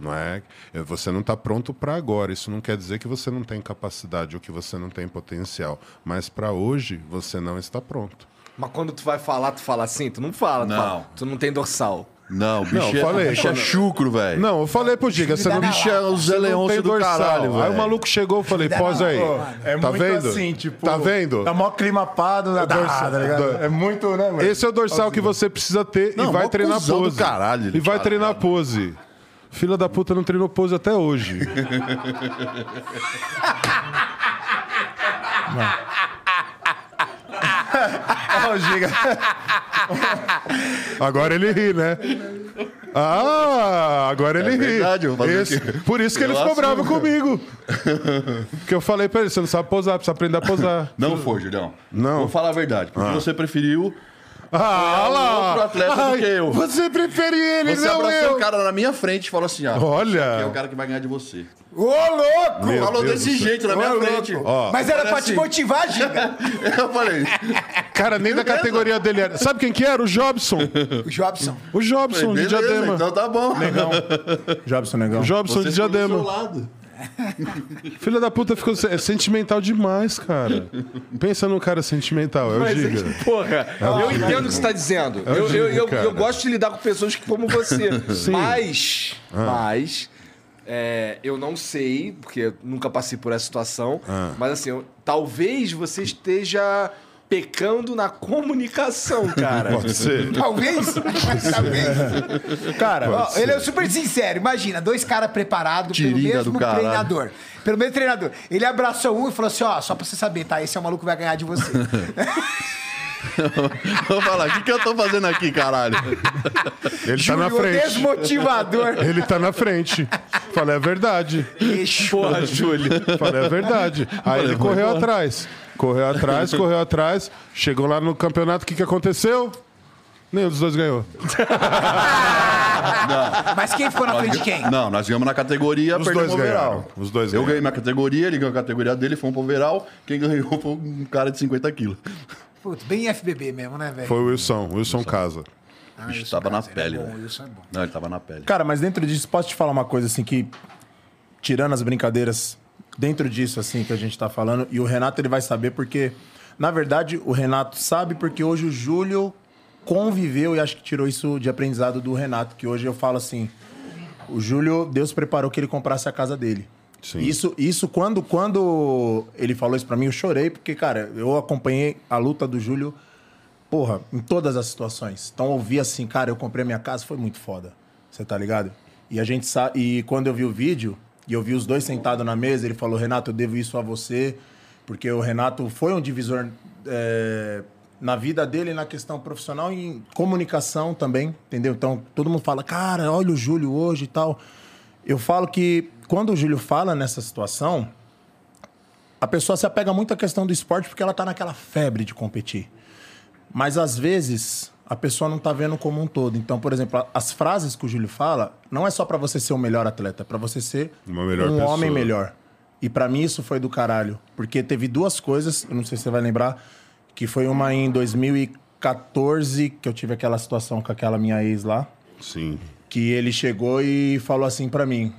Speaker 4: Não é? é, Você não está pronto para agora. Isso não quer dizer que você não tem capacidade ou que você não tem potencial. Mas para hoje, você não está pronto.
Speaker 1: Mas quando tu vai falar, tu fala assim? Tu não fala, tu
Speaker 3: Não.
Speaker 1: fala, Tu não tem dorsal.
Speaker 3: Não, o bicho,
Speaker 4: Não,
Speaker 3: é,
Speaker 4: falei,
Speaker 3: o bicho é
Speaker 4: quando-
Speaker 3: chucro, velho.
Speaker 4: Não, eu falei pro Giga, você não
Speaker 3: o bicho é o Zé
Speaker 4: você não
Speaker 3: Leôncio
Speaker 4: tem
Speaker 3: do
Speaker 4: dorsal.
Speaker 3: caralho, velho.
Speaker 4: Aí o maluco chegou, eu falei,
Speaker 2: Dá
Speaker 4: pós
Speaker 2: na-
Speaker 4: aí.
Speaker 2: Pô,
Speaker 5: É
Speaker 4: tá
Speaker 5: muito
Speaker 4: vendo?
Speaker 5: assim, tipo.
Speaker 4: Tá vendo?
Speaker 5: É mó climapado na
Speaker 4: dorsa-
Speaker 5: dança, tá ligado?
Speaker 4: do-
Speaker 5: É muito, né, mano?
Speaker 4: Esse é o dorsal que você precisa ter e
Speaker 3: Não,
Speaker 4: vai
Speaker 3: mó
Speaker 4: treinar
Speaker 3: cuzão do
Speaker 4: pose.
Speaker 3: caralho, ele
Speaker 4: e vai
Speaker 3: fala, né?
Speaker 4: treinar
Speaker 3: cara.
Speaker 4: pose. Filha da puta não treinou pose até hoje.
Speaker 5: Ah, o Giga.
Speaker 4: Agora ele ri, né? Ah, agora ele
Speaker 3: É verdade, eu
Speaker 4: ri.
Speaker 3: vou fazer o
Speaker 4: Esse-
Speaker 3: quê?
Speaker 4: por isso que ele
Speaker 3: Eu
Speaker 4: ficou
Speaker 3: assumo.
Speaker 4: bravo comigo. Porque eu falei pra ele, você não sabe posar, precisa aprender a posar.
Speaker 3: Não foi, Julião.
Speaker 4: Não.
Speaker 3: Vou falar a verdade. Porque você preferiu.
Speaker 4: Ah, lá!
Speaker 3: outro atleta do que eu.
Speaker 4: Você prefere ele,
Speaker 3: Você
Speaker 4: não
Speaker 3: abraçou o
Speaker 4: eu.
Speaker 3: cara na minha frente e falou assim: ah, esse
Speaker 4: Olha.
Speaker 3: aqui é o cara que vai ganhar de você.
Speaker 5: Ô, louco!
Speaker 4: Meu
Speaker 3: falou
Speaker 4: Deus
Speaker 3: desse
Speaker 4: do céu.
Speaker 3: jeito na minha
Speaker 5: Ô,
Speaker 3: frente.
Speaker 5: louco.
Speaker 4: Ó,
Speaker 2: Mas era pra te
Speaker 3: assim.
Speaker 2: motivar, Giga.
Speaker 3: Eu falei,
Speaker 4: cara, nem da categoria dele era. Sabe quem que era? O Jobson.
Speaker 2: O Jobson.
Speaker 4: O Jobson de
Speaker 3: beleza,
Speaker 4: diadema.
Speaker 3: então tá bom.
Speaker 5: Jobson Negão.
Speaker 4: O Jobson
Speaker 3: Você
Speaker 4: de
Speaker 3: ficou do seu
Speaker 4: diadema.
Speaker 3: lado.
Speaker 4: Filha da puta ficou é sentimental demais, cara. Pensa num cara sentimental, é o
Speaker 1: Mas,
Speaker 4: Giga.
Speaker 1: porra,
Speaker 4: É
Speaker 1: eu entendo o que você tá dizendo. Eu, eu, eu,
Speaker 4: Giga,
Speaker 1: eu
Speaker 4: É cara.
Speaker 1: gosto de lidar com pessoas que- como você. Mas,
Speaker 4: Ah.
Speaker 1: mas, é, eu não sei, porque eu nunca passei por essa situação,
Speaker 4: Ah.
Speaker 1: mas assim, eu- talvez você esteja pecando na comunicação, cara.
Speaker 4: Pode ser.
Speaker 2: Talvez. Talvez.
Speaker 5: Cara,
Speaker 2: Ó, ele é super sincero. Imagina, dois caras preparados pelo
Speaker 3: Tiringa
Speaker 2: mesmo
Speaker 3: do caralho.
Speaker 2: treinador. Pelo mesmo treinador. Ele abraçou um e falou assim: ó, só pra você saber, tá? Esse é o maluco que vai ganhar de você.
Speaker 3: Vou falar, o que, que eu tô fazendo aqui, caralho?
Speaker 4: Ele tá na
Speaker 2: Júlio, o
Speaker 4: frente.
Speaker 2: desmotivador.
Speaker 4: Ele tá na frente. Falei a verdade.
Speaker 1: Porra, Júlio.
Speaker 4: Falei a verdade. Aí ele correu atrás. Correu atrás, correu atrás. Chegou lá no campeonato, o que, que aconteceu? Nenhum dos dois ganhou.
Speaker 2: Mas quem ficou na frente de quem?
Speaker 3: Não, nós ganhamos na categoria,
Speaker 4: Os
Speaker 3: perdemos
Speaker 4: dois
Speaker 3: o overall.
Speaker 4: ganharam. Os dois
Speaker 3: Eu
Speaker 4: ganharam.
Speaker 3: ganhei minha categoria, ele ganhou a categoria dele, foi um pro overall. Quem ganhou foi um cara de 50 quilos.
Speaker 2: Putz, bem FBB mesmo, né, velho? Ah,
Speaker 4: Foi o Wilson, Wilson Casa.
Speaker 3: O bicho tava na pele,
Speaker 2: bom,
Speaker 3: velho.
Speaker 2: isso é bom.
Speaker 3: Não, ele tava na pele.
Speaker 5: Cara, mas dentro disso, posso te falar uma coisa assim que, tirando as brincadeiras, dentro disso assim que a gente tá falando, e o Renato ele vai saber porque, na verdade, o Renato sabe porque hoje o Júlio conviveu e acho que tirou isso de aprendizado do Renato, que hoje eu falo assim, o Júlio, Deus preparou que ele comprasse a casa dele.
Speaker 4: Sim.
Speaker 5: Isso, isso quando, quando ele falou isso pra mim, eu chorei, porque, cara, eu acompanhei a luta do Júlio, porra, em todas as situações. Então ouvir assim, cara, eu comprei minha casa, foi muito foda. Você tá ligado? E a gente sa... E quando eu vi o vídeo, e eu vi os dois sentados na mesa, ele falou, Renato, eu devo isso a você, porque o Renato foi um divisor é, na vida dele, na questão profissional e em comunicação também, entendeu? Então todo mundo fala, cara, olha o Júlio hoje e tal. Eu falo que quando o Júlio fala nessa situação, a pessoa se apega muito à questão do esporte porque ela tá naquela febre de competir. Mas às vezes a pessoa não tá vendo como um todo. Então, por exemplo, a- as frases que o Júlio fala não é só para você ser o melhor atleta, é para você ser
Speaker 4: Uma melhor
Speaker 5: um
Speaker 4: pessoa.
Speaker 5: homem melhor. E para mim isso foi do caralho, porque teve duas coisas, eu não sei se você vai lembrar, que foi uma em 2014 que eu tive aquela situação com aquela minha ex lá,
Speaker 4: Sim.
Speaker 5: que ele chegou e falou assim para mim,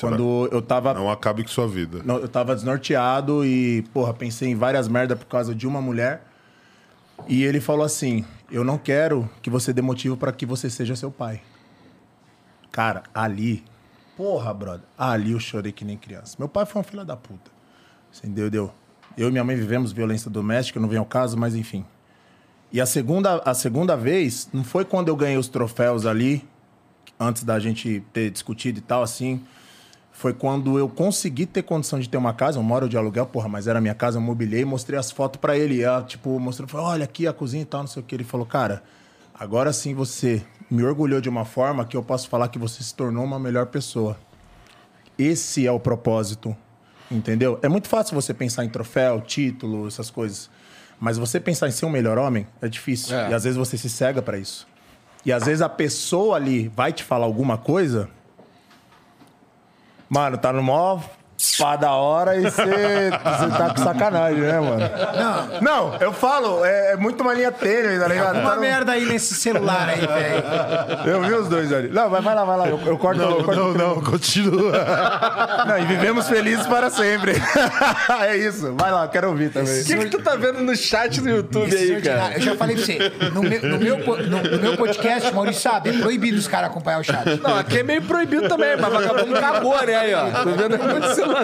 Speaker 5: quando eu tava
Speaker 4: Não acabe com sua vida.
Speaker 5: não, eu tava desnorteado e, porra, pensei em várias merdas por causa de uma mulher. E ele falou assim: Eu não quero que você dê motivo pra que você seja seu pai. Cara, ali. Porra, brother. Ali eu chorei que nem criança. Meu pai foi um filho da puta. Entendeu? Deu. Eu e minha mãe vivemos violência doméstica, não vem ao caso, mas enfim. E a segunda, a segunda vez não foi quando eu ganhei os troféus ali, antes da gente ter discutido e tal, assim. Foi quando eu consegui ter condição de ter uma casa. Eu moro de aluguel, porra, mas era minha casa, eu mobiliei e mostrei as fotos pra ele. E ela, tipo, mostrou, falou, olha aqui a cozinha e tal, não sei o que. Ele falou, cara, agora sim você me orgulhou de uma forma que eu posso falar que você se tornou uma melhor pessoa. Esse é o propósito, entendeu? É muito fácil você pensar em troféu, título, essas coisas. Mas você pensar em ser um melhor homem é difícil.
Speaker 1: É.
Speaker 5: E às vezes você se cega pra isso. E às vezes a pessoa ali vai te falar alguma coisa Mano, tá no maior pá da hora e você tá com sacanagem, né, mano? Não, eu falo, é, é muito uma linha tênue, tá ligado? Tá
Speaker 2: Uma
Speaker 5: no-
Speaker 2: merda aí nesse celular aí, velho.
Speaker 5: Eu vi os dois ali. Não, vai, vai lá, vai lá. Eu, eu corto. eu corto
Speaker 4: Não, não, continua.
Speaker 5: Não, e vivemos felizes para sempre. é isso. Vai lá, quero ouvir também.
Speaker 1: O que, que tu tá vendo no chat do YouTube aí, cara?
Speaker 2: Eu já falei pra você, no meu, no meu, po- no- no meu podcast, Maurício sabe, é proibido os caras acompanhar o chat.
Speaker 1: Não, aqui é meio proibido também, mas vagabundo acabou, né? Aí, ó. Tô vendo muito celular.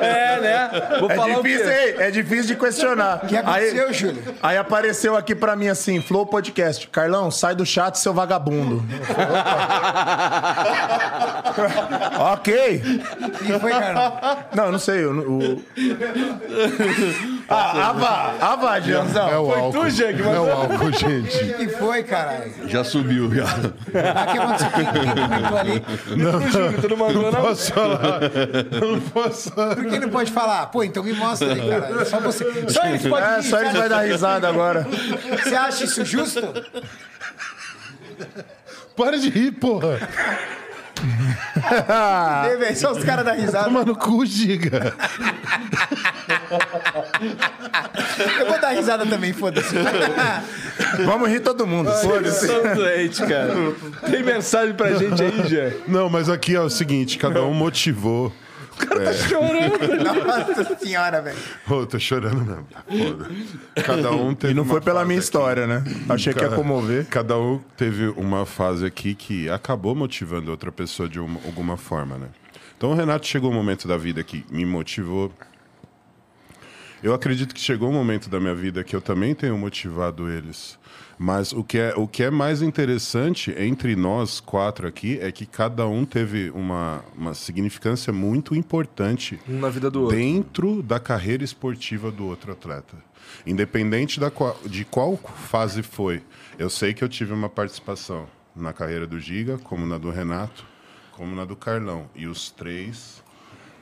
Speaker 1: É, né? Vou
Speaker 5: É
Speaker 1: falar
Speaker 5: difícil,
Speaker 1: o quê?
Speaker 5: hein? é difícil de questionar. O
Speaker 2: que aconteceu, Júlio?
Speaker 5: Aí apareceu aqui pra mim assim, Flow Podcast. Carlão, sai do chat, seu vagabundo. Opa. ok.
Speaker 2: E foi, cara.
Speaker 5: Não, eu não sei. Eu, não- o... ah, Ava, Ava, Janzão.
Speaker 4: É o álcool.
Speaker 1: Tu, Jean, que
Speaker 4: É o álcool, gente.
Speaker 2: E foi, caralho.
Speaker 3: Já subiu, já.
Speaker 2: Ah, que aconteceu? Quem, quem comentou ali?
Speaker 1: mandou, Júlio? Tu não mandou, não?
Speaker 4: Posso falar? Não posso falar.
Speaker 2: Por que não pode falar? Pô, então me mostra aí, cara. Só você. Só eles podem
Speaker 5: É,
Speaker 2: ir,
Speaker 5: só
Speaker 2: você
Speaker 5: ele vai
Speaker 2: acha-
Speaker 5: dar risada agora.
Speaker 2: Você acha isso justo?
Speaker 4: Para de rir, porra.
Speaker 5: Ah.
Speaker 2: Vê, velho, Só os caras da risada.
Speaker 4: Toma no cu, Giga.
Speaker 2: Eu vou dar risada também, foda-se.
Speaker 5: Vamos rir todo mundo. Foda-se.
Speaker 1: Tô doente, cara. Tem mensagem pra gente aí, Jean?
Speaker 4: Não, mas aqui é o seguinte, cada um motivou.
Speaker 2: Nossa senhora, velho.
Speaker 4: Ô, tô chorando mesmo. tá foda. Cada um teve
Speaker 5: E não
Speaker 4: uma
Speaker 5: foi pela
Speaker 4: fase
Speaker 5: minha
Speaker 4: aqui.
Speaker 5: história, né? Achei que ia
Speaker 4: Cada-
Speaker 5: comover.
Speaker 4: Cada um teve uma fase aqui que acabou motivando outra pessoa de uma- alguma forma, né? Então o Renato chegou um momento da vida que me motivou. Eu acredito que chegou um momento da minha vida que eu também tenho motivado eles. Mas o que, é, o que é mais interessante entre nós quatro aqui é que cada um teve uma, uma significância muito importante
Speaker 1: Um na vida do outro.
Speaker 4: dentro da carreira esportiva do outro atleta. Independente da qual- de qual fase foi, eu sei que eu tive uma participação na carreira do Giga, como na do Renato, como na do Carlão. E os três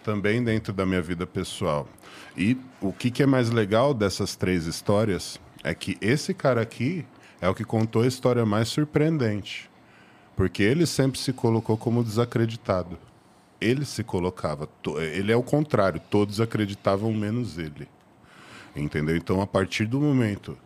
Speaker 4: também dentro da minha vida pessoal. E o que, que é mais legal dessas três histórias é que esse cara aqui é o que contou a história mais surpreendente. Porque ele sempre se colocou como desacreditado. Ele se colocava. to- Ele é o contrário. Todos acreditavam menos ele. Entendeu? Então, a partir do momento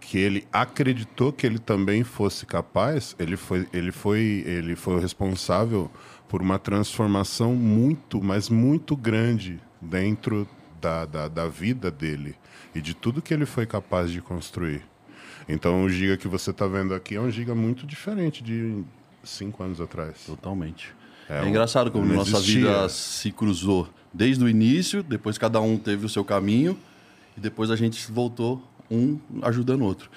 Speaker 4: que ele acreditou que ele também fosse capaz, ele foi, ele foi, ele foi o responsável por uma transformação muito, mas muito grande dentro da, da, da vida dele e de tudo que ele foi capaz de construir. Então, o Giga que você está vendo aqui é um Giga muito diferente de cinco anos atrás.
Speaker 3: Totalmente.
Speaker 4: É,
Speaker 3: É,
Speaker 4: o-
Speaker 3: engraçado como
Speaker 4: não
Speaker 3: nossa
Speaker 4: existia.
Speaker 3: vida se cruzou desde o início, depois cada um teve o seu caminho e depois a gente voltou um ajudando o outro.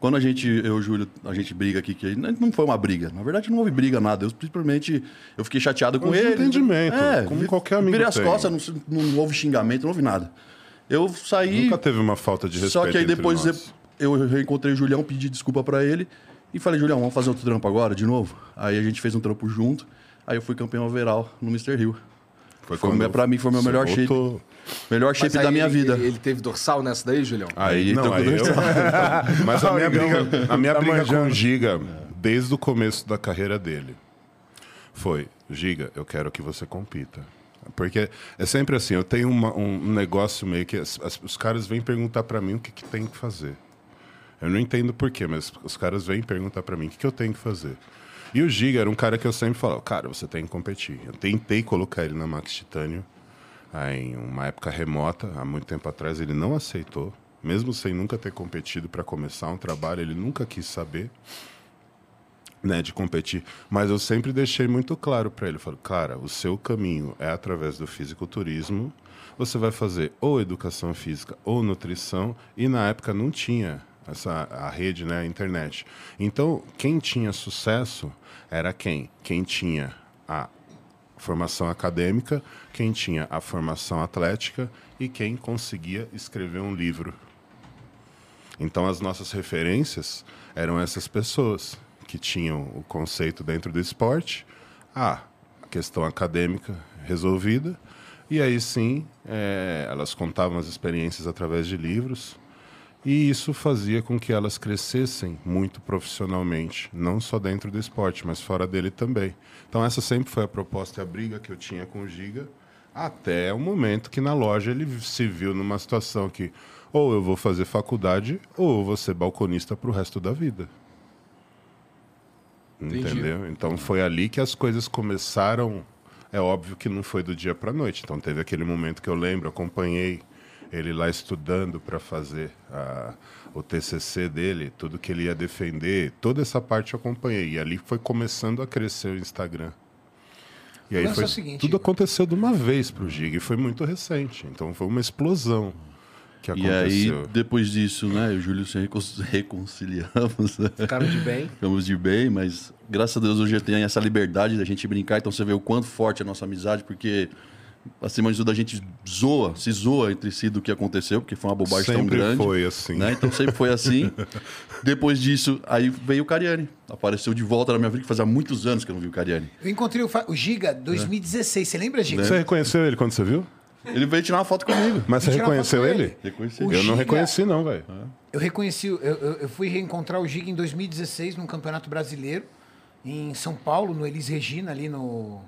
Speaker 3: Quando a gente, eu e o Júlio, a gente briga aqui, que não não foi uma briga. Na verdade, não houve briga, nada. Eu simplesmente eu fiquei chateado com
Speaker 4: Houve
Speaker 3: ele.
Speaker 4: entendimento, como
Speaker 3: vi-
Speaker 4: qualquer amigo
Speaker 3: Virei as
Speaker 4: tem.
Speaker 3: costas, não, não houve xingamento, não houve nada. Eu saí.
Speaker 4: Nunca teve uma falta de respeito.
Speaker 3: Só que aí
Speaker 4: entre
Speaker 3: depois é
Speaker 4: nós.
Speaker 3: eu eu reencontrei o Julião, pedi desculpa pra ele e falei, Julião, vamos fazer outro trampo agora, de novo? Aí a gente fez um trampo junto, aí eu fui campeão overall no Mr. Hill.
Speaker 4: Foi
Speaker 3: Foi,
Speaker 4: quando
Speaker 3: meu- pra mim foi o meu
Speaker 4: você
Speaker 3: melhor
Speaker 4: voltou.
Speaker 3: shape. Melhor
Speaker 1: Mas
Speaker 3: shape
Speaker 1: aí
Speaker 3: da minha
Speaker 1: ele-
Speaker 3: vida.
Speaker 1: Ele teve dorsal nessa daí, Julião?
Speaker 3: Aí,
Speaker 4: não,
Speaker 3: então,
Speaker 4: aí eu... Mas a minha briga, a minha
Speaker 5: Tá
Speaker 4: briga com o
Speaker 5: manjando.
Speaker 4: Giga, desde o começo da carreira dele, foi: Giga, eu quero que você compita. Porque é sempre assim, eu tenho uma- um negócio meio que as- as- os caras vêm perguntar pra mim o que, que tem que fazer. Eu não entendo porquê, mas os caras vêm perguntar pra mim o que, que eu tenho que fazer. E o Giga era um cara que eu sempre falava, cara, você tem que competir. Eu tentei colocar ele na Max Titânio aí, Ah, em uma época remota, há muito tempo atrás, ele não aceitou. Mesmo sem nunca ter competido para começar um trabalho, ele nunca quis saber né, de competir. Mas eu sempre deixei muito claro para ele, eu falo, cara, o seu caminho é através do fisiculturismo. Você vai fazer ou educação física ou nutrição e na época não tinha essa a rede, né, a internet. Então, quem tinha sucesso era quem? Quem tinha a formação acadêmica, quem tinha a formação atlética e quem conseguia escrever um livro. Então as nossas referências eram essas pessoas que tinham o conceito dentro do esporte, ah, a questão acadêmica resolvida, é, e aí sim eh, elas contavam as experiências através de livros E isso fazia com que elas crescessem muito profissionalmente, não só dentro do esporte, mas fora dele também. Então essa sempre foi a proposta e a briga que eu tinha com o Giga, até o momento que na loja ele se viu numa situação que ou eu vou fazer faculdade ou eu vou ser balconista para o resto da vida. Entendeu? Então foi ali que as coisas começaram. É óbvio que não foi do dia para noite. Então teve aquele momento que eu lembro, acompanhei ele lá estudando para fazer a- o TCC dele, tudo que ele ia defender, toda essa parte eu acompanhei. E ali foi começando a crescer o Instagram. E aí
Speaker 2: Lance
Speaker 4: foi,
Speaker 2: é o seguinte,
Speaker 4: tudo
Speaker 2: Igor.
Speaker 4: aconteceu de uma vez pro Gig, e foi muito recente. Então foi uma explosão que
Speaker 3: E
Speaker 4: aconteceu.
Speaker 3: aí, depois disso, né, eu e o Júlio se recon- reconciliamos. né?
Speaker 1: Ficaram de bem.
Speaker 3: Ficamos de bem, mas graças a Deus hoje tem essa liberdade da gente brincar, então você vê o quanto forte é a nossa amizade, porque acima de tudo a gente zoa, se zoa entre si do que aconteceu, porque foi uma bobagem tão
Speaker 4: Sempre
Speaker 3: grande.
Speaker 4: foi assim.
Speaker 3: né? Então sempre foi assim. Depois disso, aí veio o Cariani. Apareceu de volta na minha vida, que fazia muitos anos que eu não vi o Cariani.
Speaker 2: Eu encontrei o, Fa- o Giga 2016. Você lembra, Giga?
Speaker 4: Você reconheceu ele quando você viu?
Speaker 3: Ele veio tirar uma foto comigo.
Speaker 4: Mas você
Speaker 2: Tirar uma
Speaker 4: reconheceu
Speaker 2: foto com
Speaker 4: ele?
Speaker 2: ele.
Speaker 3: Reconheci.
Speaker 2: O
Speaker 4: Eu
Speaker 5: é-
Speaker 4: não
Speaker 2: Giga-
Speaker 4: reconheci, não, velho.
Speaker 2: Eu reconheci, eu, eu- eu fui reencontrar o Giga em 2016 num campeonato brasileiro em São Paulo, no Elis Regina, ali no.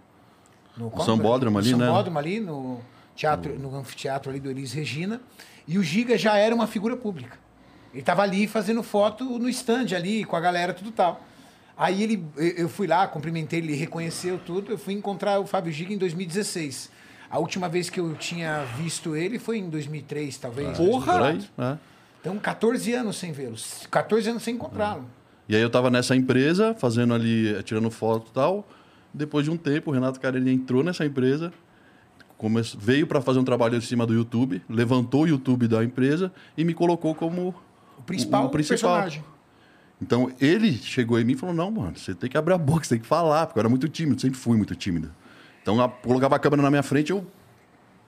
Speaker 2: no qual
Speaker 3: Sambódromo
Speaker 2: era? No
Speaker 3: ali, né?
Speaker 2: Sambódromo ali, no, teatro, no anfiteatro ali do Elis Regina. E o Giga já era uma figura pública. Ele tava ali fazendo foto no stand ali, com a galera, tudo tal. Aí ele, eu eu fui lá, cumprimentei ele, ele reconheceu tudo. Eu fui encontrar o Fábio Giga em 2016. A última vez que eu tinha visto ele foi em 2003, talvez.
Speaker 3: Por aí, é.
Speaker 2: Então, 14 anos sem vê-lo. 14 anos sem encontrá-lo.
Speaker 3: E aí eu tava nessa empresa, fazendo ali, eh, tirando foto e tal. Depois de um tempo, o Renato Carelli entrou nessa empresa, come- veio para fazer um trabalho em cima do YouTube, levantou o YouTube da empresa e me colocou como
Speaker 2: O principal,
Speaker 3: o principal.
Speaker 2: personagem.
Speaker 3: Então ele chegou em mim e falou: Não, mano, você tem que abrir a boca, você tem que falar, porque eu era muito tímido, sempre fui muito tímido. Então a- colocava a câmera na minha frente, eu.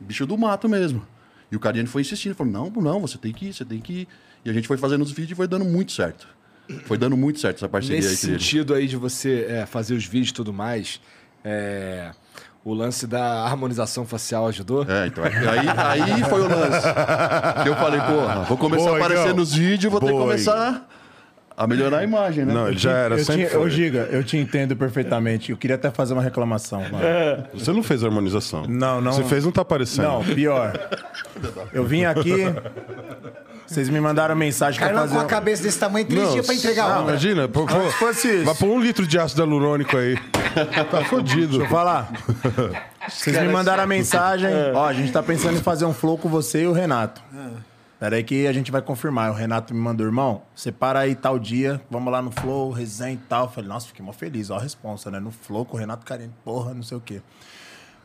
Speaker 3: bicho do mato mesmo. E o Cariani foi insistindo, falou: Não, não, você tem que ir, você tem que ir. E a gente foi fazendo os vídeos e foi dando muito certo. Foi dando muito certo essa parceria
Speaker 1: Nesse
Speaker 3: entre eles.
Speaker 1: sentido aí de você é, fazer os vídeos e tudo mais, é, o lance da harmonização facial ajudou?
Speaker 3: É, então aí, aí foi o lance. Que eu falei, porra, vou começar
Speaker 4: Boa,
Speaker 3: a aparecer
Speaker 4: Igão.
Speaker 3: nos vídeos, vou ter que
Speaker 4: Boa,
Speaker 3: começar a melhorar a imagem, né?
Speaker 4: Não, ele já era,
Speaker 5: É, eu
Speaker 4: sempre
Speaker 5: te, ô,
Speaker 4: foi.
Speaker 5: Giga, eu te entendo perfeitamente. Eu queria até fazer uma reclamação. Mano.
Speaker 4: Você não fez a harmonização.
Speaker 5: Não, não.
Speaker 4: Você fez, não tá aparecendo.
Speaker 5: Não, pior. Eu vim aqui, vocês me mandaram mensagem pra
Speaker 2: Caramba,
Speaker 5: fazer... um-
Speaker 2: com a cabeça desse tamanho, três dias pra entregar a
Speaker 4: não,
Speaker 2: obra.
Speaker 4: Imagina, pô, pô,
Speaker 5: Ah, se fosse isso.
Speaker 4: vai pôr um litro de ácido hialurônico aí. Tá fodido.
Speaker 5: Deixa eu falar. Vocês me mandaram a mensagem. Ó, a gente tá pensando em fazer um flow com você e o Renato. Peraí que a gente vai confirmar. O Renato me mandou, irmão, separa aí tal dia, vamos lá no flow, resenha e tal. Eu falei, nossa, fiquei mó feliz, ó a responsa, né? No flow com o Renato Carini, porra, não sei o quê. O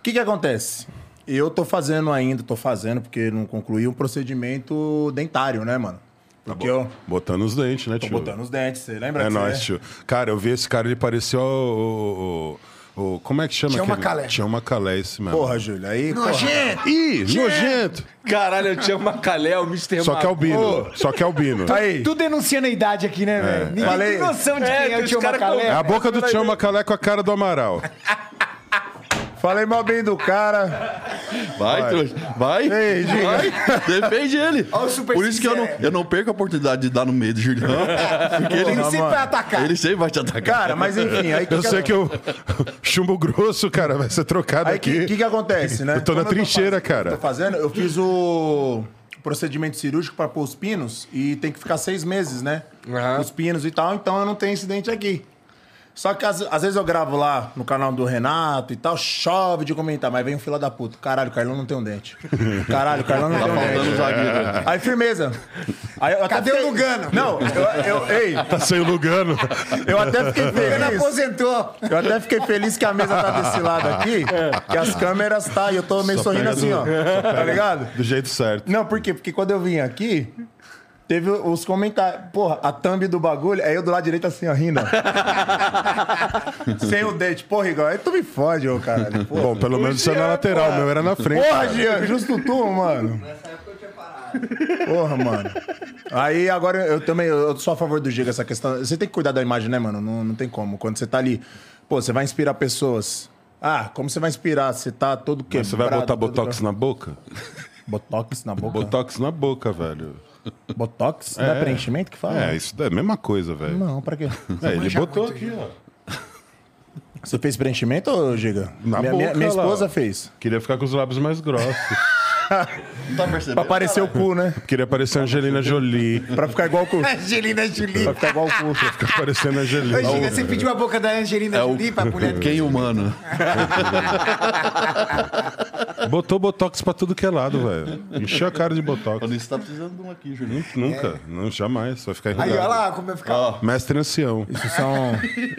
Speaker 5: que que acontece? Eu tô fazendo ainda, tô fazendo, porque não concluí um procedimento dentário, né, mano? Porque eu
Speaker 4: Botando os dentes, né,
Speaker 5: tô
Speaker 4: tio?
Speaker 5: botando os dentes, você lembra
Speaker 4: É
Speaker 5: disso,
Speaker 4: nóis,
Speaker 5: né?
Speaker 4: tio. Cara, eu vi esse cara, ele parecia o. o- o- o- como é que chama
Speaker 2: Tião
Speaker 4: aquele?
Speaker 2: Macalé.
Speaker 4: Tião Macalé, esse mesmo.
Speaker 5: Porra, Júlio, aí... porra.
Speaker 2: Nojento!
Speaker 4: Ih, nojento!
Speaker 1: Caralho, eu tinha uma calé, o Mr.
Speaker 4: Só que é albino.
Speaker 1: Marco.
Speaker 4: Só que albino.
Speaker 5: Tá Aí,
Speaker 2: Tu denunciando a idade aqui, né, velho? Ninguém
Speaker 5: Falei.
Speaker 2: tem noção de quem é, o
Speaker 1: os
Speaker 2: Tio
Speaker 1: cara
Speaker 4: É
Speaker 2: Macalé.
Speaker 4: a boca do Tião Macalé com a cara do Amaral.
Speaker 5: falei mal bem do cara.
Speaker 3: Vai, trouxa. Vai.
Speaker 5: Ei, Giga.
Speaker 3: vai. Defende ele.
Speaker 2: Ó o super
Speaker 3: Por isso que eu não,
Speaker 2: sincero.
Speaker 3: eu não perco a oportunidade de dar no meio do Julião. Porque ele,
Speaker 2: Ele
Speaker 5: Porra,
Speaker 2: sempre
Speaker 5: mano.
Speaker 2: vai atacar.
Speaker 3: ele sempre vai te atacar.
Speaker 5: Cara, mas enfim, aí... que
Speaker 4: Eu
Speaker 5: que
Speaker 4: sei que o chumbo grosso, cara, vai ser trocado
Speaker 5: Aí o
Speaker 4: aqui.
Speaker 5: que, que, que acontece, né?
Speaker 4: Eu tô na trincheira,
Speaker 5: fazendo-
Speaker 4: cara.
Speaker 5: Tô fazendo, eu fiz o procedimento cirúrgico pra pôr os pinos e tem que ficar seis meses, né?
Speaker 1: Aham.
Speaker 5: Os pinos e tal, então eu não tenho incidente aqui. Só que às, às vezes eu gravo lá no canal do Renato e tal, chove de comentar, mas vem um fila da puta. Caralho, o Carlão não tem um dente. Caralho, o Carlão não tem um
Speaker 3: faltando
Speaker 5: dente.
Speaker 3: um zagueiro.
Speaker 5: Aí firmeza. Aí, eu até
Speaker 2: Cadê o
Speaker 5: fiquei-
Speaker 2: Lugano?
Speaker 5: Não, eu, eu- ei,
Speaker 4: Tá sem o Lugano.
Speaker 5: eu até fiquei
Speaker 2: Ele
Speaker 5: feliz.
Speaker 2: aposentou. É.
Speaker 5: Eu até fiquei feliz que a mesa tá desse lado aqui, que as câmeras tá, e eu tô meio
Speaker 4: Só
Speaker 5: sorrindo
Speaker 4: pega
Speaker 5: assim,
Speaker 4: do-
Speaker 5: ó. Tá ligado?
Speaker 4: Do jeito certo.
Speaker 5: Não, por quê? Porque quando eu vim aqui, teve os comentários. Porra, a thumb do bagulho, aí eu do lado direito assim, ó, rindo. ó. Sem o dente. Porra, Igor, aí tu me fode, ô caralho. Porra,
Speaker 4: Bom, pelo menos isso é na lateral, o meu era na frente.
Speaker 5: porra Jean, justo tu, mano.
Speaker 9: Nessa época eu tinha parado.
Speaker 5: Porra, mano. Aí agora eu também, eu sou a favor do Giga essa questão. Você tem que cuidar da imagem, né, mano? Não, não tem como. Quando você tá ali, pô, você vai inspirar pessoas. Ah, como você vai inspirar? Você tá todo quebrado.
Speaker 4: Você né? vai botar
Speaker 5: todo
Speaker 4: botox
Speaker 5: quebrado.
Speaker 4: na boca?
Speaker 5: Botox na boca?
Speaker 4: Botox na boca, velho.
Speaker 5: Botox? Não É. preenchimento que fala?
Speaker 4: É, isso daí é a mesma coisa, velho.
Speaker 5: Não, pra quê?
Speaker 4: É, ele
Speaker 2: manja
Speaker 4: botou
Speaker 2: muito,
Speaker 4: aqui, ó.
Speaker 5: Você fez preenchimento, ô, Giga?
Speaker 4: Na
Speaker 5: minha, minha-
Speaker 4: boca,
Speaker 5: minha
Speaker 4: lá,
Speaker 5: esposa
Speaker 4: ó.
Speaker 5: fez.
Speaker 4: Queria ficar com os lábios mais grossos.
Speaker 3: Tá percebendo?
Speaker 5: Pra parecer o cu, né?
Speaker 4: Queria parecer a Angelina Jolie.
Speaker 5: Pra ficar igual o cu.
Speaker 2: Angelina Jolie.
Speaker 5: Pra ficar igual o cu.
Speaker 4: Ficar parecendo
Speaker 2: Ô,
Speaker 4: a Angelina.
Speaker 2: Giga, você pediu a boca da Angelina
Speaker 3: É o-
Speaker 2: Jolie pra mulher.
Speaker 3: Quem humano? assim.
Speaker 4: Botou botox pra tudo que é lado, velho. Encheu a cara de botox.
Speaker 3: Quando isso tá precisando de um aqui, Julinho.
Speaker 4: Nunca,
Speaker 3: É.
Speaker 4: não, jamais. Vai ficar
Speaker 2: Aí,
Speaker 4: enrugado.
Speaker 2: olha lá como eu ficava.
Speaker 4: Mestre ancião.
Speaker 5: Isso são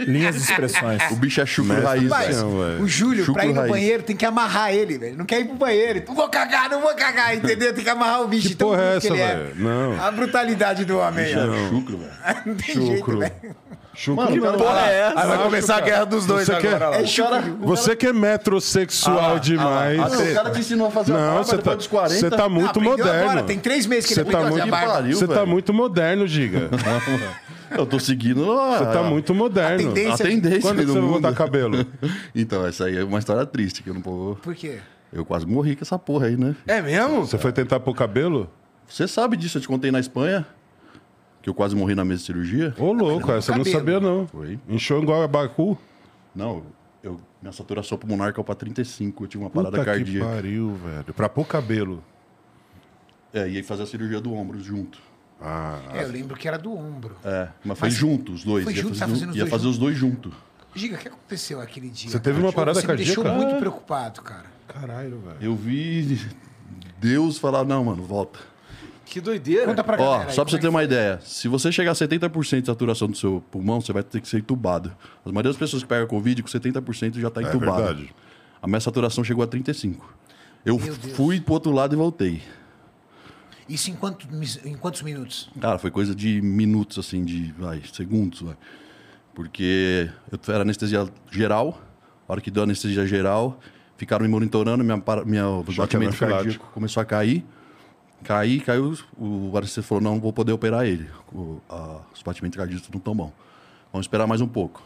Speaker 5: linhas de expressões.
Speaker 3: O bicho é chucro
Speaker 4: Mestre
Speaker 3: raiz,
Speaker 4: Mas-
Speaker 3: velho.
Speaker 4: Não, Ah, velho.
Speaker 2: o Júlio, pra
Speaker 3: Chucro
Speaker 2: ir no
Speaker 3: raiz.
Speaker 2: banheiro, tem que amarrar ele, velho. Não quer ir pro banheiro. Não vou cagar, não vou cagar, entendeu? Tem que amarrar o bicho.
Speaker 4: Que
Speaker 2: tão
Speaker 4: porra é
Speaker 2: bruto que ele
Speaker 4: essa,
Speaker 2: é.
Speaker 4: velho? Não.
Speaker 2: A brutalidade do homem. ó.
Speaker 3: É chucro, velho.
Speaker 2: Não tem jeito,
Speaker 4: Chucro.
Speaker 2: velho.
Speaker 4: Chucro
Speaker 3: Mano,
Speaker 4: não.
Speaker 3: não, é olha lá.
Speaker 5: Aí vai começar a guerra dos dois
Speaker 4: Você quer-
Speaker 5: agora. lá.
Speaker 2: É chora.
Speaker 4: Você que é metrosexual demais.
Speaker 3: Ah, o cara te ensinou a fazer a
Speaker 4: Não,
Speaker 3: barba
Speaker 4: você
Speaker 3: depois
Speaker 4: tá,
Speaker 3: dos
Speaker 4: você
Speaker 3: 40.
Speaker 4: tá muito moderno.
Speaker 2: Ah, Agora, tem três meses que
Speaker 4: Você
Speaker 2: ele
Speaker 4: tá
Speaker 2: tá
Speaker 4: muito
Speaker 2: muito barba.
Speaker 3: pariu,
Speaker 4: Você tá
Speaker 3: velho.
Speaker 4: muito moderno, Giga.
Speaker 3: Eu tô seguindo a,
Speaker 4: Você tá muito moderno.
Speaker 2: A tendência-
Speaker 3: a tendência
Speaker 4: Quando que
Speaker 3: do
Speaker 4: você vai
Speaker 3: mundo.
Speaker 4: botar cabelo?
Speaker 3: então, essa aí é uma história triste, que eu não vou...
Speaker 2: Por quê?
Speaker 3: Eu quase morri com essa porra aí, né?
Speaker 1: É mesmo?
Speaker 4: Você foi tentar pôr cabelo?
Speaker 3: Você sabe disso, eu te contei na Espanha, que eu quase morri na mesa de cirurgia.
Speaker 4: Ô, louco, essa eu não
Speaker 2: cabelo.
Speaker 4: sabia, não.
Speaker 3: Foi.
Speaker 4: Encheu igual a Baku?
Speaker 3: Não, eu, minha saturação pulmonar caiu pra 35, eu tive uma parada
Speaker 4: Puta que
Speaker 3: cardíaca.
Speaker 4: pariu, velho. Pra pôr cabelo.
Speaker 3: É, e aí fazer a cirurgia do ombro junto.
Speaker 2: É, eu lembro que era do ombro.
Speaker 3: É, mas foi junto, os dois.
Speaker 2: foi
Speaker 3: ia
Speaker 2: junto,
Speaker 3: fazer,
Speaker 2: tá fazendo os
Speaker 3: ia
Speaker 2: dois
Speaker 3: fazer os dois junto.
Speaker 2: Giga, o que aconteceu aquele dia?
Speaker 4: Você
Speaker 2: cara?
Speaker 4: teve
Speaker 2: Tipo,
Speaker 4: uma parada
Speaker 2: Você me deixou
Speaker 4: cardíaca?
Speaker 3: É.
Speaker 2: muito preocupado, cara.
Speaker 4: Caralho, velho.
Speaker 3: Eu vi Deus falar, não, mano, volta.
Speaker 1: Que doideira.
Speaker 2: Conta pra
Speaker 3: Ó,
Speaker 2: galera. aí,
Speaker 3: só pra você ter
Speaker 2: como é
Speaker 3: uma ideia, se você chegar a 70% de saturação do seu pulmão, você vai ter que ser entubado. A maioria das pessoas que pegam Covid, com 70% já tá
Speaker 4: É
Speaker 3: entubado.
Speaker 4: verdade.
Speaker 3: A minha saturação chegou a 35%. Eu
Speaker 2: Meu Deus.
Speaker 3: fui pro outro lado e voltei.
Speaker 2: que- Isso em, quanto- em quantos minutos?
Speaker 3: Cara, foi coisa de minutos, assim, de vai, segundos, vai. Porque eu era anestesia geral, a hora que deu anestesia geral, ficaram me monitorando, minha, para- minha o batimento
Speaker 4: anafilático.
Speaker 3: cardíaco começou a cair. Caí, caiu, o anestesista falou, não, não vou poder operar ele. O- a- os batimentos cardíacos não estão bons. Vamos esperar mais um pouco.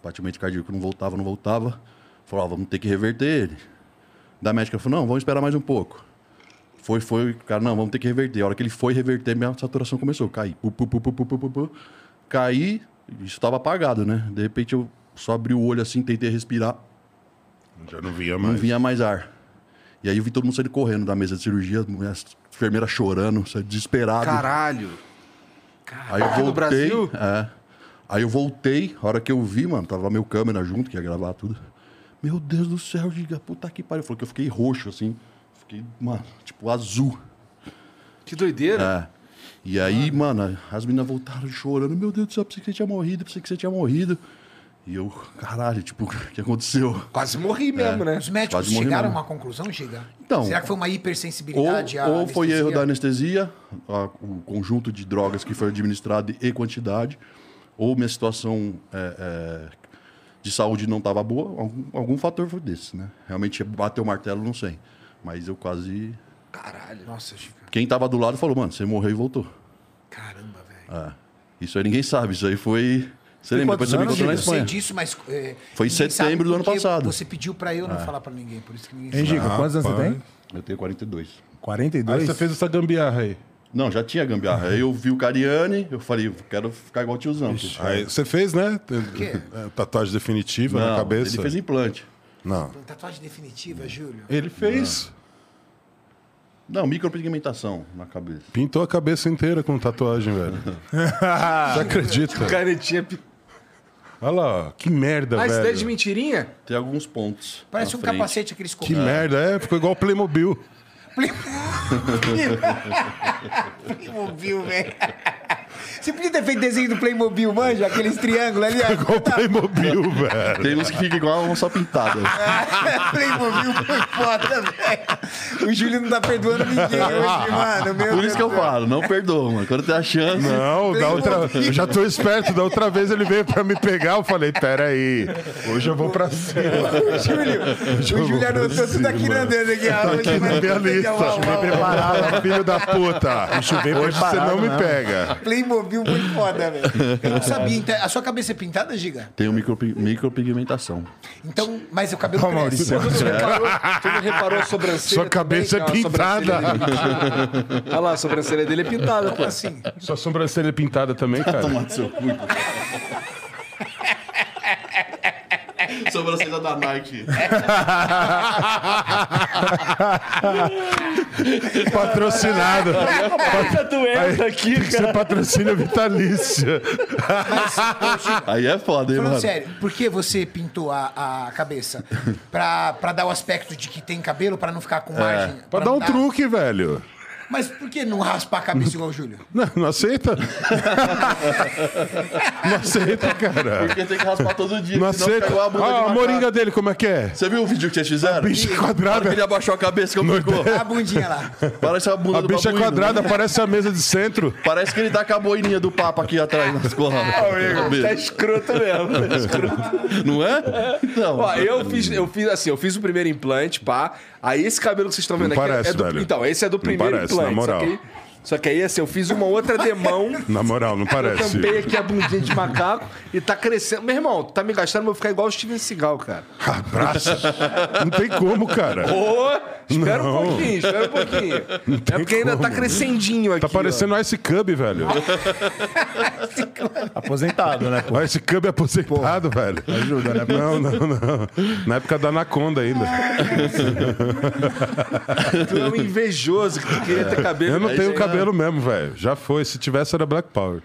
Speaker 3: O batimento cardíaco não voltava, não voltava. Falou, ó, vamos ter que reverter ele. Da médica falou, não, vamos esperar mais um pouco. Foi, foi, cara, não, vamos ter que reverter. A hora que ele foi reverter, minha saturação começou. Caí. Pu, pu, pu, pu, pu, pu, pu, pu. Caí, isso estava apagado, né? De repente eu só abri o olho assim, tentei respirar,
Speaker 4: Já não via
Speaker 3: não
Speaker 4: mais.
Speaker 3: vinha mais ar. E aí eu vi todo mundo saindo correndo da mesa de cirurgia, as enfermeiras chorando, saindo desesperado.
Speaker 1: Caralho.
Speaker 3: Aí eu
Speaker 1: Aqui
Speaker 3: voltei.
Speaker 1: no Brasil?
Speaker 3: É. Aí eu voltei, a hora que eu vi, mano, tava meu câmera junto, que ia gravar tudo. Meu Deus do céu, diga, puta que pariu. Falou que eu fiquei roxo, assim. Fiquei, mano, tipo, azul.
Speaker 1: Que doideira.
Speaker 3: É. E aí, mano, as meninas voltaram chorando. Meu Deus do céu, pensei que você tinha morrido, pensei que você tinha morrido. E eu, caralho, tipo, o que aconteceu?
Speaker 1: Quase morri mesmo, né?
Speaker 2: Os médicos
Speaker 3: Quase morri
Speaker 2: chegaram a
Speaker 3: mesmo.
Speaker 2: uma conclusão, Giga?
Speaker 3: Então-
Speaker 2: Será que foi uma
Speaker 3: Ou,
Speaker 2: hipersensibilidade à
Speaker 3: ou foi erro da
Speaker 2: anestesia?
Speaker 3: anestesia, a- o conjunto de drogas que foi administrado e quantidade, ou minha situação é, é, de saúde não estava boa, algum, algum fator foi desse, né? Realmente bateu o martelo, não sei. Mas eu quase.
Speaker 1: Caralho.
Speaker 2: Nossa, Giga.
Speaker 3: Quem estava do lado falou, mano, você morreu e voltou.
Speaker 2: Caramba, velho.
Speaker 3: Ah, isso aí ninguém sabe, isso aí foi. Você lembra? Depois
Speaker 5: quantos
Speaker 3: você me
Speaker 5: anos,
Speaker 3: contou na
Speaker 5: Diego?
Speaker 2: Eu sei
Speaker 3: Espanha.
Speaker 2: disso, mas. é,
Speaker 3: Foi em
Speaker 2: ninguém
Speaker 3: setembro do
Speaker 2: sabe
Speaker 3: ano
Speaker 2: porque
Speaker 3: passado. Ah.
Speaker 2: Você pediu pra eu não falar pra ninguém, por isso que ninguém
Speaker 5: Hein,
Speaker 2: sabe.
Speaker 5: Giga? Quantos anos você
Speaker 4: Rapaz.
Speaker 5: tem?
Speaker 3: Eu tenho 42.
Speaker 4: Aí
Speaker 5: 42?
Speaker 4: você fez essa gambiarra aí.
Speaker 3: Não, já tinha gambiarra. Aí eu vi o Cariani, eu falei, eu quero ficar igual o tiozão.
Speaker 4: Aí você fez, né? Tatuagem definitiva na
Speaker 3: Não,
Speaker 4: cabeça.
Speaker 3: Ele fez implante.
Speaker 4: Não.
Speaker 2: Tatuagem
Speaker 3: Hum.
Speaker 2: definitiva, Júlio.
Speaker 4: Ele fez.
Speaker 3: Não, micropigmentação na cabeça.
Speaker 4: Pintou a cabeça inteira com tatuagem, velho. Você acredita?
Speaker 1: Canetinha. pi-
Speaker 4: Olha lá, ó, que merda,
Speaker 1: Ah, isso daí é de
Speaker 4: velho.
Speaker 1: mentirinha?
Speaker 3: Tem alguns pontos.
Speaker 2: Parece
Speaker 3: na
Speaker 2: um
Speaker 3: frente.
Speaker 2: capacete aqueles
Speaker 4: Que
Speaker 2: correntes.
Speaker 4: merda, é, ficou igual Playmobil.
Speaker 2: Playmobil, velho. Você podia ter feito desenho do Playmobil, manja? Aqueles triângulos ali, ó.
Speaker 4: Igual Playmobil, velho.
Speaker 3: Tem uns que ficam igual um uma só pintada.
Speaker 2: Playmobil foi foda, velho. O Júlio não tá perdoando ninguém hoje, mano. É, Meu
Speaker 3: Por
Speaker 2: Deus
Speaker 3: isso que eu
Speaker 2: do céu.
Speaker 3: falo, não perdoa, mano. Quando tem a chance.
Speaker 4: Não, da outra, eu já tô esperto. Da outra vez ele veio pra me pegar, eu falei, peraí, hoje eu vou pra cima.
Speaker 2: O Júlio, o Júlio anotou tudo aqui na dentro aqui, ó. Hoje
Speaker 4: Aqui na
Speaker 2: vai
Speaker 4: minha
Speaker 2: ter que
Speaker 4: lista,
Speaker 2: arrumar
Speaker 4: preparado, filho da puta.
Speaker 5: veio
Speaker 4: Hoje você
Speaker 5: preparado
Speaker 4: não me
Speaker 5: mesmo.
Speaker 4: pega.
Speaker 2: Playmobil
Speaker 10: Bill foi foda, velho.
Speaker 2: Eu não sabia. Então, a sua cabeça é pintada, Giga?
Speaker 3: Tem uma micropi- micropigmentação.
Speaker 2: Então, mas o cabelo
Speaker 5: Ó,
Speaker 2: cresce.
Speaker 4: assim?
Speaker 1: Tu
Speaker 5: Maurício.
Speaker 1: não reparou, tu não reparou a sobrancelha?
Speaker 4: Sua cabeça
Speaker 1: também?
Speaker 4: é
Speaker 1: Não, a
Speaker 4: pintada.
Speaker 1: sobrancelha dele- Olha lá, a sobrancelha dele é pintada, pô.
Speaker 2: Assim,
Speaker 4: Sua sobrancelha é pintada também, cara?
Speaker 3: Tomar no seu cu. então. Sobrancelha da Nike.
Speaker 4: Patrocinado. é
Speaker 11: Essa doença aqui,
Speaker 4: Tem que ser patrocínio vitalício.
Speaker 3: Aí é foda, hein,
Speaker 2: falando
Speaker 3: mano?
Speaker 2: sério, por que você pintou a, a cabeça? Pra, pra dar o aspecto de que tem cabelo, pra não ficar com margem?
Speaker 4: Pra dar
Speaker 2: não
Speaker 4: um truque, velho.
Speaker 2: Mas por que não raspar a cabeça igual o Júlio?
Speaker 4: Não, não aceita? não aceita, cara.
Speaker 3: Porque tem que raspar todo dia.
Speaker 4: Não
Speaker 3: senão fica igual
Speaker 4: aceita.
Speaker 3: a bunda de
Speaker 4: Ó, a
Speaker 3: macaco.
Speaker 4: moringa dele, como é que é?
Speaker 3: Você viu o vídeo que vocês fizeram?
Speaker 4: Bicha é
Speaker 3: Na hora que
Speaker 4: quadrada.
Speaker 3: ele abaixou a cabeça, como ficou?
Speaker 2: A bundinha lá.
Speaker 3: Parece a bunda
Speaker 4: A
Speaker 3: do
Speaker 4: bicha é
Speaker 3: babuíno.
Speaker 4: quadrada parece a mesa de centro.
Speaker 3: Parece que ele tá com a boininha do papo aqui atrás
Speaker 1: É,
Speaker 3: nas coladas.
Speaker 10: Tá escroto mesmo. Tá escroto.
Speaker 3: Não é? Então.
Speaker 1: Ó, eu fiz, eu fiz assim, eu fiz o primeiro implante, pá. Aí esse cabelo que vocês estão vendo
Speaker 4: Não
Speaker 1: aqui
Speaker 4: parece,
Speaker 1: é do,
Speaker 4: velho.
Speaker 1: Então, esse é do
Speaker 4: Não
Speaker 1: primeiro
Speaker 4: parece,
Speaker 1: implante.
Speaker 4: na moral.
Speaker 1: Só, que aí, só que aí, assim, eu fiz uma outra demão.
Speaker 4: Na moral, não
Speaker 1: Eu
Speaker 4: parece.
Speaker 1: tampei aqui a bundinha de macaco e tá crescendo. Meu irmão, tá me gastando, eu vou ficar igual o Steven Seagal, cara.
Speaker 4: Abraço. Não tem como, cara.
Speaker 1: Ô, espera
Speaker 4: Não.
Speaker 1: um pouquinho, espera um pouquinho. É porque ainda tá
Speaker 4: como.
Speaker 1: crescendinho aqui.
Speaker 4: Tá parecendo o Ice Cub, velho.
Speaker 5: Aposentado, né, pô?
Speaker 4: O Ice Cub é aposentado, velho. Ajuda, né? Não, não, não. Na época da Anaconda ainda.
Speaker 1: ó. Tu é um invejoso que tu queria ter cabelo. né?
Speaker 4: Eu não
Speaker 1: mas
Speaker 4: tenho
Speaker 1: aí-
Speaker 4: cabelo mesmo, velho. Já foi. Se tivesse, era Black Power.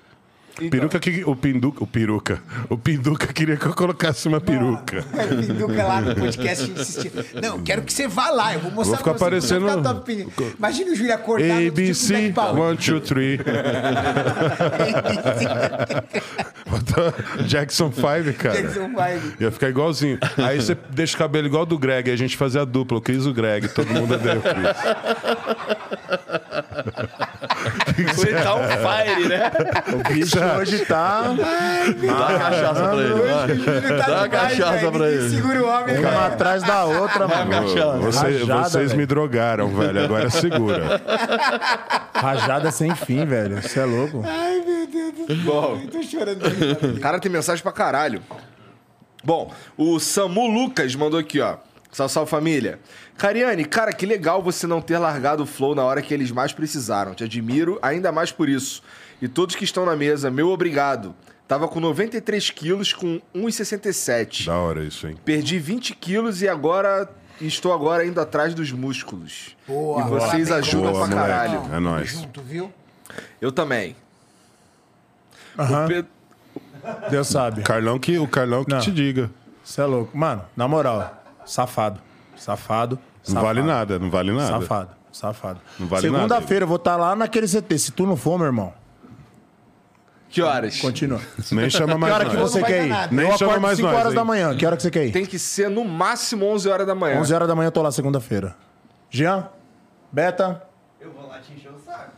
Speaker 4: Peruca que. O pinduca. O peruca. O pinduca queria que eu colocasse uma peruca.
Speaker 2: Pinduca lá no podcast insistindo. Não, eu quero que você vá lá, eu vou mostrar
Speaker 4: Vou ficar
Speaker 2: pra você. como
Speaker 4: parecendo-
Speaker 2: tá a tua opinião. Imagina o Júlio acordar no
Speaker 4: A,
Speaker 2: outro
Speaker 4: B,
Speaker 2: dia com
Speaker 4: C,
Speaker 5: tipo
Speaker 2: Black Power.
Speaker 4: one, two, three. Bota Jackson 5, cara.
Speaker 2: Jackson Five.
Speaker 4: Ia ficar igualzinho. Aí você deixa o cabelo igual do Greg, aí a gente fazia a dupla, o Cris e o Greg, todo mundo odeia o Cris.
Speaker 10: Você
Speaker 1: é um
Speaker 10: tá on fire, né?
Speaker 5: O bicho hoje tá
Speaker 3: Dá a cachaça pra ele, vai.
Speaker 2: Ele tá
Speaker 3: Dá uma
Speaker 2: demais,
Speaker 3: cachaça
Speaker 2: velho.
Speaker 3: pra
Speaker 2: Ninguém
Speaker 3: ele.
Speaker 2: Segura o homem, né? velho.
Speaker 5: uma atrás da outra, mano.
Speaker 4: Você-
Speaker 5: Rajada,
Speaker 4: vocês
Speaker 5: velho.
Speaker 4: me drogaram, velho. Agora segura.
Speaker 5: Rajada sem fim, velho. Você é louco.
Speaker 2: Ai, meu Deus do céu. Eu tô chorando.
Speaker 1: O cara tem mensagem pra caralho. Bom, o Samu Lucas mandou aqui, ó. Salve, salve família. Cariane, cara, que legal você não ter largado o flow na hora que eles mais precisaram. Te admiro ainda mais por isso. E todos que estão na mesa, meu obrigado. Tava com 93 quilos com 1,67.
Speaker 4: Da hora isso, hein?
Speaker 1: Perdi 20 quilos e agora estou agora indo atrás dos músculos.
Speaker 2: Boa,
Speaker 1: e vocês
Speaker 2: boa.
Speaker 1: ajudam
Speaker 4: Boa,
Speaker 1: pra
Speaker 4: moleque.
Speaker 1: caralho.
Speaker 4: É nóis.
Speaker 2: Junto, viu?
Speaker 1: Eu também.
Speaker 5: Aham.
Speaker 1: O Pedro-
Speaker 5: Deus sabe.
Speaker 4: Carlão que, o Carlão que
Speaker 5: Não.
Speaker 4: te diga.
Speaker 5: Você é louco. Mano, na moral, safado. Safado.
Speaker 4: Não
Speaker 5: safado.
Speaker 4: vale nada, não vale nada.
Speaker 5: Safado, safado.
Speaker 4: Não vale nada,
Speaker 5: Segunda-feira eu vou estar lá naquele CT. Se tu não for, meu irmão,
Speaker 1: Que horas?
Speaker 5: continua.
Speaker 4: Nem chama
Speaker 5: Que
Speaker 4: mais
Speaker 5: hora que
Speaker 4: nós.
Speaker 5: você
Speaker 2: vai
Speaker 5: quer
Speaker 2: dar
Speaker 5: ir?
Speaker 2: nada.
Speaker 4: é. Nem
Speaker 5: eu
Speaker 4: chama
Speaker 5: acordo
Speaker 4: mais
Speaker 5: 5
Speaker 4: nós,
Speaker 5: horas
Speaker 4: hein?
Speaker 5: da manhã. Que hora que você quer ir?
Speaker 1: Tem que ser no máximo 11 horas da manhã.
Speaker 5: 11 horas da manhã eu tô lá segunda-feira. Jean? Beta?
Speaker 10: Eu vou lá te encher o saco.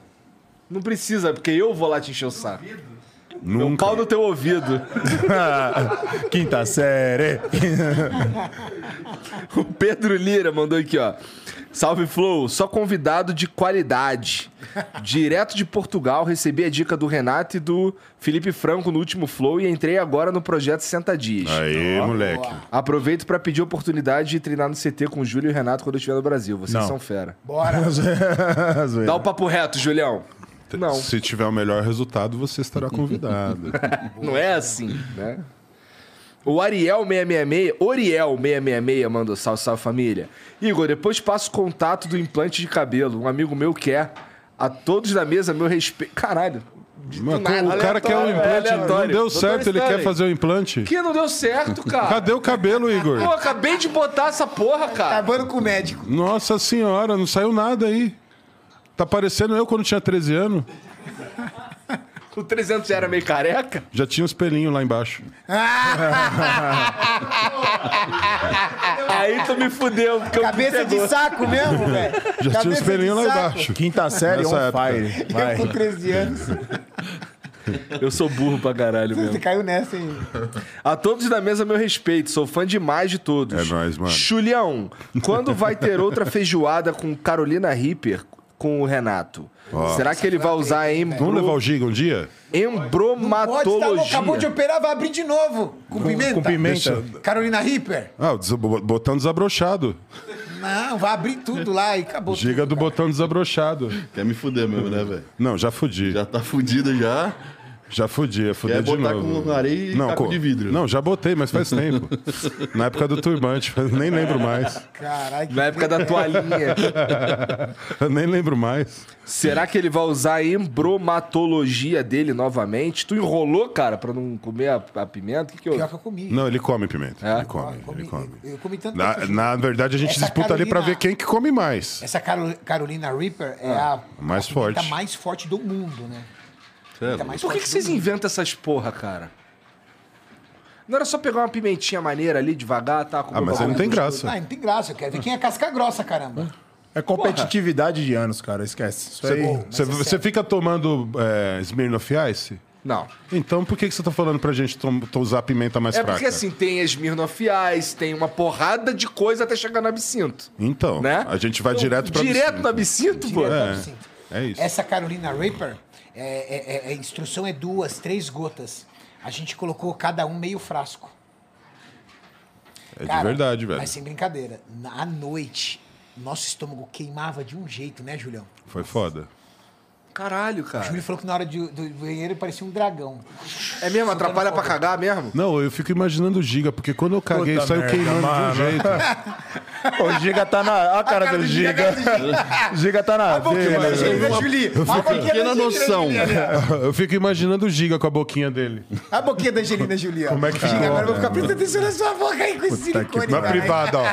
Speaker 1: Não precisa, porque eu vou lá te encher o saco. Meu
Speaker 4: Nunca.
Speaker 1: pau no teu ouvido.
Speaker 5: Quinta série.
Speaker 1: O Pedro Lira mandou aqui, ó. Salve Flow, só convidado de qualidade. Direto de Portugal, recebi a dica do Renato e do Felipe Franco no último Flow e entrei agora no projeto 60 Dias.
Speaker 4: Aê, moleque.
Speaker 1: Aproveito pra pedir a oportunidade de treinar no CT com o Júlio e o Renato quando eu estiver no Brasil. Vocês
Speaker 5: Não.
Speaker 1: são fera.
Speaker 2: Bora.
Speaker 1: Dá o papo reto, Julião. Não,
Speaker 4: Se tiver o melhor resultado, você estará convidado.
Speaker 1: não é assim, né? O Ariel 666, Oriel 666 mandou um salve, salve família. Igor, depois passa o contato do implante de cabelo. Um amigo meu quer. A todos da mesa, meu respeito. Caralho.
Speaker 4: Mano,
Speaker 1: Do nada,
Speaker 4: o cara quer um
Speaker 1: aleatório,
Speaker 4: implante,
Speaker 1: é
Speaker 4: não
Speaker 1: aleatório.
Speaker 4: deu
Speaker 1: Doutor
Speaker 4: certo, ele
Speaker 1: Stanley.
Speaker 4: quer fazer o implante.
Speaker 1: Que não deu certo, cara.
Speaker 4: Cadê o cabelo, Igor?
Speaker 1: Pô, acabei de botar essa porra, cara.
Speaker 2: Acabando com o médico.
Speaker 4: Nossa senhora, não saiu nada aí. Tá parecendo eu quando tinha 13 anos.
Speaker 1: O 300 já era meio careca.
Speaker 4: Já tinha uns pelinhos lá embaixo.
Speaker 1: Aí tu me fudeu. Porque eu
Speaker 3: é
Speaker 2: Cabeça de saco mesmo, velho.
Speaker 4: Já tinha uns
Speaker 2: Cabeça de
Speaker 4: pelinhos lá
Speaker 2: saco.
Speaker 4: embaixo.
Speaker 5: Quinta série
Speaker 4: Nessa
Speaker 5: on
Speaker 4: época.
Speaker 5: fire.
Speaker 2: Eu
Speaker 5: Vai.
Speaker 2: com 13 anos,
Speaker 1: Eu sou burro pra caralho mesmo.
Speaker 2: você caiu nessa, hein?
Speaker 1: A todos da mesa, meu respeito. Sou fã demais de todos.
Speaker 4: É nóis, mano.
Speaker 1: Julião, quando vai ter outra feijoada com Carolina Reaper? com o Renato.
Speaker 4: Ó.
Speaker 1: Será que ele vai usar embro...
Speaker 4: Vamos levar o Giga um dia?
Speaker 1: embromatologia?
Speaker 2: Pode estar louco, acabou de operar, vai abrir de novo. Com pimenta.
Speaker 4: com pimenta.
Speaker 2: Carolina Reaper.
Speaker 4: Ah, o des- botão desabrochado.
Speaker 2: Não, vai abrir tudo lá e acabou.
Speaker 4: Giga do botão desabrochado.
Speaker 3: Quer me fuder mesmo, né, velho?
Speaker 4: Não, já fudi.
Speaker 3: Já tá fudido já.
Speaker 4: Já fudi, é fuder
Speaker 3: Quer
Speaker 4: de
Speaker 3: botar
Speaker 4: novo.
Speaker 3: com areia e caco
Speaker 4: co-
Speaker 3: de vidro.
Speaker 4: Não, já botei, mas faz tempo. Na época do turbante, eu nem lembro mais.
Speaker 2: Caralho. que
Speaker 1: Na época da toalhinha.
Speaker 4: Eu nem lembro mais.
Speaker 1: Será que ele vai usar a embromatologia dele novamente? Tu enrolou, cara, pra não comer a, a pimenta? O que, que
Speaker 2: Pior
Speaker 1: eu.
Speaker 2: que eu comi.
Speaker 4: Não, ele come pimenta.
Speaker 1: É?
Speaker 4: Ele come,
Speaker 2: Comi-
Speaker 4: ele come.
Speaker 2: Ah, Eu comi tanto
Speaker 4: Na,
Speaker 2: tempo.
Speaker 4: na verdade, a gente
Speaker 2: Essa
Speaker 4: disputa ali pra
Speaker 2: Carolina-
Speaker 4: ver quem que come mais.
Speaker 2: Essa Caro- Carolina Reaper é a
Speaker 4: a Ah, mais
Speaker 2: a pimenta
Speaker 4: forte. é
Speaker 2: mais forte do mundo, né? Pimenta mais
Speaker 1: Por que,
Speaker 2: forte
Speaker 1: que
Speaker 2: do
Speaker 1: vocês
Speaker 2: mundo.
Speaker 1: inventam essas porra, cara? Não era só pegar uma pimentinha maneira ali, devagar, tá?
Speaker 4: Ah, mas aí não tem graça.
Speaker 2: Ah, não tem graça. Eu quero ver quem é casca grossa,
Speaker 4: Ah,
Speaker 2: caramba.
Speaker 5: É competitividade de anos, cara. Esquece. Isso
Speaker 2: É
Speaker 5: aí.
Speaker 4: Você, você fica tomando é, Smirnoff Ice?
Speaker 1: Não.
Speaker 4: Então por que, que você tá falando pra gente tom- to- usar a pimenta mais
Speaker 1: É
Speaker 4: fraca?
Speaker 1: porque assim, tem Smirnoff Ice, tem uma porrada de coisa até chegar no absinto.
Speaker 4: Então,
Speaker 1: Né?
Speaker 4: a gente vai direto pra
Speaker 1: Direto
Speaker 4: absinto.
Speaker 1: no absinto, pô?
Speaker 2: Direto no
Speaker 4: É.
Speaker 2: absinto.
Speaker 4: É isso.
Speaker 2: Essa Carolina Reaper, é- é- é- a instrução é duas, três gotas. A gente colocou cada um meio frasco.
Speaker 4: É de
Speaker 2: Cara,
Speaker 4: verdade, velho.
Speaker 2: Mas sem brincadeira, na- à noite, nosso estômago queimava de um jeito, né, Julião?
Speaker 4: Foi foda.
Speaker 1: Caralho,
Speaker 2: O
Speaker 1: cara.
Speaker 2: Júlio falou que na hora de- do banheiro parecia um dragão.
Speaker 1: É mesmo? Atrapalha pra cagar mesmo?
Speaker 4: Não, eu fico imaginando o Giga, porque quando eu caguei,
Speaker 5: Puta
Speaker 4: saiu
Speaker 5: merda,
Speaker 4: queimando
Speaker 5: mano.
Speaker 4: de um jeito.
Speaker 5: O Giga tá na. Olha a cara, do Giga. O Giga tá na.
Speaker 4: É,
Speaker 5: dele, velho.
Speaker 2: A boquinha
Speaker 3: Pequena
Speaker 1: é
Speaker 2: da Angelina
Speaker 3: noção.
Speaker 2: Jolie, né?
Speaker 4: eu fico imaginando o Giga com a boquinha dele.
Speaker 2: A boquinha da Angelina Julia.
Speaker 4: Como é que
Speaker 2: Agora
Speaker 4: ficou?
Speaker 2: eu vou ficar prestando atenção na sua boca aí com esse silicone.
Speaker 4: Na
Speaker 2: cara.
Speaker 4: privada, ó.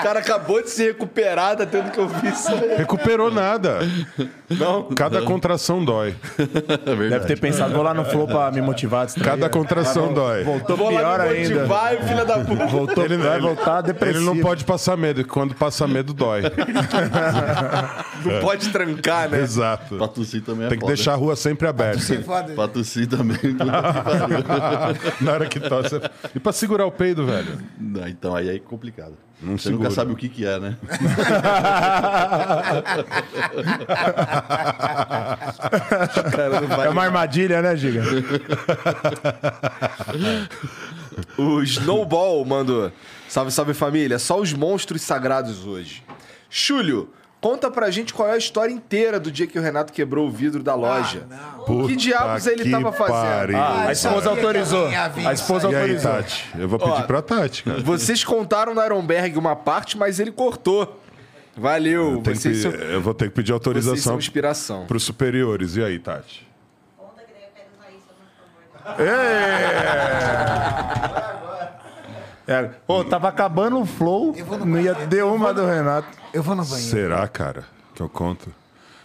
Speaker 1: O cara acabou de se recuperar da tendo que eu vi isso.
Speaker 4: Recuperou nada. Não. Cada contração dói.
Speaker 5: Deve ter pensado, vou lá no Flow pra me motivar. distrair.
Speaker 4: Cada contração dói.
Speaker 5: Voltou
Speaker 1: Vou lá
Speaker 5: pior
Speaker 1: me
Speaker 5: ainda.
Speaker 1: motivar, e o filho da puta.
Speaker 5: Voltou,
Speaker 4: Ele-
Speaker 5: vai
Speaker 4: ele-
Speaker 5: voltar depressivo.
Speaker 4: Ele não pode passar medo, que quando passa medo dói.
Speaker 1: Não pode trancar, né?
Speaker 4: É. Exato.
Speaker 3: Pra tossir também é
Speaker 4: Tem que
Speaker 3: foda.
Speaker 4: deixar a rua sempre aberta.
Speaker 2: Você é foda.
Speaker 3: Pra tossir também. puta que pariu.
Speaker 4: Na hora que tosse. E pra segurar o peido, velho?
Speaker 3: Não, então aí é complicado. Você
Speaker 4: segura.
Speaker 3: nunca sabe o que que é, né?
Speaker 5: É uma armadilha, né, Giga?
Speaker 1: O Snowball mandou. Salve, salve família. Só os monstros sagrados hoje. Chulio, conta pra gente qual é a história inteira do dia que o Renato quebrou o vidro da loja.
Speaker 4: Puta
Speaker 1: que diabos ele
Speaker 4: que
Speaker 1: tava fazendo? Ah,
Speaker 4: pariu.
Speaker 5: A esposa autorizou.
Speaker 2: Minha vida,
Speaker 5: A esposa
Speaker 4: e aí,
Speaker 5: autorizou.
Speaker 4: Tati? Eu vou pedir pra Tati, cara.
Speaker 1: Vocês contaram no Ironberg uma parte, mas ele cortou. Valeu.
Speaker 4: Eu, tenho É, que
Speaker 1: Vocês, são,
Speaker 4: pedir- eu vou ter que pedir
Speaker 1: vocês são
Speaker 4: autorização
Speaker 1: inspiração.
Speaker 4: pros superiores. E aí, Tati?
Speaker 7: Conta que daí eu quero usar isso, por favor.
Speaker 5: É. Ô, tava acabando o Flow,
Speaker 2: Eu vou no
Speaker 5: não ia
Speaker 2: banheiro.
Speaker 5: deu uma do Renato.
Speaker 2: Eu vou no banheiro.
Speaker 4: Será, cara, que eu conto?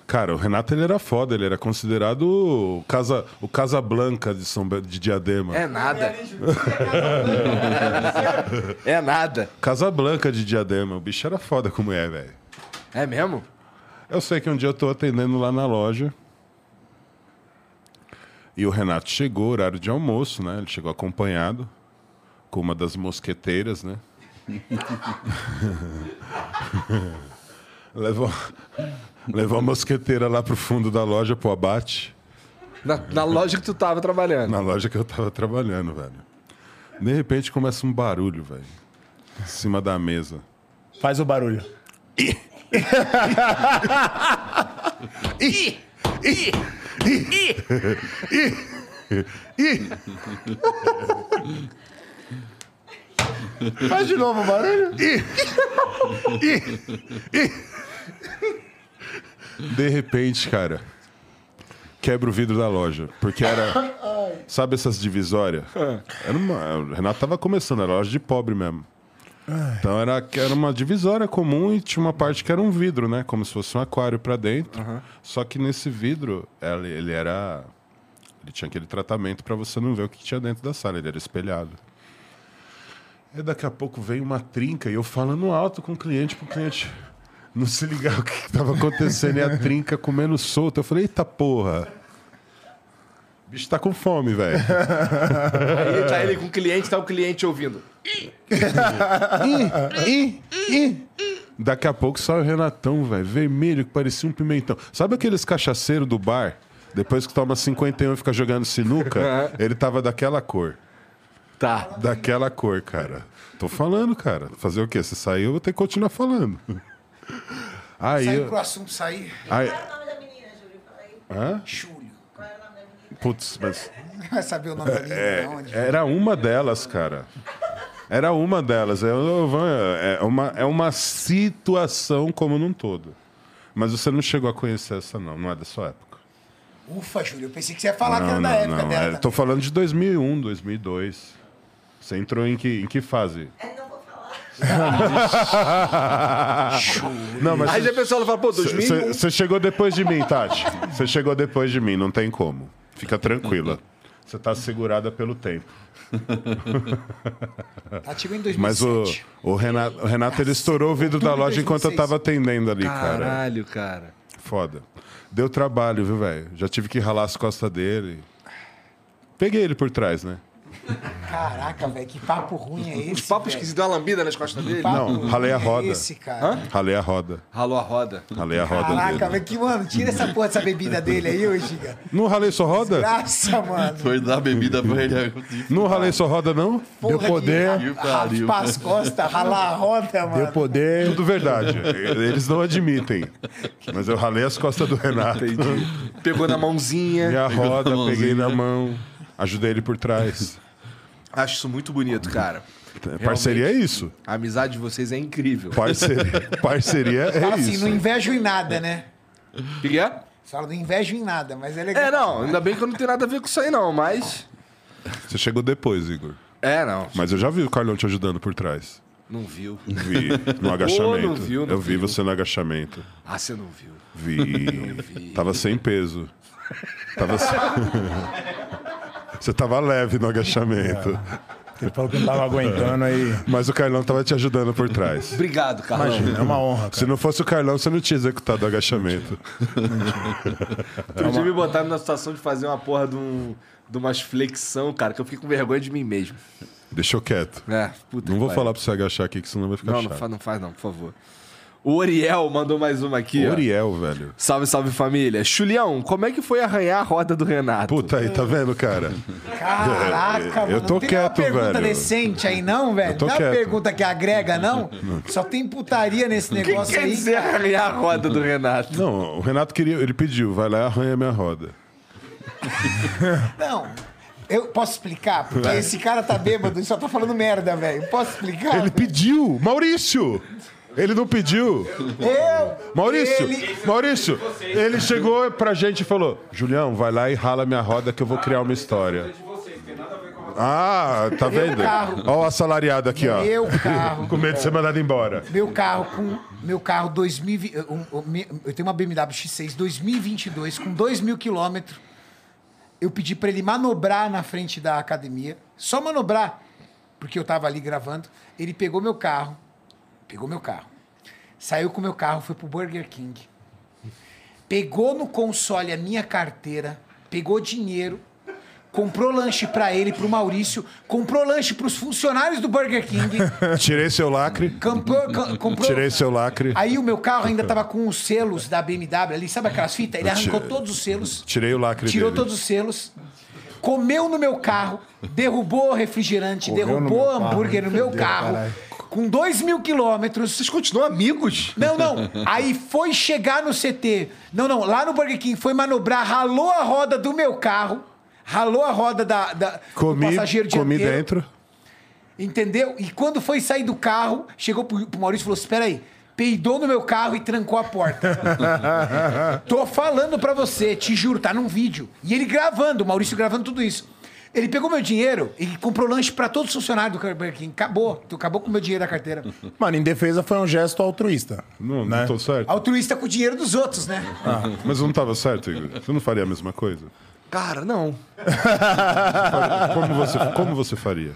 Speaker 4: Cara, o Renato ele era foda, ele era considerado o Casa, o casa Blanca de, São Be- de Diadema.
Speaker 1: É nada. é nada.
Speaker 4: Casa Blanca de Diadema. O bicho era foda como é, velho.
Speaker 1: É mesmo?
Speaker 4: Eu sei que um dia eu tô atendendo lá na loja. E o Renato chegou, horário de almoço, né? Ele chegou acompanhado com uma das mosqueteiras, né? levou, levou a mosqueteira lá pro fundo da loja, pro abate.
Speaker 1: Na, na loja que tu tava trabalhando.
Speaker 4: Na loja que eu tava trabalhando, velho. De repente começa um barulho, velho. Em cima da mesa.
Speaker 5: Faz o barulho. Faz de novo o barulho.
Speaker 4: De repente, cara, quebra o vidro da loja. Porque era. Sabe essas divisórias? Era uma, o Renato tava começando, era loja de pobre mesmo. Então era, era uma divisória comum e tinha uma parte que era um vidro, né? Como se fosse um aquário pra dentro. Só que nesse vidro, ele, ele era. Ele tinha aquele tratamento pra você não ver o que tinha dentro da sala, ele era espelhado. E daqui a pouco veio uma trinca e eu falando alto com o cliente, pro cliente não se ligar o que estava acontecendo e a trinca comendo solta. Eu falei, eita porra! O bicho tá com fome, velho.
Speaker 1: Aí tá ele com o cliente, tá o cliente ouvindo.
Speaker 4: Daqui a pouco sai o Renatão, velho. Vermelho, que parecia um pimentão. Sabe aqueles cachaceiros do bar? Depois que toma 51 e fica jogando sinuca, ele tava daquela cor. Tá. Daquela cor, cara. Tô falando, cara. Fazer o quê? Você saiu, eu vou ter que continuar falando. Aí.
Speaker 2: Sai
Speaker 4: eu-
Speaker 2: pro assunto sair.
Speaker 4: Aí-
Speaker 7: Qual era o nome da menina, Júlio? Fala aí.
Speaker 4: Hã?
Speaker 2: Júlio.
Speaker 4: Putz, mas.
Speaker 2: Não vai saber o nome da menina,
Speaker 4: É,
Speaker 2: não, onde.
Speaker 4: era uma delas, cara. Era uma delas. É uma- é uma, é uma situação como num todo. Mas você não chegou a conhecer essa, não. Não é da sua época.
Speaker 2: Ufa, Júlio, eu pensei que você ia falar que
Speaker 4: não,
Speaker 2: era da
Speaker 4: não,
Speaker 2: época
Speaker 4: não.
Speaker 2: dela.
Speaker 4: É, tô falando de 2001, 2002. Você entrou em que, em que fase? não, mas
Speaker 6: Aí já a pessoa fala, pô, 2001.
Speaker 4: Você chegou depois de mim, Tati. Você chegou depois de mim, não tem como. Fica tranquila. Você tá segurada pelo tempo.
Speaker 2: Ativo Tá em
Speaker 4: Mas
Speaker 2: 2007.
Speaker 4: o, o Renato, o Renato, ele estourou o vidro da
Speaker 2: Outubro
Speaker 4: loja
Speaker 2: de
Speaker 4: enquanto eu
Speaker 2: 2006.
Speaker 4: tava atendendo ali, cara.
Speaker 1: Caralho, cara.
Speaker 4: Foda. Deu trabalho, viu, velho? Já tive que ralar as costas dele. Peguei ele por trás, né?
Speaker 2: Caraca, velho, que papo ruim é esse?
Speaker 1: Que papo
Speaker 2: velho?
Speaker 1: esquisito, deu uma lambida nas costas dele.
Speaker 2: Papo
Speaker 4: Não, ralei a
Speaker 2: ruim é
Speaker 4: roda.
Speaker 2: Esse, cara?
Speaker 4: Ralei a roda.
Speaker 1: Ralou a roda.
Speaker 4: Ralei a roda
Speaker 2: Caraca,
Speaker 4: dele.
Speaker 2: velho, que mano, tira essa porra dessa bebida dele aí, ô Giga.
Speaker 4: Não ralei sua roda?
Speaker 2: Graça, mano.
Speaker 3: Foi dar bebida pra ele. é
Speaker 4: Não ralei sua roda, não?
Speaker 2: Porra
Speaker 4: Deu poder.
Speaker 2: de
Speaker 3: Que
Speaker 2: ra-
Speaker 3: pariu.
Speaker 2: raspar as costas, ralar a roda, mano.
Speaker 4: Deu poder. Tudo verdade. Eles não admitem. Mas eu ralei as costas do Renato.
Speaker 1: Pegou na mãozinha.
Speaker 4: Minha
Speaker 3: Pegou na
Speaker 4: roda,
Speaker 3: mãozinha.
Speaker 4: peguei na mão. Ajudei ele por trás.
Speaker 1: Acho isso muito bonito, cara.
Speaker 4: Parceria é isso.
Speaker 1: A amizade de vocês é incrível.
Speaker 4: Parceria, parceria é
Speaker 2: Fala assim,
Speaker 4: isso.
Speaker 2: não invejo em nada, né?
Speaker 1: O que que é?
Speaker 2: Você fala, não invejo em nada, mas é legal.
Speaker 1: É, não, ainda bem que eu não tenho nada a ver com isso aí, não, mas.
Speaker 4: Você chegou depois, Igor.
Speaker 1: É, não.
Speaker 4: Mas eu já vi o Carlão te ajudando por trás.
Speaker 1: Não viu.
Speaker 4: Vi, no agachamento.
Speaker 1: não viu, não
Speaker 4: eu vi
Speaker 1: viu.
Speaker 4: você no agachamento.
Speaker 1: Ah, você não viu.
Speaker 4: Vi. Tava sem peso. Tava sem... Você tava leve no agachamento.
Speaker 5: Ele falou que não tava aguentando aí.
Speaker 4: Mas o Carlão tava te ajudando por trás.
Speaker 1: Obrigado, Carlos.
Speaker 5: Imagina, é uma honra.
Speaker 4: Se não fosse o Carlão, você não tinha executado o agachamento. É
Speaker 1: Outro dia me botaram na situação de fazer uma porra de, um, de umas flexão, cara, que eu fiquei com vergonha de mim mesmo.
Speaker 4: Deixou quieto.
Speaker 1: É, puta
Speaker 4: Não
Speaker 1: que
Speaker 4: vou
Speaker 1: pariu.
Speaker 4: falar pra você agachar aqui, que senão vai ficar
Speaker 1: Não, não
Speaker 4: chato.
Speaker 1: faz, não faz não, por favor. O Oriel mandou mais uma aqui, ó.
Speaker 4: Oriel, velho.
Speaker 1: Salve, salve família. Julião, como é que foi arranhar a roda do Renato?
Speaker 4: Puta aí, tá vendo, cara?
Speaker 2: Caraca,
Speaker 4: Eu
Speaker 2: mano.
Speaker 4: tô
Speaker 2: não tem
Speaker 4: quieto,
Speaker 2: uma pergunta
Speaker 4: velho.
Speaker 2: decente aí, não, velho?
Speaker 4: tô
Speaker 2: Não é uma
Speaker 4: quieto.
Speaker 2: pergunta que agrega, não? Só tem putaria nesse
Speaker 1: O que
Speaker 2: negócio
Speaker 1: quer
Speaker 2: aí.
Speaker 1: dizer arranhar a roda do Renato?
Speaker 4: Não, o Renato queria, ele pediu, vai lá e arranha minha roda.
Speaker 2: Não. Eu posso explicar? Porque esse cara tá bêbado e só tá falando merda, velho. Posso explicar?
Speaker 4: Ele pediu! Maurício! Ele não pediu!
Speaker 2: Eu,
Speaker 4: Maurício!
Speaker 2: Ele-
Speaker 4: Maurício! Ele chegou pra gente e falou: Julião, vai lá e rala minha roda que eu vou criar uma história. Ah, tá vendo?
Speaker 2: carro.
Speaker 4: Ó, o assalariado aqui, ó.
Speaker 2: meu carro.
Speaker 4: Com medo de ser mandado embora.
Speaker 2: Meu carro com. Meu carro 2000. Eu, um, eu tenho uma BMW X6 2022 com 2 mil quilômetros. Eu pedi pra ele manobrar na frente da academia. Só manobrar, porque eu tava ali gravando. Ele pegou meu carro. Pegou meu carro. Saiu com meu carro, foi pro Burger King. Pegou no console a minha carteira, pegou dinheiro, comprou lanche pra ele, pro Maurício, comprou lanche pros funcionários do Burger King,
Speaker 4: Tirei seu lacre.
Speaker 2: comprou, ca- comprou
Speaker 4: Tirei seu lacre.
Speaker 2: Aí o meu carro ainda tava com os selos da BMW ali, sabe aquelas fitas? Ele arrancou todos os selos,
Speaker 4: Tirei o lacre
Speaker 2: tirou
Speaker 4: dele.
Speaker 2: todos os selos, comeu no meu carro, derrubou o refrigerante, derrubou o hambúrguer no meu carro, com dois mil quilômetros. Vocês continuam amigos? Não, não. Aí foi chegar no CT. Não, não. Lá no Burger King foi manobrar, ralou a roda do meu carro, ralou a roda da, da- do
Speaker 4: Comi,
Speaker 2: passageiro
Speaker 4: comi
Speaker 2: dianteiro.
Speaker 4: dentro.
Speaker 2: Entendeu? E quando foi sair do carro, chegou pro, pro Maurício e falou: Espera aí. Peidou no meu carro e trancou a porta. Tô falando pra você, te juro, tá num vídeo. E ele gravando, o Maurício gravando tudo isso. Ele pegou meu dinheiro e comprou lanche pra todos os funcionários do Burger King. Acabou. Tu acabou com o meu dinheiro da carteira.
Speaker 5: Mano, em defesa foi um gesto altruísta.
Speaker 4: Não, não
Speaker 5: né?
Speaker 4: tô certo. Ah,
Speaker 2: Altruísta com o dinheiro dos outros, né?
Speaker 4: Mas eu não tava certo, Igor. Você não faria a mesma coisa?
Speaker 1: Cara, não.
Speaker 4: Como você, como você faria?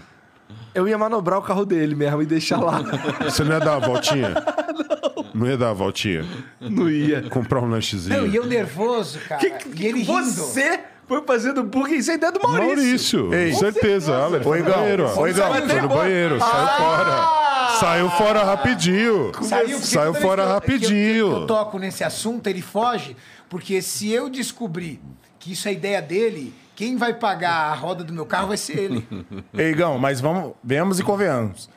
Speaker 1: Eu ia manobrar o carro dele mesmo e deixar lá.
Speaker 4: Você não ia dar uma voltinha? Não ia dar uma voltinha?
Speaker 1: Não ia.
Speaker 4: Comprar um lanchezinho?
Speaker 2: Não, e eu nervoso, cara. e ele rindo.
Speaker 1: Você foi fazendo burger isso é ideia do Maurício.
Speaker 4: Maurício,
Speaker 5: Ei.
Speaker 4: com certeza. Ah, ele foi
Speaker 5: Ô,
Speaker 4: no
Speaker 5: Igão,
Speaker 4: banheiro. ó.
Speaker 5: ô, Igão.
Speaker 4: Foi no banheiro, saiu fora. Saiu fora rapidinho.
Speaker 2: Ah! Saiu, porque
Speaker 4: Saiu
Speaker 2: toda vez
Speaker 4: fora
Speaker 2: que eu- que eu-
Speaker 4: rapidinho.
Speaker 2: que eu toco nesse assunto, ele foge, porque se eu descobrir que isso é ideia dele, quem vai pagar a roda do meu carro vai ser ele.
Speaker 5: Ei, Igão, mas vamos, venhamos e convenhamos.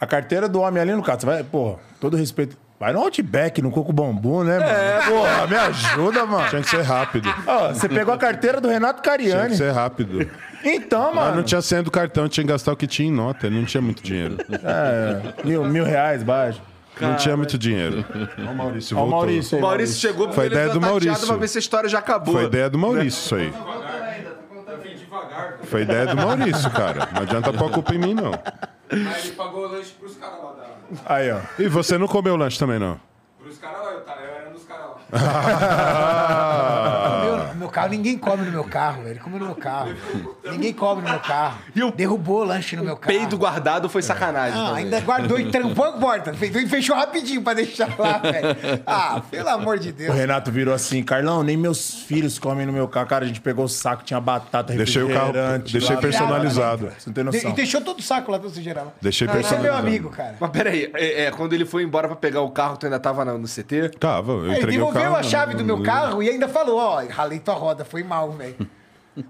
Speaker 5: A carteira do homem ali no caso, você vai, porra, todo respeito. Vai no Outback, no Coco Bambu, né, mano?
Speaker 4: É,
Speaker 5: porra, me ajuda, mano.
Speaker 4: Tinha que ser rápido.
Speaker 5: Ó, você pegou a carteira do Renato
Speaker 4: Tinha que
Speaker 5: Cariani.
Speaker 4: ser rápido.
Speaker 5: Então,
Speaker 4: Mas
Speaker 5: mano.
Speaker 4: não tinha senha do cartão, tinha que gastar o que tinha em nota. Não tinha muito dinheiro.
Speaker 5: É, mil, mil reais, baixo.
Speaker 4: Não tinha muito dinheiro. Olha o Maurício.
Speaker 5: Ó, o
Speaker 4: voltou.
Speaker 5: Maurício aí,
Speaker 1: O Maurício chegou porque
Speaker 4: Foi
Speaker 1: ele
Speaker 4: ideia
Speaker 1: tá
Speaker 4: do Maurício.
Speaker 1: pra ver se a história já acabou.
Speaker 4: Foi ideia do Maurício isso aí.
Speaker 9: tá
Speaker 4: Foi ideia do Maurício, cara. Não adianta pôr a culpa em mim, não.
Speaker 9: Aí ele pagou o lanche pros caras lá da.
Speaker 5: Aí, ó.
Speaker 4: E você não comeu lanche também, não?
Speaker 9: Pros caras lá, eu, tava, eu era um dos caras lá.
Speaker 4: Ah,
Speaker 2: No meu, no meu carro, ninguém come no meu carro, velho. Come no meu carro. Ninguém come no meu carro. Derrubou o lanche no meu carro.
Speaker 1: Peido guardado foi sacanagem.
Speaker 2: Ah,
Speaker 1: também.
Speaker 2: ainda guardou e trampou a porta. Fechou, fechou rapidinho pra deixar lá, velho. Ah, pelo amor de
Speaker 5: O
Speaker 2: Deus.
Speaker 5: Renato virou assim, Carlão, nem meus filhos comem no meu carro. Cara, a gente pegou o saco, tinha batata,
Speaker 4: Deixei o carro-
Speaker 5: refrigerante,
Speaker 4: deixei
Speaker 5: lá,
Speaker 4: personalizado.
Speaker 5: velho. Você não tem
Speaker 2: De-
Speaker 5: noção.
Speaker 2: e deixou todo o saco lá pra você gerar. lá.
Speaker 4: Deixei
Speaker 2: Caralho,
Speaker 4: personalizado.
Speaker 2: é meu amigo, cara.
Speaker 1: Mas peraí, é, é, quando ele foi embora pra pegar o carro, tu ainda tava na- no CT?
Speaker 4: Tava, eu
Speaker 2: Ele
Speaker 4: entreguei o
Speaker 2: devolveu
Speaker 4: carro. né?
Speaker 2: a chave do meu
Speaker 4: não-
Speaker 2: carro e ainda falou, ó, ralei tua roda, foi mal, velho.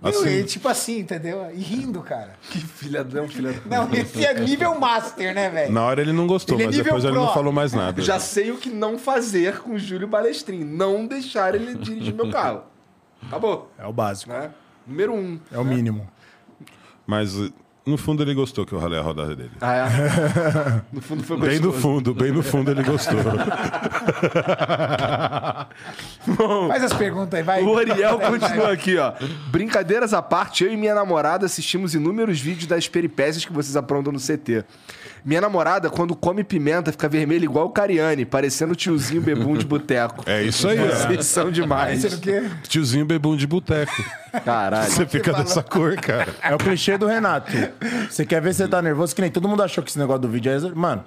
Speaker 4: Assim.
Speaker 2: E, tipo assim, entendeu? E rindo, cara.
Speaker 1: Que filhadão, filhadão.
Speaker 2: Não, esse é nível master, né, velho?
Speaker 4: Na hora ele não gostou,
Speaker 2: Ele é
Speaker 4: mas
Speaker 2: nível
Speaker 4: depois ele não
Speaker 2: pro.
Speaker 4: falou mais nada.
Speaker 1: Já sei o que não fazer com o Júlio Balestrin. Não deixar ele dirigir meu carro. Acabou.
Speaker 5: É o básico,
Speaker 1: Né? Número um.
Speaker 5: é o mínimo.
Speaker 4: Mas eh, no fundo ele gostou que eu ralei a rodada dele.
Speaker 1: Ah, é. No fundo foi
Speaker 4: Bem no
Speaker 1: gostoso.
Speaker 4: fundo, bem no fundo ele gostou.
Speaker 2: Faz as perguntas aí, vai.
Speaker 1: O Ariel
Speaker 2: Vai,
Speaker 1: continua
Speaker 2: vai.
Speaker 1: aqui, ó. Brincadeiras à parte, eu e minha namorada assistimos inúmeros vídeos das peripécias que vocês aprontam no CT. Minha namorada, quando come pimenta, fica vermelha igual o Cariani, parecendo o tiozinho bebum de boteco.
Speaker 4: É isso aí, ó.
Speaker 1: Vocês são demais.
Speaker 2: Sendo que
Speaker 4: Tiozinho bebum de boteco.
Speaker 1: Caralho.
Speaker 4: Você fica dessa cor, cara.
Speaker 5: É o clichê do Renato. Você quer ver se você tá nervoso, que nem todo mundo achou que esse negócio do vídeo é. Mano,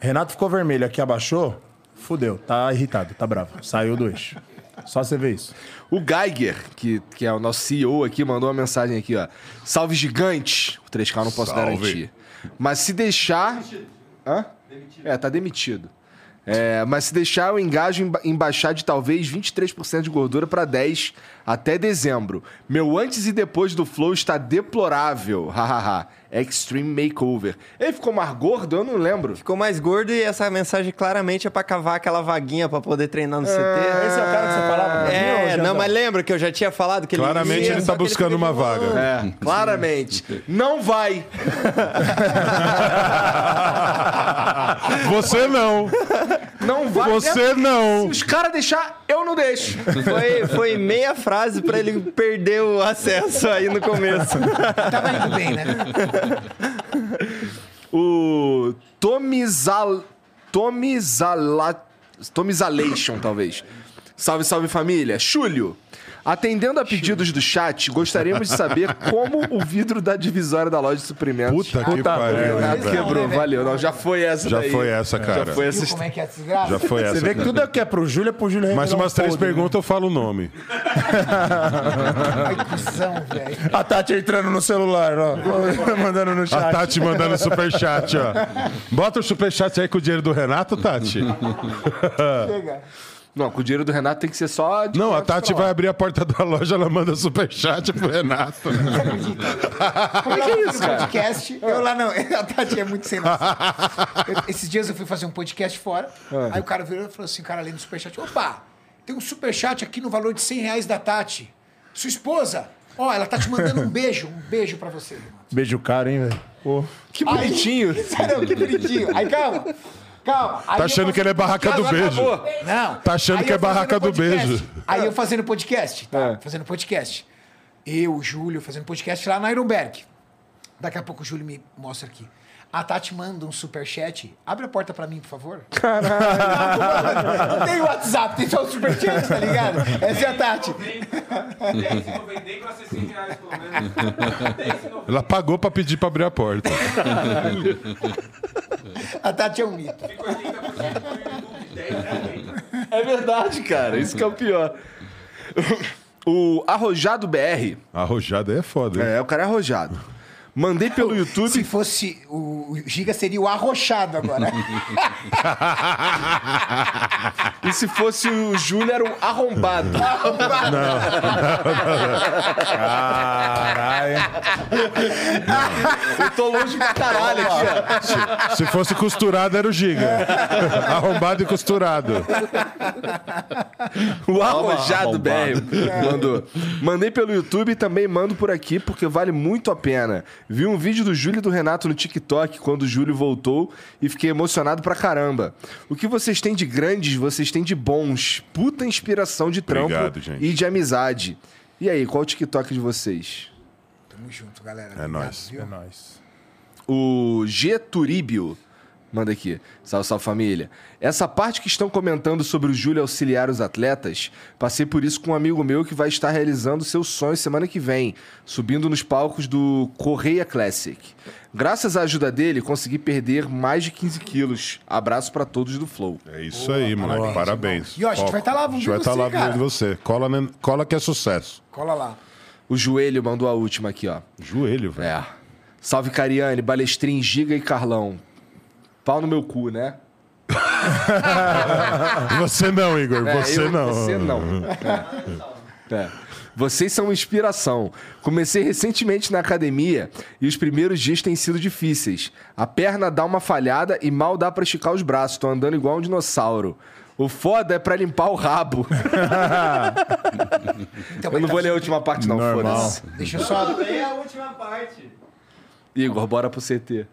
Speaker 5: Renato ficou vermelho aqui, abaixou, fudeu, tá irritado, tá bravo. Saiu do eixo. Só você vê isso.
Speaker 1: O Geiger, que, que é o nosso CEO aqui, mandou uma mensagem aqui, ó. Salve gigante! O 3K eu não posso
Speaker 4: Salve.
Speaker 1: garantir. Mas se deixar. Hã? É, tá demitido. É, mas se deixar, eu engajo em, ba- em baixar de talvez 23% de gordura pra 10% até dezembro. Meu antes e depois do flow está deplorável. Hahaha. Extreme Makeover. Ele ficou mais gordo? Eu não lembro.
Speaker 12: Ficou mais gordo e essa mensagem claramente é pra cavar aquela vaguinha pra poder treinar
Speaker 2: Ah,
Speaker 12: no CT.
Speaker 5: Esse é o cara que você falava pra mim, ô,
Speaker 12: É,
Speaker 5: Jandão?
Speaker 12: não, mas lembra que eu já tinha falado que ele
Speaker 4: Claramente
Speaker 12: ia,
Speaker 4: ele tá
Speaker 12: só que
Speaker 4: buscando
Speaker 12: fica
Speaker 4: uma
Speaker 12: de
Speaker 4: vaga.
Speaker 12: boa.
Speaker 1: É, claramente. Não vai.
Speaker 4: Você não.
Speaker 1: Não vai. Se
Speaker 4: Você não.
Speaker 1: os caras deixar, eu não deixo.
Speaker 12: Foi, foi meia frase pra ele perder o acesso aí no começo.
Speaker 2: tava indo bem, né?
Speaker 1: O Tomizal... Tomizala... Tomizalation, talvez. Salve, salve família. Chulio, atendendo a pedidos do chat, gostaríamos de saber como o vidro da divisória da loja de suprimentos...
Speaker 4: Puta que pariu,
Speaker 1: Ah,
Speaker 4: né, velho?
Speaker 1: quebrou, valeu. Não, já foi essa
Speaker 4: Já
Speaker 1: daí.
Speaker 4: foi essa, cara.
Speaker 1: Já foi essa
Speaker 2: Viu como é que é a desgraça?
Speaker 4: Já foi essa.
Speaker 5: Você vê que
Speaker 4: cara.
Speaker 5: tudo é que é pro Júlio, é pro Júlio
Speaker 4: Mais
Speaker 5: revirar um
Speaker 4: umas três
Speaker 5: podre, né?
Speaker 4: perguntas eu falo o nome.
Speaker 2: Ai, cuzão, velho.
Speaker 5: A Tati entrando no celular, ó. Mandando no
Speaker 4: A
Speaker 5: chat.
Speaker 4: Tati mandando superchat, ó. Bota o superchat aí com o dinheiro do Renato, Tati.
Speaker 2: Chega.
Speaker 1: Não, com o dinheiro do Renato tem que ser só... de
Speaker 4: Não, a
Speaker 1: 500 pra
Speaker 4: Tati
Speaker 1: lá.
Speaker 4: vai abrir a porta da loja, ela manda superchat pro Renato.
Speaker 2: Como é que é isso, cara? podcast. Eu lá não. A Tati é muito sem noção. Eu- Esses dias eu fui fazer um podcast fora. Aí o cara virou e falou assim, o cara lendo o superchat. Opa, tem um superchat aqui no valor de 100 reais da Tati. Sua esposa, ó, ela tá te mandando um beijo. Um beijo pra você, irmão.
Speaker 5: Beijo caro, hein, velho? Pô.
Speaker 1: Que bonitinho.
Speaker 2: Sério, que bonitinho. Aí calma, calma. Aí
Speaker 4: Tá
Speaker 2: eu
Speaker 4: achando que ele é barraca do
Speaker 1: Agora
Speaker 4: beijo.
Speaker 1: acabou.
Speaker 2: Não.
Speaker 4: Tá achando
Speaker 2: Aí
Speaker 4: que é
Speaker 2: eu fazendo
Speaker 4: barraca do
Speaker 2: podcast.
Speaker 4: beijo.
Speaker 2: Aí eu fazendo podcast, tá?
Speaker 1: É.
Speaker 2: Fazendo podcast. Eu, o Júlio, fazendo podcast lá na Ironberg. Daqui a pouco o Júlio me mostra aqui. A Tati manda um superchat. Abre a porta pra mim, por favor. Caralho. Não tem WhatsApp, tem só o superchat, tá ligado? Essa é a Tati.
Speaker 9: 10,90 nem pra ser 100 reais, pelo menos.
Speaker 4: Ela pagou pra pedir pra abrir a porta.
Speaker 2: A Tati é um mito.
Speaker 9: Fica 80% do YouTube, 10,90.
Speaker 1: É verdade, cara. Isso que é o pior. O Arrojado BR.
Speaker 4: Arrojado aí é foda, hein?
Speaker 1: É, o cara é arrojado. Mandei pelo YouTube.
Speaker 2: Se fosse. O o Giga seria o arrochado agora.
Speaker 1: e se fosse o Júlio, era um arrombado.
Speaker 2: É.
Speaker 6: Caralho.
Speaker 1: Eu tô longe pra caralho aqui,
Speaker 4: Se fosse costurado, era o Giga.
Speaker 2: É.
Speaker 4: Arrombado e costurado.
Speaker 1: ó. O arrojado BR mandou. Mandei pelo YouTube e também mando por aqui, porque vale muito a pena. Vi um vídeo do Júlio e do Renato no TikTok quando o Júlio voltou e fiquei emocionado pra caramba. O que vocês têm de grandes, vocês têm de bons. Puta inspiração de trampo
Speaker 4: Obrigado, gente.
Speaker 1: e de amizade. E aí, qual o TikTok de vocês?
Speaker 2: Tamo junto, galera.
Speaker 4: É nóis.
Speaker 2: Viu?
Speaker 1: O G. Turíbio manda aqui. Salve, salve família. Essa parte que estão comentando sobre o Júlio auxiliar os atletas, passei por isso com um amigo meu que vai estar realizando seus sonhos semana que vem, subindo nos palcos do Correia Classic. Graças à ajuda dele, consegui perder mais de 15 quilos. Abraço pra todos do Flow.
Speaker 4: É isso aí, moleque. Parabéns.
Speaker 2: E, ó, a gente
Speaker 4: Foco.
Speaker 2: vai tá lá, vamos
Speaker 4: A gente
Speaker 2: ver
Speaker 4: vai estar
Speaker 2: você,
Speaker 4: lá
Speaker 2: cara.
Speaker 4: vendo você. Cola, ne- cola que é sucesso.
Speaker 2: Cola lá.
Speaker 1: O Joelho mandou a última aqui, ó.
Speaker 4: Joelho, velho.
Speaker 1: É. Salve Cariane, Balestrin, Giga e Carlão. Pau no meu cu, né?
Speaker 4: Você não, Igor.
Speaker 1: É,
Speaker 4: você
Speaker 1: eu-
Speaker 4: não.
Speaker 1: Você não. É. É. Vocês são inspiração. Comecei recentemente na academia e os primeiros dias têm sido difíceis. A perna dá uma falhada e mal dá pra esticar os braços. Tô andando igual um dinossauro. O foda é pra limpar o rabo. eu não vou ler a última parte, não,
Speaker 4: Normal.
Speaker 1: foda-se.
Speaker 2: Então, tá, Deixa eu só.
Speaker 10: Também é a última parte.
Speaker 1: Igor, bora pro CT.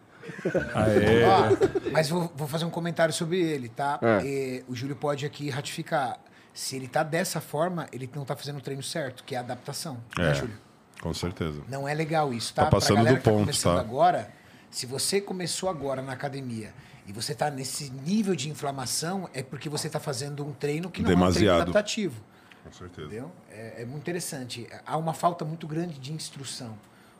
Speaker 2: Ó, mas vou, vou fazer um comentário sobre ele, tá?
Speaker 1: É.
Speaker 2: Eh, o Júlio pode aqui ratificar. Se ele tá dessa forma, ele não tá fazendo o treino certo, que é a adaptação. Né, Júlio?
Speaker 4: É, com certeza.
Speaker 2: Não é legal isso, tá?
Speaker 4: Tá passando
Speaker 2: pra galera
Speaker 4: do
Speaker 2: que tá
Speaker 4: ponto,
Speaker 2: começando
Speaker 4: tá?
Speaker 2: agora, se você começou agora na academia e você tá nesse nível de inflamação, é porque você tá fazendo um treino que não é um
Speaker 4: Demasiado.
Speaker 2: treino adaptativo.
Speaker 4: Com certeza.
Speaker 2: Entendeu? É, é muito interessante. Há uma falta muito grande de instrução.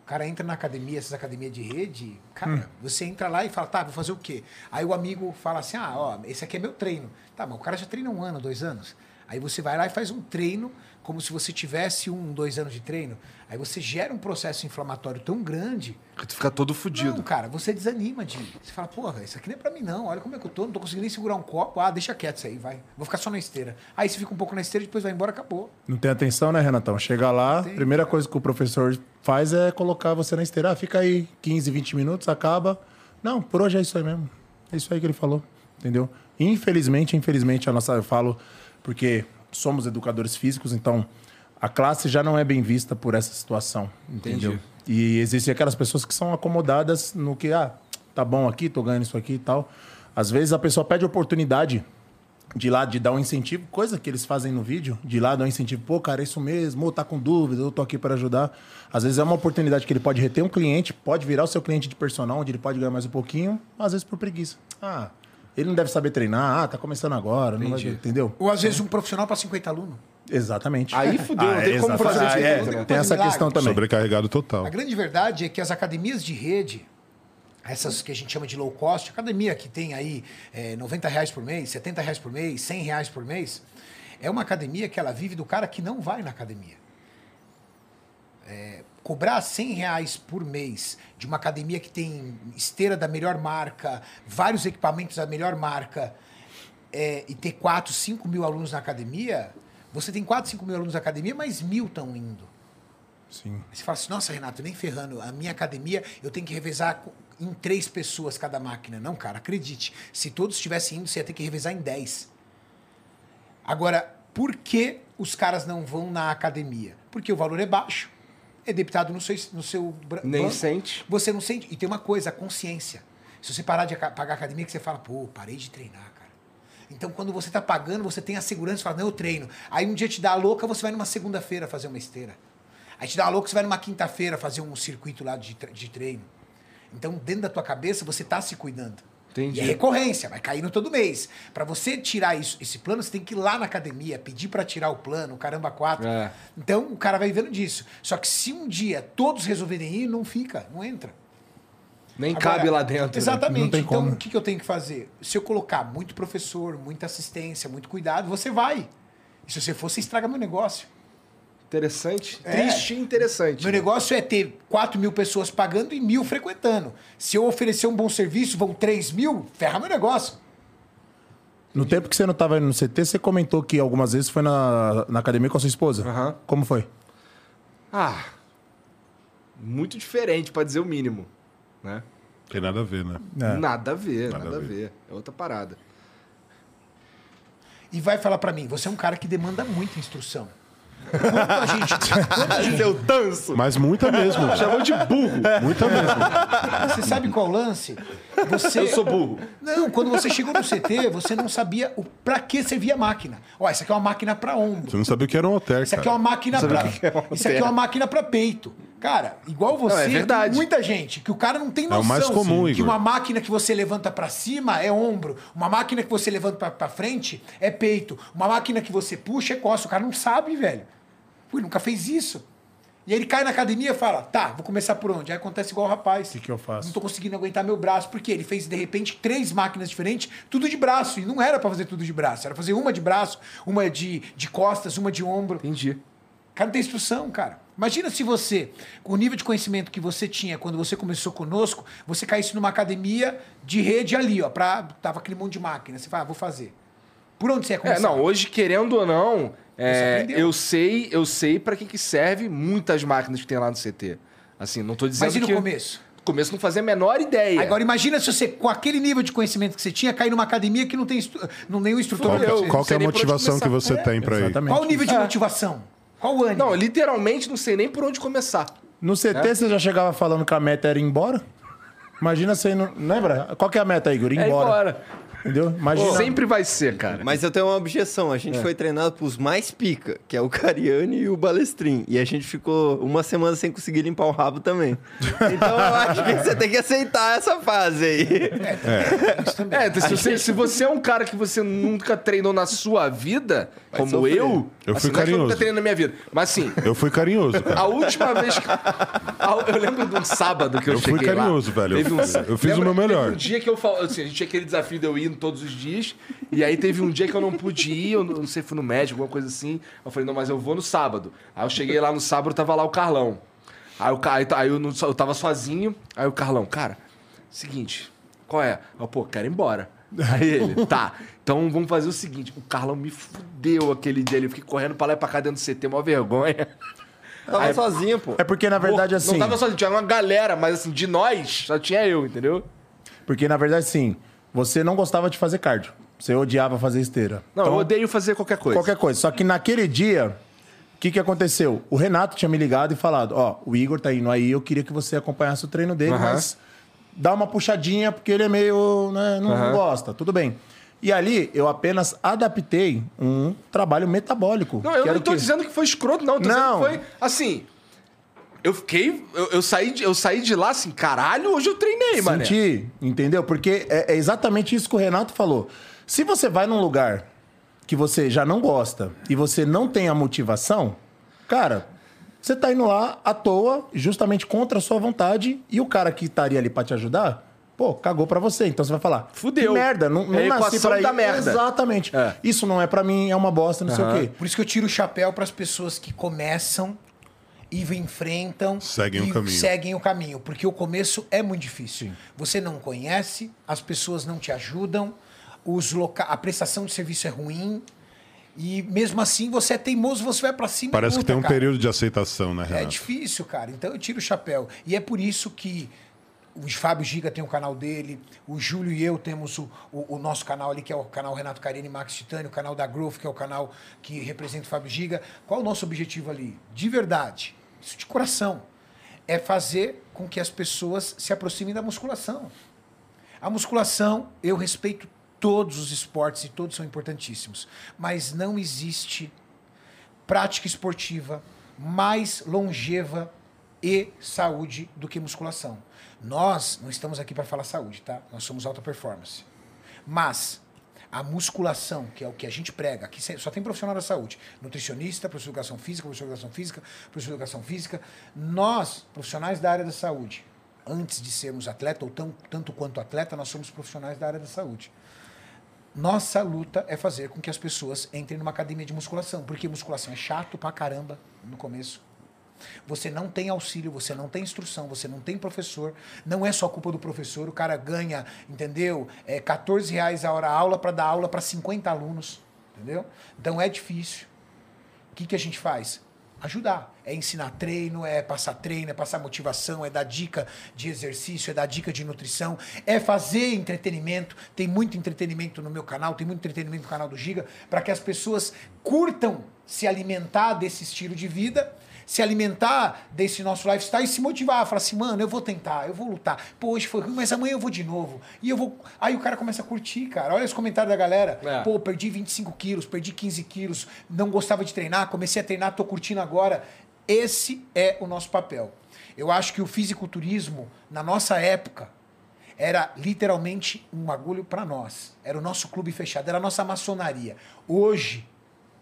Speaker 2: O cara entra na academia, essas academias de rede, cara, você entra lá e fala, tá, vou fazer o quê? Aí o amigo fala assim, ah, ó, esse aqui é meu treino. Tá, mas o cara já treina um ano, dois anos. Aí você vai lá e faz um treino como se você tivesse um, dois anos de treino. Aí você gera um processo inflamatório tão grande
Speaker 1: Tu fica todo
Speaker 2: não,
Speaker 1: fudido.
Speaker 2: cara, você desanima de. Você fala, porra, isso aqui não é pra mim, não. Olha como é que eu tô, não tô conseguindo nem segurar um copo. Ah, deixa quieto isso aí, vai. Vou ficar só na esteira. Aí você fica um pouco na esteira, depois vai embora, acabou.
Speaker 5: Não tem atenção, né, Renatão? Chega lá, primeira coisa que o professor faz é colocar você na esteira. Ah, fica aí 15, 20 minutos, acaba. Não, por hoje é isso aí mesmo. É isso aí que ele falou, entendeu? Infelizmente, infelizmente, a nossa, eu falo, porque somos educadores físicos, então a classe já não é bem vista por essa situação, entendeu?
Speaker 1: Entendi.
Speaker 5: E existem aquelas pessoas que são acomodadas no que, ah, tá bom aqui, tô ganhando isso aqui e tal. Às vezes a pessoa pede oportunidade de lá, de dar um incentivo, coisa que eles fazem no vídeo, de lá dar um incentivo, pô, cara, é isso mesmo, ou tá com dúvida, eu tô aqui para ajudar. Às vezes é uma oportunidade que ele pode reter um cliente, pode virar o seu cliente de personal, onde ele pode ganhar mais um pouquinho, às vezes por preguiça. Ah, ele não deve saber treinar, ah, tá começando agora, não vai,
Speaker 1: Entendi.
Speaker 5: entendeu?
Speaker 2: Ou às vezes um profissional pra 50 alunos.
Speaker 5: Exatamente.
Speaker 1: Aí fudeu, não tem como
Speaker 5: exato.
Speaker 1: fazer né?
Speaker 5: Ah,
Speaker 1: isso.
Speaker 5: é,
Speaker 1: Não tem
Speaker 2: como
Speaker 5: Tem
Speaker 2: fazer
Speaker 5: essa
Speaker 2: milagre.
Speaker 5: questão também.
Speaker 4: Sobrecarregado total.
Speaker 2: A grande verdade é que as academias de rede, essas que a gente chama de low cost, academia que tem aí é, 90 reais por mês, 70 reais por mês, 100 reais por mês, é uma academia que ela vive do cara que não vai na academia. É, cobrar 100 reais por mês de uma academia que tem esteira da melhor marca, vários equipamentos da melhor marca, é, e ter 4, 5 mil alunos na academia, você tem 4, 5 mil alunos na academia, mas mil estão indo.
Speaker 5: Sim.
Speaker 2: Aí Você fala assim, nossa, Renato, nem ferrando. A minha academia, eu tenho que revezar co- em três pessoas cada máquina. Não, cara, acredite. Se todos estivessem indo, você ia ter que revezar em dez. Agora, por que os caras não vão na academia? Porque o valor é baixo. É debitado no seu... No seu bra-
Speaker 1: Nem
Speaker 2: banco.
Speaker 1: sente.
Speaker 2: Você não sente. E tem uma coisa, a consciência. Se você parar de aca- pagar a academia, que você fala, pô, parei de treinar, cara. Então, quando você tá pagando, você tem a segurança, você fala, não, eu treino. Aí um dia te dá a louca, você vai numa segunda-feira fazer uma esteira. Aí te dá a louca, você vai numa quinta-feira fazer um circuito lá de, tre- de treino. Então, dentro da tua cabeça, você tá se cuidando.
Speaker 1: Entendi.
Speaker 2: E é recorrência, vai caindo todo mês. Pra você tirar isso, esse plano, você tem que ir lá na academia, pedir pra tirar o plano, caramba, quatro.
Speaker 1: É.
Speaker 2: Então o cara vai vivendo disso. Só que se um dia todos resolverem ir, não fica, não entra.
Speaker 1: Nem
Speaker 2: Agora,
Speaker 1: cabe lá dentro. né?
Speaker 2: Exatamente.
Speaker 5: Não tem
Speaker 2: então,
Speaker 5: como.
Speaker 2: o que que eu tenho que fazer? Se eu colocar muito professor, muita assistência, muito cuidado, você vai. E se você for, você estraga meu negócio.
Speaker 1: Interessante.
Speaker 2: É.
Speaker 1: Triste e interessante. né?
Speaker 2: Meu negócio é ter 4 mil pessoas pagando e mil frequentando. Se eu oferecer um bom serviço, vão 3 mil, ferra meu negócio.
Speaker 5: No tempo que você não tava indo no CT, você comentou que algumas vezes foi na, na academia com a sua esposa. Como foi?
Speaker 1: Ah, muito diferente, pra dizer o mínimo. Né?
Speaker 4: Tem nada a ver, né?
Speaker 5: É.
Speaker 1: Nada a ver,
Speaker 4: Nada
Speaker 1: nada,
Speaker 4: a
Speaker 1: a ver. É outra parada.
Speaker 2: E vai falar pra mim, você é um cara que demanda muita instrução. Quando a gente- quando a gente-
Speaker 4: Seu
Speaker 1: tanso.
Speaker 4: Mas muita mesmo.
Speaker 2: Chamou de
Speaker 1: burro.
Speaker 4: Muita mesmo.
Speaker 2: Você sabe qual é o lance? Você...
Speaker 4: Eu sou burro.
Speaker 2: Não, quando você chegou no CT, você não sabia o pra que servia a máquina. Ó, essa aqui é uma máquina pra ombro.
Speaker 4: Você não sabia o que era um halter,
Speaker 2: Isso aqui é
Speaker 4: cara.
Speaker 2: uma máquina
Speaker 4: Sabe
Speaker 2: pra.
Speaker 4: o que é um
Speaker 2: Isso aqui é
Speaker 4: halter?
Speaker 2: uma máquina pra peito. Cara, igual você,
Speaker 4: Não, é verdade.
Speaker 2: tem muita gente que o cara não tem
Speaker 4: É o
Speaker 2: noção
Speaker 4: mais comum,
Speaker 2: que
Speaker 4: Igor.
Speaker 2: uma máquina que você levanta pra cima é ombro, uma máquina que você levanta pra, pra frente é peito, uma máquina que você puxa é costa. O cara não sabe, velho. Ui, nunca fez isso. E aí ele cai na academia e fala: tá, vou começar por onde? Aí acontece igual o rapaz. O que,
Speaker 5: eu faço?
Speaker 2: Não tô conseguindo aguentar meu braço, porque ele fez de repente três máquinas diferentes, tudo de braço. E não era pra fazer tudo de braço, era fazer uma de braço, uma de, de costas, uma de ombro.
Speaker 1: Entendi.
Speaker 2: O cara não tem instrução, cara. Imagina se você, com o nível de conhecimento que você tinha quando você começou conosco, você caísse numa academia de rede ali, ó, pra, tava aquele monte de máquina. Você fala, ah, vou fazer. Por onde você ia
Speaker 1: É,
Speaker 2: começar?
Speaker 1: não, hoje, querendo ou não, é,
Speaker 2: aprendeu.
Speaker 1: eu sei, eu sei para que, que serve muitas máquinas que tem lá no CT. Assim, não tô dizendo
Speaker 2: Mas e no
Speaker 1: que-
Speaker 2: começo?
Speaker 1: No começo não fazia a menor ideia.
Speaker 2: Agora imagina se você, com aquele nível de conhecimento que você tinha, cair numa academia que não tem instru- não, nenhum instrutor.
Speaker 4: Qual que-
Speaker 2: um Eu-
Speaker 4: qual
Speaker 2: não
Speaker 4: que é
Speaker 2: sei
Speaker 4: a
Speaker 2: nem por onde
Speaker 4: motivação que
Speaker 2: começar.
Speaker 4: você tem pra ir? Exatamente.
Speaker 2: Qual o nível de
Speaker 1: É.
Speaker 2: motivação? Qual o ânimo?
Speaker 1: Não, literalmente não sei nem por onde começar.
Speaker 5: No CT
Speaker 1: É.
Speaker 5: você já chegava falando que a meta era ir embora? Imagina você não. Lembra? Qual que é a meta, Igor? Ir
Speaker 12: É ir
Speaker 5: embora.
Speaker 12: embora.
Speaker 5: Entendeu? Imagina.
Speaker 1: Sempre vai ser, cara.
Speaker 12: Mas eu tenho uma objeção. A gente
Speaker 5: É.
Speaker 12: foi treinado pros mais pica, que é o Cariani e o Balestrin. E a gente ficou uma semana sem conseguir limpar o rabo também. Então eu acho que você tem que aceitar essa fase aí.
Speaker 1: É, se você, se você é um cara que você nunca treinou na sua vida,
Speaker 4: Vai
Speaker 1: como
Speaker 4: sofrer.
Speaker 1: eu. assim, não
Speaker 4: Eu fui
Speaker 1: é que eu
Speaker 4: carinhoso.
Speaker 1: nunca treinei na minha vida. Mas assim,
Speaker 4: Eu fui carinhoso, cara.
Speaker 1: a última vez que. a- eu lembro de um sábado que eu,
Speaker 4: Eu fui
Speaker 1: cheguei. lá.
Speaker 4: carinhoso, velho. Eu
Speaker 1: Teve um
Speaker 4: fui- eu fiz o
Speaker 1: lembra-
Speaker 4: meu melhor.
Speaker 1: Teve um dia que eu falo. Assim, a gente tinha aquele desafio de eu ir todos os dias. E aí teve um dia que eu não pude ir, eu não não sei, fui no médico, alguma coisa assim. Eu falei, não, mas eu vou no sábado. Aí eu cheguei lá no sábado, tava lá o Carlão. Aí, o, Ca- aí, aí eu, não- eu tava sozinho. Aí o Carlão, cara, seguinte, qual é? Eu, pô, quero ir embora. Aí ele, tá, então vamos fazer o seguinte: o Carlão me fudeu aquele dia ali. Eu fiquei correndo pra lá e pra cá dentro do CT, mó vergonha.
Speaker 12: Tava sozinho, pô.
Speaker 5: É porque, na verdade, assim-
Speaker 1: Não tava sozinho, tinha uma galera, mas assim, de nós, só tinha eu, entendeu?
Speaker 5: Porque, na verdade, sim, você não gostava de fazer cardio. Você odiava fazer esteira.
Speaker 1: Não, eu odeio fazer qualquer coisa.
Speaker 5: Então, Qualquer coisa. Só que naquele dia, o que, que aconteceu? O Renato tinha me ligado e falado: Ó, o Igor tá indo aí, eu queria que você acompanhasse o treino dele,
Speaker 1: Aham.
Speaker 5: mas dá uma puxadinha, porque ele é meio. Né, não
Speaker 1: Aham.
Speaker 5: gosta. Tudo bem. E ali eu apenas adaptei um trabalho metabólico.
Speaker 1: Não, eu
Speaker 5: que era
Speaker 1: não
Speaker 5: o
Speaker 1: tô
Speaker 5: quê?
Speaker 1: dizendo que foi escroto, não. Eu Tô
Speaker 5: Não.
Speaker 1: dizendo que foi, assim... Eu fiquei... Eu, eu saí, de- eu saí de lá assim, caralho, hoje eu treinei, mano.
Speaker 5: Sentir, entendeu? Porque é, é exatamente isso que o Renato falou. Se você vai num lugar que você já não gosta e você não tem a motivação, cara, você tá indo lá à toa, justamente contra a sua vontade, e o cara que estaria ali pra te ajudar, pô, cagou pra você. Então você vai falar,
Speaker 1: Fudeu.
Speaker 5: "Que merda, não, não
Speaker 1: É a
Speaker 5: nasci
Speaker 1: equação
Speaker 5: pra ir.
Speaker 1: da merda.
Speaker 5: Exatamente. Isso não é pra mim, é uma bosta, não sei o quê.
Speaker 2: Por isso que eu tiro o chapéu para as pessoas que começam e enfrentam
Speaker 4: Seguem
Speaker 2: e
Speaker 4: o caminho.
Speaker 2: seguem o caminho, porque o começo é muito difícil. Você não conhece, as pessoas não te ajudam, os loca... a prestação de serviço é ruim e mesmo assim você é teimoso, você vai para cima. e
Speaker 4: Parece que
Speaker 2: luta,
Speaker 4: tem um
Speaker 2: cara.
Speaker 4: período de aceitação, né,
Speaker 2: É
Speaker 4: Renato?
Speaker 2: difícil, cara. Então eu tiro o chapéu. E é por isso que o Fábio Giga tem o canal dele, o Júlio e eu temos o, o- o nosso canal ali, que é o canal Renato Carini e Max Titânio, o canal da Growth, que é o canal que representa o Fábio Giga. Qual o nosso objetivo ali? De verdade, isso de coração, é fazer com que as pessoas se aproximem da musculação. A musculação, eu respeito todos os esportes e todos são importantíssimos, mas não existe prática esportiva mais longeva e saúde do que musculação. Nós não estamos aqui para falar saúde, tá? Nós somos alta performance. Mas a musculação, que é o que a gente prega, aqui se- só tem profissional da saúde, nutricionista, professor de educação física, professor de educação física, professor de educação física, nós, profissionais da área da saúde, antes de sermos atleta ou tão, tanto quanto atleta, nós somos profissionais da área da saúde Nossa luta é fazer com que as pessoas entrem numa academia de musculação, porque musculação é chato pra caramba no começo. Você não tem auxílio, você não tem instrução, você não tem professor. Não é só culpa do professor, o cara ganha, entendeu? É 14 reais a hora aula para dar aula para 50 alunos, entendeu? Então é difícil. O que, que a gente faz? Ajudar. É ensinar treino, é passar treino, é passar motivação, é dar dica de exercício, é dar dica de nutrição, é fazer entretenimento. Tem muito entretenimento no meu canal, tem muito entretenimento no canal do Giga, para que as pessoas curtam se alimentar desse estilo de vida, se alimentar desse nosso lifestyle e se motivar. Falar assim, mano, eu vou tentar, eu vou lutar. Pô, hoje foi ruim, mas amanhã eu vou de novo. E eu vou. Aí o cara começa a curtir, cara. Olha os comentários da galera.
Speaker 1: É.
Speaker 2: Pô, perdi 25 quilos, perdi 15 quilos, não gostava de treinar, comecei a treinar, tô curtindo agora. Esse é o nosso papel. Eu acho que o fisiculturismo, na nossa época, era literalmente um bagulho para nós. Era o nosso clube fechado, era a nossa maçonaria. Hoje,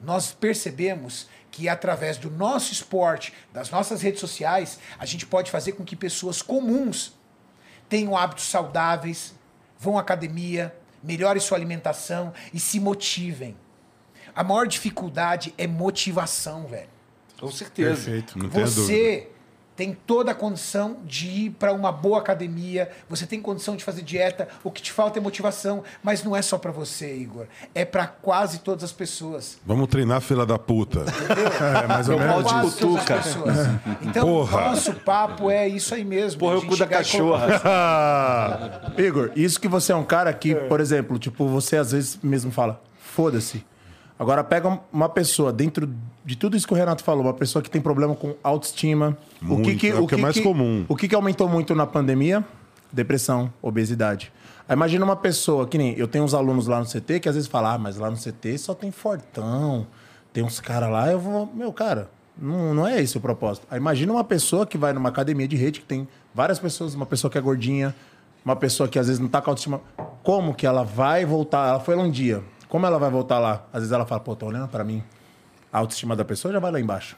Speaker 2: nós percebemos que através do nosso esporte, das nossas redes sociais, a gente pode fazer com que pessoas comuns tenham hábitos saudáveis, vão à academia, melhorem sua alimentação e se motivem. A maior dificuldade é motivação, velho.
Speaker 1: Com certeza. Perfeito, não tenha
Speaker 2: Você tem toda a condição de ir para uma boa academia, você tem condição de fazer dieta, o que te falta é motivação, mas não é só para você, Igor, é para quase todas as pessoas.
Speaker 4: Vamos treinar, fila da puta.
Speaker 2: É,
Speaker 4: mais ou
Speaker 2: Eu
Speaker 4: menos
Speaker 2: gosto
Speaker 5: Tipo
Speaker 4: isso.
Speaker 2: das pessoas. Então,
Speaker 4: Porra.
Speaker 2: nosso papo é isso aí mesmo.
Speaker 5: Porra,
Speaker 2: a
Speaker 5: o
Speaker 2: gente
Speaker 5: cu da
Speaker 2: chegar e
Speaker 5: cachorra.
Speaker 2: colocar-
Speaker 5: Igor, isso que você é um cara que, por exemplo, tipo, você às vezes mesmo fala, foda-se. Agora pega um, uma pessoa dentro de tudo isso que o Renato falou, uma pessoa que tem problema com autoestima. o que
Speaker 4: Muito,
Speaker 5: que,
Speaker 4: é o que é mais comum.
Speaker 5: O que, que aumentou muito na pandemia? Depressão, obesidade. Aí imagina uma pessoa, que nem eu tenho uns alunos lá no CT que às vezes falam, ah, mas lá no CT só tem fortão, tem uns caras lá, eu vou. Meu, cara, não, não é esse o propósito. Aí imagina uma pessoa que vai numa academia de rede que tem várias pessoas, uma pessoa que é gordinha, uma pessoa que às vezes não tá com autoestima. Como que ela vai voltar? Ela foi lá um dia. Como ela vai voltar lá? Às vezes ela fala, pô, tô olhando pra mim. A autoestima da pessoa já vai lá embaixo.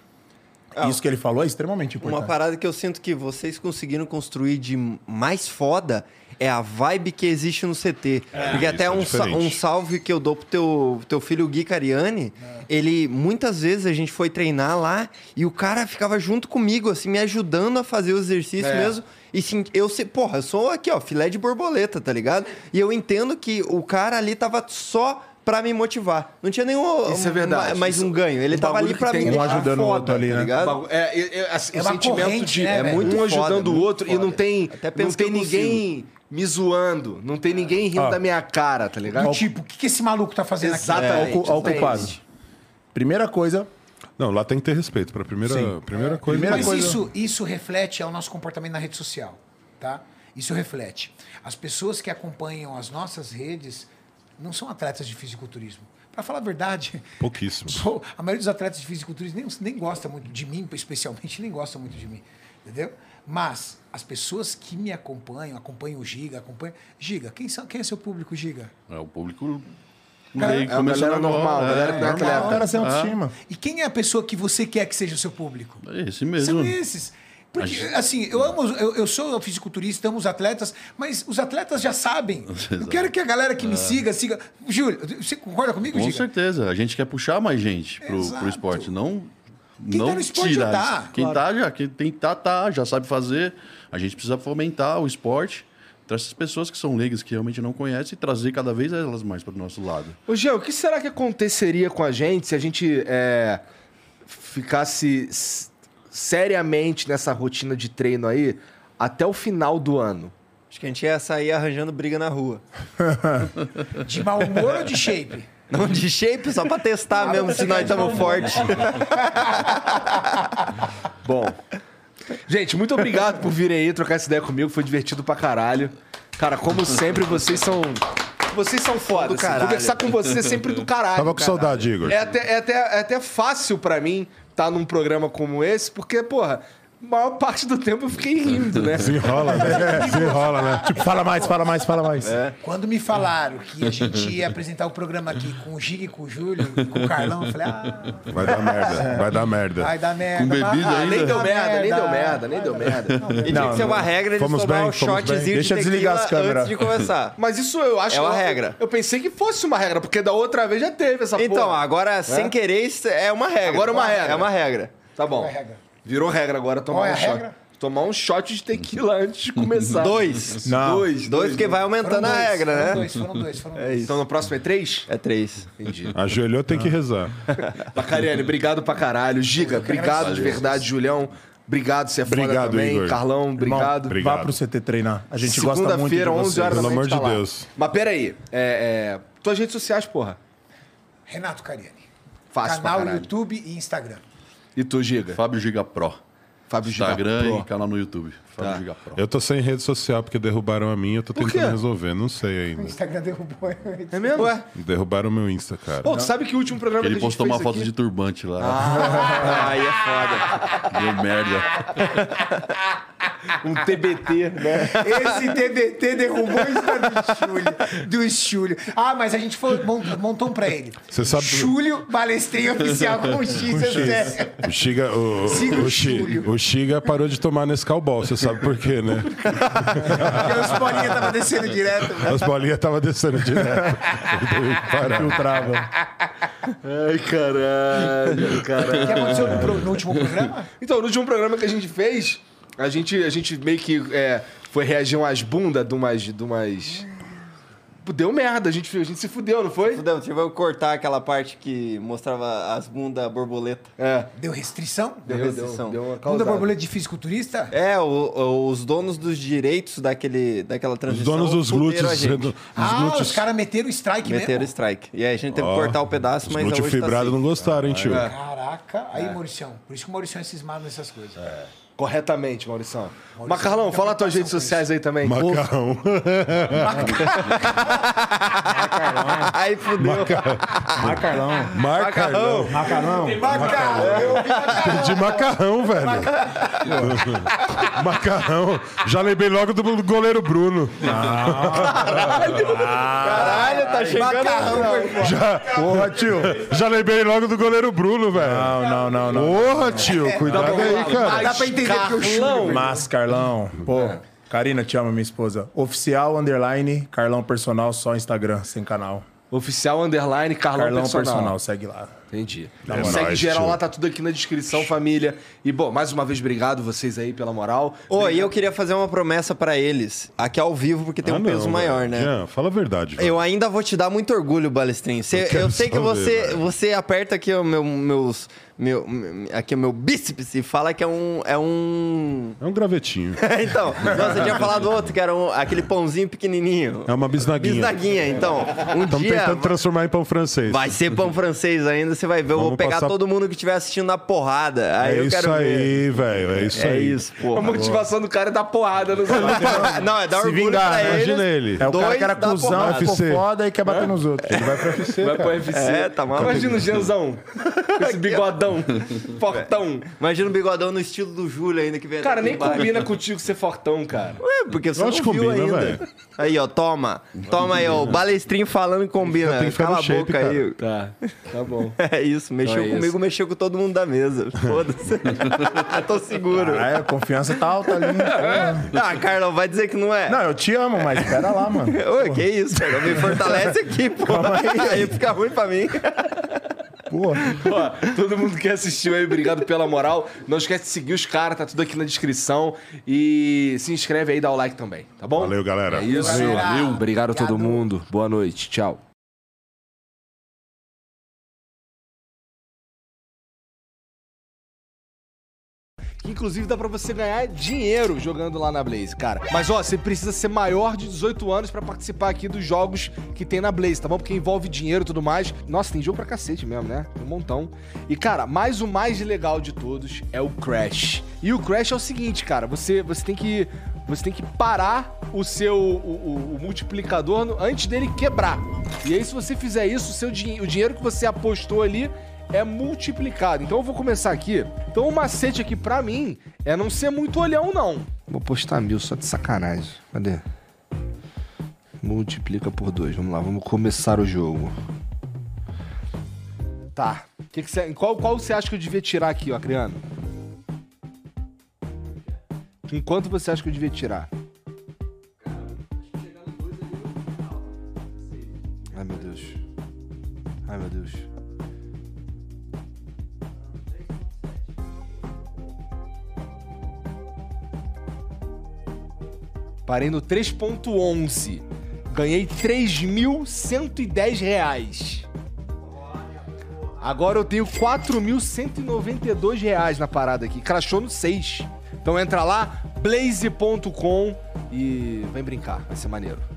Speaker 5: Isso que ele falou é extremamente importante.
Speaker 12: Uma parada que eu sinto que vocês conseguiram construir de mais foda é a vibe que existe no CT.
Speaker 1: É,
Speaker 12: Porque
Speaker 1: isso
Speaker 12: até
Speaker 1: é
Speaker 12: um, sa-
Speaker 1: diferente.
Speaker 12: um salve que eu dou pro teu, teu filho Gui Cariani,
Speaker 1: É.
Speaker 12: ele muitas vezes a gente foi treinar lá e o cara ficava junto comigo, assim, me ajudando a fazer o exercício
Speaker 1: É.
Speaker 12: mesmo. E sim, eu sei, porra, eu sou aqui, ó, filé de borboleta, tá ligado? E eu entendo que o cara ali tava só pra me motivar. Não tinha nenhum
Speaker 1: Isso é verdade.
Speaker 12: ma- mais um ganho. Ele tava
Speaker 1: bagulho
Speaker 12: ali
Speaker 1: que
Speaker 12: pra
Speaker 1: tem
Speaker 12: me
Speaker 1: um
Speaker 12: deixar
Speaker 1: ajudando o
Speaker 12: foda,
Speaker 1: outro ali,
Speaker 12: tá
Speaker 1: né?
Speaker 12: ligado?
Speaker 1: É, é, é, assim,
Speaker 12: É
Speaker 1: o
Speaker 12: uma
Speaker 1: sentimento
Speaker 12: corrente,
Speaker 1: de
Speaker 12: né,
Speaker 1: é
Speaker 12: velho?
Speaker 1: muito um
Speaker 12: Foda,
Speaker 1: ajudando o
Speaker 12: muito
Speaker 1: outro e
Speaker 12: foda.
Speaker 1: não tem,
Speaker 12: Até
Speaker 1: não
Speaker 12: penso que
Speaker 1: tem
Speaker 12: eu consigo.
Speaker 1: ninguém me zoando, não tem ninguém rindo
Speaker 5: Ó.
Speaker 1: da minha cara, tá ligado?
Speaker 5: Do tipo,
Speaker 2: o que, que esse maluco tá fazendo
Speaker 5: Exatamente. Olha É, o cu- olha
Speaker 12: tá
Speaker 5: o culpado. Primeira coisa.
Speaker 4: Não, lá tem que ter respeito. Pra primeira,
Speaker 5: Sim.
Speaker 4: primeira coisa.
Speaker 2: Mas Isso, isso reflete ao nosso comportamento na rede social, tá? Isso reflete. As pessoas que acompanham as nossas redes não são atletas de fisiculturismo. Para falar a verdade,
Speaker 4: Pouquíssimo.
Speaker 2: Pô, a maioria dos atletas de fisiculturismo nem, nem gosta muito de mim, especialmente, nem gosta muito de mim. Entendeu? Mas as pessoas que me acompanham, acompanham o Giga, acompanham. Giga, quem, são, quem é seu público, Giga?
Speaker 3: É o público
Speaker 2: Cara,
Speaker 3: leigo
Speaker 2: é uma
Speaker 3: começando
Speaker 2: galera
Speaker 3: agora,
Speaker 2: normal,
Speaker 3: é,
Speaker 2: galera que não é
Speaker 3: normal.
Speaker 2: atleta. Cara sem
Speaker 3: Ah,
Speaker 2: autoestima. E quem é a pessoa que você quer que seja o seu público?
Speaker 3: É esse mesmo.
Speaker 2: São esses. Porque,
Speaker 3: Acho-
Speaker 2: assim, eu amo, eu, eu sou fisiculturista, amo os atletas, mas os atletas já sabem. Eu quero que a galera que me
Speaker 3: É.
Speaker 2: siga, siga. Júlio, você concorda comigo,
Speaker 3: Com
Speaker 2: Giga?
Speaker 3: certeza. A gente quer puxar mais gente pro, pro esporte. Não,
Speaker 2: Quem
Speaker 3: não
Speaker 2: tá no esporte já
Speaker 3: tirar.
Speaker 2: tá.
Speaker 3: Quem tá já, quem tem que tá, tá, já sabe fazer. A gente precisa fomentar o esporte para essas pessoas que são leigas, que realmente não conhecem, e trazer cada vez elas mais para o nosso lado.
Speaker 1: Ô, Jean, o que será que aconteceria com a gente se a gente é, ficasse s- seriamente nessa rotina de treino aí até o final do ano?
Speaker 12: Acho que a gente ia sair arranjando briga na rua.
Speaker 2: De mau humor ou de shape?
Speaker 12: Não, de shape, só pra testar mesmo se nós estamos fortes.
Speaker 1: Bom. Gente, muito obrigado por virem aí trocar essa ideia comigo. Foi divertido pra caralho. Cara, como sempre, vocês são. Vocês são foda. assim.
Speaker 4: caralho.
Speaker 1: Conversar com você é sempre do caralho.
Speaker 4: Tava com
Speaker 1: caralho.
Speaker 4: saudade, Igor.
Speaker 1: tá É até, é até, é até fácil pra mim estar num programa como esse, porque, porra, maior parte do tempo eu fiquei rindo, né?
Speaker 4: Desenrola, né? Desenrola, né? É.
Speaker 5: Tipo, fala mais, fala mais, fala mais.
Speaker 2: Quando me falaram que a gente ia apresentar o programa aqui com o Giga e com o Júlio, e com o Carlão, eu falei, ah,
Speaker 4: Vai dar merda, vai dar merda.
Speaker 2: vai dar
Speaker 1: Ah,
Speaker 2: merda. Vai
Speaker 1: nem
Speaker 2: dar
Speaker 1: deu merda, nem deu merda, nem deu merda.
Speaker 12: E tinha
Speaker 1: é
Speaker 12: que ser é uma regra de
Speaker 4: Fomos
Speaker 12: tomar
Speaker 4: bem,
Speaker 12: um
Speaker 4: fomos bem.
Speaker 12: shotzinho de
Speaker 5: Deixa eu desligar as
Speaker 12: tequila
Speaker 5: câmeras.
Speaker 12: antes de começar.
Speaker 1: Mas isso eu acho.
Speaker 12: É uma
Speaker 1: eu-
Speaker 12: regra.
Speaker 1: Eu pensei que fosse uma regra, porque da outra vez já teve essa porra.
Speaker 12: Então, agora, sem querer, isso é uma regra.
Speaker 1: Agora é uma regra.
Speaker 12: É uma regra.
Speaker 1: Tá bom. Virou regra agora tomar
Speaker 2: é Qual é
Speaker 1: um
Speaker 2: a
Speaker 1: shot.
Speaker 2: regra?
Speaker 1: Tomar um shot de tequila antes de começar.
Speaker 12: Dois.
Speaker 5: Não.
Speaker 12: Dois, dois, porque vai aumentando
Speaker 2: Foram
Speaker 12: a
Speaker 2: dois,
Speaker 12: regra,
Speaker 2: foram
Speaker 12: né?
Speaker 2: dois, foram dois, foram dois.
Speaker 1: Então no próximo é três?
Speaker 12: É três.
Speaker 1: Entendi.
Speaker 4: Ajoelhou, tem que rezar.
Speaker 1: Bacariane, obrigado pra caralho. Giga, obrigado de verdade, Julião. Obrigado, você é foda
Speaker 4: Obrigado,
Speaker 1: também.
Speaker 4: Igor.
Speaker 1: Carlão, obrigado.
Speaker 4: Obrigado.
Speaker 5: Vá pro CT treinar. A gente gosta muito de
Speaker 1: Segunda-feira, 11 horas da
Speaker 4: Pelo
Speaker 1: noite.
Speaker 4: amor
Speaker 1: tá
Speaker 4: de
Speaker 1: lá.
Speaker 4: Deus.
Speaker 1: Mas peraí, é, é, tuas redes sociais, porra.
Speaker 2: Renato Cariani.
Speaker 1: Fácil pra
Speaker 2: Canal,
Speaker 1: caralho.
Speaker 2: YouTube e Instagram.
Speaker 1: E tu, Giga?
Speaker 3: Fábio Giga Pro.
Speaker 1: Fábio Giga
Speaker 3: Instagram
Speaker 1: Pro.
Speaker 3: e canal no YouTube. Fábio
Speaker 1: Tá.
Speaker 3: Giga Pro.
Speaker 4: Eu tô sem rede social porque derrubaram a minha, eu tô
Speaker 1: quê?
Speaker 4: tentando resolver, não sei ainda.
Speaker 2: O Instagram derrubou.
Speaker 1: É mesmo? Ué.
Speaker 4: Derrubaram o meu Insta, cara.
Speaker 1: Pô, tu sabe que o último programa
Speaker 3: Ele
Speaker 1: que a gente
Speaker 3: postou
Speaker 1: fez
Speaker 3: uma foto
Speaker 1: aqui... Ah,
Speaker 3: de turbante lá.
Speaker 12: Aí é foda.
Speaker 3: Deu merda.
Speaker 1: Um TBT, né?
Speaker 2: Esse TBT derrubou o Instagram do Júlio. Do Júlio. Ah, mas a gente foi, mont- montou um pra ele.
Speaker 4: Você sabe-
Speaker 2: Júlio Balestrinho Oficial com um X, Zé.
Speaker 4: O Xiga, o,
Speaker 2: Siga o
Speaker 4: o, Xi-
Speaker 2: Júlio.
Speaker 4: o Xiga parou de tomar nesse cowball, você sabe por quê, né?
Speaker 2: Porque os bolinhas estavam descendo direto.
Speaker 4: As bolinhas estavam descendo direto. Filtrava.
Speaker 1: Ai, caralho,
Speaker 2: O que
Speaker 1: caralho.
Speaker 2: aconteceu no, pro- no último programa?
Speaker 1: Então, no último programa que a gente fez, a gente, a gente meio que é, foi reagir umas bundas de umas... De umas... Deu merda, a gente, a gente se fudeu, não foi?
Speaker 12: Fudeu, deixa eu cortar aquela parte que mostrava as bundas borboleta.
Speaker 1: É.
Speaker 2: Deu restrição?
Speaker 1: Deu,
Speaker 12: restrição.
Speaker 1: uma
Speaker 2: Bunda
Speaker 1: causada.
Speaker 2: borboleta de fisiculturista?
Speaker 12: É, o- o- os donos dos direitos daquele, daquela
Speaker 4: Os
Speaker 12: transição.
Speaker 4: donos dos
Speaker 12: fuderam a
Speaker 4: glúteos.
Speaker 12: gente.
Speaker 4: redu- Os
Speaker 2: Ah, os
Speaker 4: glúteos,
Speaker 2: caras meteram o strike
Speaker 12: Meteram
Speaker 2: mesmo.
Speaker 12: strike. E aí a gente teve
Speaker 4: Ó,
Speaker 12: que
Speaker 2: um
Speaker 12: cortar o pedaço,
Speaker 4: os
Speaker 12: mas
Speaker 4: glúteos
Speaker 12: hoje tá É.
Speaker 4: fibrados
Speaker 12: safe.
Speaker 4: não gostaram, hein, tio?
Speaker 2: Caraca. Aí, Mauricião. Por isso que o Mauricião é cismado nessas coisas.
Speaker 1: Corretamente, Maurição. Macarlão,
Speaker 2: fica
Speaker 1: fala
Speaker 2: muito
Speaker 1: tuas redes
Speaker 2: com isso.
Speaker 1: sociais aí também.
Speaker 4: Macarrão.
Speaker 12: Aí fudeu.
Speaker 5: Macarlão.
Speaker 4: Macarrão.
Speaker 5: Macarlão.
Speaker 4: De macarrão, velho. macarrão. Já lembrei logo do goleiro Bruno.
Speaker 12: Caralho, tá chegando.
Speaker 4: Já,
Speaker 5: Porra, tio.
Speaker 4: já lembrei logo do goleiro Bruno, velho.
Speaker 5: Não, não, não, não.
Speaker 4: Porra,
Speaker 12: É,
Speaker 4: tio.
Speaker 12: tá
Speaker 4: Cuidado aí, cara.
Speaker 12: um
Speaker 2: Dá pra entender que eu
Speaker 1: Carlão.
Speaker 2: chulo.
Speaker 5: Mas, Carlão. Pô, Karina, te amo, minha esposa. Oficial, underline, Carlão Personal, só Instagram, sem canal.
Speaker 1: Oficial Underline Carlão,
Speaker 5: Carlão
Speaker 1: personal.
Speaker 5: Personal, segue lá.
Speaker 1: Entendi.
Speaker 4: Dá uma
Speaker 1: Segue
Speaker 4: nóis,
Speaker 1: geral
Speaker 4: tio.
Speaker 1: lá, tá tudo aqui na descrição, família. E, bom, mais uma vez, obrigado vocês aí pela moral.
Speaker 12: Ô, e eu queria fazer uma promessa pra eles. Aqui ao vivo, porque tem
Speaker 4: Ah,
Speaker 12: um
Speaker 4: não,
Speaker 12: peso
Speaker 4: velho.
Speaker 12: maior, né?
Speaker 4: Jean, fala a verdade. velho.
Speaker 12: Eu ainda vou te dar muito orgulho, Balestrin. Cê-
Speaker 4: Eu
Speaker 12: eu,
Speaker 4: quero
Speaker 12: sei que
Speaker 4: saber,
Speaker 12: você,
Speaker 4: velho.
Speaker 12: você aperta aqui o meu, meus, meu, meu- aqui o meu bíceps e fala que é um. É um.
Speaker 4: É um gravetinho.
Speaker 12: então, não, você tinha falado outro, que era um- aquele pãozinho pequenininho.
Speaker 4: É uma bisnaguinha.
Speaker 12: Bisnaguinha, então. Um
Speaker 4: Estamos
Speaker 12: dia.
Speaker 4: tentando transformar em pão francês.
Speaker 12: Vai ser pão francês ainda, você vai ver. Eu vou
Speaker 4: Vamos
Speaker 12: pegar
Speaker 4: passar-
Speaker 12: todo mundo que estiver assistindo na porrada. Aí
Speaker 4: é
Speaker 12: eu
Speaker 4: isso
Speaker 12: quero ver.
Speaker 4: aí, velho. É isso
Speaker 12: É
Speaker 4: aí.
Speaker 12: isso, pô.
Speaker 1: a motivação do cara é dar porrada no celular.
Speaker 12: Não, é dar
Speaker 5: Se
Speaker 12: orgulho
Speaker 5: vingar,
Speaker 12: pra eles.
Speaker 4: Imagina ele.
Speaker 5: É o cara
Speaker 12: Dois
Speaker 5: que era
Speaker 12: da
Speaker 5: cuzão,
Speaker 12: porrada.
Speaker 5: ficou
Speaker 4: UFC.
Speaker 5: foda e quer bater nos outros. Ele vai pra
Speaker 1: Vai pro UFC.
Speaker 12: É, tá maluco. é
Speaker 1: Imagina o Genzão. com esse bigodão. fortão.
Speaker 12: Imagina o bigodão no estilo do Júlio ainda que vem.
Speaker 1: Cara,
Speaker 12: aqui
Speaker 1: nem
Speaker 12: embaixo.
Speaker 1: combina contigo ser fortão, cara.
Speaker 12: Ué, porque você
Speaker 4: Eu
Speaker 12: não
Speaker 4: acho
Speaker 12: viu
Speaker 4: que combina,
Speaker 12: ainda.
Speaker 4: velho.
Speaker 12: Aí, ó, toma. Toma aí, ó. O balestrinho falando que combina.
Speaker 4: Tem que ficar
Speaker 12: Cala a
Speaker 4: no shape,
Speaker 12: boca aí.
Speaker 1: Tá, tá bom.
Speaker 12: É isso, mexeu
Speaker 1: Então é
Speaker 12: comigo,
Speaker 1: isso.
Speaker 12: mexeu com todo mundo da mesa. Foda-se. Tô seguro.
Speaker 5: Ah, é, a confiança tá alta ali. porra.
Speaker 1: Tá.
Speaker 12: Ah, Carlão, vai dizer que não é.
Speaker 5: Não, eu te amo, mas pera lá, mano.
Speaker 12: Ô, que isso, Carlão. Me fortalece aqui, pô. Aí. fica ruim pra mim.
Speaker 5: Porra.
Speaker 1: Ó, todo mundo que assistiu aí, obrigado pela moral. Não esquece de seguir os caras, tá tudo aqui na descrição. E se inscreve aí, dá o like também, tá bom?
Speaker 4: Valeu, galera.
Speaker 1: É isso.
Speaker 2: Valeu. Valeu.
Speaker 1: Obrigado a todo
Speaker 2: Obrigado.
Speaker 1: mundo. Boa noite. Tchau. Inclusive dá pra você ganhar dinheiro jogando lá na Blaze, cara. Mas ó, você precisa ser maior de 18 anos pra participar aqui dos jogos que tem na Blaze, tá bom? Porque envolve dinheiro e tudo mais. Nossa, tem jogo pra cacete mesmo, né? Um montão. E cara, mas o mais legal de todos é o Crash. E o Crash é o seguinte, cara, você você tem que você tem que parar o seu o, o- o multiplicador no- antes dele quebrar. E aí se você fizer isso, o seu dinhe- o dinheiro que você apostou ali é multiplicado. Então eu vou começar aqui. Então o macete aqui pra mim é não ser muito olhão, não. Vou postar mil só de sacanagem. Cadê? Multiplica por dois. Vamos lá, vamos começar o jogo. Tá. Que que cê- em qual, qual você acha que eu devia tirar aqui, ó, Adriano? Em quanto você acha que eu devia tirar? Ai, meu Deus. Ai, meu Deus. Parei no 3.11. Ganhei 3.110 reais. Agora eu tenho 4.192 reais na parada aqui. Crashou no 6. Então entra lá, blaze.com e vem brincar. Vai ser maneiro.